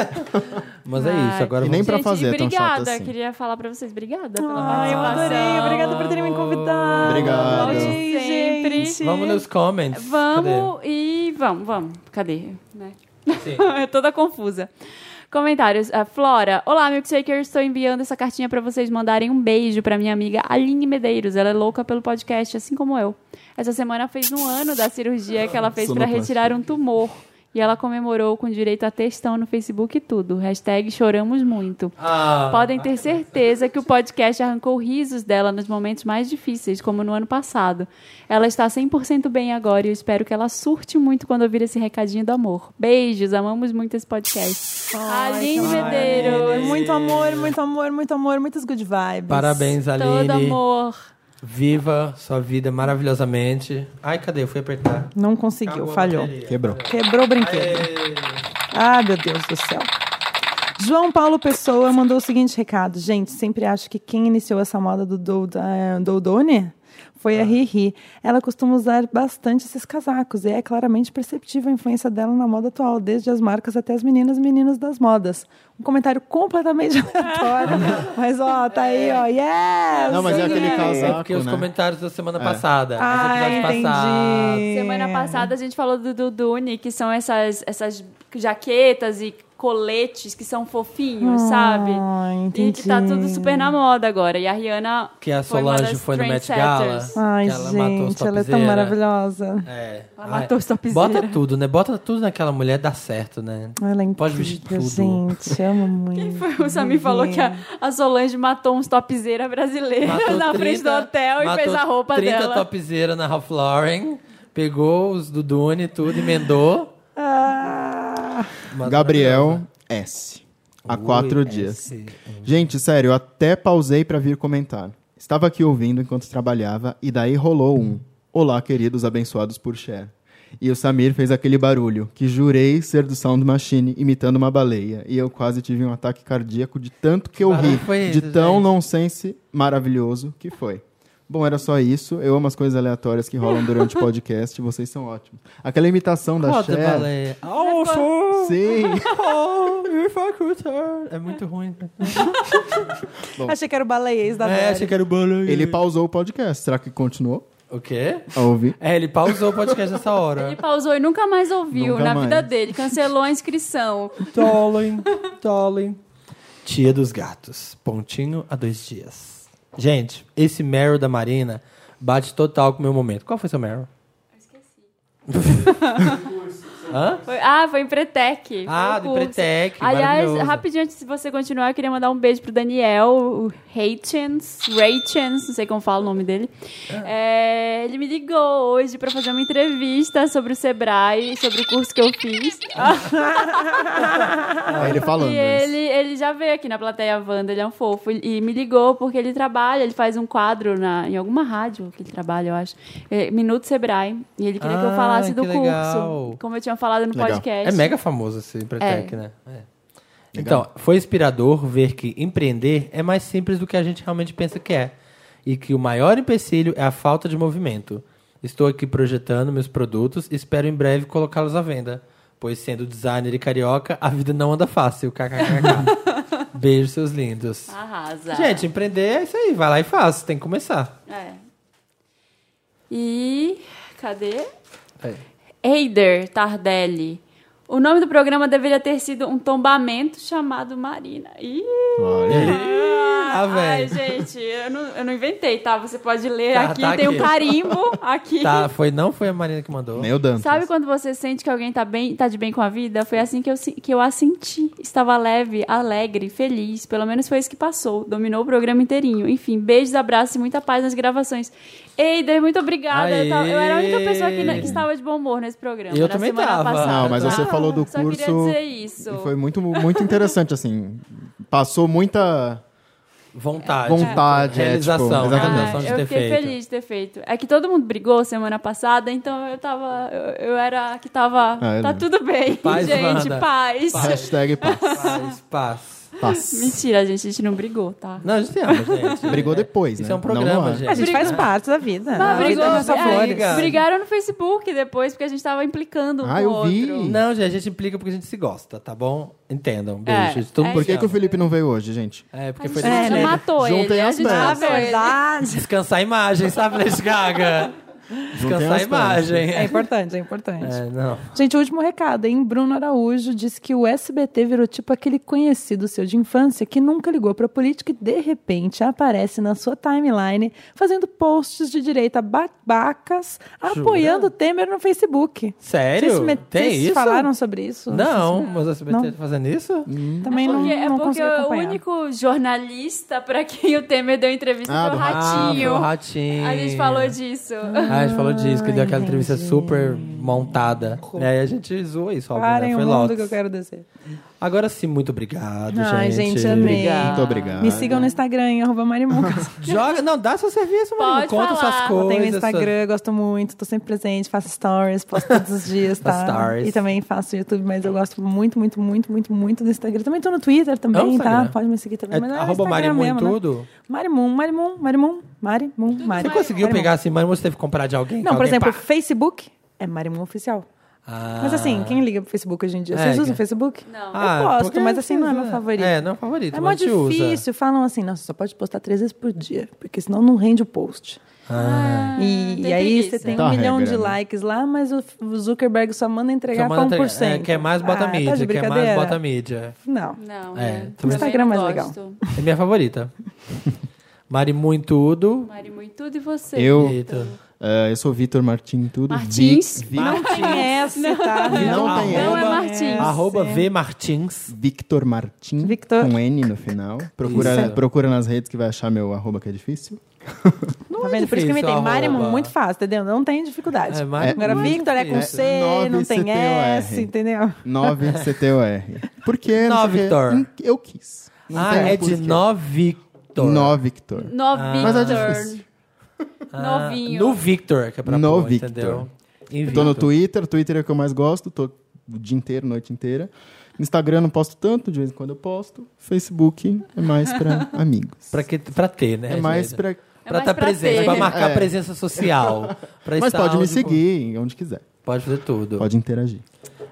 [SPEAKER 1] Mas é isso, agora
[SPEAKER 4] E
[SPEAKER 1] vamos
[SPEAKER 4] nem pra
[SPEAKER 3] Gente,
[SPEAKER 4] fazer, é tão chato
[SPEAKER 3] obrigada.
[SPEAKER 4] assim.
[SPEAKER 3] Queria falar pra vocês, obrigada pela
[SPEAKER 2] Ai, eu adorei.
[SPEAKER 3] participação.
[SPEAKER 2] Obrigada por terem me convidado.
[SPEAKER 4] Obrigado.
[SPEAKER 2] Volte
[SPEAKER 3] Volte sempre.
[SPEAKER 2] gente.
[SPEAKER 1] Vamos nos comments.
[SPEAKER 3] Vamos e vamos, vamos. Cadê? Né?
[SPEAKER 1] Sim.
[SPEAKER 3] É toda confusa. Comentários. A Flora, olá, milkshaker. Estou enviando essa cartinha para vocês mandarem um beijo para minha amiga Aline Medeiros. Ela é louca pelo podcast, assim como eu. Essa semana fez um ano da cirurgia que ela fez para
[SPEAKER 4] Sonoplastia.
[SPEAKER 3] retirar um tumor. E ela comemorou com direito a textão no Facebook e tudo. Hashtag choramos muito.
[SPEAKER 1] Ah.
[SPEAKER 3] Podem ter certeza que o podcast arrancou risos dela nos momentos mais difíceis, como no ano passado. Ela está 100% bem agora e eu espero que ela surte muito quando ouvir esse recadinho do amor. Beijos, amamos muito esse podcast. Aline Medeiros.
[SPEAKER 2] Muito amor, muito amor, muito amor, muitas good vibes.
[SPEAKER 1] Parabéns, Aline.
[SPEAKER 3] Todo amor.
[SPEAKER 1] Viva sua vida maravilhosamente. Ai, cadê? Eu fui apertar.
[SPEAKER 2] Não conseguiu,
[SPEAKER 1] Acabou a
[SPEAKER 2] falhou.
[SPEAKER 1] bateria.
[SPEAKER 4] Quebrou.
[SPEAKER 2] Quebrou o brinquedo. Ah, meu Deus do céu. João Paulo Pessoa mandou o seguinte recado. Gente, sempre acho que quem iniciou essa moda do Douda- eh, Doudone
[SPEAKER 1] Ah.
[SPEAKER 2] foi a Riri. Ela costuma usar bastante esses casacos e é claramente perceptível a influência dela na moda atual, desde as marcas até as meninas e meninos das modas. Um comentário completamente aleatório, mas ó, tá aí, ó. Yes!
[SPEAKER 4] Não, mas é
[SPEAKER 2] Sim,
[SPEAKER 4] aquele
[SPEAKER 2] é.
[SPEAKER 1] É
[SPEAKER 4] casaco,
[SPEAKER 1] porque os
[SPEAKER 4] né?
[SPEAKER 1] comentários da semana passada. dos
[SPEAKER 2] Ah,
[SPEAKER 1] episódios
[SPEAKER 2] entendi.
[SPEAKER 1] passados.
[SPEAKER 3] Semana passada a gente falou do Dudune, que são essas, essas jaquetas e coletes que são fofinhos, sabe?
[SPEAKER 2] Ah,
[SPEAKER 3] E que tá
[SPEAKER 2] entendi.
[SPEAKER 3] tudo super na moda agora. E a Rihanna
[SPEAKER 1] Que a
[SPEAKER 3] foi uma
[SPEAKER 1] Solange
[SPEAKER 3] das
[SPEAKER 1] foi no Met Gala.
[SPEAKER 3] trendsetters.
[SPEAKER 2] Ai,
[SPEAKER 1] que ela matou os
[SPEAKER 2] gente, ela é tão
[SPEAKER 1] topzera.
[SPEAKER 2] maravilhosa.
[SPEAKER 1] É.
[SPEAKER 3] Ela
[SPEAKER 1] Ai,
[SPEAKER 3] matou os topzera.
[SPEAKER 1] Bota tudo, né? Bota tudo naquela mulher, dá certo, né?
[SPEAKER 2] Ela é incrível,
[SPEAKER 1] Pode vestir tudo.
[SPEAKER 2] gente. Amo muito.
[SPEAKER 3] Foi, O Samir falou que a, a Solange matou uns topzeira brasileiros
[SPEAKER 1] Uhum. Matou
[SPEAKER 3] na frente do
[SPEAKER 1] 30
[SPEAKER 3] hotel e
[SPEAKER 1] matou
[SPEAKER 3] fez a roupa
[SPEAKER 1] 30
[SPEAKER 3] dela.
[SPEAKER 1] topzeira na Ralph Lauren. Pegou os do Dune e tudo, emendou.
[SPEAKER 2] Ah,
[SPEAKER 1] Mas
[SPEAKER 4] Gabriel
[SPEAKER 1] né?
[SPEAKER 4] S. Há quatro dias. Gente, sério, eu até pausei pra vir comentar. Estava aqui ouvindo enquanto trabalhava e daí rolou um. Olá, queridos abençoados por Cher. E o Samir fez aquele barulho que jurei ser do Sound Machine imitando uma baleia. E eu quase tive um ataque cardíaco de tanto que eu
[SPEAKER 1] barulho
[SPEAKER 4] ri,
[SPEAKER 1] foi
[SPEAKER 4] de
[SPEAKER 1] esse,
[SPEAKER 4] tão
[SPEAKER 1] gente?
[SPEAKER 4] nonsense maravilhoso que foi. Bom, era só isso. Eu amo as coisas aleatórias que rolam durante o podcast. Vocês são ótimos. Aquela imitação da
[SPEAKER 1] Roda,
[SPEAKER 4] Cher.
[SPEAKER 1] baleia. Oh, sou-
[SPEAKER 4] Sim.
[SPEAKER 1] oh, if I could turn. É muito ruim.
[SPEAKER 2] achei que era o baleiês da
[SPEAKER 1] É,
[SPEAKER 2] Vera.
[SPEAKER 1] achei que era o baleia.
[SPEAKER 4] Ele pausou o podcast. Será que continuou?
[SPEAKER 1] O quê?
[SPEAKER 4] a ouvir.
[SPEAKER 1] É, ele pausou o podcast nessa hora.
[SPEAKER 3] Ele pausou e nunca mais ouviu
[SPEAKER 4] Nunca
[SPEAKER 3] na
[SPEAKER 4] mais.
[SPEAKER 3] vida dele. Cancelou a inscrição.
[SPEAKER 1] Darling, darling. Tia dos gatos. Pontinho a dois dias. Gente, esse Meryl da Marina bate total com o meu momento. Qual foi seu Meryl?
[SPEAKER 3] Foi- ah, foi em Pretec. Foi
[SPEAKER 1] Ah,
[SPEAKER 3] o
[SPEAKER 1] do
[SPEAKER 3] curso.
[SPEAKER 1] Pretec.
[SPEAKER 3] Aliás,
[SPEAKER 1] maravilhoso.
[SPEAKER 3] rapidinho antes de você continuar, eu queria mandar um beijo pro Daniel, o Reichens, Reichens, não sei como fala o nome dele. É, ele me ligou hoje pra fazer uma entrevista sobre o Sebrae, sobre o curso que eu fiz.
[SPEAKER 4] É ele falando.
[SPEAKER 3] Ah, E
[SPEAKER 4] isso.
[SPEAKER 3] ele, ele já veio aqui na plateia Wanda, ele é um fofo. E me ligou porque ele trabalha, ele faz um quadro na, em alguma rádio que ele trabalha, eu acho. É, Minuto Sebrae. E ele queria que eu
[SPEAKER 1] Ah,
[SPEAKER 3] falasse do
[SPEAKER 1] que legal.
[SPEAKER 3] curso. Como eu tinha falado no
[SPEAKER 4] Legal.
[SPEAKER 3] podcast.
[SPEAKER 1] É mega famoso esse Empretec, né? É. Então, foi inspirador ver que empreender é mais simples do que a gente realmente pensa que é. E que o maior empecilho é a falta de movimento. Estou aqui projetando meus produtos e espero em breve colocá-los à venda. Pois sendo designer e carioca, a vida não anda fácil. KKKK. Beijo, seus lindos.
[SPEAKER 3] Arrasa.
[SPEAKER 1] Gente, empreender é isso aí. Vai lá e faz. Tem que começar.
[SPEAKER 3] É. E. Cadê?
[SPEAKER 4] É.
[SPEAKER 1] Aí.
[SPEAKER 3] Eider Tardelli. O nome do programa deveria ter sido um tombamento chamado Marina. Ih!
[SPEAKER 4] Olha.
[SPEAKER 1] Ah,
[SPEAKER 3] Ai,
[SPEAKER 1] velho.
[SPEAKER 3] gente, eu não, eu não inventei, tá? Você pode ler
[SPEAKER 1] Tá,
[SPEAKER 3] aqui,
[SPEAKER 1] tá
[SPEAKER 3] tem um
[SPEAKER 1] aqui.
[SPEAKER 3] carimbo aqui.
[SPEAKER 1] Tá, foi, não foi a Marina que mandou.
[SPEAKER 4] Nem o Dantas.
[SPEAKER 3] Sabe quando você sente que alguém tá, bem, tá de bem com a vida? Foi assim que eu, se- que eu a senti. Estava leve, alegre, feliz. Pelo menos foi isso que passou. Dominou o programa inteirinho. Enfim, beijos, abraços e muita paz nas gravações. Eider, muito obrigada. Eu, tava- eu era a única
[SPEAKER 1] Aê!
[SPEAKER 3] pessoa que, na- que estava de bom humor nesse programa.
[SPEAKER 1] Eu
[SPEAKER 3] na
[SPEAKER 1] também
[SPEAKER 3] semana
[SPEAKER 1] tava.
[SPEAKER 3] Passada,
[SPEAKER 4] Não, mas
[SPEAKER 3] tá?
[SPEAKER 4] você falou do
[SPEAKER 3] Só
[SPEAKER 4] curso.
[SPEAKER 3] queria dizer isso.
[SPEAKER 4] E foi muito, muito interessante, assim. Passou muita.
[SPEAKER 1] Vontade.
[SPEAKER 4] Vontade, é,
[SPEAKER 1] Realização. né?
[SPEAKER 4] tipo, exatamente.
[SPEAKER 1] realização
[SPEAKER 3] Ah,
[SPEAKER 1] de
[SPEAKER 3] eu
[SPEAKER 1] ter
[SPEAKER 3] fiquei
[SPEAKER 1] feito.
[SPEAKER 3] feliz de ter feito. É que todo mundo brigou semana passada, então eu tava. Eu, eu era a que tava.
[SPEAKER 4] Ah, é,
[SPEAKER 3] tá
[SPEAKER 4] né?
[SPEAKER 3] tudo bem,
[SPEAKER 1] Paz,
[SPEAKER 3] gente,
[SPEAKER 1] Wanda.
[SPEAKER 3] paz.
[SPEAKER 4] Hashtag paz.
[SPEAKER 1] Paz, paz.
[SPEAKER 4] Paz.
[SPEAKER 3] Mentira, gente, a gente não brigou, tá?
[SPEAKER 1] Não, a gente ama, gente.
[SPEAKER 4] Brigou depois,
[SPEAKER 1] Isso
[SPEAKER 4] né?
[SPEAKER 1] é um programa,
[SPEAKER 4] Não, não é.
[SPEAKER 2] A
[SPEAKER 1] gente.
[SPEAKER 2] gente faz parte da vida.
[SPEAKER 3] Ah,
[SPEAKER 2] A vida
[SPEAKER 3] brigou,
[SPEAKER 2] não é só
[SPEAKER 3] é,
[SPEAKER 2] flores.
[SPEAKER 1] briga.
[SPEAKER 3] brigaram no Facebook depois, porque a gente tava implicando um
[SPEAKER 4] Ah,
[SPEAKER 3] com
[SPEAKER 4] eu
[SPEAKER 3] o outro.
[SPEAKER 4] vi.
[SPEAKER 1] Não, gente, a gente implica porque a gente se gosta, tá bom? Entendam. Beijo.
[SPEAKER 3] É,
[SPEAKER 1] Todo mundo
[SPEAKER 3] é
[SPEAKER 4] Por que,
[SPEAKER 1] se
[SPEAKER 4] que o
[SPEAKER 1] ama.
[SPEAKER 4] Felipe não veio hoje, gente?
[SPEAKER 1] É, porque
[SPEAKER 3] A
[SPEAKER 1] foi
[SPEAKER 3] gente não
[SPEAKER 1] é.
[SPEAKER 3] matou
[SPEAKER 4] Juntem
[SPEAKER 3] ele, a
[SPEAKER 4] as
[SPEAKER 3] gente
[SPEAKER 4] peças.
[SPEAKER 2] Na
[SPEAKER 3] matou ele.
[SPEAKER 2] É verdade.
[SPEAKER 1] descansar a imagem, sabe, Lady Gaga?
[SPEAKER 4] tem
[SPEAKER 1] Descansar a
[SPEAKER 4] as
[SPEAKER 1] imagem.
[SPEAKER 2] É
[SPEAKER 1] É,
[SPEAKER 2] importante, é importante.
[SPEAKER 1] não.
[SPEAKER 2] Gente, o último recado, hein? Bruno Araújo disse que o SBT virou tipo aquele conhecido seu de infância que nunca ligou pra política e de repente aparece na sua timeline fazendo posts de direita babacas apoiando o Temer no Facebook.
[SPEAKER 1] Sério?
[SPEAKER 2] Vocês, me-
[SPEAKER 1] Tem
[SPEAKER 2] vocês
[SPEAKER 1] isso?
[SPEAKER 2] falaram sobre isso? né?
[SPEAKER 1] Não, mas o SBT
[SPEAKER 2] Não.
[SPEAKER 1] tá fazendo isso?
[SPEAKER 2] Também não,
[SPEAKER 3] Porque, é
[SPEAKER 2] não
[SPEAKER 3] porque
[SPEAKER 2] consegui
[SPEAKER 3] o
[SPEAKER 2] acompanhar.
[SPEAKER 3] único jornalista pra quem o Temer deu entrevista
[SPEAKER 4] Ah,
[SPEAKER 3] foi o
[SPEAKER 4] do Ratinho.
[SPEAKER 1] Ah, foi
[SPEAKER 3] Ratinho.
[SPEAKER 1] o Ratinho.
[SPEAKER 3] A gente falou disso.
[SPEAKER 1] Ah, a gente falou disso, que deu aquela
[SPEAKER 2] Ah,
[SPEAKER 1] entrevista
[SPEAKER 2] entendi.
[SPEAKER 1] super montada. E aí a gente zoou isso, óbvio, né?
[SPEAKER 2] Parem
[SPEAKER 1] Foi
[SPEAKER 2] o mundo que eu
[SPEAKER 1] Lotus.
[SPEAKER 2] quero descer.
[SPEAKER 1] Agora sim, muito obrigado,
[SPEAKER 2] Ai, gente, amei.
[SPEAKER 3] Ah,
[SPEAKER 4] Muito obrigado.
[SPEAKER 2] Me sigam no Instagram, em arroba Marimucas.
[SPEAKER 1] Joga, não, dá seu serviço, mano.
[SPEAKER 3] Pode
[SPEAKER 1] Conta suas
[SPEAKER 2] Eu
[SPEAKER 3] falar.
[SPEAKER 1] coisas.
[SPEAKER 2] tenho um
[SPEAKER 1] suas-
[SPEAKER 2] Instagram, gosto muito, tô sempre presente, faço stories, posto todos os dias, tá?
[SPEAKER 1] Faz stories.
[SPEAKER 2] E também faço YouTube, mas eu gosto muito, muito, muito, muito, muito do Instagram. Também tô no Twitter
[SPEAKER 1] É o
[SPEAKER 2] também,
[SPEAKER 1] Instagram.
[SPEAKER 2] tá? Pode me seguir também.
[SPEAKER 1] É,
[SPEAKER 2] mas é
[SPEAKER 1] arroba
[SPEAKER 2] Instagram
[SPEAKER 1] Marimun em
[SPEAKER 2] mesmo, né?
[SPEAKER 1] tudo?
[SPEAKER 2] Marimun, Marimun, Marimun, Marimun, Marimun.
[SPEAKER 1] Você conseguiu pegar assim, mas você teve que comprar de alguém?
[SPEAKER 2] Não,
[SPEAKER 1] que
[SPEAKER 2] por
[SPEAKER 1] alguém,
[SPEAKER 2] exemplo,
[SPEAKER 1] pá.
[SPEAKER 2] Facebook é Marimun Oficial.
[SPEAKER 1] Ah.
[SPEAKER 2] Mas assim, quem liga pro Facebook hoje em dia?
[SPEAKER 1] É,
[SPEAKER 2] Vocês usam
[SPEAKER 1] que-
[SPEAKER 2] Facebook?
[SPEAKER 3] Não.
[SPEAKER 1] Ah,
[SPEAKER 2] eu
[SPEAKER 1] porque
[SPEAKER 2] posto, mas assim, não é meu
[SPEAKER 1] usa.
[SPEAKER 2] favorito.
[SPEAKER 1] É, não é favorito.
[SPEAKER 2] É mó
[SPEAKER 1] mas a gente Usa.
[SPEAKER 2] difícil. Falam assim, nossa, só pode postar três vezes por dia, porque senão não rende o post. e,
[SPEAKER 3] Ah, tem
[SPEAKER 2] e aí
[SPEAKER 3] preguiça.
[SPEAKER 2] você Ah, tem
[SPEAKER 4] Tá
[SPEAKER 2] um
[SPEAKER 4] a
[SPEAKER 2] milhão
[SPEAKER 4] regra,
[SPEAKER 2] de
[SPEAKER 4] né?
[SPEAKER 2] likes lá, mas o o Zuckerberg só manda entregar
[SPEAKER 1] Só manda
[SPEAKER 2] com 1%.
[SPEAKER 1] entregar. É, quer mais bota
[SPEAKER 2] Ah, tá de
[SPEAKER 1] mídia, quer mais
[SPEAKER 2] brincadeira?
[SPEAKER 1] bota mídia.
[SPEAKER 2] Não.
[SPEAKER 3] Não,
[SPEAKER 1] É,
[SPEAKER 3] né?
[SPEAKER 1] também-
[SPEAKER 2] Instagram é mais legal.
[SPEAKER 3] gosto.
[SPEAKER 1] É minha favorita. Marimun em tudo.
[SPEAKER 3] Mari, muito tudo e você.
[SPEAKER 4] Eu,
[SPEAKER 1] Eita.
[SPEAKER 4] eh, eu sou Vitor Martim, tudo.
[SPEAKER 3] Martins.
[SPEAKER 4] Vic- Vic-
[SPEAKER 2] Não tem essa,
[SPEAKER 4] Não
[SPEAKER 2] tá?
[SPEAKER 4] tem
[SPEAKER 3] Não é
[SPEAKER 4] Arroba-
[SPEAKER 3] Martins.
[SPEAKER 1] Arroba V Martins.
[SPEAKER 4] Victor Martim,
[SPEAKER 2] Victor.
[SPEAKER 4] com N no final. Procura,
[SPEAKER 1] Isso.
[SPEAKER 4] procura nas redes que vai achar meu arroba que é difícil.
[SPEAKER 2] Tá vendo? Por isso que
[SPEAKER 1] difícil,
[SPEAKER 2] eu inventei.
[SPEAKER 1] arroba.
[SPEAKER 2] Marimun, muito fácil, entendeu? Não tem dificuldade.
[SPEAKER 1] É, Marimun,
[SPEAKER 2] Agora,
[SPEAKER 1] muito
[SPEAKER 2] Victor é com
[SPEAKER 1] difícil.
[SPEAKER 2] C,
[SPEAKER 4] É, nove
[SPEAKER 2] não
[SPEAKER 1] um
[SPEAKER 2] tem
[SPEAKER 4] CTOR.
[SPEAKER 2] S, entendeu?
[SPEAKER 4] 9CTOR. Por que?
[SPEAKER 1] Nó,
[SPEAKER 4] sei o quê.
[SPEAKER 1] Victor.
[SPEAKER 4] Hum, Eu quis. Não
[SPEAKER 1] Ah,
[SPEAKER 4] tem
[SPEAKER 1] é
[SPEAKER 4] porquê.
[SPEAKER 1] de Nó Victor.
[SPEAKER 4] Nó, Victor.
[SPEAKER 3] No Victor.
[SPEAKER 4] Mas é difícil.
[SPEAKER 1] Ah,
[SPEAKER 3] Novinho.
[SPEAKER 1] No Victor, que é pra
[SPEAKER 4] No
[SPEAKER 1] pôr,
[SPEAKER 4] Victor.
[SPEAKER 1] entendeu? Em
[SPEAKER 4] Eu tô no
[SPEAKER 1] Victor.
[SPEAKER 4] Twitter, Twitter é o que eu mais gosto, tô o dia inteiro, noite inteira. No Instagram não posto tanto, de vez em quando eu posto. Facebook é mais pra amigos.
[SPEAKER 1] Pra, que, pra ter, né?
[SPEAKER 4] é mais
[SPEAKER 1] gente?
[SPEAKER 4] pra...
[SPEAKER 1] Pra
[SPEAKER 3] mais
[SPEAKER 1] estar
[SPEAKER 3] pra
[SPEAKER 1] presente,
[SPEAKER 3] ter.
[SPEAKER 1] pra marcar
[SPEAKER 4] É.
[SPEAKER 1] presença social. pra
[SPEAKER 4] Mas
[SPEAKER 1] estar
[SPEAKER 4] pode me
[SPEAKER 1] onde-
[SPEAKER 4] seguir onde quiser.
[SPEAKER 1] Pode fazer tudo.
[SPEAKER 4] Pode interagir.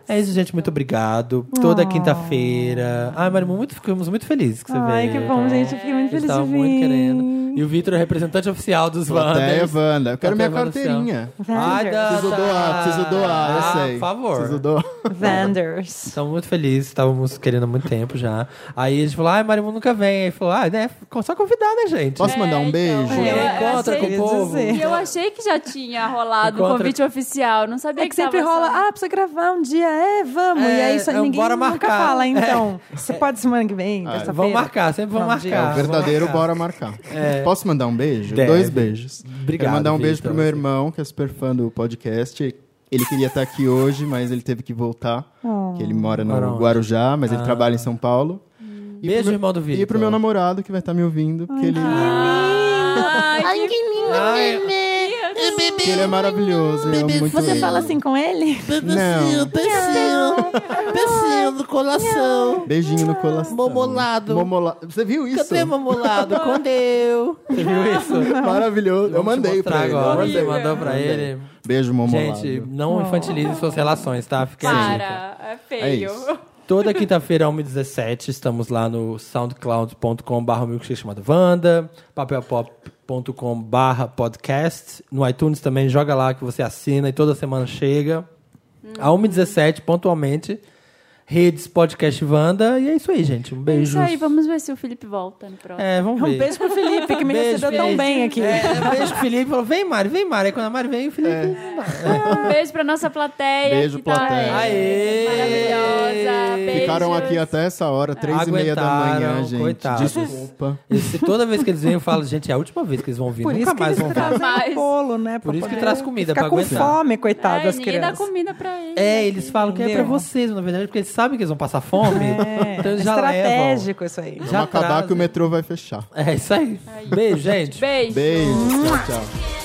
[SPEAKER 1] É isso, gente. Muito obrigado. Toda quinta-feira. Ai, Marimu, muito, ficamos muito felizes que você
[SPEAKER 2] Ai,
[SPEAKER 1] veio.
[SPEAKER 2] que bom, gente. Eu fiquei muito
[SPEAKER 1] A gente
[SPEAKER 2] feliz
[SPEAKER 1] tava
[SPEAKER 2] de vir.
[SPEAKER 1] muito querendo. E o Vitor é o representante oficial dos
[SPEAKER 4] Plateia
[SPEAKER 1] Wanders.
[SPEAKER 4] Wanda. Eu quero minha
[SPEAKER 1] Plateia Wanda
[SPEAKER 4] carteirinha.
[SPEAKER 1] Wanda.
[SPEAKER 4] Preciso doar, preciso doar,
[SPEAKER 1] Ah,
[SPEAKER 4] eu sei.
[SPEAKER 1] Por favor.
[SPEAKER 4] Preciso doar.
[SPEAKER 2] Vanders.
[SPEAKER 1] Estamos muito felizes, estávamos querendo há muito tempo já. Aí a gente falou, ai, Marimundo nunca vem. Aí falou, ah, né? Só convidar, né, gente?
[SPEAKER 4] Posso mandar um
[SPEAKER 3] então,
[SPEAKER 4] beijo?
[SPEAKER 3] eu- eu
[SPEAKER 1] Encontra
[SPEAKER 3] achei-
[SPEAKER 1] com o povo.
[SPEAKER 2] dizer.
[SPEAKER 3] E eu achei que já tinha rolado o
[SPEAKER 1] Encontra-
[SPEAKER 3] convite oficial. Não sabia
[SPEAKER 2] É que sempre
[SPEAKER 3] tava
[SPEAKER 2] rola,
[SPEAKER 3] só-
[SPEAKER 2] ah, precisa gravar um dia, é, vamos.
[SPEAKER 1] É,
[SPEAKER 2] e aí só,
[SPEAKER 1] é,
[SPEAKER 2] ninguém
[SPEAKER 1] bora
[SPEAKER 2] nunca
[SPEAKER 1] marcar. É. Ah,
[SPEAKER 2] fala, então. Você pode semana que vem, terça-feira?
[SPEAKER 1] Vamos marcar, sempre vamos
[SPEAKER 2] Não, diga.
[SPEAKER 1] marcar. vamos
[SPEAKER 4] É Verdadeiro,
[SPEAKER 1] marcar. É.
[SPEAKER 4] bora marcar. Posso mandar um beijo?
[SPEAKER 1] Deve.
[SPEAKER 4] Dois beijos.
[SPEAKER 1] Obrigado,
[SPEAKER 4] Quero mandar um beijo
[SPEAKER 1] Vitor.
[SPEAKER 4] pro meu irmão, que é super fã do podcast. Ele queria estar aqui hoje, mas ele teve que voltar. Que ele mora no
[SPEAKER 1] Mora onde? Ah.
[SPEAKER 4] Guarujá, mas ele trabalha em São Paulo. E
[SPEAKER 1] Beijo,
[SPEAKER 4] pro meu-
[SPEAKER 1] irmão do Vitor. Ah.
[SPEAKER 4] E pro meu namorado, que vai estar me ouvindo, porque ele,
[SPEAKER 3] Ai, que
[SPEAKER 1] Ai,
[SPEAKER 4] porque ele é maravilhoso. eu amo muito
[SPEAKER 2] Você
[SPEAKER 4] ele.
[SPEAKER 2] fala assim com ele?
[SPEAKER 4] Não,
[SPEAKER 6] Pecinho do coração.
[SPEAKER 4] beijinho no
[SPEAKER 2] ah,
[SPEAKER 4] coração.
[SPEAKER 6] Momolado.
[SPEAKER 4] Momola... Você viu isso?
[SPEAKER 6] Cadê mamolado? Quando eu.
[SPEAKER 1] você viu isso?
[SPEAKER 4] Maravilhoso.
[SPEAKER 1] Vou
[SPEAKER 4] Eu
[SPEAKER 1] te
[SPEAKER 4] mandei
[SPEAKER 1] mostrar
[SPEAKER 4] pra ele. eu
[SPEAKER 1] agora.
[SPEAKER 4] mandei.
[SPEAKER 1] Você mandou pra ele.
[SPEAKER 4] Beijo, Momolado.
[SPEAKER 1] Gente, não infantilize suas relações, tá? Fica aí.
[SPEAKER 3] para. É feio.
[SPEAKER 4] isso.
[SPEAKER 1] Toda quinta-feira, 1h17, estamos lá no soundcloud.com.br milkshake chamado Wanda, papelpop.com.br podcast. No iTunes também, joga lá que você assina e toda semana chega. A 1h17, pontualmente, redes podcast Wanda. E é isso aí, gente. Um
[SPEAKER 3] É
[SPEAKER 1] beijo.
[SPEAKER 3] Isso aí, vamos ver se o Felipe volta no próximo.
[SPEAKER 1] É, vamos ver.
[SPEAKER 2] Um beijo pro Felipe, que me
[SPEAKER 1] Beijo,
[SPEAKER 2] recebeu tão
[SPEAKER 1] Felipe.
[SPEAKER 2] bem aqui.
[SPEAKER 1] É, um beijo pro Felipe. Falou, vem, Mari, vem, Mari. Aí quando a Mari vem, o Felipe...
[SPEAKER 3] Um beijo pra nossa plateia.
[SPEAKER 4] Beijo,
[SPEAKER 3] que tá
[SPEAKER 4] plateia.
[SPEAKER 1] Aê!
[SPEAKER 3] Maravilhosa. Beijos.
[SPEAKER 4] Ficaram aqui até essa hora, três e meia da
[SPEAKER 1] Aguentaram,
[SPEAKER 4] manhã, gente.
[SPEAKER 1] coitados.
[SPEAKER 4] Desculpa.
[SPEAKER 1] Esse- toda vez que eles vêm, eu falo, gente, é a última vez que eles vão vir.
[SPEAKER 2] Por
[SPEAKER 1] Nunca
[SPEAKER 2] isso que
[SPEAKER 1] mais
[SPEAKER 2] eles
[SPEAKER 1] vão vir.
[SPEAKER 2] trazem
[SPEAKER 3] Mas-
[SPEAKER 2] bolo, né? pra
[SPEAKER 1] Por isso que
[SPEAKER 2] poder
[SPEAKER 1] traz comida,
[SPEAKER 2] ficar
[SPEAKER 1] pra
[SPEAKER 2] com
[SPEAKER 1] aguentar.
[SPEAKER 2] fome, coitado
[SPEAKER 3] Ai,
[SPEAKER 2] das
[SPEAKER 3] ninguém Tá, dá
[SPEAKER 2] crianças.
[SPEAKER 3] comida pra ele.
[SPEAKER 1] É, eles falam que é pra
[SPEAKER 2] Né, Entendeu?
[SPEAKER 1] vocês, na verdade, porque eles sabem que eles vão passar fome.
[SPEAKER 2] É,
[SPEAKER 1] Então eles já levam.
[SPEAKER 2] estratégico isso aí.
[SPEAKER 1] Já
[SPEAKER 4] Vamos acabar
[SPEAKER 1] trazem.
[SPEAKER 4] que o metrô vai fechar.
[SPEAKER 1] É isso aí. Beijo, gente.
[SPEAKER 3] Beijo.
[SPEAKER 4] Beijos, tchau, tchau.
[SPEAKER 9] Can't